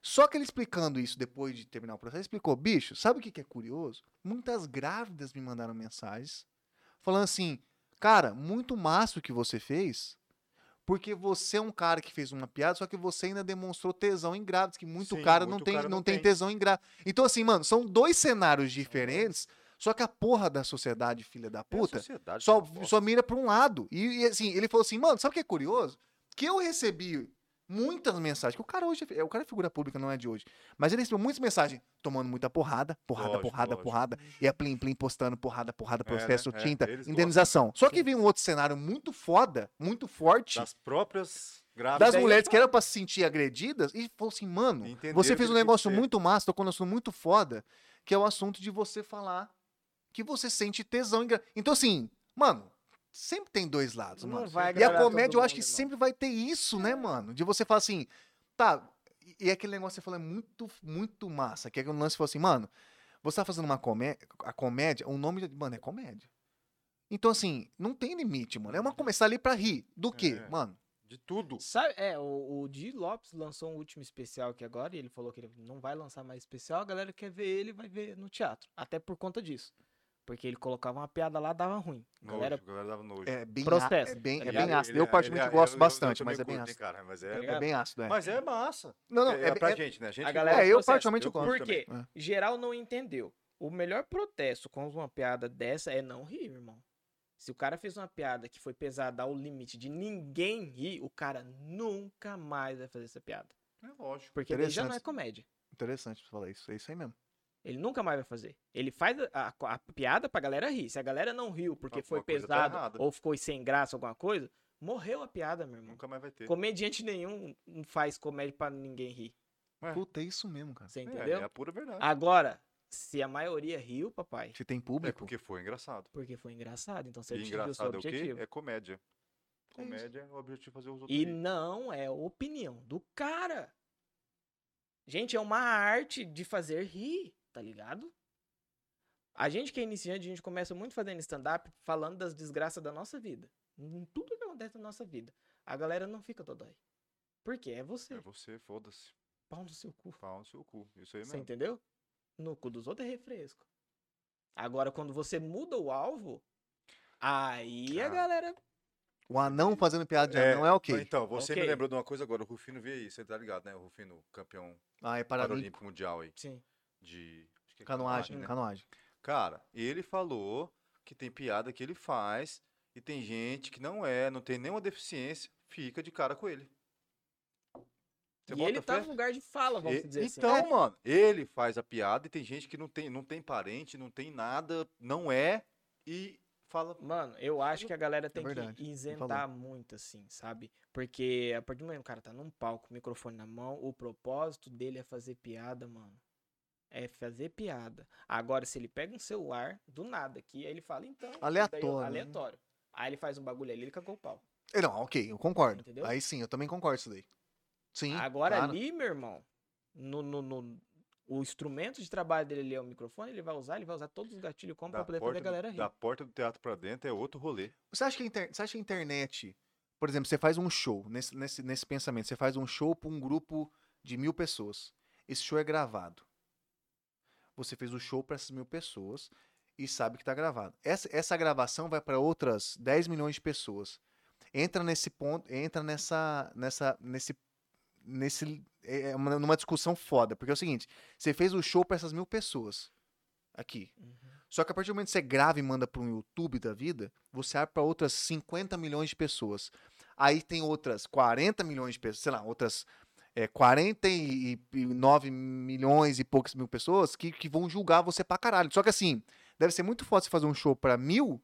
S1: Só que ele explicando isso depois de terminar o processo, ele explicou, bicho, sabe o que, que é curioso? Muitas grávidas me mandaram mensagens falando assim, cara, muito massa o que você fez, porque você é um cara que fez uma piada, só que você ainda demonstrou tesão em grávidas, que muito
S2: Sim,
S1: cara não
S2: muito
S1: tem,
S2: cara
S1: não
S2: não
S1: tem
S2: tem.
S1: tesão em grávida. Então, assim, mano, são dois cenários diferentes, só que a porra da sociedade, filha da
S2: É a
S1: puta,
S2: sociedade
S1: só,
S2: que é uma bosta.
S1: só mira pra um lado. E, e, assim, ele falou assim, mano, sabe o que é curioso? Que eu recebi muitas mensagens, que o cara hoje, é fi- o cara é figura pública, não é de hoje, mas ele recebeu muitas mensagens, tomando muita porrada, porrada,
S2: Lógico,
S1: porrada,
S2: lógico.
S1: porrada, e a Plim Plim postando porrada, porrada,
S2: É, né?
S1: processo,
S2: É,
S1: tinta,
S2: eles
S1: indenização. Só que vem um outro cenário muito foda, muito forte,
S2: Das próprias grávidas.
S1: das mulheres que eram pra se sentir agredidas e falou assim, mano,
S2: Entenderam
S1: você
S2: que é.
S1: fez um
S2: ele quis
S1: negócio
S2: dizer.
S1: muito massa, tocou num assunto muito foda, que é o assunto de você falar que você sente tesão. em gra- Então, assim, mano, sempre tem dois lados,
S3: Não
S1: mano.
S3: vai
S1: E a
S3: agradar
S1: comédia,
S3: todo
S1: eu acho que
S3: mundo, irmão.
S1: sempre vai ter isso, né, mano? De você falar assim, tá. e- E aquele negócio que você falou é muito, muito massa. Que é que o lance falou assim, mano, você tá fazendo uma comédia. A comédia, o nome. já- Mano, é comédia. Então, assim, não tem limite, mano. É uma começar ali pra rir. Do quê,
S2: É.
S1: mano?
S2: De tudo.
S3: Sabe, é, o, o Di Lopes lançou um último especial aqui agora e ele falou que ele não vai lançar mais especial. A galera quer ver ele, vai ver no teatro. Até por conta disso. Porque ele colocava uma piada lá, dava ruim. A
S2: Nojo,
S3: galera
S2: a galera dava nojo.
S1: É bem, a,
S3: Processo,
S1: é bem,
S3: tá
S1: é bem
S3: ligado?
S1: ácido. Eu, particularmente, gosto bastante, mas é bem ácido.
S2: Cara, mas,
S3: Tá
S2: é,
S3: ligado?
S1: É bem ácido, é.
S2: mas é massa.
S1: Não, não,
S2: é,
S1: é,
S2: pra
S1: é-
S2: gente, né? A gente
S3: a
S2: que
S3: galera
S2: gosta.
S1: é, eu
S3: processo.
S1: particularmente
S2: Eu
S1: gosto.
S2: curto.
S3: Por quê?
S1: também. É,
S3: Geral não entendeu. O melhor protesto com uma piada dessa é não rir, irmão. Se o cara fez uma piada que foi pesada ao limite de ninguém rir, o cara nunca mais vai fazer essa piada.
S2: É lógico.
S3: Porque ele já não é
S1: Interessante.
S3: comédia.
S1: Interessante você falar isso. É isso aí mesmo.
S3: Ele nunca mais vai fazer. Ele faz a, a- a piada pra galera rir. Se a galera não riu porque
S2: Alguma
S3: foi
S2: coisa tá
S3: pesado
S2: errada.
S3: ou ficou sem graça, alguma coisa, morreu a piada, meu irmão.
S2: Nunca mais vai ter.
S3: Comediante nenhum faz comédia pra ninguém rir.
S2: É.
S1: Puta, é isso mesmo, cara.
S3: Você
S2: É,
S3: entendeu?
S2: É a pura verdade.
S3: Agora, se a maioria riu, papai,
S1: Se tem
S2: É
S1: público.
S2: porque foi engraçado.
S3: porque foi engraçado, então você
S2: E
S3: atingiu o seu
S2: engraçado é o quê?
S3: objetivo.
S2: É comédia.
S1: É isso.
S2: Comédia é o objetivo de fazer os outros. rir.
S3: E não é opinião do cara. Gente, é uma arte de fazer rir, tá ligado? A gente que é iniciante, a gente começa muito fazendo stand-up falando das desgraças da nossa vida. Em Tudo que acontece na nossa vida. A galera não fica dodói. Por quê? É você.
S2: É você, foda-se.
S3: Pau no seu cu.
S2: Pau no seu cu. Isso aí
S3: Você
S2: mesmo.
S3: entendeu? No cu dos outros é refresco. Agora, quando você muda o alvo, aí a
S2: Ah.
S3: galera.
S1: O anão fazendo piada de anão é
S2: mas
S1: ok.
S2: Então, você me
S3: Ok.
S2: lembrou de uma coisa agora. O Rufino veio aí, você tá ligado, né? O Rufino, campeão
S1: Ah, é paralímpico.
S2: paralímpico mundial aí.
S3: Sim.
S2: De. acho que é
S1: Canoagem,
S2: né?
S1: canoagem.
S2: Cara, ele falou que tem piada que ele faz e tem gente que não é, não tem nenhuma deficiência, fica de cara com ele. Você
S3: E
S2: bota
S3: ele tá
S2: fé?
S3: no lugar de fala, vamos
S2: E-
S3: dizer assim.
S2: então, mano, ele faz a piada e tem gente que não tem, não tem parente, não tem nada, não é e fala.
S3: Mano, eu acho que a
S2: É
S3: galera tem
S1: verdade,
S3: que isentar muito, assim, sabe? Porque a partir do momento que o cara tá num palco, microfone na mão, o propósito dele é fazer piada, mano. É fazer piada. Agora, se ele pega um celular, do nada, aqui, aí ele fala, então. isso daí eu-
S1: Aleatório, né?
S3: aleatório. Aí ele faz um bagulho ali, ele cagou o pau.
S1: Eh, Não, ok, eu concordo.
S3: Entendeu?
S1: Aí sim, eu também concordo isso daí. Sim.
S3: Agora
S1: claro.
S3: ali, meu irmão, no, no, no- o instrumento de trabalho dele ali é o microfone, ele vai usar, ele vai usar todos os gatilhos como pra
S2: Da
S3: poder fazer
S2: porta,
S3: a galera
S2: do,
S3: rir.
S2: da porta do teatro pra dentro é outro rolê.
S1: Você acha, que a inter- você acha que a internet, por exemplo, você faz um show, nesse, nesse, nesse pensamento, você faz um show pra um grupo de mil pessoas. Esse show é gravado. Você fez o show pra essas mil pessoas. e sabe que tá gravado. Essa, essa gravação vai para outras 10 milhões de pessoas. Entra nesse ponto, entra nessa, nessa, nesse, nesse, é uma- numa discussão foda, porque é o seguinte, você fez o show para essas mil pessoas aqui. Só que a partir do momento que você grava e manda para um YouTube da vida, você abre para outras 50 milhões de pessoas. Aí tem outras 40 milhões de pessoas, sei lá, outras é, 49 milhões e poucas mil pessoas que, que vão julgar você pra caralho. Só que assim, deve ser muito foda você fazer um show pra mil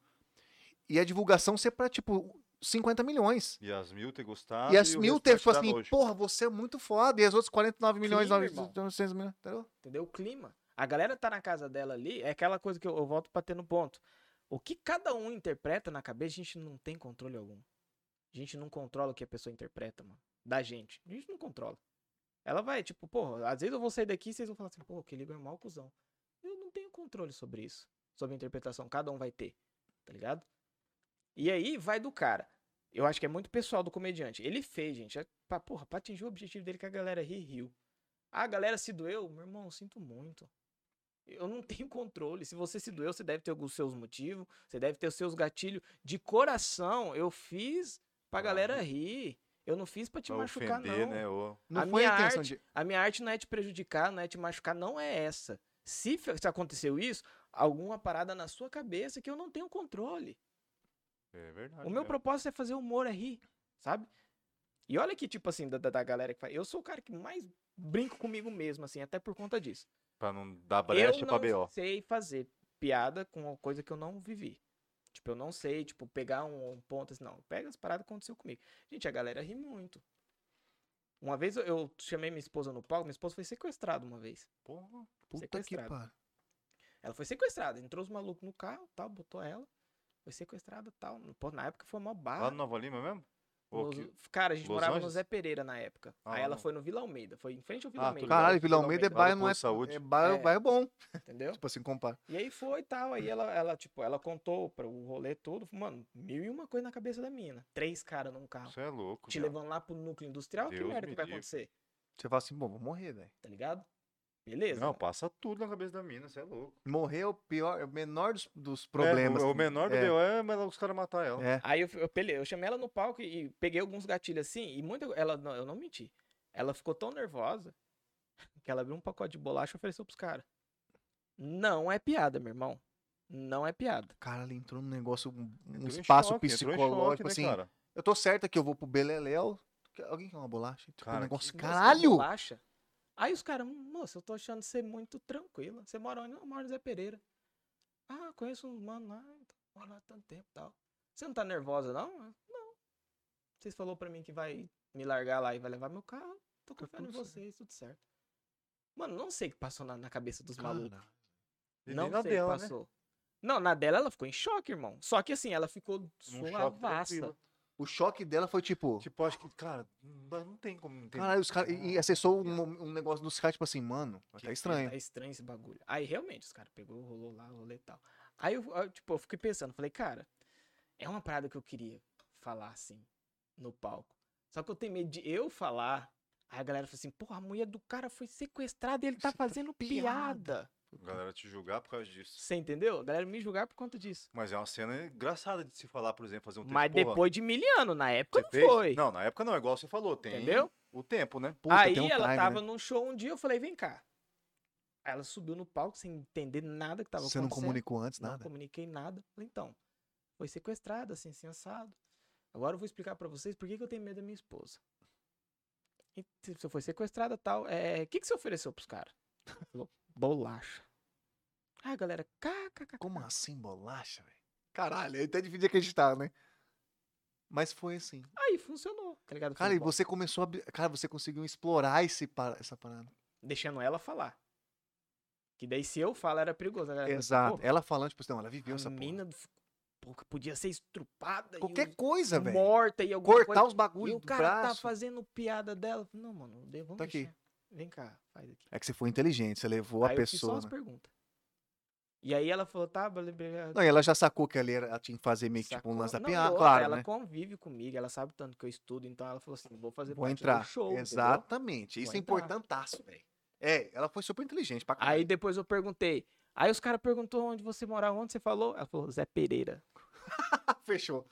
S1: e a divulgação ser pra, tipo, 50 milhões.
S2: E as mil ter gostado.
S1: e as
S2: Ah, o
S1: mil
S2: restante tá
S1: teve, tipo
S2: da
S1: assim,
S2: noite.
S1: porra, você é muito foda. E as outras 49 milhões,
S3: Clima,
S1: 9,
S3: irmão.
S1: 900 milhões, entendeu?
S3: Entendeu? O clima. A galera tá na casa dela ali, é aquela coisa que eu, eu volto pra ter no ponto. O que cada um interpreta na cabeça, a gente não tem controle algum. A gente não controla o que a pessoa interpreta, mano. Da gente. A gente não controla. Ela vai, tipo, porra, às vezes eu vou sair daqui e vocês vão falar assim, porra, que ligo é mau cuzão. Eu não tenho controle sobre isso. Sobre a interpretação, cada um vai ter. Tá ligado? E aí vai do cara. Eu acho que é muito pessoal do comediante. Ele fez, gente. É pra, porra, pra atingir o objetivo dele que a galera ri, riu. Ah, a galera se doeu? Meu irmão, sinto muito. Eu não tenho controle. Se você se doeu, você deve ter os seus motivos, você deve ter os seus gatilhos. De coração, eu fiz pra
S2: Claro.
S3: galera rir. Eu não fiz pra te
S2: Pra
S3: machucar,
S2: ofender,
S3: não.
S2: né? ô.
S1: Não
S3: A
S1: foi a
S3: minha
S1: intenção
S3: arte-
S1: de.
S3: A minha arte não é te prejudicar, não é te machucar, não é essa. Se, fe- se aconteceu isso, alguma parada na sua cabeça que eu não tenho controle.
S2: É verdade.
S3: O meu
S2: né?
S3: propósito é fazer humor, é rir, sabe? E olha que, tipo assim, da, da- da galera que faz. Eu sou o cara que mais brinco comigo mesmo, assim, até por conta disso.
S2: Pra não dar brecha
S3: eu
S2: pra
S3: não
S2: BO.
S3: sei fazer piada com uma coisa que eu não vivi. Tipo, eu não sei, tipo, pegar um, um ponto assim, não. Pega as paradas que aconteceu comigo. Gente, a galera ri muito. Uma vez eu, eu chamei minha esposa no palco, minha esposa foi sequestrada uma vez.
S2: Porra.
S1: Puta que
S3: sequestrado.
S1: pariu.
S3: Ela foi sequestrada, entrou os malucos no carro, tal, botou ela. Foi sequestrada, tal. Pô, na época foi uma barra.
S2: Lá no Nova Lima mesmo? Ô,
S3: Ah. Nos-
S2: que-
S3: Cara, a gente
S2: Los
S3: morava no
S2: Angeles?
S3: Zé Pereira na época.
S2: Ah,
S3: Aí ela
S2: não.
S3: foi no Vila Almeida. Foi em frente ao Vila
S2: Ah, tô
S3: Almeida.
S2: ligado.
S1: Caralho, Vila Almeida é
S2: Almeida.
S1: bairro, não é,
S2: Lá do Posto de Saúde.
S1: é bairro,
S3: É.
S1: bairro bom.
S3: Entendeu?
S1: Tipo assim, compara.
S3: E aí foi e tal. Aí ela, ela, tipo, ela contou para o rolê todo. Mano, mil e uma coisa na cabeça da mina. Três caras num carro.
S2: Você é louco.
S3: Te
S2: viado.
S3: levando lá pro núcleo industrial. que
S2: Deus
S3: merda
S2: me
S3: que vai
S2: livre.
S3: acontecer?
S1: Você fala assim, bom, vou morrer, velho.
S3: Tá ligado? Beleza.
S2: Não, passa tudo na cabeça da mina, você é louco.
S1: Morrer é o pior, é o menor dos, dos
S2: É, o-
S1: problemas.
S2: o, menor do
S1: é,
S2: BO é mandar os caras matar ela.
S1: é.
S3: Aí eu, eu, pele- eu chamei ela no palco e, e peguei alguns gatilhos assim, e muita. Ela, não, eu não menti. Ela ficou tão nervosa que ela abriu um pacote de bolacha e ofereceu pros caras. Não é piada, meu irmão. Não é piada.
S1: Cara, ele entrou num negócio, um, um
S2: Entrou em
S1: espaço
S2: choque, entrou em
S1: psicológico,
S2: choque, né,
S1: assim.
S2: cara?
S1: Eu tô certa que eu vou pro Beleléu. que- Alguém quer uma bolacha? Tipo,
S2: Cara,
S1: um negócio.
S3: Mas que
S1: Caralho!
S3: Bolacha. Aí os caras, moço, eu tô achando você muito tranquila. Você mora onde? Eu moro no Zé Pereira. Ah, conheço uns mano lá, então, moro lá há tanto tempo e tal. Você não tá nervosa, não? Eu, Não. Vocês falou pra mim que vai me largar lá e vai levar meu carro. Tô
S2: Tá
S3: confiando em
S1: tudo
S3: vocês, tudo certo. Mano, não sei o que passou na, na cabeça dos malucos.
S1: Cara,
S2: E
S3: não
S2: nem
S3: sei
S2: na
S3: o que
S2: dela, né?
S3: passou. Não, na dela ela ficou em choque, irmão. Só que assim, ela ficou
S2: né? Num choque
S3: suavaça.
S2: tranquilo.
S1: o choque dela foi tipo.
S2: Tipo, acho que, cara, não dá- não tem como entender.
S1: caralho, os caras. E, e acessou um, um negócio dos caras, tipo assim, mano,
S2: Que
S1: tá estranho.
S3: Tá estranho esse bagulho. Aí realmente, os caras pegou, rolou lá, rolê e tal. Aí eu, eu, tipo, eu fiquei pensando, falei, cara, é uma parada que eu queria falar assim, no palco. Só que eu tenho medo de eu falar. Aí a galera falou assim, porra, a mulher do cara foi sequestrada e ele tá
S1: Você tá
S3: fazendo piada.
S2: A galera te julgar por causa disso.
S3: Você entendeu? A galera me julgar por conta disso.
S2: Mas é uma cena engraçada de se falar, por exemplo, fazer um texto.
S3: Mas
S2: porra,
S3: depois de miliano, na época
S2: você
S3: não
S2: fez?
S3: foi.
S2: Não, na época não, é igual você falou, tem
S3: Entendeu? Ah.
S2: o tempo, né?
S1: Puta,
S3: aí
S1: tem um
S3: ela
S1: timer,
S3: tava
S1: né?
S3: num show um dia, eu falei, vem cá. Aí ela subiu no palco sem entender nada que tava
S1: Você não
S3: acontecendo.
S1: comunicou antes
S3: Não
S1: nada?
S3: comuniquei nada. Falei, então, foi sequestrada, assim, assim, assado. Agora eu vou explicar pra vocês por que, que eu tenho medo da minha esposa. E se você foi sequestrada tal, é, o que, que você ofereceu pros caras? Falou, bolacha. Ah, galera, kkk.
S1: Como assim, bolacha, velho? Caralho, é até difícil de acreditar, né? Mas foi assim.
S3: Aí funcionou, tá ligado?
S1: Cara,
S3: Falei,
S1: e
S3: "Bom",
S1: você começou a. bi- Cara, você conseguiu explorar esse, par- essa parada.
S3: Deixando ela falar. Que daí se eu falo era perigoso. A galera fala assim,
S1: Exato.
S3: "Pô,
S1: Ela falando, tipo assim, não, ela viveu
S3: A
S1: essa porra.
S3: mina f- pô, que podia ser estrupada
S1: Qualquer
S3: e
S1: coisa,
S3: o-
S1: velho.
S3: morta e alguma
S1: Cortar
S3: coisa.
S1: os bagulhos
S3: e o
S1: do
S3: cara tá
S1: braço.
S3: fazendo piada dela. Não, mano, de- vamos
S1: Tá aqui.
S3: deixar. Vem cá, faz aqui.
S1: É que você foi inteligente, você levou a
S3: Aí eu fiz só
S1: pessoa.
S3: as
S1: né?
S3: perguntas. E aí ela falou, tá, blá, blá, blá,
S1: Não, e ela já sacou que ali era, ela tinha que fazer meio que tipo um
S3: sacou?
S1: lance da
S3: Não,
S1: piada,
S3: e outra,
S1: claro,
S3: ela
S1: né?
S3: convive comigo, ela sabe tanto que eu estudo, então ela falou assim, vou fazer
S1: Vou
S3: parte do
S1: entrar.
S3: show, entendeu?
S1: Exatamente. Isso
S3: Vou
S1: é
S3: entrar.
S1: importantaço, velho. É, ela foi super inteligente pra caralho.
S3: Aí depois eu perguntei, Aí os caras perguntou onde você morava, onde você falou? Ela falou, Zé Pereira.
S1: Fechou.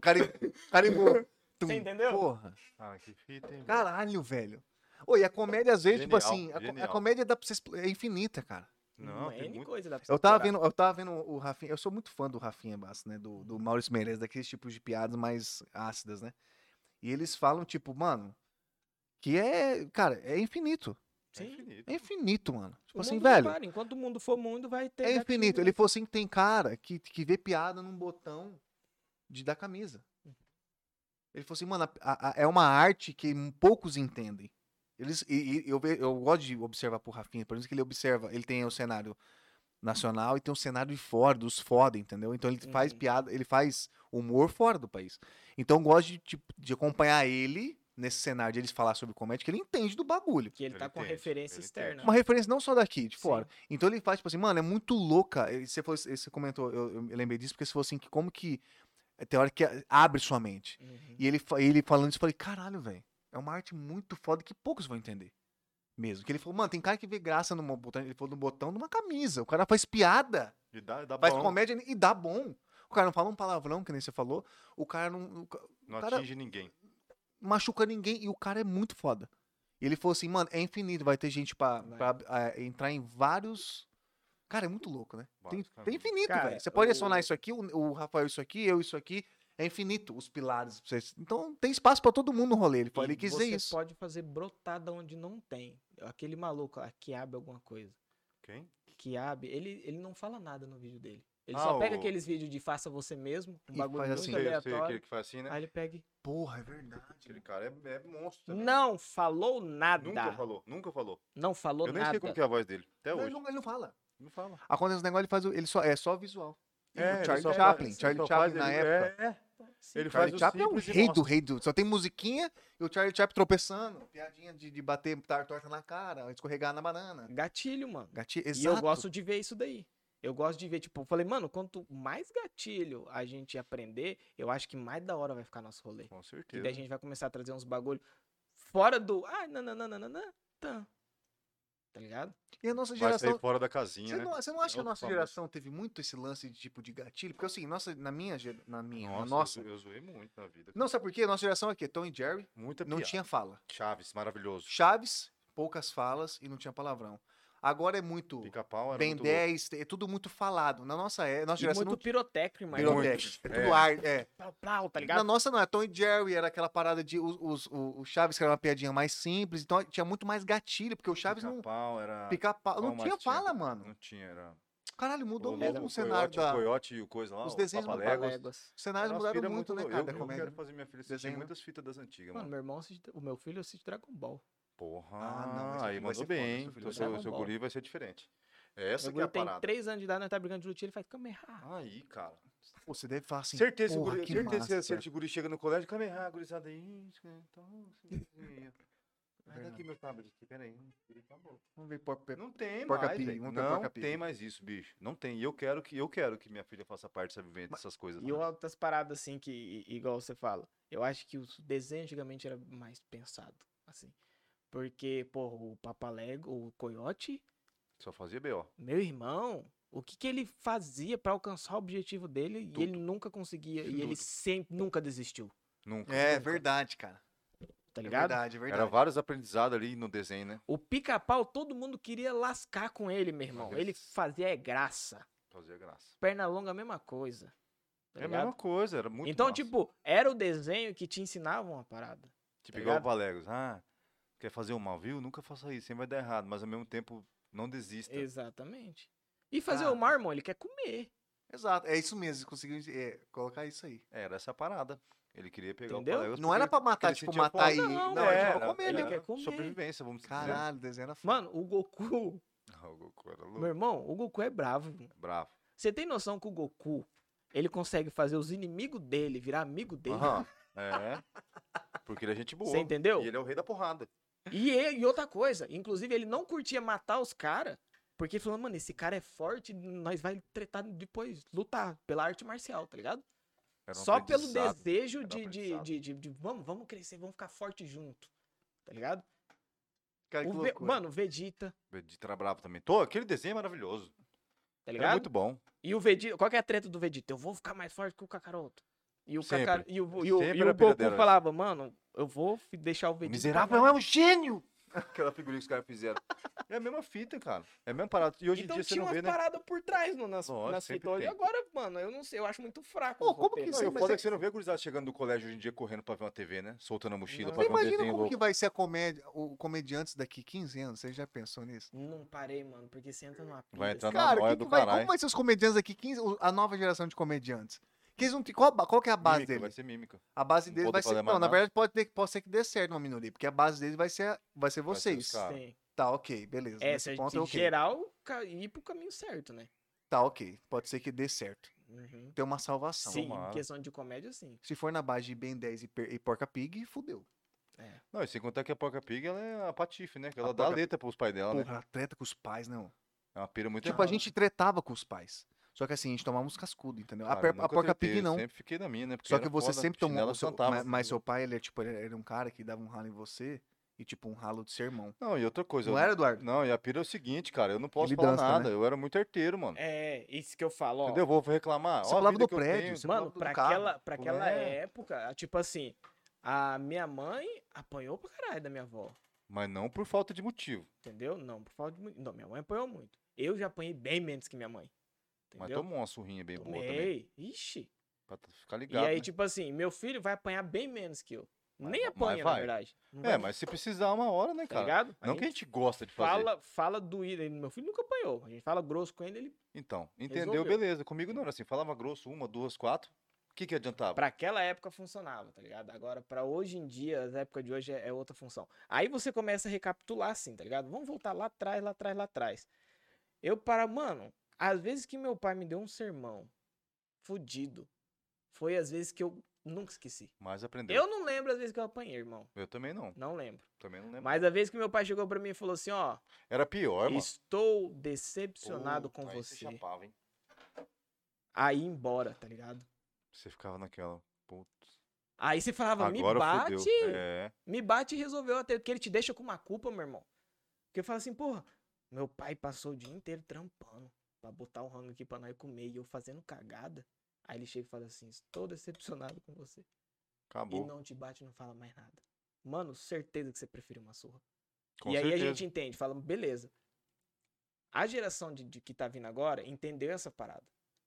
S1: Cari- Carimbou. Tum.
S3: Você entendeu?
S1: Porra.
S2: Ah, que fita, hein, velho?
S1: Caralho, velho. Ô, e a comédia, às vezes, tipo
S2: Genial,
S1: assim, a, co- a
S2: genial.
S1: comédia dá pra você expl- é infinita, cara.
S2: Não,
S3: é
S2: tem
S3: N
S2: muito.
S3: coisa dá pra você
S1: Eu tava
S3: explorar.
S1: vendo, eu tava vendo o Rafinha. Eu sou muito fã do Rafinha Bass, né? Do, do Maurício Meirelles, daqueles tipos de piadas mais ácidas, né? E eles falam, tipo, mano, que é. Cara, é infinito.
S2: É
S3: Sim.
S2: infinito.
S1: É infinito, mano. Tipo
S3: O
S1: assim,
S3: mundo
S1: velho.
S3: não para, Enquanto o mundo for mundo, vai ter.
S1: É
S3: gatilho,
S1: infinito.
S3: né?
S1: Ele falou assim: tem cara que, que vê piada num botão de, da camisa. Ele falou assim, mano, a- a- a- é uma arte que poucos entendem. Eles, e, e eu, ve- eu gosto de observar pro Rafinha, por exemplo, que ele observa, ele tem o cenário nacional e tem o cenário de fora, dos foda, entendeu? Então ele faz
S3: Uhum.
S1: piada, ele faz humor fora do país. Então eu gosto de, tipo, de acompanhar ele nesse cenário de eles falar sobre comédia, que ele entende do bagulho
S3: Que ele tá
S2: Ele
S3: com a
S2: entende,
S3: referência
S2: ele
S3: externa.
S1: uma referência não só daqui, de
S3: Sim.
S1: fora. Então ele faz, tipo assim, mano, é muito louca. E Você, falou, você comentou, eu, eu lembrei disso, porque você falou assim, que como que. eh, Tem hora que abre sua mente.
S3: Uhum.
S1: E ele, fa- ele falando isso, eu falei, caralho, velho. É uma arte muito foda que poucos vão entender. Mesmo. Que ele falou, mano, tem cara que vê graça no botão. Ele falou no botão de uma camisa. O cara faz piada,
S2: E dá, dá
S1: faz
S2: bom.
S1: comédia e dá bom. O cara não fala um palavrão, que nem você falou. O cara não. o ca-
S2: Não
S1: cara-
S2: atinge ninguém.
S1: machuca ninguém. E o cara é muito foda. E ele falou assim, mano, é infinito, vai ter gente pra,
S3: Vai.
S1: pra, ah, entrar em vários. Cara, é muito louco, né? Tem,
S2: Vários
S1: tem
S2: caminhos.
S1: infinito,
S3: Cara,
S1: velho. Você pode
S3: o-
S1: acionar isso aqui, o, o Rafael isso aqui, eu isso aqui. É infinito os pilares. pra vocês. Então tem espaço pra todo mundo no rolê. Ele, falou,
S3: E
S1: ele quis
S3: você
S1: dizer isso.
S3: pode fazer brotar da onde não tem. Aquele maluco lá, que abre alguma coisa.
S2: Quem?
S3: Que abre, ele, ele não fala nada no vídeo dele. Ele
S2: Ah,
S3: só pega
S2: o-
S3: aqueles vídeos de faça você mesmo, um
S1: E
S3: bagulho
S1: faz
S3: muito
S1: assim.
S2: Sei, eu sei,
S3: aleatório.
S2: aquele que faz assim, né?
S3: Aí ele pega e,
S1: Porra, é verdade.
S2: Aquele cara é, é monstro. também.
S3: não falou nada.
S2: Nunca falou, nunca falou.
S3: Não falou
S2: eu nem
S3: nada.
S2: sei como que é a voz dele, até
S1: Não,
S2: hoje.
S1: ele, não, ele não fala.
S2: Não fala.
S1: Acontece um negócio, ele faz o. Ele só, é só visual. E
S2: É,
S1: o
S2: ele
S1: Charlie
S2: só faz-
S1: Chaplin.
S2: ele só
S1: Charlie
S2: faz-
S1: Chaplin na
S2: ele-
S1: época.
S2: É, é.
S3: Sim,
S2: Ele faz
S1: Charlie
S2: o
S1: Chaplin é o
S2: simples e
S1: rei do
S2: mostra.
S1: rei do. Só tem musiquinha e o Charlie Chaplin tropeçando. Piadinha de, de bater tar- torta na cara, escorregar na banana.
S3: Gatilho, mano.
S1: Gatinho, exato.
S3: E eu gosto de ver isso daí. Eu gosto de ver, tipo, eu falei, mano, quanto mais gatilho a gente aprender, eu acho que mais da hora vai ficar nosso rolê.
S2: é, Com
S3: Que
S2: certeza.
S3: daí a gente vai começar a trazer uns bagulho fora do. Ah, nananana. Tá. Tá ligado?
S1: E a nossa
S2: Vai sair
S1: geração.
S2: fora da casinha,
S1: Você
S2: né?
S1: não, você não acha
S2: É
S1: que a
S2: o
S1: nossa
S2: famoso.
S1: geração teve muito esse lance de tipo de gatilho? Porque assim, nossa, na minha, gera- na minha,
S2: Nossa,
S1: na nossa.
S2: Eu, zo- eu zoei muito na vida.
S1: Não, sabe por quê? Nossa geração é aqui, Tom e Jerry,
S2: Muita
S1: não
S2: piada.
S1: tinha fala.
S2: Chaves, maravilhoso.
S1: Chaves, poucas falas e não tinha palavrão. Agora é muito
S2: Pica-pau era
S1: Ben
S2: muito
S1: 10, é tudo muito falado. Na nossa, é, nossa
S3: E
S1: geração
S3: muito
S1: não
S3: pirotécnico, mas
S2: Pirotécnico.
S1: Pirotex, É
S2: muito.
S1: tudo
S2: É.
S1: ar, é.
S3: Plau, plau, tá
S1: Na
S3: ligado?
S1: nossa, não, é Tom e Jerry, era aquela parada de. Os, os- o, o Chaves, que era uma piadinha mais simples, então tinha muito mais gatilho, porque o Chaves não.
S2: Pica-pau era...
S1: Pica pau, não
S2: Palmas
S1: tinha
S2: tinha. Hum.
S1: fala, mano.
S2: Não tinha, era...
S1: Caralho, mudou
S2: Ô,
S1: muito
S2: louco,
S1: o cenário
S2: Coyote,
S1: da.
S2: O Coyote e o coisa lá,
S1: os
S2: o
S1: desenhos
S2: Papaléguas.
S1: mudaram.
S3: Léguas.
S1: Os cenários
S2: Nossa,
S1: mudaram
S2: filha é
S1: muito, né,
S2: louca.
S1: cara,
S2: Eu,
S1: da
S2: eu
S1: comédia.
S2: quero fazer minha filha assistir
S1: Desenho, né?
S2: muitas fitas das antigas,
S3: Mano,
S2: mano.
S3: meu irmão assiste. O meu filho assiste Dragon Ball.
S2: Porra,
S1: Ah, não, esse filho vai
S2: aí mandou
S1: ser foda,
S2: bem, hein?
S1: esse filho vai
S2: Então,
S1: ser
S2: seu,
S3: Dragon
S2: seu
S3: Ball.
S2: guri vai ser diferente. É essa
S3: Meu
S2: que é a
S3: guru tem
S2: parada.
S3: 3 anos de idade, nós tá brigando de luta, ele faz Kamehameha.
S2: Aí, cara.
S1: Pô, você deve falar assim.
S2: certeza que o
S1: porra,
S2: guri,
S1: que
S2: certeza que
S1: massa.
S2: esse guri chega no colégio, calma aí, ah, gurizada aí. isso, né, Então, Mas
S1: Verdade.
S2: aqui meu tablet aqui, peraí. o guri acabou.
S1: Vamos ver é por-
S2: Não tem
S1: Porca
S2: mais,
S1: pi,
S2: velho,
S1: vamos ver
S2: não
S1: porca pi.
S2: tem mais isso, bicho. Não tem. E eu quero que eu quero que minha filha faça parte dessa vivência, dessas coisas.
S3: E outras paradas assim que, i- igual você fala, eu acho que o desenho antigamente era mais pensado, assim. Porque, porra, o Papalego, o Coyote,
S2: Só fazia B.O.
S3: meu irmão, o que, que ele fazia pra alcançar o objetivo dele
S2: Tudo.
S3: e ele nunca conseguia. E ele
S2: Tudo.
S3: sempre, nunca desistiu,
S2: Nunca.
S1: É
S3: Nunca.
S1: verdade, cara.
S3: tá
S1: É
S3: ligado?
S1: verdade, é
S2: Era
S1: verdade.
S2: vários aprendizados ali no desenho, né?
S3: o pica-pau, todo mundo queria lascar com ele, meu irmão.
S2: Deus.
S3: Ele fazia é graça.
S2: Fazia graça.
S3: Perna longa, mesma coisa. Tá
S2: é a
S3: ligado?
S2: mesma coisa, era muito
S3: então,
S2: massa.
S3: tipo, era o desenho que te ensinava uma parada.
S2: Tipo,
S3: tá
S2: igual o
S3: ligado?
S2: Valegos. Ah, quer fazer o mal, viu? Nunca faça isso, sempre vai dar errado. Mas ao mesmo tempo, não desista.
S3: Exatamente. E fazer
S1: Cara.
S3: o mar, irmão, ele quer comer.
S1: Exato. É isso mesmo, conseguiu é, colocar isso aí.
S2: Era essa a parada. Ele queria pegar
S3: Entendeu?
S2: o Valegos.
S1: Não era pra matar,
S2: ele
S1: tipo,
S2: sentia
S1: matar e.
S2: fome.
S3: Não,
S1: Não,
S3: é,
S1: ele
S3: era-
S1: pra comer,
S3: ele
S1: né?
S3: quer comer.
S2: Sobrevivência, vamos dizer.
S1: Caralho, desenho era foda.
S3: Mano, o Goku.
S2: Ah, o Goku era louco.
S3: Meu irmão, o Goku é bravo. irmão.
S2: Bravo.
S3: Você tem noção que o Goku, ele consegue fazer os inimigos dele virar amigo dele?
S2: Aham. É. Porque ele é gente boa.
S3: Você entendeu?
S2: E ele é o rei da porrada.
S3: E, ele- e outra coisa, inclusive ele não curtia matar os caras, porque ele falou, mano, esse cara é forte, nós vai tretar depois, lutar pela arte marcial, tá ligado?
S2: Era um
S3: Só pelo
S2: aprendizado.
S3: desejo
S2: era um
S3: de, de,
S2: aprendizado.
S3: de, de- de- vamos, vamos crescer, vamos ficar forte junto, tá ligado?
S1: Cara, que
S3: O Ve-
S1: loucura.
S3: mano, o Vegeta, tá
S2: De Trabra bravo também. Tô, aquele desenho é maravilhoso.
S3: tá
S2: É
S3: ligado?
S2: muito bom.
S3: E o Vegeta, qual que é a treta do Vegeta? Eu vou ficar mais forte que o Kakaroto. E o,
S2: Sempre.
S3: Kakar... e o, e o,
S2: Sempre
S3: e o
S2: era a
S3: Goku
S2: piradeira.
S3: falava, mano, eu vou fi- deixar o
S2: O
S3: Vegeta.
S2: miserável é um gênio! Aquela figurinha que os caras fizeram. É a mesma fita, cara. É a mesma parada. E hoje em
S3: então
S2: dia você
S3: tinha
S2: não
S3: umas
S2: vê, né?
S3: paradas por trás no, nas,
S2: Lógico,
S3: nas
S2: sempre
S3: fitas. E
S2: tem.
S3: agora, mano, eu não sei, eu acho muito fraco.
S1: Pô,
S3: os
S1: como que
S3: roteiros.
S2: Não, e o
S1: Mas
S2: foda
S1: é-
S2: é que você não vê a gurizada chegando do colégio hoje em dia correndo pra ver uma TV, né? Soltando a mochila
S3: Não.
S2: pra
S1: Você
S2: ver um
S1: imagina
S2: desenho
S1: como
S2: louco.
S1: que vai ser a comédia, o comediantes daqui 15 anos? Você já pensou nisso?
S3: Não parei, mano, porque você entra numa
S2: Vai entrar
S3: pira, assim.
S2: Tá na
S1: Cara,
S2: noia
S1: que que
S2: do
S1: vai, como
S2: caralho.
S1: vai ser os comediantes daqui 15, o- a nova geração de comediantes? Que eles não, te- qual, a ba- qual que é a base
S2: Mímica, Vai
S1: deles?
S2: ser mímica.
S1: A base
S2: não
S1: deles
S2: pode
S1: vai ser.
S2: fazer
S1: Não,
S2: mais
S1: na
S2: nada.
S1: verdade pode, ter, pode ser que dê certo uma minoria, porque a base deles vai ser, vai ser
S2: Vai ser os
S1: vocês.
S2: caras.
S3: Sim.
S1: tá, ok, beleza.
S3: É,
S1: Nesse
S3: se a
S1: ponto
S3: gente,
S1: é
S3: em
S1: ok.
S3: geral, ca- ir pro caminho certo, né?
S1: Tá, ok. Pode ser que dê certo.
S3: Uhum.
S1: Tem uma salvação.
S3: Sim, em
S2: tomara.
S3: questão de comédia, sim.
S1: Se for na base de Ben 10 e, per- e Porca Pig, fudeu.
S2: Não, e sem contar que a Porca Pig, ela é a patife, né? Que ela
S1: A
S2: dá
S1: Porca
S2: letra pros pais dela, né?
S1: Porra, treta com os pais, não.
S2: É uma pira muito
S1: Tipo, a
S2: errada.
S1: gente tretava com os pais. Só que assim, a gente tomava uns cascudos, entendeu? A
S2: Cara,
S1: per-
S2: eu
S1: a,
S2: nunca
S1: Porca
S2: tretei,
S1: Pig
S2: eu
S1: não.
S2: sempre fiquei na minha, né? Porque
S1: Só
S2: era
S1: que você
S2: foda, assim.
S1: sempre tomou.
S2: chinela
S1: o seu-
S2: sentava,
S1: mas, mas
S2: entendeu?
S1: seu pai, ele é, tipo, ele era um cara que dava um ralo em você e, tipo, um ralo de sermão.
S2: Não, e outra coisa.
S1: Não
S2: eu-
S1: era, né? Eduardo?
S2: Não, e a pira é o seguinte, cara. Eu não posso
S1: Ele
S2: falar
S1: dança,
S2: nada. Eu era muito arteiro, mano.
S3: É, isso que eu falo, ó.
S2: Entendeu? um Eu Vou reclamar.
S1: Você
S2: Ó a
S1: falava
S2: vida
S1: do
S2: que eu
S1: prédio, assim.
S2: tenho.
S1: você falava
S3: Mano,
S1: do
S3: pra
S1: carro.
S3: aquela, pra aquela
S2: é.
S3: época, tipo assim, a minha mãe apanhou pra caralho da minha avó,
S2: Mas não por falta de motivo.
S3: entendeu? Não, por falta de... mu- Não, minha mãe apanhou muito. Eu já apanhei bem menos que minha mãe,
S2: Mas
S3: entendeu?
S2: tomou uma surrinha bem boa também.
S3: Tomei. Ixi.
S2: Pra tu ficar ligado.
S3: e aí,
S2: né?
S3: tipo assim, meu filho vai apanhar bem menos que eu.
S2: Mas
S3: Nem
S2: va- mas
S3: apanha, na
S2: vai.
S3: verdade. Não
S2: É,
S3: vai-
S2: mas se precisar uma hora, né,
S3: Tá
S2: cara?
S3: ligado? A
S2: Não
S3: gente
S2: que a gente gosta de fazer.
S3: fala, fala doído. ele- Meu filho nunca apanhou. A gente fala grosso com ele, ele...
S2: Então, entendeu?
S3: Resolveu.
S2: Beleza. Comigo não era assim. Falava grosso, uma, duas, quatro. O que que adiantava?
S3: Pra aquela época funcionava, tá ligado? Agora, pra hoje em dia, as épocas de hoje é, é outra função. Aí você começa a recapitular, assim, tá ligado? Vamos voltar lá atrás, lá atrás, lá atrás. Eu para, mano, às vezes que meu pai me deu um sermão fudido, foi às vezes que eu nunca esqueci.
S2: Mas aprendeu.
S3: Eu não lembro as vezes que eu apanhei, irmão.
S2: Eu também não.
S3: Não lembro.
S2: Também não lembro.
S3: Mas a vez que meu pai chegou pra mim e falou assim, ó,
S2: Era pior, mano.
S3: estou decepcionado com
S2: Puta, aí
S3: você.
S2: chapava, hein?
S3: Aí embora, tá ligado?
S2: Você ficava naquela. Putz.
S3: Aí você falava, me
S2: Agora
S3: bate,
S2: fodeu. É.
S3: Me bate e resolveu até, porque ele te deixa com uma culpa, meu irmão. Porque eu falo assim, porra, meu pai passou o dia inteiro trampando pra botar o rango aqui pra nós comer e eu fazendo cagada. Aí ele chega e fala assim, estou decepcionado com você.
S2: Acabou.
S3: E não te bate e não fala mais nada. Mano, certeza que você preferiu uma surra.
S2: Com
S3: e aí
S2: certeza.
S3: a gente entende, fala, beleza. A geração de, de que tá vindo agora entendeu essa parada.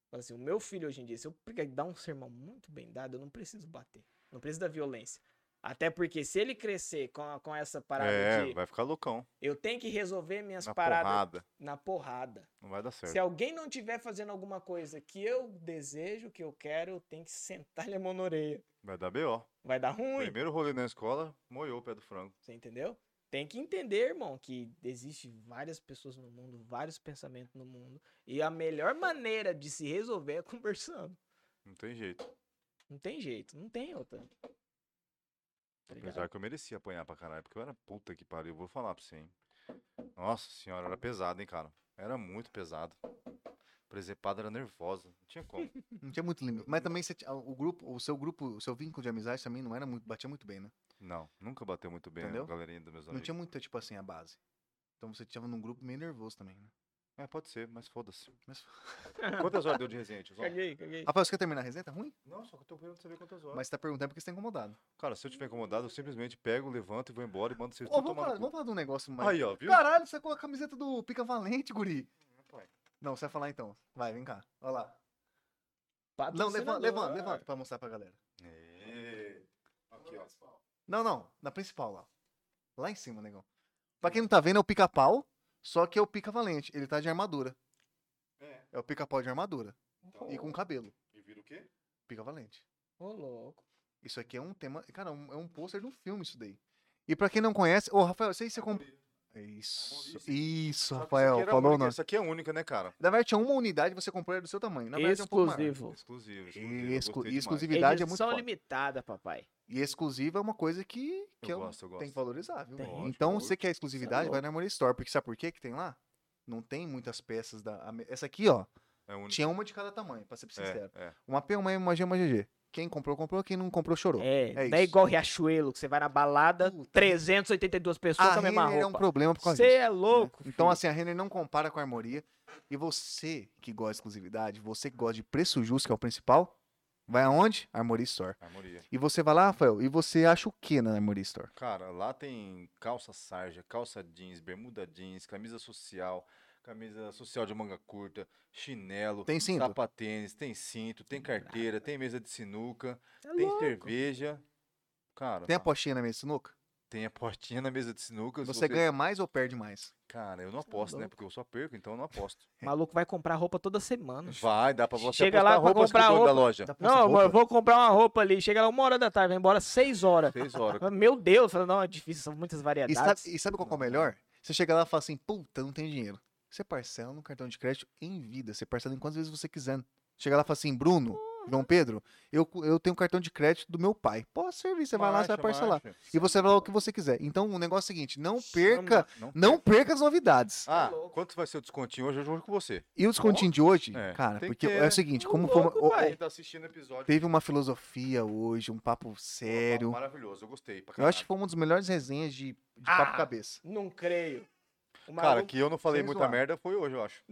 S3: Fala assim, o meu filho hoje em dia, se eu pegar e dar um sermão muito bem dado, eu não preciso bater. Não preciso da violência. Até porque se ele crescer com, a- com essa parada
S2: É,
S3: de
S2: vai ficar loucão.
S3: eu tenho que resolver minhas
S2: Na
S3: paradas
S2: porrada.
S3: na porrada.
S2: Não vai dar
S3: Se é
S2: certo.
S3: alguém não tiver fazendo alguma coisa que eu desejo, que eu quero, eu tenho que sentar-lhe a mão na orelha.
S2: Vai dar B.O.
S3: Vai dar ruim.
S2: Primeiro rolê na escola, moiou o pé do frango.
S3: Você entendeu? Tem que entender, irmão, que existe várias pessoas no mundo, vários pensamentos no mundo, e a melhor maneira de se resolver é conversando.
S2: Não tem jeito.
S3: Não tem jeito, não tem outra. Tá ligado?
S2: Apesar que eu merecia apanhar pra caralho, porque eu era puta que pariu. Eu vou falar pra você, hein. Nossa senhora, era pesado, hein, cara. Era muito pesado. Presepada era nervosa. Não tinha como.
S1: Não tinha muito limite. Mas também você tinha- o grupo, o seu grupo, o seu vínculo de amizade também não era muito, batia muito bem, né?
S2: Não, nunca bateu muito bem
S1: Entendeu?
S2: a galerinha dos meus
S1: Não
S2: amigos.
S1: tinha muita, tipo assim, a base. Então você tava num grupo meio nervoso também, né?
S2: É, pode ser, mas foda-se.
S1: Mas...
S2: Quantas horas deu de resenha, tiozão?
S3: Caguei, caguei.
S1: Rafael, você quer terminar a resenha? Tá ruim?
S2: Não, só que eu tô querendo saber quantas horas.
S1: Mas você tá perguntando porque você tá incomodado.
S2: Cara, se eu tiver incomodado, eu simplesmente pego, levanto e vou embora e mando vocês
S1: Ô,
S2: tudo
S1: vamos,
S2: tomar
S1: falar,
S2: no cu.
S1: vamos falar de um negócio mais.
S2: Aí, ó, viu? Hum,
S1: Caralho, você com a camiseta do Pica Valente, guri.
S2: Rapaz.
S1: Não, você vai falar então. Vai, vem cá. Olha lá.
S2: Tá
S1: Não,
S3: Patrocinador.
S1: levanta, levanta, levanta pra mostrar pra galera.
S2: É. Aqui, ó.
S1: Não, não. Na principal lá. Lá em cima, negão. Pra quem não tá vendo, é o pica-pau, só que é o pica valente. Ele tá de armadura.
S2: É. então,
S1: É o pica-pau de armadura. E com cabelo.
S2: E vira o quê?
S1: Pica valente.
S3: Ô, louco.
S1: Isso aqui é um tema. Cara, um- é um pôster de um filme isso daí. E pra quem não conhece. Ô, Rafael, sei se você comprou. Isso.
S2: Maurício.
S1: Isso,
S2: É Só que
S1: Rafael.
S2: isso aqui era
S1: Falou,
S2: única,
S1: não.
S2: Isso aqui é única, né, cara?
S1: Na verdade, tinha uma unidade você comprou era do seu tamanho. Na verdade, é um pouco maior.
S3: Exclusivo.
S2: Exclusivo. exclusivo, eu
S1: Exclu
S2: gostei demais.
S1: exclusividade é muito
S3: Edição
S1: forte.
S3: limitada, papai.
S1: E exclusiva é uma coisa que, que
S2: Eu
S1: é um-
S2: gosto, eu
S1: tem que
S2: gosto.
S1: valorizar, viu?
S3: Tem.
S1: velho?
S2: Lógico,
S1: Então,
S2: lógico.
S1: você quer exclusividade, vai
S3: louco.
S1: na Armory Store, porque sabe por quê que tem lá? Não tem muitas peças da... a me- Essa aqui, ó,
S2: É única.
S1: tinha uma de cada tamanho, pra ser sincero.
S2: É, é.
S1: Uma P, uma M, uma G, uma GG. Quem comprou, comprou. Quem não comprou, chorou.
S3: É,
S1: É
S3: não é
S1: isso.
S3: igual Riachuelo, que você vai na balada,
S1: Puta.
S3: 382 pessoas
S1: a
S3: com a mesma
S1: Renner é um
S3: roupa.
S1: problema por causa
S3: Você
S1: disso.
S3: é louco.
S1: Então,
S3: filho.
S1: assim, a Renner não compara com a Armoria. E você que gosta de exclusividade, você que gosta de preço justo, que é o principal, vai aonde? Armoria Store.
S2: Armoria.
S1: E você vai lá, Rafael, e você acha o que na Armoria Store?
S2: Cara, lá tem calça sarja, calça jeans, bermuda jeans, camisa social, camisa social de manga curta, chinelo,
S1: Tem cinto?
S2: sapatênis, tem cinto, tem carteira, tem mesa de sinuca,
S3: É
S2: tem
S3: louco.
S2: cerveja. Cara,
S1: Tá Tem a postinha na mesa de sinuca?
S2: tem apostinha na mesa de sinuca. se
S1: Você ganha tá mais ou perde mais?
S2: Cara, eu não aposto, né?
S3: louco.
S2: Porque eu só perco, então eu não aposto.
S3: O maluco vai comprar roupa toda semana.
S2: Vai, dá pra você
S3: Chega lá
S2: apostar
S3: pra
S2: roupas com o
S3: comprar
S2: dono da
S3: roupa.
S2: loja.
S1: Dá pra
S3: Não,
S1: roupa?
S3: eu vou comprar uma roupa ali. Chega lá uma hora da tarde, vai embora seis horas. Ah,
S2: Seis horas.
S3: Meu Deus, fala, não, é difícil, são muitas
S1: E
S3: variedades.
S1: sabe, e sabe qual que é o melhor? Você chega lá e fala assim, puta, não tenho dinheiro. Você parcela no cartão de crédito em vida. Você parcela em quantas vezes você quiser. Chega lá e fala assim, Bruno, João Pedro, eu, cu- eu tenho o cartão de crédito do meu pai. Pode servir, você vai lá, você vai
S2: Marcha,
S1: parcelar.
S2: marcha.
S1: E você vai lá o que você quiser. Então, o negócio é o seguinte, não
S3: Chama.
S1: perca,
S2: Não
S1: não perca as novidades.
S2: Ah,
S3: Tá louco.
S2: quanto vai ser o descontinho hoje? Eu jogo com você.
S1: E o descontinho de hoje,
S2: É,
S1: cara,
S2: tem
S1: porque
S2: que-
S1: é o seguinte,
S3: Ô,
S1: como foi uma-
S3: louco,
S1: o-
S3: pai.
S1: o-
S2: Quem tá assistindo o episódio.
S1: teve uma filosofia hoje, um papo
S2: pô, tá
S1: sério.
S2: Maravilhoso, eu gostei. Pra
S1: Eu acho que
S2: caralho.
S1: foi uma das melhores resenhas de, de
S3: Ah,
S1: papo cabeça.
S3: Não creio. O
S2: Cara,
S3: maluco-
S2: que eu não falei
S1: sem
S2: muita
S1: zoar.
S2: merda foi hoje, eu acho.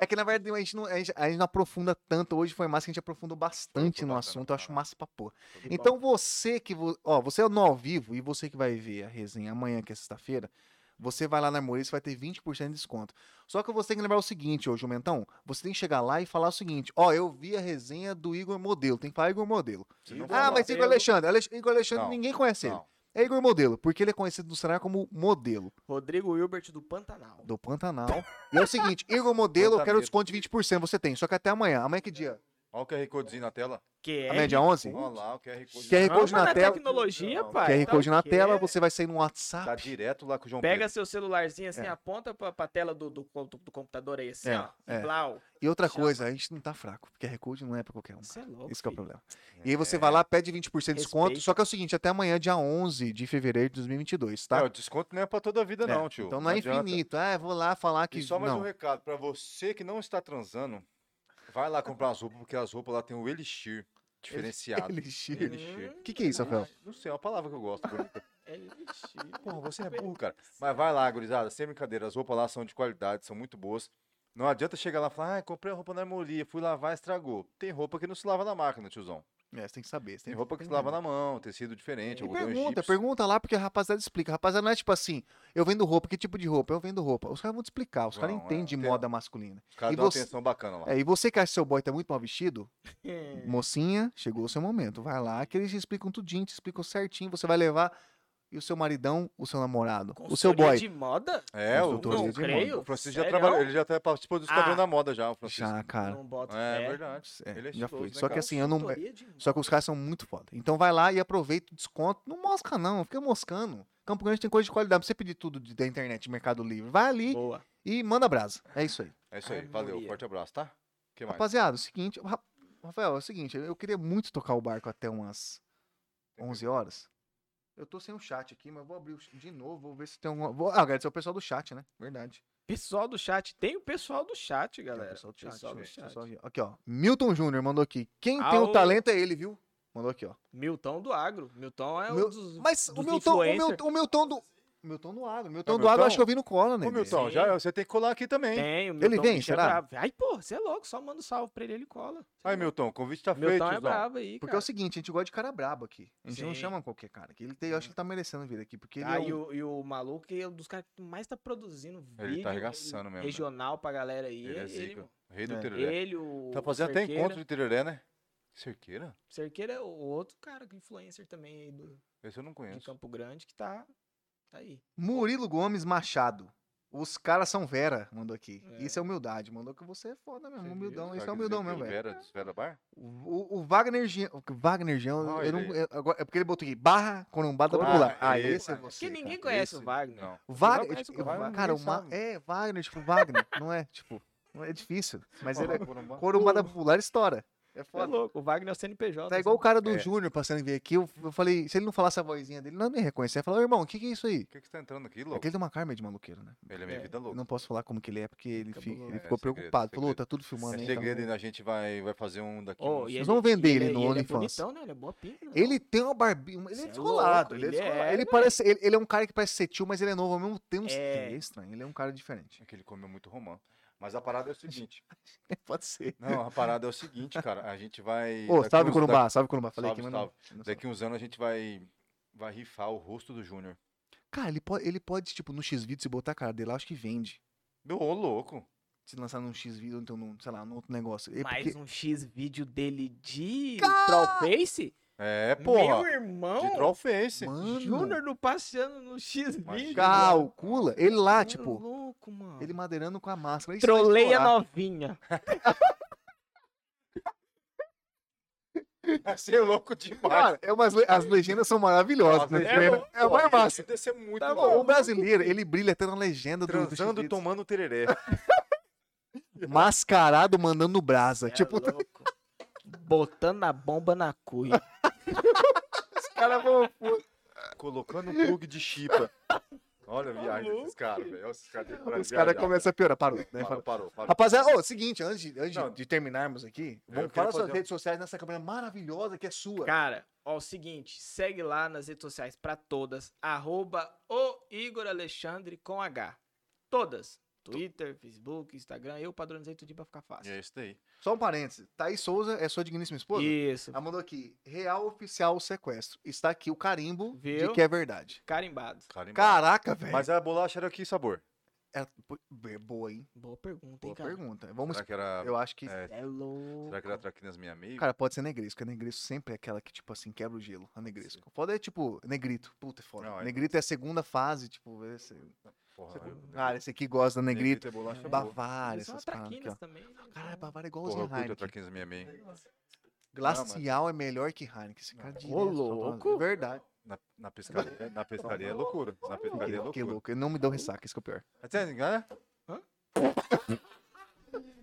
S1: É que, na verdade, a gente não, a gente, a gente não aprofunda tanto. Hoje foi mais que a gente aprofundou bastante
S2: Aprofundou
S1: no
S2: bastante,
S1: assunto. Eu acho
S2: caralho.
S1: massa pra porra.
S2: Foi bom.
S1: Então, você que... vo- Ó, você é no ao vivo e você que vai ver a resenha amanhã, que é sexta-feira, você vai lá na Armoria, você vai ter 20% de desconto. Só que você tem que lembrar o seguinte, ô Jumentão. Você tem que chegar lá e falar o seguinte. Ó, eu vi a resenha do Igor Modelo. Tem que falar Igor Modelo.
S2: Se não
S1: Ah,
S3: Ah,
S2: falar-
S1: mas Igor
S3: Modelo.
S1: Alexandre. Alex- Igor Alexandre,
S2: Não,
S1: ninguém conhece ele.
S2: Não,
S1: É Igor Modelo, porque ele é conhecido no cenário como Modelo,
S3: Rodrigo Hilbert do Pantanal.
S1: do Pantanal. E é o seguinte, Igor Modelo, eu quero
S2: Pantaneiro.
S1: desconto de 20%, você tem, só que até amanhã. Amanhã que dia?
S2: Olha o QR Codezinho na tela.
S3: Que é.
S1: Amanhã dia 11?
S2: Olha lá o QR Code.
S1: QR
S2: na-
S1: Code
S3: Ama
S1: na tela.
S3: tecnologia,
S2: Não,
S3: pai.
S1: QR
S3: Tá
S1: Code
S3: o
S1: na
S2: então,
S3: quê?
S1: tela, você vai sair no WhatsApp.
S2: Tá direto lá com o João
S3: Pega
S2: Pedro.
S3: seu celularzinho assim,
S1: É.
S3: aponta pra, pra tela do, do, co- do computador aí, assim,
S1: É,
S3: ó.
S1: é.
S3: Blau.
S1: E outra
S3: Chama.
S1: coisa, a gente não tá fraco, porque QR Code não é pra qualquer um.
S3: Você é louco.
S1: Isso que é o
S3: filho.
S1: problema. E aí você
S2: É.
S1: vai lá, pede 20% de desconto,
S3: Respeita.
S1: só que é o seguinte, até amanhã, dia 11 de fevereiro de 2022,
S2: É,
S1: tá?
S2: o desconto não é pra toda a vida,
S1: É,
S2: não, tio.
S1: Então não, é
S2: adianta.
S1: infinito. Ah, eu vou lá falar que...
S2: E só mais um
S1: não.
S2: recado, pra você que não está transando, vai lá comprar as roupas, porque as roupas lá tem o Elixir diferenciado.
S1: Elixir.
S2: Elixir.
S3: Hum?
S1: Que que é isso, Rafael?
S2: Não sei, é uma palavra que eu gosto. bonita.
S3: É lixo.
S2: Pô, você é burro, cara. Mas vai lá, gurizada, sem brincadeira, as roupas lá são de qualidade, são muito boas. Não adianta chegar lá e falar, ah, comprei a roupa na armoria, fui lavar, estragou. Tem roupa que não se lava na máquina, tiozão.
S1: É, você tem que saber. Você
S2: Tem
S1: tem
S2: roupa que se lava na mão, tecido diferente,
S3: E
S2: algodão
S1: Pergunta,
S2: egípcio.
S1: pergunta lá, porque a rapaziada explica. A rapaziada não é tipo assim, eu vendo roupa, que tipo de roupa? Eu vendo roupa. Os caras vão te explicar, os caras
S2: Vão, é.
S1: entendem de
S2: Tem-
S1: moda masculina.
S2: Os caras
S1: E
S2: dão uma
S1: você-
S2: atenção bacana lá.
S1: É, e você que acha que seu boy tá muito mal vestido,
S3: é,
S2: É.
S1: mocinha, chegou o seu momento. Vai lá, que eles te explicam tudinho, te explicam certinho. Você vai levar e o seu maridão, o seu namorado, o seu
S3: Consultoria
S1: boy.
S3: de moda?
S2: É, o,
S1: Consultoria
S2: o
S1: de moda.
S2: o Francisco já
S3: Sério?
S2: trabalhou, ele já até participou do Esquadrão
S3: Ah.
S2: da Moda já, o Francisco.
S1: Já, cara.
S3: Não bota
S2: É,
S3: fé.
S2: verdade.
S1: É,
S2: Ele é
S1: já
S2: estiloso,
S1: foi.
S2: né,
S1: Só que
S2: cara?
S1: assim, eu não.
S3: Consultoria de moda.
S1: Só que os caras são muito foda. Então vai lá e aproveita o desconto. Não mosca, não. Fica moscando. Campo Grande tem coisa de qualidade. Pra você pedir tudo de- da internet, Mercado Livre. Vai ali
S3: Boa.
S1: e manda brasa. É isso aí.
S2: É isso aí, valeu,
S3: Harmonia.
S2: forte abraço, tá? O que mais?
S1: Rapaziada, o seguinte. Ra- Rafael, é o seguinte. Eu queria muito tocar o barco até umas 11 horas. Eu tô sem o chat aqui, mas vou abrir o ch- de novo. Vou ver se tem alguma. Vou... Ah, agradecer o pessoal do chat, né? Verdade.
S3: Pessoal do chat. Tem o pessoal do chat,
S1: Tem o
S3: galera.
S1: pessoal do chat.
S3: Pessoal do
S1: deixa eu-
S3: chat.
S1: deixa eu só- Aqui, ó. Milton Júnior mandou aqui. Quem tem o
S3: Aô.
S1: talento é ele, viu? Mandou aqui, ó.
S3: Milton do Agro. Milton é
S1: Meu-
S3: um dos.
S1: Mas o
S3: dos
S1: Milton, o
S3: influencer.
S1: Milton, o Milton do. o Milton do agro. o Milton
S2: É o
S1: do agro,
S2: Milton?
S1: acho que eu vi no cola, né?
S2: Ô, Milton,
S3: Sim.
S2: já, você tem que colar aqui também.
S3: Tem, o
S1: Ele
S3: Milton.
S1: vem,
S3: bicho é
S1: será?
S3: brabo. Ai, pô, você é louco. Só manda um salve pra ele, ele cola. Cê é
S2: Aí,
S3: louco.
S2: Milton, convite tá feito,
S3: Milton é
S2: tiozão.
S3: brabo aí,
S1: Porque é
S3: cara.
S1: o seguinte, a gente gosta de cara brabo aqui. A gente não
S3: Sim.
S1: chama qualquer cara. Que ele tem, eu acho que ele tá merecendo vir aqui. Porque ele
S3: Ah,
S1: é
S3: e,
S1: um-
S3: o, e o maluco que é um dos caras que mais tá produzindo vídeo
S2: Ele tá arregaçando mesmo, né?
S3: regional pra galera aí.
S2: Ele é zica.
S3: mano.
S2: Rei do
S1: É.
S2: tereré.
S3: ele, o.
S2: Tá fazendo até
S3: Cerqueira.
S2: encontro de tereré, né? Cerqueira?
S3: Cerqueira é o outro cara, que influencer também aí do,
S2: Esse eu não
S3: de
S2: conheço.
S3: Campo Grande, que tá, tá aí.
S1: Murilo Gomes Machado. Os caras são Vera, mandou aqui.
S3: É.
S1: Isso é humildade. Mandou que você é foda mesmo.
S2: Você
S1: humildão.
S2: viu?
S1: Isso
S2: Cara,
S1: é humildão
S2: dizer que
S1: mesmo,
S2: o
S1: velho.
S2: Vera, dos Vera Bar?
S1: O, o Wagner Jean. o Wagner Jean, eu-
S2: Olha
S1: eu não-
S2: aí.
S1: eu- agora- é porque ele botou aqui. Barra Corumbada
S3: Cor-
S1: Popular.
S2: Ah,
S1: Ah,
S2: é
S1: esse é
S3: esse.
S1: você.
S3: Que ninguém
S1: cara.
S3: conhece o Wagner.
S2: Não.
S1: Vagner,
S3: Não
S1: tipo,
S3: conhece o Wagner,
S1: cara,
S2: ninguém
S1: uma,
S2: sabe.
S1: é Wagner, tipo Wagner, não é? Tipo, não é difícil, mas ele é
S2: Corumbá.
S1: corumbada popular estoura. É
S3: Você é
S1: foda.
S3: louco, o Wagner é o CNPJ.
S1: Tá igual o cara do
S2: É.
S1: Júnior passando vir aqui. Eu, eu falei, se ele não falasse a vozinha dele, ele não ia me reconhecer. Eu falei, "Ô, irmão, o que, que é isso aí?
S2: que, que você tá entrando aqui,
S1: É
S2: louco?
S1: que ele tem uma karma de maluqueiro, né?
S2: Ele é minha
S3: É.
S2: vida
S1: Eu
S2: louca.
S1: não posso falar como que ele é, porque ele, fi-
S3: Cabuloso.
S1: ele
S3: É,
S1: ficou
S2: segredo,
S1: preocupado. Falou,
S2: segredo.
S1: tá tudo filmando
S2: É
S1: aí.
S2: segredo,
S1: então.
S2: ainda a gente vai, vai fazer um daqui.
S3: Oh,
S2: um-
S3: e
S1: Vocês
S3: ele-
S1: vão vender
S3: e
S1: ele no
S3: e ele é
S1: OnlyFans.
S3: bonitão, né? Ele é boa pinta. né?
S1: Ele tem uma barbinha. mas Ele é
S3: Cê é
S1: descolado.
S3: louco,
S1: ele, é
S3: ele
S1: descolado.
S3: é,
S1: ele
S3: velho.
S1: parece. Ele, ele é um cara que parece setil, mas ele é novo ao mesmo tempo.
S3: É.
S1: Ele é estranho. Ele é um cara diferente.
S2: É que ele comeu muito romã. Mas a parada é o seguinte.
S1: Pode ser.
S2: Não, a parada é o seguinte, cara. A gente vai.
S1: Ô,
S2: daqui
S1: salve
S2: uns-
S1: Corumbá, salve Corumbá. Falei
S2: Salve,
S1: aqui, mas não. não salve.
S2: Daqui uns anos a gente vai, vai rifar o rosto do Júnior.
S1: Cara, ele pode, ele pode, tipo, no X-Video, se botar a cara dele lá, acho que vende.
S2: Ô, louco.
S1: Se lançar num X-Video, ou então num, sei lá, num outro negócio. É
S3: Mais
S1: porque-
S3: um X vídeo dele de Trollface?
S2: É,
S3: Meu
S2: porra. De
S3: irmão,
S2: Trollface.
S1: Mano,
S3: Júnior do passeando no X vídeo.
S2: Cara,
S1: calcula. Ele lá, tipo,
S3: louco, mano.
S1: ele madeirando com a máscara. isso é vai
S3: Troleia
S1: estourar.
S3: novinha.
S2: Vai ser louco demais.
S1: Cara, é umas le- as legendas são maravilhosas.
S2: Nossa,
S1: né?
S2: é
S1: É,
S2: bom,
S1: é o mais massa.
S2: Deve ser muito
S1: Tá bom,
S2: bom.
S1: o brasileiro, ele brilha até na legenda do, do
S2: Transando,
S1: X-Videos.
S2: tomando tereré.
S1: mascarado mandando brasa.
S3: É
S1: tipo,
S3: louco. Botando a bomba na cuia.
S1: os caras vão.
S2: colocando um plug de chipa. Olha a viagem desses caras, velho. Olha Esses caras têm
S1: Tá Os caras começam a piorar. Parou, né?
S2: é Parou, parou, parou.
S1: Rapaziada, ô, seguinte, antes, de- antes de-
S2: Não.
S1: de terminarmos aqui, vamos
S2: queria
S1: falar suas
S2: fazer um-
S1: redes sociais nessa câmera maravilhosa que é sua.
S3: Cara, ó, o seguinte, segue lá nas redes sociais pra todas, arroba o Igor Alexandre com H. Todas. Twitter, Facebook, Instagram, eu padronizei tudo pra ficar fácil.
S2: É isso daí.
S1: Só um parênteses. Thaís Souza é sua digníssima esposa?
S3: Isso,
S1: Ela mandou aqui, real oficial sequestro. Está aqui o carimbo de
S3: Viu?
S1: que é verdade.
S3: carimbado.
S2: Cara,
S1: Caraca, velho.
S2: Mas é a bolacha era que sabor?
S1: É, pô, é boa, hein?
S3: Boa pergunta, hein,
S1: Boa
S3: cara?
S1: pergunta. Vamos.
S2: Será que era,
S1: Eu acho que.
S2: É.
S3: É louco.
S2: será que era traquinas meia meio?
S1: Cara, pode ser negresco, porque negresco sempre é aquela que, tipo assim, quebra o gelo. A negresco. Foda é tipo, negrito. Puta, é foda.
S2: Não, é-
S1: negrito é a segunda fase, tipo, esse.
S2: Porra, eu-
S1: Cara, esse aqui gosta da negrito.
S2: é bolacha
S3: é
S2: boa.
S1: Bavária,
S3: Eles são
S1: essas paradas aqui, ó.
S3: atraquinas também. né?
S1: Caralho, Bavária é
S2: Porra,
S1: igualzinho
S2: eu
S1: a
S2: curto a
S1: Heineken.
S2: traquinas meia meio.
S1: Glacial é melhor que Heineken. Esse cara direto.
S3: Ô,
S1: tá falando,
S3: louco.
S1: É verdade.
S2: Na, na pescaria, na pescaria é loucura. Na pescaria é
S1: Que, que
S2: loucura.
S1: louco. Ele não me deu ressaca, isso que é o pior.
S2: Até, né?
S3: Hã?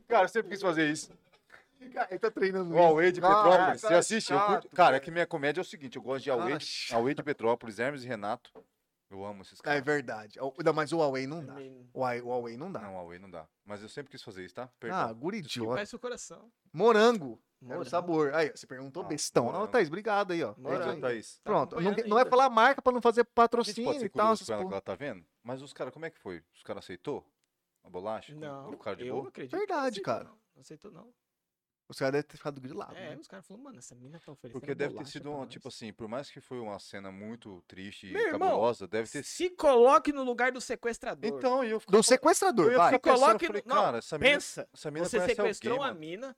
S2: Cara, eu sempre quis fazer isso.
S1: Cara, ele tá treinando
S2: O Away de
S1: Caraca,
S2: Petrópolis, você
S1: cara,
S2: assiste? Eu curto.
S1: chato,
S2: Ah, Cara, é que minha comédia é o seguinte, eu gosto de Away,
S1: Cara,
S2: de,
S1: chato.
S2: Away de Petrópolis, Hermes e Renato. Eu amo esses
S1: Ah, É
S2: caras.
S1: verdade. O- não, Mas o Huawei não dá.
S3: Também.
S1: O Huawei- o Huawei não dá.
S2: Não, Away não dá. Mas eu sempre quis fazer isso, tá?
S1: Ah,
S2: Perdão.
S1: guri idiota.
S3: Faz seu coração.
S1: Morango. Era o
S3: Morango.
S1: sabor. Aí, ó, você perguntou
S2: Ah,
S1: bestão. Ó,
S2: morango.
S1: Thaís, obrigado aí, ó. É
S3: Morango.
S1: isso
S2: Perdão,
S1: aí.
S2: Thaís.
S3: Tá
S1: Pronto, não,
S3: acompanhando
S1: não é
S3: ainda.
S1: falar a marca pra não fazer
S2: A gente
S1: patrocínio
S2: pode
S1: e
S2: ser
S1: tal.
S2: curioso
S1: essas
S2: com ela que
S1: porra.
S2: ela tá vendo? Mas os caras, como é que foi? Os caras aceitou a bolacha?
S3: Não,
S2: O cara de
S3: eu não
S2: boa?
S3: acredito. que
S1: Verdade,
S3: aceitou,
S1: cara.
S3: Não Não aceitou, não.
S1: Os caras devem ter ficado grilados.
S3: É,
S1: né?
S3: os caras falaram, mano, essa mina tá oferecendo
S2: Porque deve ter
S3: bolacha
S2: sido
S1: um,
S3: pra
S2: uma,
S3: nós."
S2: tipo assim, por mais que foi uma cena muito triste
S3: Meu
S2: e
S3: irmão,
S2: cabulosa, deve ter
S3: Se coloque no lugar do sequestrador.
S2: Então, e eu
S1: Do
S2: ficava- eu
S1: sequestrador,
S2: ia
S1: vai.
S2: ficar pensando,
S3: Coloque
S2: eu falei,
S3: no- não,
S2: cara, essa mina,
S3: pensa.
S2: essa mina
S3: Você
S2: conhece
S3: sequestrou
S2: alguém,
S3: a
S2: mano,
S3: mina.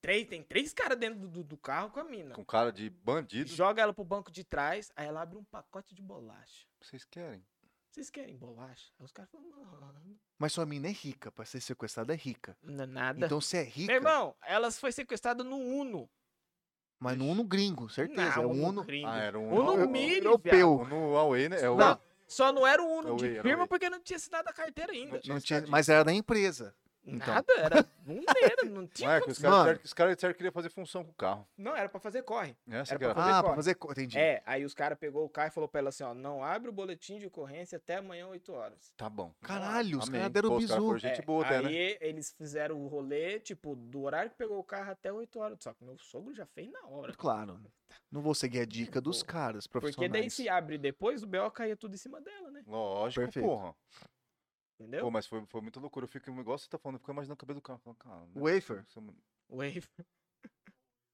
S3: Três, tem três caras dentro do- do, do carro com a mina.
S2: com cara de bandido.
S3: Joga ela pro banco de trás, aí ela abre um pacote de bolacha.
S2: Vocês querem?
S3: Vocês querem bolacha? Aí os caras falam, mano,
S1: Mas sua mina é rica. Pra ser sequestrada é rica.
S3: não é nada.
S1: Então se é
S3: Meu
S1: rica,
S3: irmão, ela foi sequestrada no Uno.
S1: mas no Uno gringo, certeza.
S3: Não,
S1: é um Uno.
S3: gringo.
S2: Ah, era um
S3: Uno
S2: Uno-
S3: mini,
S1: europeu.
S2: Uno- Uno Huawei, né? É o
S3: Não, Só não era o Uno
S2: Era o Uno,
S3: de
S2: era o
S3: firma
S2: Uno.
S3: porque não tinha assinado a carteira ainda.
S1: Não tinha, mas era da empresa. Então.
S3: Nada, era. Não era, não tinha.
S2: Marco, né, os
S1: Mano.
S2: caras disseram- os caras disseram que queria fazer função com o carro. Né,
S3: Não, era pra fazer corre.
S2: Essa
S3: Era
S2: que era
S3: pra
S2: a-
S1: Ah,
S3: corre.
S1: pra fazer. co- Entendi.
S3: É, aí os caras pegou o carro e falou pra ela assim, ó, não abre o boletim de ocorrência até amanhã 8 horas.
S2: Tá bom.
S1: Caralho, os
S2: Amém.
S1: caras deram
S2: Pô, os caras
S1: bizu.
S2: foram gente
S3: É,
S2: boa até, né?
S3: aí eles fizeram o rolê, tipo, do horário que pegou o carro até 8 horas. Só que meu sogro já fez na hora.
S1: Claro. Não vou seguir a dica dos
S3: Pô,
S1: caras
S3: Porque
S1: profissionais.
S3: daí se abre depois, o BO caía tudo em cima dela, né?
S2: Lógico,
S1: Perfeito.
S2: porra.
S3: Entendeu?
S2: Pô, mas foi, foi muita loucura. Eu fico igual você tá falando, eu fico imaginando o cabelo do carro. Falando, cara, não é
S1: Wafer.
S2: possível, essa mulher-
S3: Wave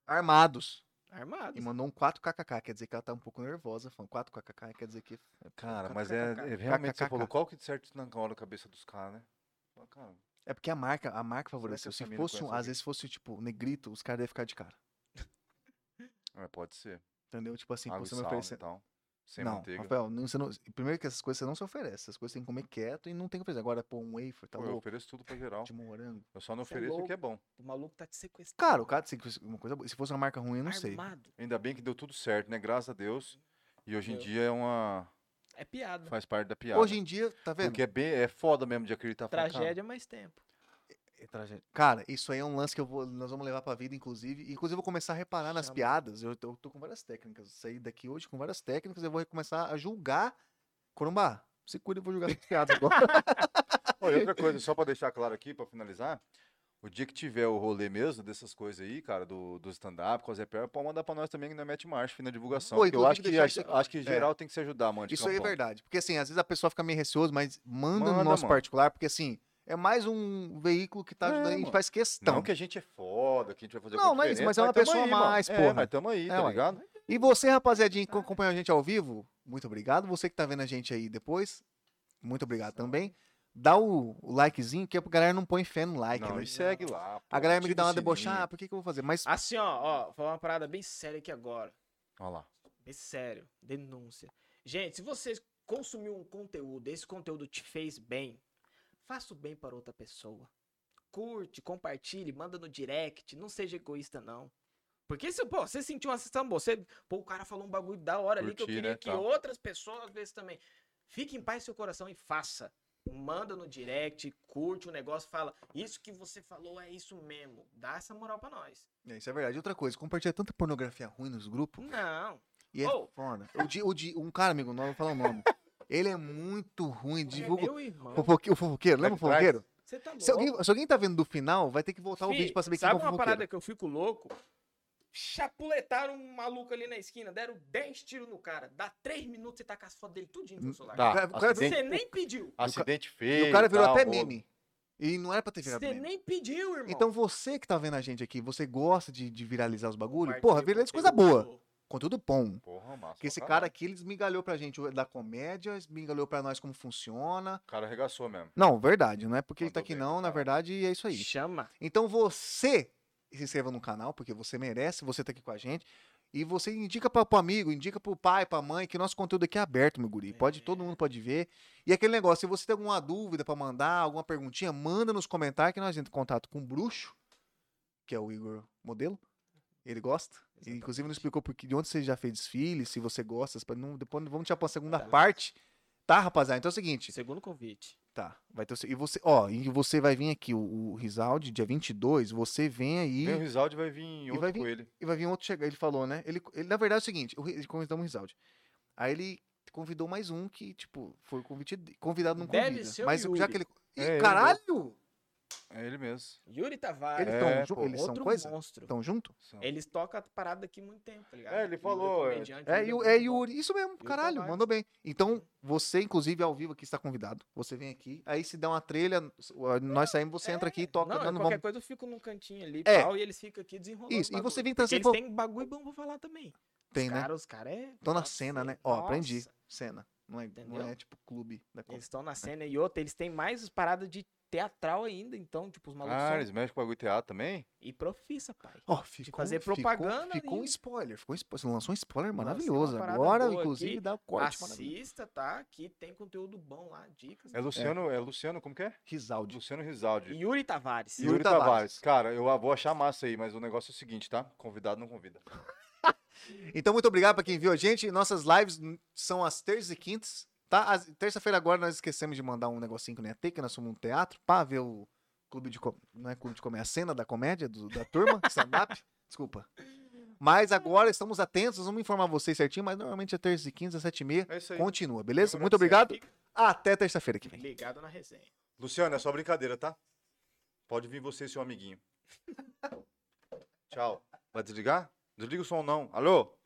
S1: Armados.
S3: armado.
S1: E mandou um 4kkk, quer dizer que ela tá um pouco nervosa. Falando 4kkk, quer dizer que.
S2: Cara, mas é,
S1: KKK.
S2: é realmente você
S1: KKK.
S2: falou qual que de certo na hora da cabeça dos caras, né? Fala, Cara,
S1: É porque a marca, a marca favoreceu.
S2: essa
S1: Se
S2: mina
S1: fosse, um-
S2: conhece
S1: às
S2: alguém?
S1: vezes fosse tipo negrito, os caras iam ficar de cara.
S2: é, pode ser.
S1: Entendeu? Tipo assim,
S2: Água e
S1: você me
S2: sal,
S1: oferecer.
S2: e tal. Sem
S1: não,
S2: manteiga.
S1: Rafael, não, você não- primeiro que essas coisas você não se oferece. Essas coisas você tem que comer quieto e não tem que oferecer. Agora, pô, um wafer, tá
S2: Pô, eu
S1: louco,
S2: ofereço tudo pra geral.
S1: de morango.
S2: Eu só não
S3: Cê é
S2: ofereço o que é bom.
S3: O maluco tá te sequestrando.
S1: Cara, o cara, se fosse uma coisa boa. Se fosse uma marca ruim, eu não sei.
S3: armado.
S2: Ainda bem que deu tudo certo, né? Graças a Deus. E hoje em
S3: Deu.
S2: dia é uma.
S3: É piada.
S2: Faz parte da piada.
S1: Hoje em dia, tá vendo?
S2: Porque é, bem, é foda mesmo de acreditar. falar, cara,
S3: Tragédia mais tempo.
S1: Tragédia. Cara, isso aí é um lance que eu vou, nós vamos levar pra vida, inclusive. Inclusive, eu vou começar a reparar nas
S3: Chama.
S1: piadas. Eu tô, eu tô com várias técnicas. Eu Saí daqui hoje com várias técnicas. Eu vou começar a julgar. Corumbá, se cuida, eu vou julgar essas piadas agora.
S2: Ó, e outra coisa, só pra deixar claro aqui, pra finalizar, o dia que tiver o rolê mesmo dessas coisas aí, cara, do, do stand-up, com a Zé Pior, pode mandar pra nós também que não é match marcha, fim na divulgação.
S1: Pô,
S2: porque eu
S1: inclusive,
S2: acho que,
S1: deixar
S2: a-
S1: isso aqui.
S2: acho que geral tem que se ajudar, mano. de
S1: Isso aí é
S2: campão.
S1: verdade. Porque assim, às vezes a pessoa fica meio receosa, mas manda,
S2: Manda,
S1: no nosso
S2: mano.
S1: particular, porque assim, é mais um veículo que tá
S2: É,
S1: ajudando. a gente
S2: mano.
S1: faz questão.
S2: Não que a gente é foda, que a gente vai fazer
S1: Então. Não,
S2: coisa
S1: mas-
S2: diferente,
S1: mas é uma
S2: tamo
S1: pessoa
S2: aí,
S1: a
S2: mano.
S1: mais,
S2: É,
S1: porra.
S2: mas tamo aí,
S1: É,
S2: tá
S1: ué.
S2: ligado?
S1: E você, rapaziadinha, que acompanha a gente ao vivo, muito obrigado. Você que tá vendo a gente aí depois, muito obrigado também. Dá o, o likezinho, que a galera não põe fé no like,
S2: não, é
S1: né?
S2: me segue lá. pô,
S1: A galera me
S2: ativa
S1: dá uma
S2: o sininho.
S1: debochada, ah, por que, que eu vou fazer? Mas
S3: Assim, ó, ó, vou falar uma parada bem séria aqui agora.
S2: Ó lá.
S3: Bem sério. Denúncia. Gente, se você consumiu um conteúdo, esse conteúdo te fez bem, faça o bem para outra pessoa. Curte, compartilhe, manda no direct. Não seja egoísta, não. Porque se, pô, você sentiu uma sessão boa, você, pô, o cara falou um bagulho da hora ali que eu
S2: Curti,
S3: queria
S2: né,
S3: que
S2: tal.
S3: outras pessoas vissem também. Fique em paz seu coração e faça. Manda no direct, curte o negócio, fala, isso que você falou é isso mesmo. Dá essa moral pra nós.
S1: É, isso é verdade. Outra coisa, compartilha tanta pornografia ruim nos grupos.
S3: Não.
S1: E é
S3: Oh.
S1: foda. O de, o de, um cara, amigo, não vou falar o nome. Ele é muito ruim.
S3: Ele é
S1: Divulga.
S3: meu irmão.
S1: Fofoque- O fofoqueiro, lembra o
S2: Vai atrás.
S1: fofoqueiro?
S3: Você tá louco.
S1: Se alguém, se alguém tá vendo do final, vai ter que voltar o
S3: Fih,
S1: vídeo pra saber quem é
S3: Sabe
S1: o
S3: uma
S1: fofoqueiro.
S3: parada que eu fico louco? Chapuletaram um maluco ali na esquina, deram 10 tiros no cara. Dá 3 minutos e tá com as fotos dele tudinho
S1: Hum,
S3: no celular.
S2: Tá,
S1: cara- o cara-
S2: acidente,
S3: Você nem pediu.
S2: acidente
S1: E
S2: feio.
S1: o cara virou
S2: tal,
S1: até
S2: rolo.
S1: meme. E não era pra ter virado
S3: Você
S1: meme.
S3: nem pediu, irmão.
S1: Então você que tá vendo a gente aqui, você gosta de, de viralizar os bagulho?
S3: Compartilha
S1: Porra,
S3: o
S1: viraliza coisa
S3: conteúdo.
S1: boa. Conteúdo bom.
S2: Porra, massa.
S1: Porque
S2: pra
S1: esse
S2: caralho.
S1: cara aqui, ele esmigalhou pra gente o- da comédia, esmigalhou pra nós como funciona.
S2: O cara arregaçou mesmo.
S1: Não, verdade, não é porque ele tá
S2: Mandou
S1: aqui
S2: bem,
S1: não, na
S2: cara.
S1: verdade é isso aí.
S3: Chama.
S1: Então você se inscreva no canal, porque você merece, você tá aqui com a gente. E você indica para o amigo, indica pro pai, pra mãe, que nosso conteúdo aqui é aberto, meu guri. Pode, todo mundo pode ver. E aquele negócio, se você tem alguma dúvida pra mandar, alguma perguntinha, manda nos comentários que nós entramos em contato com o Bruxo, que é o Igor Modelo. Ele gosta. E, inclusive, não explicou porque, de onde você já fez desfile, se você gosta. se- não- depois vamos tirar pra segunda
S3: Tá.
S1: parte. Tá, rapaziada? Então é o seguinte.
S3: Segundo convite.
S1: Tá, vai ter o seu- E você, ó, e você vai vir aqui, o, o Rizaldi, dia 22, você vem aí
S2: Vem o Rizaldi vai vir outro
S1: vai vir-
S2: com ele.
S1: e vai vir outro chegar. Ele falou, né? Ele, ele na verdade, é o seguinte, o, Ri- ele convidou um Rizaldi. Aí ele convidou mais um que, tipo, foi convidado, convidado não
S3: Deve
S1: convida.
S3: ser o
S1: mas já
S3: Yuri.
S1: que ele... Ih,
S2: É, ele
S1: caralho!
S2: É ele mesmo.
S3: Yuri Tavares.
S1: Eles
S2: É,
S1: estão
S2: pô,
S1: eles são
S3: outro
S1: coisa?
S3: monstro.
S1: Estão junto?
S2: São-
S3: Eles tocam a parada aqui há muito tempo, tá ligado?
S2: É, ele
S3: Yuri
S2: falou, é.
S3: comediante,
S1: É,
S3: Yuri
S1: Yu-
S3: muito
S1: é
S3: bom.
S1: Yuri, isso mesmo,
S3: tá
S1: caralho,
S3: Tavares.
S1: mandou bem. Então, você, inclusive, ao vivo aqui está convidado. Você vem aqui, aí se der uma trilha, nós saímos, você entra aqui e
S3: É,
S1: toca.
S3: Não,
S1: nós
S3: qualquer
S1: não vamos
S3: coisa eu fico num cantinho ali e
S1: É.
S3: tal, e eles ficam aqui desenrolando.
S1: Isso, e
S3: bagulho.
S1: você vem
S3: Porque
S1: trazer
S3: Eles
S1: pra-
S3: têm bagulho bom pra falar também.
S1: Tem,
S3: os
S1: né?
S3: caras, os caras é.
S1: Tô na
S3: Nossa,
S1: cena, né? Ó, aprendi.
S3: nossa.
S1: Cena. Não é, não
S3: Entendeu?
S1: é tipo clube da
S3: Eles
S1: coisa.
S3: estão na cena e outra, eles têm mais paradas de teatral ainda, então, tipo, os malucos
S2: Ah,
S3: são...
S2: eles mexem com o bagulho de teatro também?
S3: E profissa, pai.
S1: Ó, ficou,
S3: fazer
S1: ficou-
S3: propaganda
S1: Ficou, um
S3: ali.
S1: spoiler. Ficou um spoiler. Você lançou um spoiler
S3: Lancei uma
S1: maravilhoso.
S3: parada
S1: Agora,
S3: boa
S1: inclusive,
S3: aqui.
S1: dá o corte. maravilhoso.
S3: Assista, tá? Que tem conteúdo bom lá, dicas.
S2: É Luciano, é Luciano, como que é?
S1: Risaldi.
S2: Luciano Rizaldi.
S3: Yuri Tavares.
S1: Yuri
S2: Yuri Tavares.
S1: Tavares.
S2: Cara, eu vou achar massa aí, mas o negócio é o seguinte, tá? Convidado não convida.
S1: Então, muito obrigado pra quem viu a gente. Nossas lives n- são às terças e quintas. Tá? Às- Terça-feira agora nós esquecemos de mandar um negocinho que não ia ter, que nós somos um teatro, pra ver o clube de. Com... Não é clube de comédia, a cena da comédia do- da turma, stand-up. Desculpa. Mas agora estamos atentos, nós vamos informar vocês certinho, mas normalmente é terça e quinta, às sete e meia.
S2: É isso aí.
S1: Continua, beleza?
S2: Agora
S1: Muito
S2: é
S1: obrigado. Até terça-feira que vem.
S3: Ligado na resenha.
S2: Luciano, é só brincadeira, tá? Pode vir você e seu amiguinho. Tchau. Vai desligar? Desliga o som não. Alô?